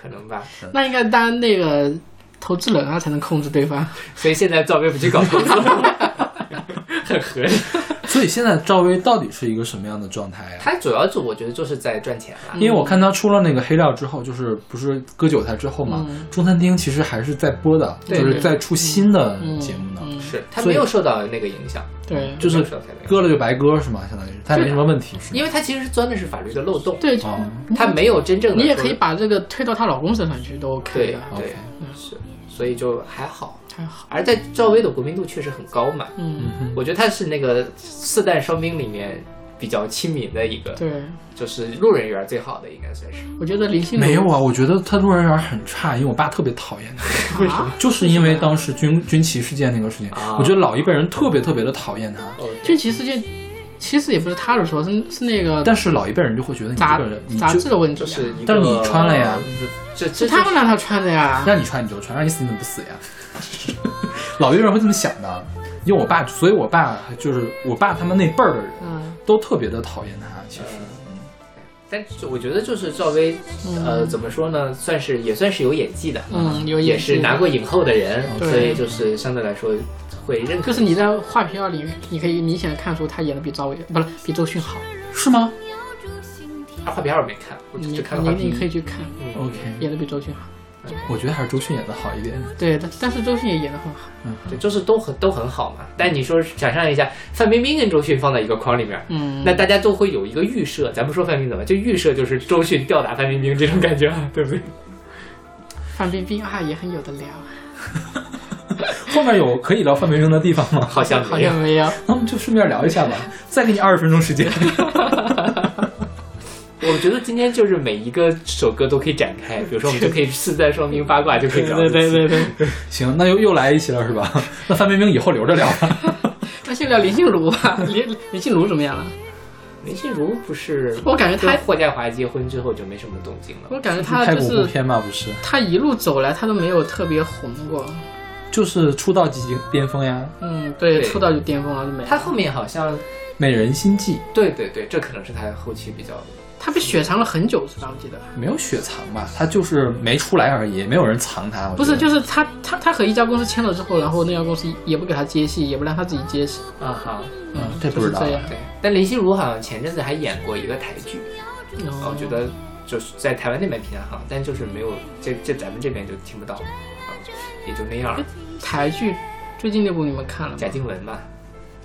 Speaker 1: 可能吧。
Speaker 3: 那应该当那个投资人啊，才能控制对方。
Speaker 1: 所以现在赵薇不去搞投资了， (laughs) 很合理。
Speaker 2: 所以现在赵薇到底是一个什么样的状态呀、
Speaker 1: 她主要就我觉得就是在赚钱啊了。
Speaker 2: 因为我看她出了那个黑料之后，就是不是割韭菜之后嘛，中餐厅其实还是在播的，
Speaker 1: 嗯对
Speaker 2: 就是在出新的节目呢。
Speaker 3: 嗯，
Speaker 1: 是她
Speaker 2: 所以
Speaker 1: 没有受到那个影响，
Speaker 3: 对
Speaker 2: 就是
Speaker 1: 没有受到太大影响
Speaker 2: 割了就白割是吗？相当于是她也没什么问题是吗？
Speaker 1: 因为她其实钻的是法律的漏洞，
Speaker 3: 对，
Speaker 2: 哦
Speaker 1: 她没有真正的。
Speaker 3: 你也可以嗯把这个推到她老公身上去，都 OK
Speaker 1: 对
Speaker 3: 的。
Speaker 1: 对
Speaker 2: OK
Speaker 1: 是，所以就还好。
Speaker 3: 还好，
Speaker 1: 而在赵薇的国民度确实很高嘛，
Speaker 3: 嗯，
Speaker 1: 我觉得她是那个四弹伤兵里面比较亲民的一个，
Speaker 3: 对，
Speaker 1: 就是路人缘最好的应该算是。
Speaker 3: 我觉得林心如
Speaker 2: 没有啊，我觉得她路人缘很差，因为我爸特别讨 (laughs) 厌她。
Speaker 3: 啊，
Speaker 2: 就是因为当时军军旗事件那个事情，
Speaker 1: 啊
Speaker 2: 我觉得老一辈人特别特别的讨厌他，
Speaker 1: 哦，
Speaker 3: 军旗事件其实也不是她的错，是是那个
Speaker 2: 但是老一辈人就会觉得你这
Speaker 3: 杂
Speaker 2: 个人，你
Speaker 3: 杂志
Speaker 2: 就
Speaker 3: 的问题
Speaker 1: 就
Speaker 3: 啊，
Speaker 1: 是一个
Speaker 2: 但是你穿了
Speaker 3: 呃
Speaker 2: 呀，
Speaker 1: 嗯这这
Speaker 3: 是他们让她穿的呀。
Speaker 2: 让你穿你就穿，让你死你怎么不死呀？ (laughs) 老一辈人会这么想的，因为我爸，所以我爸就是我爸他们那辈儿的人
Speaker 3: 嗯，
Speaker 2: 都特别的讨厌他，其实。
Speaker 1: 但是我觉得就是赵薇，呃，怎么说呢，算是也算是有演技的，
Speaker 3: 嗯有
Speaker 1: 也
Speaker 3: 演技
Speaker 1: 是拿过影后的人，
Speaker 3: 对
Speaker 1: 所以就是相对来说会认可
Speaker 3: 就。是你在画皮料里，你可以明显的看出她演的比赵薇不是比周迅好。
Speaker 2: 是吗
Speaker 1: 二画片儿我没看，我
Speaker 3: 你
Speaker 1: 只看了嗯
Speaker 3: 你
Speaker 1: 画
Speaker 3: 你
Speaker 1: 皮
Speaker 3: 可。以去看，
Speaker 2: ？OK，
Speaker 3: 演的比周迅好。
Speaker 2: 我觉得还是周迅演的好一点。
Speaker 3: 对，但但是周迅也演的很好。
Speaker 1: 对，就是都很都很好嘛。但你说想象一下，范冰冰跟周迅放在一个框里面，
Speaker 3: 嗯
Speaker 1: 那大家都会有一个预设，咱不说范冰冰怎么，就预设就是周迅吊打范冰冰这种感觉，啊 (laughs) 对不对？
Speaker 3: 范冰冰啊也很有的聊，
Speaker 2: 后面有可以聊范冰冰的地方吗？ (laughs)
Speaker 1: 好像
Speaker 3: 好
Speaker 1: 没有
Speaker 3: 像。没有。
Speaker 2: 那我们就顺便聊一下吧，再给你二十分钟时间。
Speaker 1: 我觉得今天就是每一个首歌都可以展开，比如说我们就可以四代双兵八卦就可以聊。
Speaker 2: 对对，行，那又又来一期了是
Speaker 3: (laughs)
Speaker 2: 吧？那范冰冰以后留着聊吧。
Speaker 3: 那先聊林心如吧，林林心如怎么样啊了？
Speaker 1: 林心如不是，
Speaker 3: 我感觉她
Speaker 1: 跟霍建华结婚之后就没什么动静了。
Speaker 3: 我感觉她
Speaker 2: 泰
Speaker 3: 就
Speaker 2: 国不
Speaker 3: 是
Speaker 2: 偏嘛，不是，
Speaker 3: 她一路走来，她都没有特别红过。
Speaker 2: 就是出道即巅峰呀，
Speaker 3: 嗯，对，
Speaker 1: 对
Speaker 3: 出道就巅峰了，就没了。
Speaker 1: 她后面好像，
Speaker 2: 《美人心计
Speaker 1: 对对对，这可能是她后期比较
Speaker 3: 她被雪藏了很久，是吧？我记得》
Speaker 2: 没有雪藏吧？她就是没出来而已，没有人藏她。我
Speaker 3: 不是，
Speaker 2: 觉得
Speaker 3: 就是她她她和一家公司签了之后，然后那家公司也不给她接戏，也不让她自己接戏。
Speaker 1: 啊哈。
Speaker 2: 嗯，这
Speaker 3: 就
Speaker 2: 不
Speaker 3: 是
Speaker 2: 知道
Speaker 3: 这。样
Speaker 1: 对，但林心如好像前阵子还演过一个台剧，
Speaker 3: 然
Speaker 1: 啊，
Speaker 3: 后
Speaker 1: 我觉得就是在台湾那边平常好，但就是没有这这咱们这边就听不到，啊，也就那样儿。
Speaker 3: 台剧最近那部你们看了吗
Speaker 1: 贾？静雯嘛，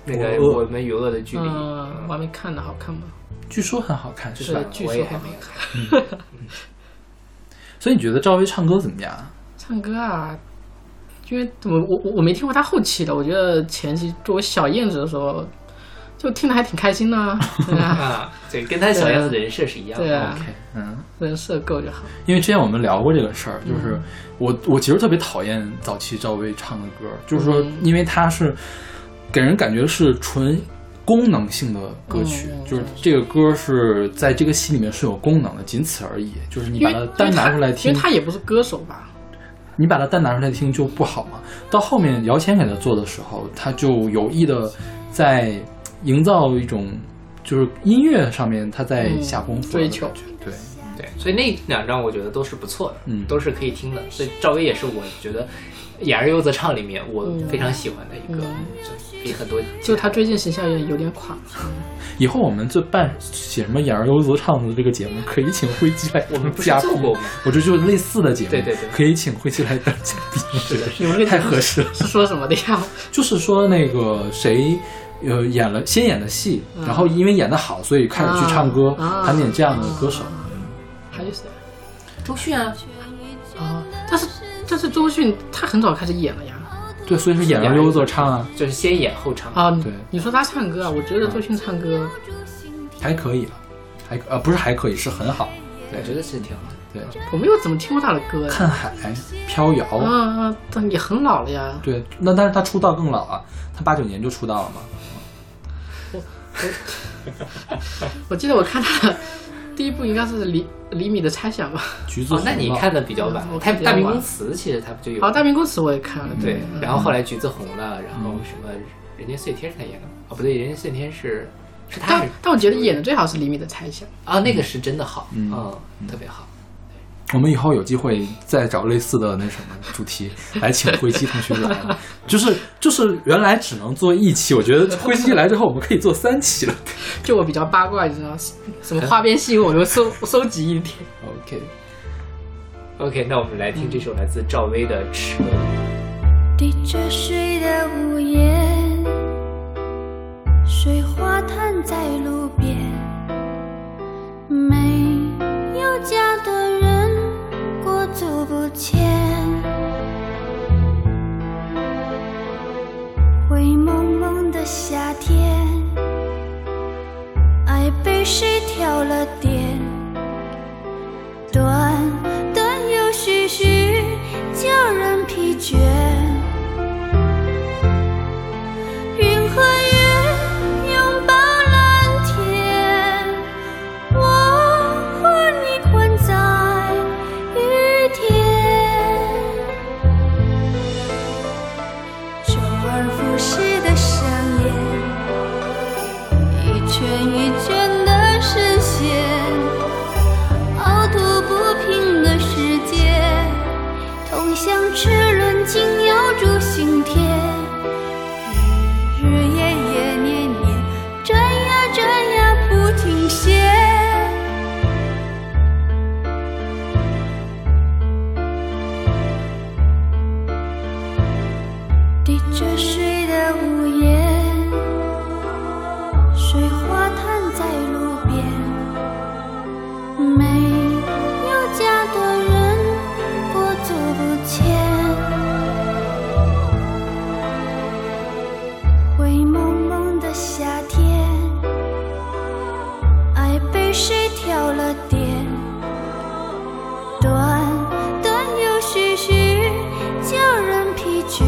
Speaker 1: 那个
Speaker 2: 我饿
Speaker 1: 我们与恶的距离，
Speaker 3: 嗯，我还没看呢，好看吗？
Speaker 2: 据说很好看，
Speaker 1: 是
Speaker 2: 是
Speaker 1: 吧
Speaker 3: 对
Speaker 2: 吧？，
Speaker 3: 据
Speaker 1: 我也
Speaker 3: 说
Speaker 1: 还
Speaker 3: 很
Speaker 1: 没
Speaker 3: 好
Speaker 1: 有
Speaker 3: 看。
Speaker 2: 所以你觉得赵薇唱歌怎么样？
Speaker 3: 唱歌啊，因为我我我我没听过她后期的，我觉得前期作为小燕子的时候，就听的还挺开心的、
Speaker 2: (laughs)
Speaker 3: 啊，对啊，
Speaker 1: 啊，对，跟她小燕子的人设是一样
Speaker 3: 对
Speaker 1: 的。
Speaker 3: 啊
Speaker 2: OK，嗯，
Speaker 3: 人设够就好。
Speaker 2: 因为之前我们聊过这个事儿，
Speaker 3: 嗯
Speaker 2: 就是我我其实特别讨厌早期赵薇唱的歌，就是说
Speaker 3: 嗯，
Speaker 2: 因为她是给人感觉是纯功能性的歌曲，
Speaker 3: 嗯
Speaker 2: 就是这个歌是在这个戏里面是有功能的，仅此而已。就是你把它单拿出来
Speaker 3: 因
Speaker 2: 听
Speaker 3: 为，她也不是歌手吧？
Speaker 2: 你把它单拿出来听就不好嘛。到后面姚谦给他做的时候，他就有意的在营造一种就是音乐上面他在
Speaker 3: 嗯
Speaker 2: 下功夫的
Speaker 3: 追
Speaker 2: 感
Speaker 3: 求
Speaker 2: 觉，对。
Speaker 1: 对，所以那两张我觉得都是不错的，
Speaker 2: 嗯
Speaker 1: 都是可以听的。所以赵薇也是我觉得《演而优则唱》里面我
Speaker 3: 嗯
Speaker 1: 非常喜欢的一个，
Speaker 3: 嗯
Speaker 1: 就比很多
Speaker 3: 就她最近形象也有点垮。
Speaker 2: 以后我们就办写什么“演而优则唱”的这个节目，可以请灰机来
Speaker 1: 我
Speaker 2: 当
Speaker 1: 们不是
Speaker 2: 嘉宾
Speaker 1: 做过吗？
Speaker 2: 我这就是类似的节目，
Speaker 1: 对对对
Speaker 2: 可以请灰机来当嘉宾，是的，
Speaker 3: 你们这个
Speaker 2: 太合适了。
Speaker 3: 是说什么的呀？
Speaker 2: 就是说那个谁，呃，
Speaker 1: 嗯
Speaker 2: 演了先演的戏，然后因为演的好，所以开始去唱歌，
Speaker 3: 啊
Speaker 2: 盘点这样的歌手。
Speaker 3: 还有谁啊？
Speaker 1: 周迅啊，
Speaker 3: 哦，但是但是周迅她很早开始演了呀。
Speaker 2: 对，所以说演了溜子唱啊，
Speaker 1: 就是先演后唱。
Speaker 3: 啊，你
Speaker 2: 对
Speaker 3: 你说她唱歌啊，我觉得周迅唱歌
Speaker 2: 还可以了，还呃不是还可以，是很好。
Speaker 1: 我觉得是挺好的。
Speaker 2: 对，
Speaker 3: 我没有怎么听过她的歌呀。
Speaker 2: 看海飘摇，
Speaker 3: 啊啊，但也很老了呀。
Speaker 2: 对，那但是他出道更老啊，他八九年就出道了嘛。
Speaker 3: 我记得我看她的第一部应该是厘厘米的猜想吧。
Speaker 2: 橘子
Speaker 1: 哦
Speaker 2: 红，
Speaker 1: 那你
Speaker 2: 了
Speaker 1: 看的比较晚
Speaker 3: 嗯我，
Speaker 1: 他
Speaker 3: 看比较
Speaker 1: 大明
Speaker 3: 晚
Speaker 1: 宫词其实他不就有
Speaker 3: 好，大明宫词我也看了。
Speaker 1: 对，
Speaker 3: 嗯
Speaker 1: 然后后来橘子红了，然后什么人间碎天是他演的吗？哦，不对，人间碎天是是他还
Speaker 3: 但
Speaker 1: 是
Speaker 3: 但我觉得演的最好是厘米的猜想。
Speaker 1: 啊，那个是真的好，
Speaker 2: 嗯
Speaker 1: 嗯，特别好。
Speaker 2: 我们以后有机会再找类似的那什么主题来请灰机同学来， (laughs) 就是就是原来只能做一期，我觉得灰机来之后我们可以做三
Speaker 1: (laughs)
Speaker 2: 期了。
Speaker 3: 就我比较八卦，你知道，什么花边新闻我就搜搜集一点。
Speaker 2: OK，
Speaker 1: OK，那我们来听这首来自赵薇的《车》。
Speaker 9: 滴着水的屋檐，水花摊在路边，没有家的人裹足不前。灰蒙蒙的夏天，爱被谁挑了点？短短又续续，叫人疲倦。云和月拥抱蓝天，我和你困在雨天。周而复始的上演，一圈一圈的深陷。凹凸不平的世界，同向齿轮紧咬住心田，日日夜夜年年，转呀转呀不停歇。滴着水的屋檐，水花摊在路边。没有家的人裹足不前，灰蒙蒙的夏天，爱被谁挑了点？短短又续续，叫人疲倦。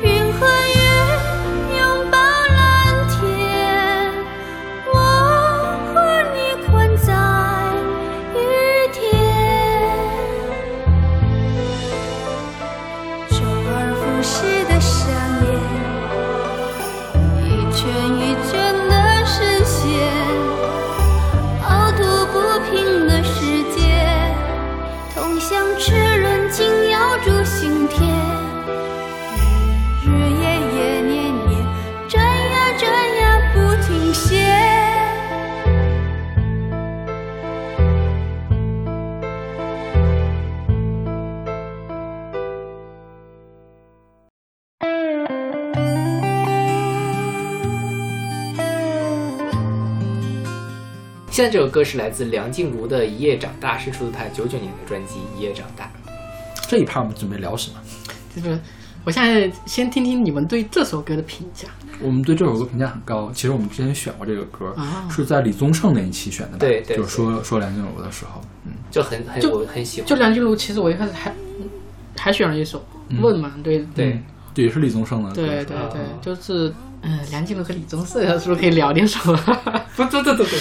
Speaker 9: 云和月拥抱蓝天，我和你困在雨天。周而复始的上演，一圈一圈的深陷，凹凸不平的世界，同向齿轮紧咬住心田。日夜夜年年，转呀转呀不停歇。
Speaker 1: 现在这首歌是来自梁静茹的《一夜长大》，是出自她九九年的专辑《一夜长大》。
Speaker 2: 这一趴我们准备聊什么？
Speaker 3: 就是我现在先听听你们对这首歌的评价。
Speaker 2: 我们对这首歌评价很高。其实我们之前选过这个歌，
Speaker 3: 啊
Speaker 2: 是在李宗盛那一期选的吧？
Speaker 1: 对对
Speaker 2: 就是说说梁静茹的时候，嗯，
Speaker 1: 就很很
Speaker 3: 就
Speaker 1: 我很喜欢，
Speaker 3: 就梁静茹，其实我一开始还还选了一首《问》嘛，对
Speaker 1: 对
Speaker 2: 嗯，这也是李宗盛的歌，
Speaker 3: 对对
Speaker 2: 是吧
Speaker 3: 对，就是嗯、梁静茹和李宗盛啊是不是可以聊点什么？
Speaker 1: 不不不不不，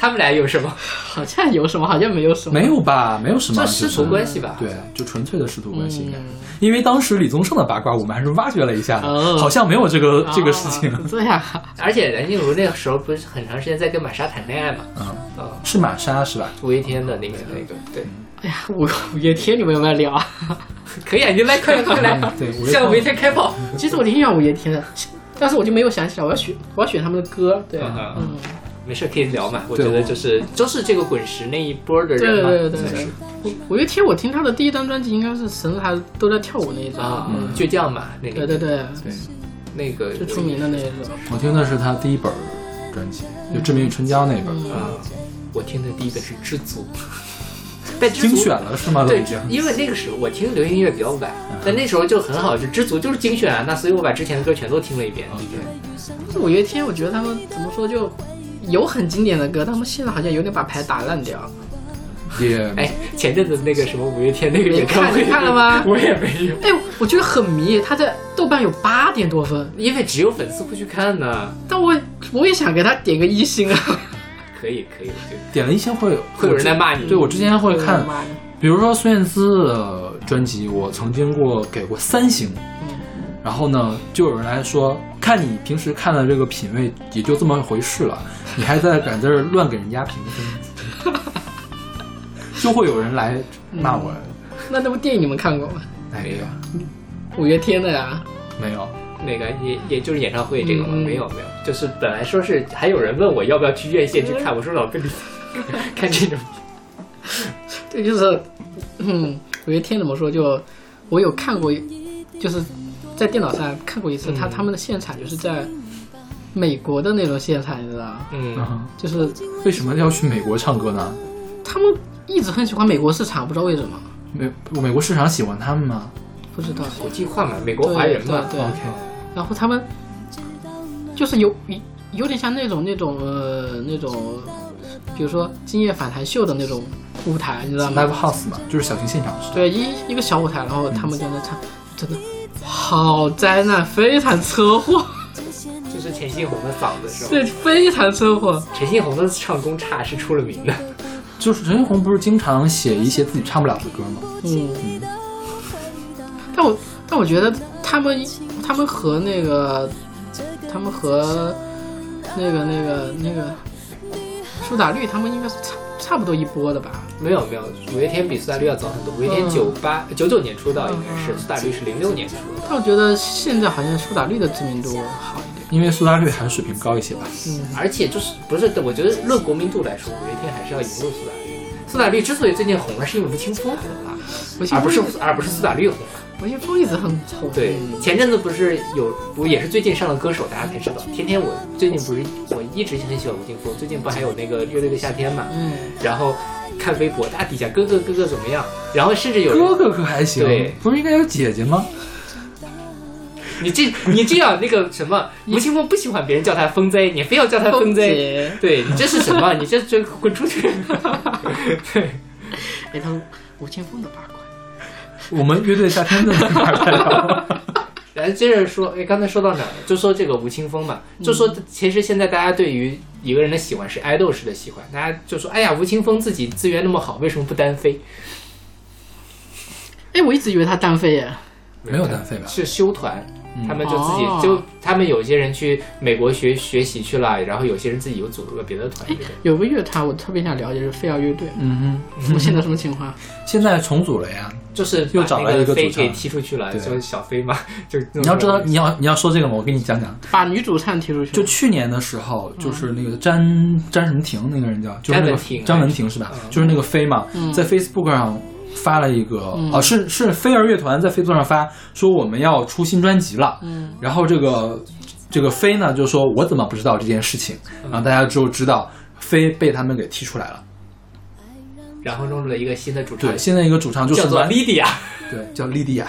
Speaker 1: 他们俩有什么？
Speaker 3: 好像有什么，好像没有什么。
Speaker 2: 没有吧？没有什么，啊
Speaker 1: 这
Speaker 2: 就
Speaker 1: 师
Speaker 2: 是
Speaker 1: 徒关系吧？
Speaker 2: 对，就纯粹的师徒关系应该是
Speaker 3: 嗯。
Speaker 2: 因为当时李宗盛的八卦，我们还是挖掘了一下的，
Speaker 3: 哦
Speaker 2: 好像没有这个
Speaker 3: 啊
Speaker 2: 这个事
Speaker 1: 哦
Speaker 2: 情。
Speaker 3: 这样啊，
Speaker 1: 而且梁静茹那个时候不是很长时间在跟玛莎谈恋爱嘛？
Speaker 2: 嗯，
Speaker 1: 啊，
Speaker 2: 是玛莎是吧？
Speaker 1: 五月天的那个那个，对，
Speaker 3: 哎呀， (laughs) 五五月天你们有没有聊啊？ (laughs)
Speaker 1: 可以啊，你来，快来，快来，
Speaker 2: 嗯对
Speaker 1: (laughs)
Speaker 2: 五月天
Speaker 1: 向五月天开炮。
Speaker 3: 其实我挺喜欢五月天的，但是我就没有想起来我要选我要选他们的歌。对，
Speaker 1: 嗯
Speaker 3: 嗯，
Speaker 1: 没事可以聊嘛，我
Speaker 2: 对
Speaker 1: 觉得
Speaker 2: 我
Speaker 1: 就是就是这个滚石那一波的
Speaker 3: 对
Speaker 1: 人嘛，
Speaker 3: 对对对
Speaker 1: 算
Speaker 3: 对
Speaker 1: 是。
Speaker 3: 五五月天，我听他的第一张专辑应该是《神还都在跳舞》那一张。
Speaker 1: 啊
Speaker 3: 嗯，
Speaker 1: 倔强嘛，那
Speaker 3: 对
Speaker 1: 个
Speaker 3: 对对，
Speaker 2: 对，
Speaker 1: 那个
Speaker 3: 最出名的那一首。
Speaker 2: 我听的是他第一本专辑，就《致命与春娇》那个，
Speaker 1: 啊
Speaker 2: 嗯，
Speaker 1: 我听的第一个是《知足》， (laughs) 但知足
Speaker 2: 精选了是吗？都
Speaker 1: 对
Speaker 2: 已经，。
Speaker 1: 因为那个时候我听流行音乐比较晚，但那时候就很好，就知足就是精选啊。那所以我把之前的歌全都听了一遍。
Speaker 2: 啊对
Speaker 3: 五月天，我觉得他们怎么说就有很经典的歌，他们现在好像有点把牌打烂掉。
Speaker 2: 也
Speaker 1: 哎，前阵子那个什么五月天那个演唱会，
Speaker 3: 你看你看了吗
Speaker 1: 我也没有，
Speaker 3: 哎，我觉得很迷，他在豆瓣有八点多分，
Speaker 1: 因为只有粉丝会去看呢。
Speaker 3: 但我我也想给他点个一星啊。
Speaker 1: 可以可以，我觉得
Speaker 2: 点了一些会
Speaker 1: 会有人来骂你。
Speaker 2: 对我之
Speaker 3: (laughs)
Speaker 2: 前会看，
Speaker 3: 妈呀
Speaker 2: 比如说孙燕姿的专辑，我曾经过给过三星，
Speaker 1: 嗯
Speaker 2: 然后呢，就有人来说，看你平时看的这个品味也就这么回事了，你还在敢在这儿乱给人家评分，
Speaker 1: (laughs)
Speaker 2: 就会有人来骂我，
Speaker 3: 那那部电影你们看过吗？
Speaker 1: 嗯
Speaker 2: 哎呀，
Speaker 3: 五月天的呀、
Speaker 2: 没有，
Speaker 1: 那个也也就是演唱会这个吗？
Speaker 3: 嗯嗯
Speaker 1: 没有没有，就是本来说是还有人问我要不要去院线去
Speaker 3: 嗯
Speaker 1: 看，我说老跟你 (laughs) 看这种
Speaker 3: 对，就是，嗯，五月天怎么说？就我有看过，就是在电脑上看过一次，
Speaker 1: 嗯
Speaker 3: 他他们的现场就是在美国的那种现场，你知道吗？
Speaker 1: 嗯，
Speaker 3: 就是
Speaker 2: 为什么要去美国唱歌呢？
Speaker 3: 他们一直很喜欢美国市场，不知道为什么，
Speaker 2: 美美国市场喜欢他们吗？
Speaker 3: 不知道。
Speaker 1: 国际化嘛，美国华人嘛，
Speaker 3: 对对
Speaker 2: OK
Speaker 3: 然后他们就是有有有点像那种那种呃那种，比如说《今夜访谈秀》的那种舞台，你知道吗？
Speaker 2: Live House 嘛，就是小型现场式。
Speaker 3: 对，一一个小舞台，然后他们在那唱，真的好灾难，非常车祸， (laughs)
Speaker 1: 就是陈信宏的嗓子是吧？
Speaker 3: 对，非常车祸。
Speaker 1: 陈信宏的唱功差是出了名的，
Speaker 2: 就是陈奕宏不是经常写一些自己唱不了的歌吗？
Speaker 3: 嗯，但我但我觉得他们他们和那个他们和那个那个那个苏打绿他们应该是差差不多一波的吧？
Speaker 1: 没有没有，五月天比苏打绿要早很多。五月天
Speaker 3: 嗯
Speaker 1: 九八九九年出道应该是，
Speaker 3: 嗯
Speaker 1: 苏打绿是零六年出的。
Speaker 3: 但我觉得现在好像苏打绿的知名度好一点。嗯
Speaker 2: 因为苏打绿还是水平高一些吧。
Speaker 1: 而且就是不是，我觉得论国民度来说，五月天还是要赢过苏打绿。苏打绿之所以最近红了，是因为吴青峰红了，
Speaker 3: 我信
Speaker 1: 而不是
Speaker 3: 风
Speaker 1: 而不是苏打绿红了。
Speaker 3: 啊我信风一直很嗯红。
Speaker 1: 对，前阵子不是有，我也是最近上了歌手，大家才知道。天天我最近不是我一直很喜欢吴青峰，最近不还有那个乐队的夏天嘛？
Speaker 3: 嗯，
Speaker 1: 然后看微博，大家底下哥哥哥哥怎么样？然后甚至有
Speaker 2: 哥
Speaker 1: 人，
Speaker 2: 哥可还行，
Speaker 1: 对
Speaker 2: 不是应该有姐姐吗？
Speaker 1: 你这你这样那个什么，吴青峰不喜欢别人叫他风贼，你非要叫他风贼，
Speaker 3: 姐。
Speaker 1: 对你这是什
Speaker 2: (laughs)
Speaker 1: 么？你这这滚出去！对。
Speaker 3: 哎，他吴青峰的八卦。
Speaker 2: 我们乐队夏天的那块儿聊
Speaker 1: 然后接着说，哎，刚才说到哪儿了？就说这个吴青峰嘛，
Speaker 2: 嗯
Speaker 1: 就说其实现在大家对于一个人的喜欢是爱豆式的喜欢，大家就说，哎呀，吴青峰自己资源那么好，为什么不单飞？
Speaker 3: 哎，我一直以为他单飞耶。
Speaker 2: 没有单飞吧？嗯
Speaker 1: 是修团，他们就自己、
Speaker 3: 哦
Speaker 1: 就他们有些人去美国学学习去了，然后有些人自己又组了个别的团队。
Speaker 3: 有个乐团我特别想了解，就是飞儿乐队。
Speaker 2: (laughs) 嗯
Speaker 3: 我现在什么情况？
Speaker 2: 哼，现在重组了呀。
Speaker 1: 就是把
Speaker 2: 又找来
Speaker 1: 那
Speaker 2: 一个
Speaker 1: 飞
Speaker 2: 主唱
Speaker 1: 给踢出去了，
Speaker 2: 对
Speaker 1: 就是小飞嘛， (laughs) 就
Speaker 2: 你要知道，你要你要说这个吗？我跟你讲讲，
Speaker 3: 把女主唱踢出去。
Speaker 2: 就去年的时候，就是那个詹詹什么婷那个人叫，就是
Speaker 1: 嗯詹
Speaker 2: 那个
Speaker 1: 文婷嗯
Speaker 2: 詹文婷是吧？就是那个飞嘛，在 Facebook 上发了一个，
Speaker 1: 嗯
Speaker 2: 哦，是是飞儿乐团在 Facebook 上发说我们要出新专辑了，
Speaker 1: 嗯
Speaker 2: 然后这个这个飞呢就说我怎么不知道这件事情，
Speaker 1: 嗯
Speaker 2: 然后大家就知道飞被他们给踢出来了。
Speaker 1: 然后弄出了一个新的主唱
Speaker 2: 对，，现在一个主唱就是
Speaker 1: 叫做
Speaker 2: 完
Speaker 1: Lydia，
Speaker 2: 对，叫莉迪亚。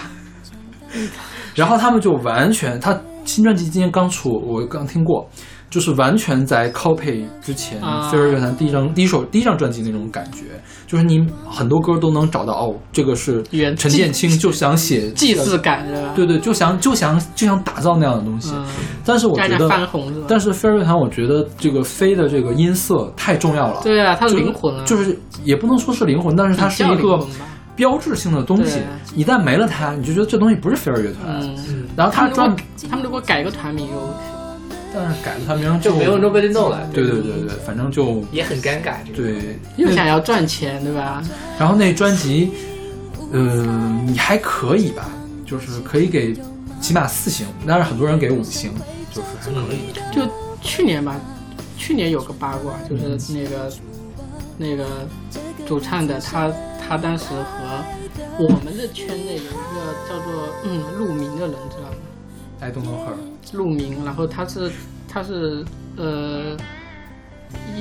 Speaker 2: 然后他们就完全，他新专辑今年刚出，我刚听过，就是完全在 copy 之前
Speaker 3: 啊
Speaker 2: 飞儿乐团第一张、第一首、第一张专辑那种感觉，就是你很多歌都能找到哦，这个是
Speaker 3: 原
Speaker 2: 陈建清就想写
Speaker 3: 既视感是吧？
Speaker 2: 对对，就想就想就想打造那样的东西。
Speaker 3: 嗯，
Speaker 2: 但是我
Speaker 3: 加
Speaker 2: 觉
Speaker 3: 点翻
Speaker 2: 得，
Speaker 3: 红是吧？
Speaker 2: 但是飞儿乐团，我觉得这个飞的这个音色太重要了，
Speaker 3: 对啊，他的
Speaker 2: 就
Speaker 3: 灵魂啊，
Speaker 2: 就是也不能说是灵魂，但是它是
Speaker 3: 比较
Speaker 2: 一
Speaker 3: 灵
Speaker 2: 个
Speaker 3: 魂吧
Speaker 2: 标志性的东西
Speaker 3: 对，
Speaker 2: 一旦没了它，你就觉得这东西不是飞儿乐团。
Speaker 3: 嗯，
Speaker 2: 然后
Speaker 3: 他
Speaker 2: 他
Speaker 3: 们如
Speaker 2: 专
Speaker 3: 果，他们如果改个团名有，
Speaker 2: 但是改了他名
Speaker 1: 就没有 Nobody Know 了，
Speaker 2: 对对对对，反正就
Speaker 1: 也很尴尬，这个
Speaker 2: 对。
Speaker 3: 又想要赚钱对吧？
Speaker 2: 然后那专辑，呃，你还可以吧，就是可以给起码四星，但是很多人给五星，就是还
Speaker 1: 嗯
Speaker 2: 可以。
Speaker 3: 就去年吧，去年有个八卦，
Speaker 2: 嗯
Speaker 3: 就是那个、那个主唱的他，他当时和我们的圈内有一个叫做嗯陆明的人，知道吗？
Speaker 2: I don't know her，
Speaker 3: 陆明，然后他是他是呃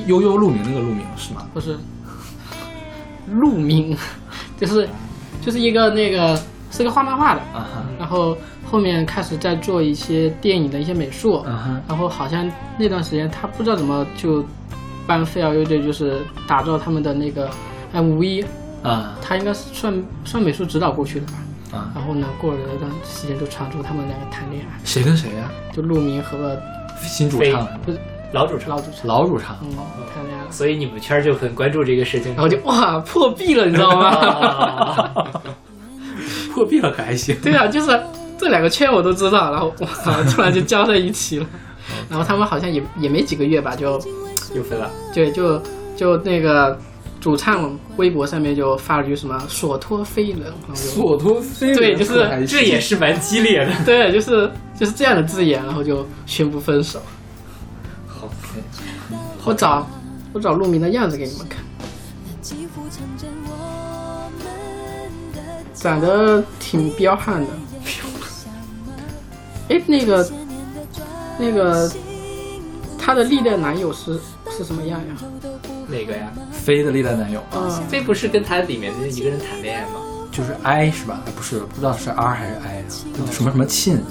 Speaker 2: 悠悠鹿鸣那个鹿鸣是吗？
Speaker 3: 不是鹿鸣， (laughs) 就是就是一个那个是个画漫画的，
Speaker 2: 啊哈，
Speaker 3: 然后后面开始在做一些电影的一些美术，
Speaker 2: 啊哈，
Speaker 3: 然后好像那段时间他不知道怎么就帮飞儿乐队就是打造他们的那个 M 一，
Speaker 2: 啊
Speaker 3: 他应该是算算美术指导过去的吧。
Speaker 2: 啊，
Speaker 3: 然后呢，过了一段时间就传出他们两个谈恋爱，
Speaker 2: 谁跟谁呀、
Speaker 3: 就陆明和
Speaker 2: 新主唱，
Speaker 3: 不是
Speaker 1: 老主唱，
Speaker 3: 老主唱，
Speaker 2: 老主唱，
Speaker 3: 嗯，谈恋爱了。
Speaker 1: 所以你们圈儿就很关注这个事情。
Speaker 3: 然
Speaker 2: 哦
Speaker 3: 后就哇破壁了，你知道
Speaker 1: 哦
Speaker 3: 吗？
Speaker 2: 破壁了可还行？
Speaker 3: (laughs) 对啊，就是这两个圈我都知道，然后哇突然就交在一起了，然后他们好像也也没几个月吧，就
Speaker 1: (laughs) 又分了，
Speaker 3: 对，就就那个主唱微博上面就发了句什么“所托非人”，然后就
Speaker 2: 索托非
Speaker 3: 对
Speaker 2: 人
Speaker 3: 就是
Speaker 2: 可还行
Speaker 1: 这也是蛮激烈的。
Speaker 3: 对，就是就是这样的字眼，然后就宣布分手。
Speaker 2: 好，
Speaker 3: 我找我找陆明的样子给你们看，长得挺彪悍的。哎，那个那个，她的历代男友是是什么样呀？
Speaker 2: 嗯
Speaker 1: 哪个呀？
Speaker 2: 飞的历代男友
Speaker 3: 啊、
Speaker 1: 这不是跟他里面的一个人谈恋爱吗？
Speaker 2: 就是 I 是吧？哎不是，不知道是 R 还是 I 啊？什么什么沁，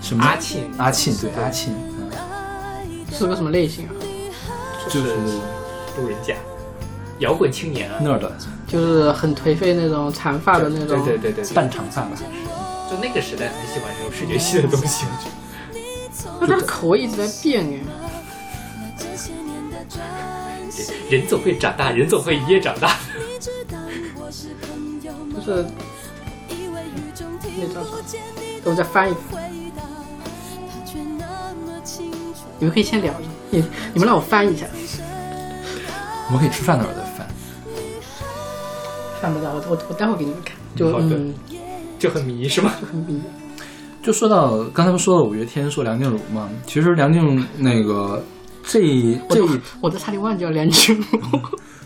Speaker 2: 什么
Speaker 1: 阿沁
Speaker 2: 阿沁，对阿沁，嗯
Speaker 3: 是个什么类型啊？
Speaker 2: 就是
Speaker 1: 路人甲，摇滚青年啊。
Speaker 2: nerd
Speaker 3: 就是很颓废那种，长发的那
Speaker 1: 对
Speaker 3: 种。
Speaker 1: 对对对，对
Speaker 2: 半长发吧。
Speaker 1: 就那个时代很喜欢这种视觉系的东西。我觉得
Speaker 3: 那他口味一直在变哎。
Speaker 1: 人总会长大，人总会一夜长大。 (laughs)
Speaker 3: 就是那叫啥？等我再翻一翻。你们可以先聊着，你你们让我翻一下，
Speaker 2: 我们可以吃饭的时候再翻。
Speaker 3: 翻不到，我我我待会儿给你们看。就
Speaker 1: 好的
Speaker 3: 嗯，
Speaker 1: 就很迷是吗？
Speaker 3: 很迷。
Speaker 2: 就说到刚才不说了五月天，说梁静茹嘛，其实梁静茹那个这
Speaker 3: 我
Speaker 2: 这
Speaker 3: 都
Speaker 2: 一
Speaker 3: 我都差点忘记了梁静茹。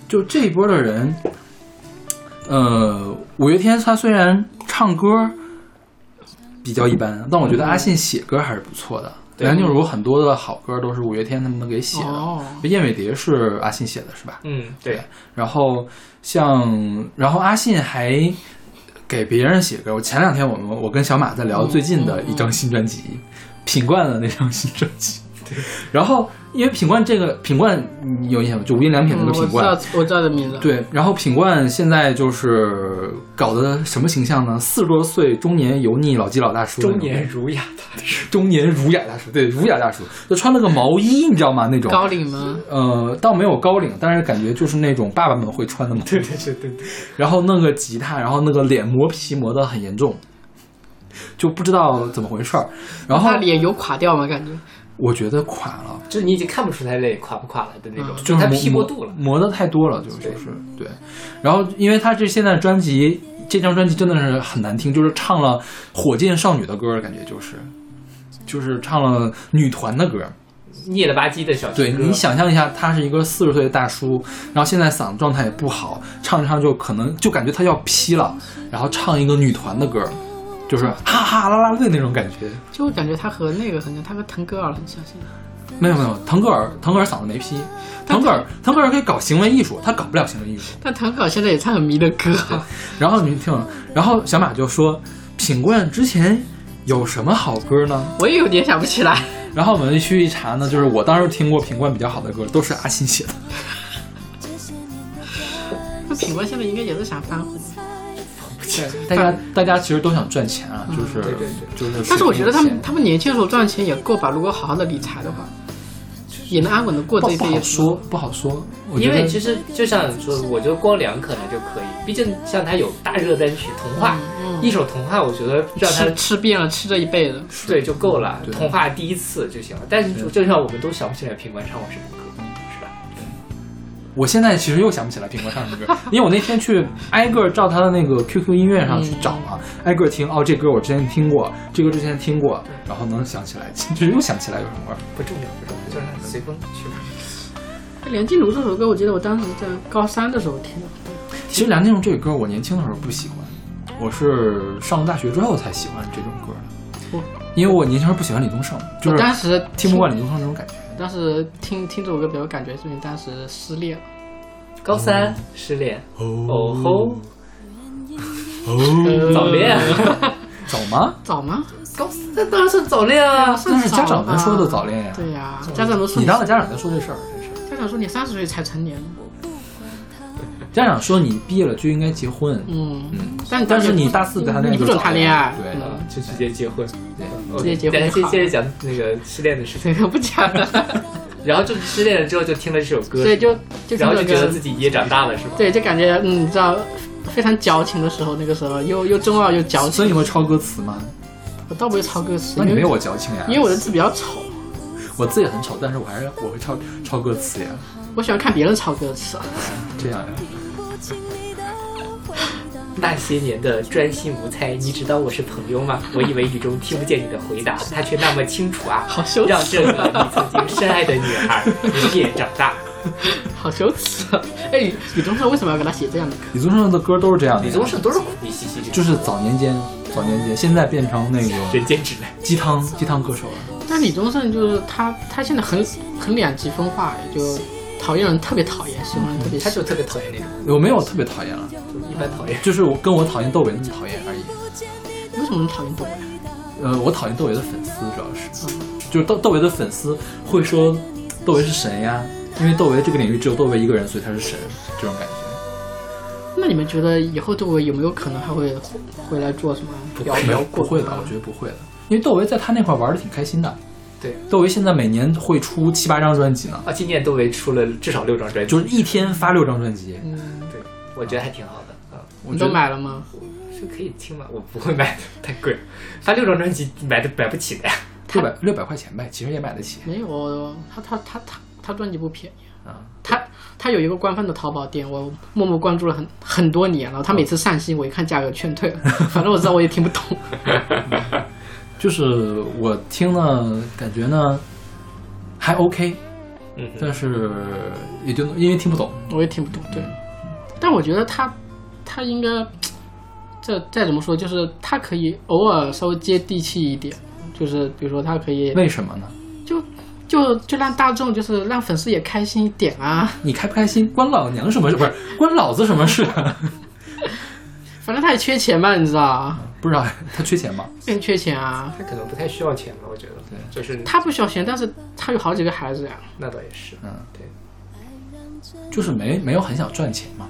Speaker 2: 就这一波的人，呃，五月天他虽然唱歌比较一般，但我觉得阿信写歌还是不错的。
Speaker 1: 对
Speaker 2: 梁静茹很多的好歌都是五月天他们给写的，
Speaker 3: 哦
Speaker 2: 《燕尾蝶》是阿信写的，是吧？
Speaker 1: 嗯，对，
Speaker 2: 然后像，然后阿信还给别人写歌。我前两天我们我跟小马在聊最近的一张新专辑，品冠的那张新专辑。然后因为品冠这个品冠你有印象吗？就无印良品那
Speaker 3: 嗯
Speaker 2: 个
Speaker 3: 我
Speaker 2: 品
Speaker 3: 知
Speaker 2: 冠。
Speaker 3: 道我知道的名字。，
Speaker 2: 对，然后品冠现在就是搞的什么形象呢？四十多岁中年油腻老基佬大叔那
Speaker 1: 中
Speaker 2: 种，
Speaker 1: 年儒雅大师。
Speaker 2: 中年儒雅大叔，对儒雅大叔，就穿了个毛衣，你知道吗？那种
Speaker 3: 高领吗？
Speaker 2: 呃，倒没有高领，但是感觉就是那种爸爸们会穿的嘛。
Speaker 1: 对对对对对，
Speaker 2: 然后弄个吉他，然后那个脸磨皮磨得很严重，就不知道怎么回事儿。然后
Speaker 3: 他脸有垮掉吗？感觉
Speaker 2: 我觉得垮了，
Speaker 1: 就你已经看不出他累垮不垮了的那种，
Speaker 2: 就是
Speaker 1: 他
Speaker 2: 磨
Speaker 1: 劈过度了。嗯
Speaker 2: 磨磨得太多了，就就是对。然后因为他这现在专辑，这张专辑真的是很难听，就是唱了火箭少女的歌，感觉就是就是唱了女团的歌。
Speaker 1: 腻了吧唧的小情
Speaker 2: 对
Speaker 1: 歌
Speaker 2: 你想象一下，他是一个四十岁的大叔，然后现在嗓子状态也不好，唱着唱就可能就感觉他要劈了，然后唱一个女团的歌，就是哈哈啦啦队那种感觉。
Speaker 3: 就感觉他和那个很像，他和腾格尔很像。现在
Speaker 2: 没有没有，腾格尔腾格尔嗓子没劈，腾格尔腾格尔可以搞行为艺术，他搞不了行为艺术。
Speaker 3: 但腾格尔现在也唱很迷的歌。啊
Speaker 2: 然后你听，然后小马就说，品冠之前有什么好歌呢？
Speaker 3: 我也有点想不起来。
Speaker 2: 然后我们去一查呢，就是我当时听过品冠比较好的歌都是阿信写的。
Speaker 3: 那品冠现在应该也是想翻红，
Speaker 2: 大家大家其实都想赚钱
Speaker 3: 嗯
Speaker 2: 啊，就是、
Speaker 1: 对对对
Speaker 2: 就是。
Speaker 3: 但是我觉得他们他们年轻时候赚钱也够吧，如果好好的理财的话，也能安稳的过这
Speaker 2: 不
Speaker 3: 一
Speaker 2: 不
Speaker 3: 辈
Speaker 2: 好
Speaker 3: 子。
Speaker 2: 说，不好说。我觉
Speaker 1: 因
Speaker 2: 得
Speaker 1: 为其实就像你说，我觉得光良可能就可以，毕竟像他有大热单曲《童话》，一首《童话》，我觉得让他
Speaker 3: 吃吃遍了，吃这一辈子。
Speaker 1: 对就够了，
Speaker 2: 对
Speaker 1: 童话》第一次就行了。但是就像我们都想不起来品冠唱过什么歌，是吧？
Speaker 2: 我现在其实又想不起来苹果唱什么歌，因为我那天去挨个照他的那个 QQ 音乐上去找
Speaker 3: 嗯
Speaker 2: 啊，挨个听。哦，这歌我之前听过，这歌之前听过，然后能想起来，就是又想不起来有什么歌。
Speaker 1: 不重要，不重要，就让他随风去吧。
Speaker 3: 梁静茹这首歌，我记得我当时在高三的时候听的，
Speaker 2: 其实梁静茹这个歌，我年轻的时候不喜欢，我是上了大学之后才喜欢这种歌的
Speaker 3: 哦，
Speaker 2: 因为我年轻时候不喜欢李宗盛，就
Speaker 3: 我
Speaker 2: 是
Speaker 3: 当时
Speaker 2: 听不惯李宗盛那种感觉。
Speaker 3: 当时听听这首歌比较有感觉，是因为当时失恋了。
Speaker 1: 高三失恋，哦吼，
Speaker 2: 哦，
Speaker 1: 早 (laughs) 恋，
Speaker 2: 早
Speaker 3: 嗯
Speaker 2: 吗？
Speaker 3: 早吗？
Speaker 1: 高三那当然是早恋啊。
Speaker 2: 那是家长们说的早恋呀。
Speaker 3: 对呀、家长都说
Speaker 2: 你
Speaker 3: 你
Speaker 2: 当着家长在说这事儿，真是。
Speaker 3: 家长说你三十岁才成年，
Speaker 2: 家长说你毕业了就应该结婚，
Speaker 3: 嗯，
Speaker 2: 嗯，
Speaker 3: 但
Speaker 2: 但是你大四谈恋爱
Speaker 3: 你
Speaker 2: 就
Speaker 3: 不准谈恋爱，
Speaker 2: 对
Speaker 3: 嗯
Speaker 1: (laughs) 就直接结婚，哦
Speaker 2: 对，
Speaker 1: OK，
Speaker 3: 直接结婚
Speaker 1: 咱
Speaker 3: 就
Speaker 1: 先
Speaker 3: 好
Speaker 1: 接着讲那个失恋的事情，
Speaker 3: 对，不讲
Speaker 2: (laughs)
Speaker 3: 了。
Speaker 1: 然后就失恋了之后就听了这首歌，
Speaker 3: 所以就就
Speaker 1: 然后就
Speaker 3: 这
Speaker 1: 觉得
Speaker 3: 个
Speaker 1: 自己也长大了，是吧？
Speaker 3: 对，就感觉嗯，你知道非常矫情的时候，那个时候又又中二又矫
Speaker 2: 所
Speaker 3: 情。
Speaker 2: 以你会抄歌词吗？
Speaker 3: 我倒不会抄歌词，
Speaker 2: 那
Speaker 3: 因
Speaker 2: 你
Speaker 3: 为
Speaker 2: 没有我矫情呀，
Speaker 3: 嗯因为我的字比较丑，
Speaker 2: 我字也很丑，但是我还是我会抄抄歌词呀，
Speaker 3: 我喜欢看别人抄歌词。啊
Speaker 2: 这样呀。
Speaker 1: 那些年的专心无猜，你知道我是朋友吗？我以为雨中听不见你的回答，他却那么清楚啊！
Speaker 3: 好羞耻
Speaker 1: 让这个你曾经深爱的女孩一夜长大。
Speaker 3: 好羞耻！哎，李李宗盛为什么要给他写这样的歌？
Speaker 2: 李宗盛的歌都是这样的
Speaker 1: 李
Speaker 2: 呀，
Speaker 1: 宗盛都是苦逼兮兮的，
Speaker 2: 就是早年间，早年间，现在变成那个
Speaker 1: 人间指南。
Speaker 2: 鸡汤鸡汤歌手了。
Speaker 3: 但李宗盛就是他，他现在很很两极分化，哎就讨厌人特别讨厌，喜欢人特别
Speaker 2: 嗯
Speaker 1: 他
Speaker 3: 喜
Speaker 1: 就
Speaker 3: 欢。
Speaker 1: 特别讨厌那种，
Speaker 2: 我没有特别讨厌了，
Speaker 1: 就一般讨厌。
Speaker 2: 就是我跟我讨厌窦唯那么讨厌而已。
Speaker 3: 为什么能讨厌窦唯啊？
Speaker 2: 呃，我讨厌窦唯的粉丝主要是，
Speaker 3: 嗯
Speaker 2: 就是窦窦唯的粉丝会说窦唯是神呀，因为窦唯这个领域只有窦唯一个人，所以他是神，这种感觉。
Speaker 3: 那你们觉得以后窦唯有没有可能还会回回来做什么摇
Speaker 2: 哦没有
Speaker 3: 摇
Speaker 2: 不
Speaker 3: 滚？
Speaker 2: 会的，我觉得不会的，因为窦唯在他那块玩的挺开心的。
Speaker 1: 对，
Speaker 2: 窦唯现在每年会出七八张专辑呢，
Speaker 1: 啊，今年窦唯出了至少六张专辑，
Speaker 2: 就是一天发六张专辑，
Speaker 3: 嗯，
Speaker 1: 对，我觉得还挺好的啊。
Speaker 2: 我
Speaker 3: 你
Speaker 2: 觉
Speaker 3: 都
Speaker 2: 得
Speaker 3: 买了吗？
Speaker 1: 是可以听吗？我不会买的，太贵了。他六张专辑买的买不起的呀。
Speaker 2: 六百六百块钱呗，其实也买得起。
Speaker 3: 没有，他他他他他专辑不便宜
Speaker 2: 啊。
Speaker 3: 他他有一个官方的淘宝店，我默默关注了很很多年了。他每次上新，我一看价格劝退了，反正我知道我也听不懂。
Speaker 2: 就是我听呢，感觉呢还 OK，
Speaker 1: 嗯哼，
Speaker 2: 但是也就因为听不懂，
Speaker 3: 我也听不懂，对。但我觉得他，他应该，这再怎么说，就是他可以偶尔稍微接地气一点，就是比如说他可以
Speaker 2: 为什么呢？
Speaker 3: 就就就让大众就是让粉丝也开心一点啊。
Speaker 2: 你开不开心关老娘什么事？不是关老子什么事？啊
Speaker 3: 反正他也缺钱嘛，你知道，
Speaker 2: (laughs) 不知道他缺钱吗？
Speaker 3: 更缺钱啊。
Speaker 1: 他可能不太需要钱吧，我觉得。
Speaker 2: 对
Speaker 1: 就是
Speaker 3: 他不需要钱，但是他有好几个孩子呀。
Speaker 1: 那倒也是。
Speaker 2: 嗯，
Speaker 1: 对。
Speaker 2: 就是没没有很想赚钱嘛，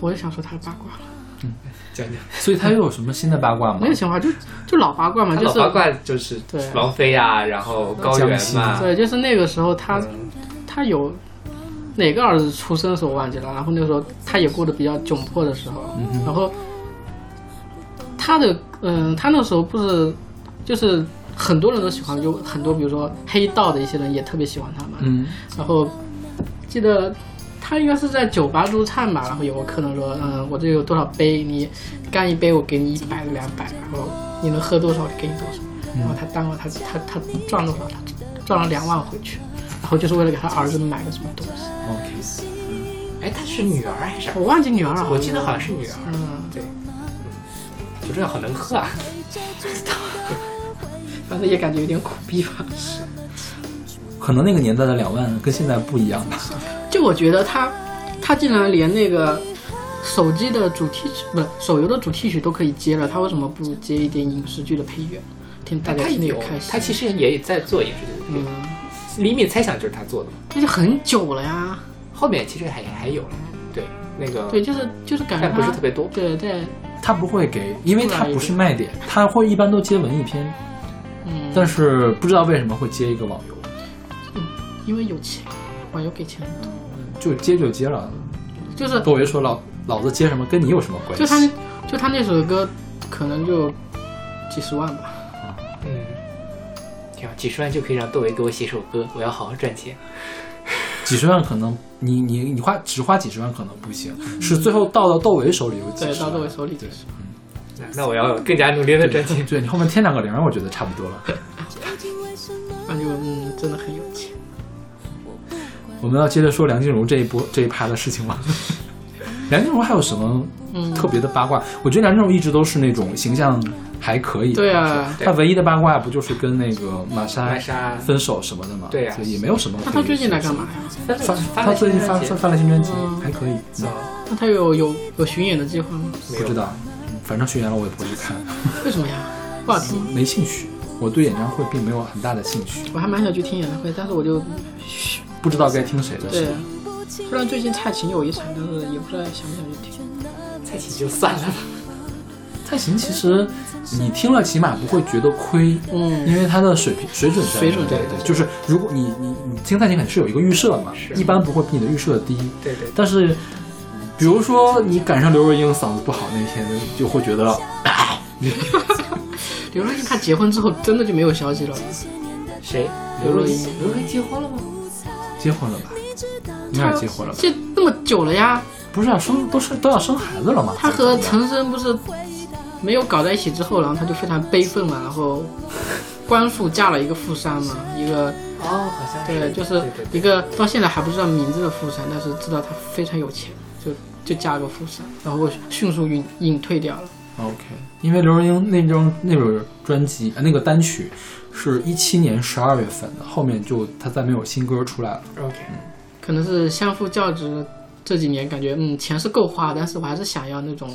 Speaker 3: 我就想说他的八卦了，
Speaker 1: 讲讲
Speaker 2: 所以他又有什么新的八卦吗
Speaker 3: 没有？想法就就老八卦嘛，
Speaker 1: 他
Speaker 3: 就
Speaker 1: 老
Speaker 3: 是
Speaker 1: 八卦就是
Speaker 3: 对
Speaker 1: 王菲啊，然后高原
Speaker 2: 江西
Speaker 1: 嘛，
Speaker 3: 对，就是那个时候他
Speaker 1: 嗯
Speaker 3: 他有哪个儿子出生的时候我忘记了，然后那个时候他也过得比较窘迫的时候，然后他的嗯，他那时候不是就是很多人都喜欢，有很多比如说黑道的一些人也特别喜欢他嘛，
Speaker 2: 嗯，
Speaker 3: 然后记得。他应该是在酒吧驻唱吧，然后有个客人说：“嗯，我这有多少杯，你干一杯我给你一百两百，然后你能喝多少给你多少。”然后他当了他他他赚多少，他赚了两万回去，然后就是为了给他儿子买个什么东西，
Speaker 1: 哎，他是女儿还是儿子？
Speaker 3: 我忘记女儿了，
Speaker 1: 我记得好像是女儿。
Speaker 3: 嗯，
Speaker 1: 对，嗯，就这样好能喝啊！
Speaker 3: 反正也感觉有点苦逼吧。
Speaker 2: 可能那个年代的两万跟现在不一样吧。
Speaker 3: 就我觉得他他竟然连那个手机的主题曲不是手游的主题曲都可以接了，他为什么不接一点影视剧的配乐，听大
Speaker 1: 但
Speaker 3: 家
Speaker 1: 他
Speaker 3: 听得也
Speaker 1: 有
Speaker 3: 开，心？
Speaker 1: 他其实也在做影视剧。
Speaker 3: 嗯，
Speaker 1: 李敏猜想就是他做的嘛，
Speaker 3: 这就很久了呀，
Speaker 1: 后面其实还还有了。对，那个
Speaker 3: 对，就是就是感觉
Speaker 1: 但
Speaker 3: 他
Speaker 1: 不是特别多
Speaker 3: 对对，
Speaker 2: 他不会给，因为他不是卖点，他会一般都接文艺片，
Speaker 3: 嗯，
Speaker 2: 但是不知道为什么会接一个网游，
Speaker 3: 因为有钱，网游给钱很多，
Speaker 2: 就接就接了。
Speaker 3: 就是
Speaker 2: 窦唯说老老子接什么跟你有什么关系？
Speaker 3: 就他那就他那首歌，可能就几十万吧。
Speaker 1: 嗯，挺好，几十万就可以让窦唯给我写首歌，我要好好赚钱。
Speaker 2: 几十万可能你你你花只花几十万可能不行，是最后到了窦唯手里有几
Speaker 3: 嗯对，
Speaker 2: 十
Speaker 3: 到
Speaker 2: 万。
Speaker 3: 窦唯手里就是。
Speaker 1: 那那我要更加努力的赚钱。
Speaker 2: 对你后面添两个零儿，我觉得差不多了。
Speaker 3: 那就嗯，真的很有钱。
Speaker 2: 我们要接着说梁静茹这一波这一趴的事情吗？梁静茹还有什么
Speaker 3: 嗯
Speaker 2: 特别的八卦？我觉得梁静茹一直都是那种形象还可以的。
Speaker 3: 对啊
Speaker 2: 她唯一的八卦不就是跟那个玛莎
Speaker 1: 玛莎
Speaker 2: 分手什么的吗？
Speaker 1: 对啊
Speaker 2: 所以也没有什么可以
Speaker 3: 那
Speaker 2: 说。
Speaker 3: 他最近来干嘛呀？
Speaker 1: 翻
Speaker 2: 发？
Speaker 1: 翻
Speaker 2: 她
Speaker 1: 了
Speaker 2: 最近发
Speaker 1: 新
Speaker 2: 发
Speaker 1: 专辑
Speaker 2: 发了新专辑
Speaker 3: 嗯，
Speaker 2: 还可以。嗯
Speaker 3: 那他有有有巡演的计划吗？
Speaker 1: 没
Speaker 2: 不
Speaker 1: 有
Speaker 2: 知道，嗯反正巡演了我也不会去看，
Speaker 3: 为什么呀？不好听。
Speaker 2: 没兴趣。我对演唱会并没有很大的兴趣，
Speaker 3: 我还蛮想去听演唱会，但是我就
Speaker 2: 不知道该听谁的。
Speaker 3: 对啊
Speaker 2: 是，
Speaker 3: 虽然最近蔡琴有一场，但是也不知道想不想去听。
Speaker 1: 蔡琴就算了吧。
Speaker 2: 蔡琴其实你听了起码不会觉得亏，
Speaker 3: 嗯
Speaker 2: 因为他的水平水准在那里
Speaker 3: 水准在
Speaker 2: 对对，就是如果你你你听蔡琴肯定是有一个预设嘛，一般不会比你的预设低。
Speaker 1: 对对，
Speaker 2: 但是，比如说你赶上刘若英嗓子不好那天，就会觉得
Speaker 3: 刘若英她结婚之后真的就没有消息了，
Speaker 1: 谁？
Speaker 3: 刘
Speaker 1: 刘
Speaker 3: 若
Speaker 1: 若
Speaker 3: 英
Speaker 1: 英？刘若英结婚了吗？
Speaker 2: 结婚了吧？你俩结婚了吧？
Speaker 3: 这那么久了呀，
Speaker 2: 不是啊，生都生都要生孩子了嘛？
Speaker 3: 她和陈升不是没有搞在一起之后，然后她就非常悲愤嘛，然后官复嫁了一个富商嘛，一个
Speaker 1: 哦，好像
Speaker 3: 对，就是
Speaker 1: 对对
Speaker 3: 一个到现在还不知道名字的富商，但是知道他非常有钱，就就嫁了个富商，然后迅速隐隐退掉了。
Speaker 2: OK，因为刘若英那张那本专辑呃那个单曲是一七年十二月份的，后面就她再没有新歌出来了。
Speaker 1: OK，
Speaker 3: 可能是相夫教子这几年，感觉嗯钱是够花，但是我还是想要那种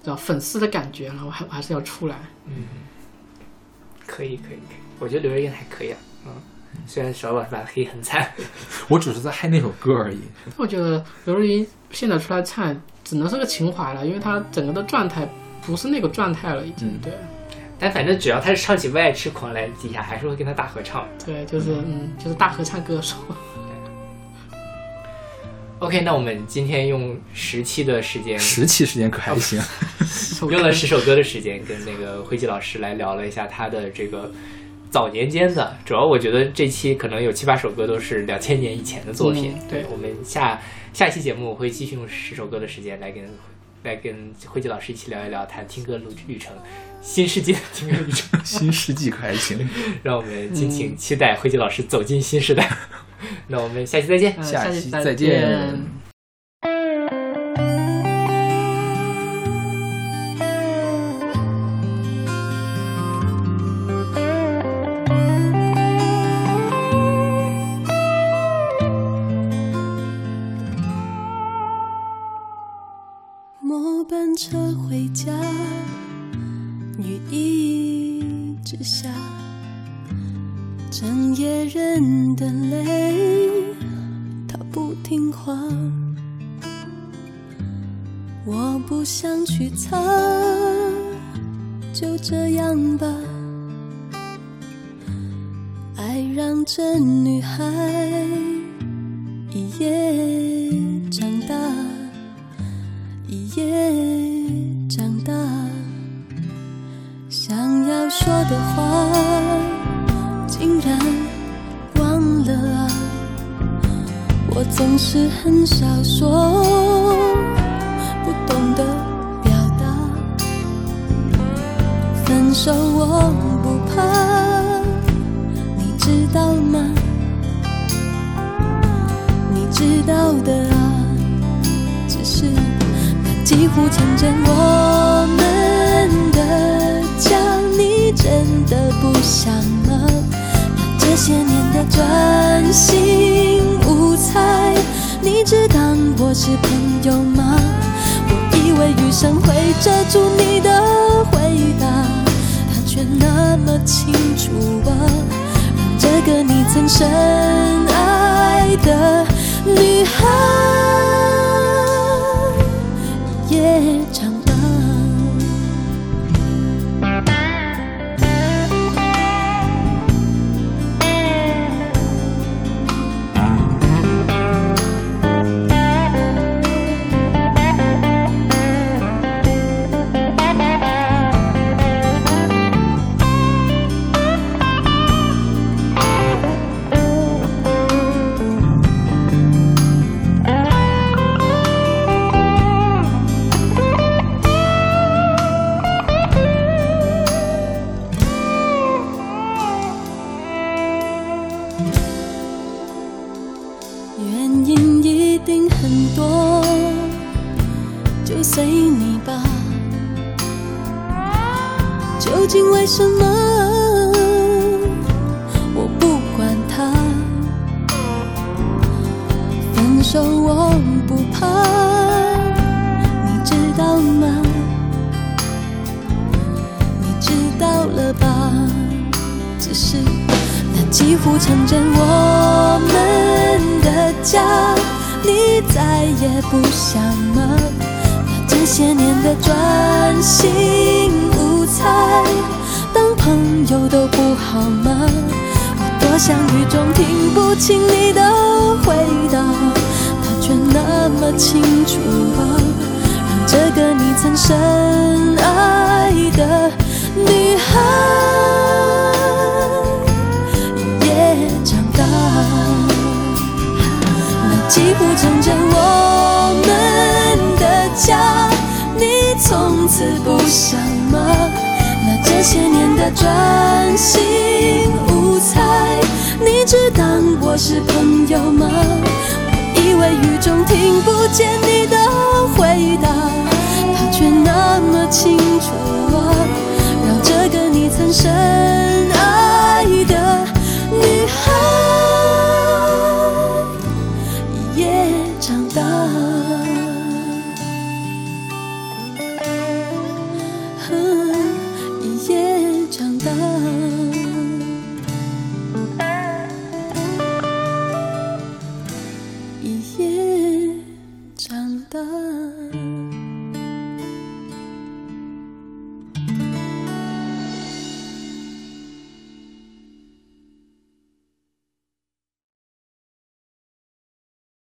Speaker 3: 叫粉丝的感觉，然后还我还是要出来。
Speaker 1: 可以可以可以，我觉得刘若英还可以啊。嗯，虽然小宝把她黑很惨，
Speaker 2: 我只是在嗨那首歌而已。
Speaker 3: 但我觉得刘若英现在出来唱，只能是个情怀了，因为她整个的状态不是那个状态了，已经、
Speaker 2: 嗯
Speaker 3: 对
Speaker 1: 但反正只要她是唱起《为爱痴狂》来，底下还是会跟她大合唱。
Speaker 3: 对，就是嗯就是大合唱歌手。
Speaker 1: OK，那我们今天用十期的时间，
Speaker 2: 十期时间可还行，
Speaker 3: (laughs)
Speaker 1: 用了十首歌的时间，跟那个辉奇老师来聊了一下他的这个早年间的。主要我觉得这期可能有七八首歌都是两千年以前的作品。
Speaker 3: 嗯对
Speaker 1: 我们下下期节目我会继续用十首歌的时间来跟来跟辉奇老师一起聊一聊他听歌路旅程，新世界的听歌旅程。
Speaker 2: (laughs)
Speaker 1: (laughs)
Speaker 2: 新世纪可还行。
Speaker 1: 让我们敬
Speaker 3: 嗯
Speaker 1: 请期待辉奇老师走进新时代。 (laughs) 那我们下期再见。
Speaker 3: 嗯
Speaker 2: 下期
Speaker 3: 期
Speaker 2: 再见
Speaker 10: 末班车回家，雨一直下，整夜人的泪，它不听话。我不想去擦，就这样吧。爱让这女孩一夜长大。一夜长大，想要说的话，竟然忘了啊！我总是很少说，不懂得表达。分手我不怕，你知道吗？你知道的啊。只是它几乎成真。我们的家，你真的不想吗？那这些年的专心无猜，你只当我是朋友吗？我以为余生会遮住你的回答，它却那么清楚啊。让这个你曾深爱的女孩也长大。
Speaker 6: 「
Speaker 10: 问为什么，我不管他，分手我不怕，你知道吗？你知道了吧？只是那几乎成真我们的家，你再也不想吗？这些年的专心无猜，当朋友都不好吗？我多想雨中听不清你的回答，它却那么清楚啊，让这个你曾深爱的女孩也长大。那几乎成全我们的家，你从此不想吗？那这些年的专心无猜，你只当我是朋友吗？我以为雨中听不见你的回答，它却那么清楚啊，让这个你曾深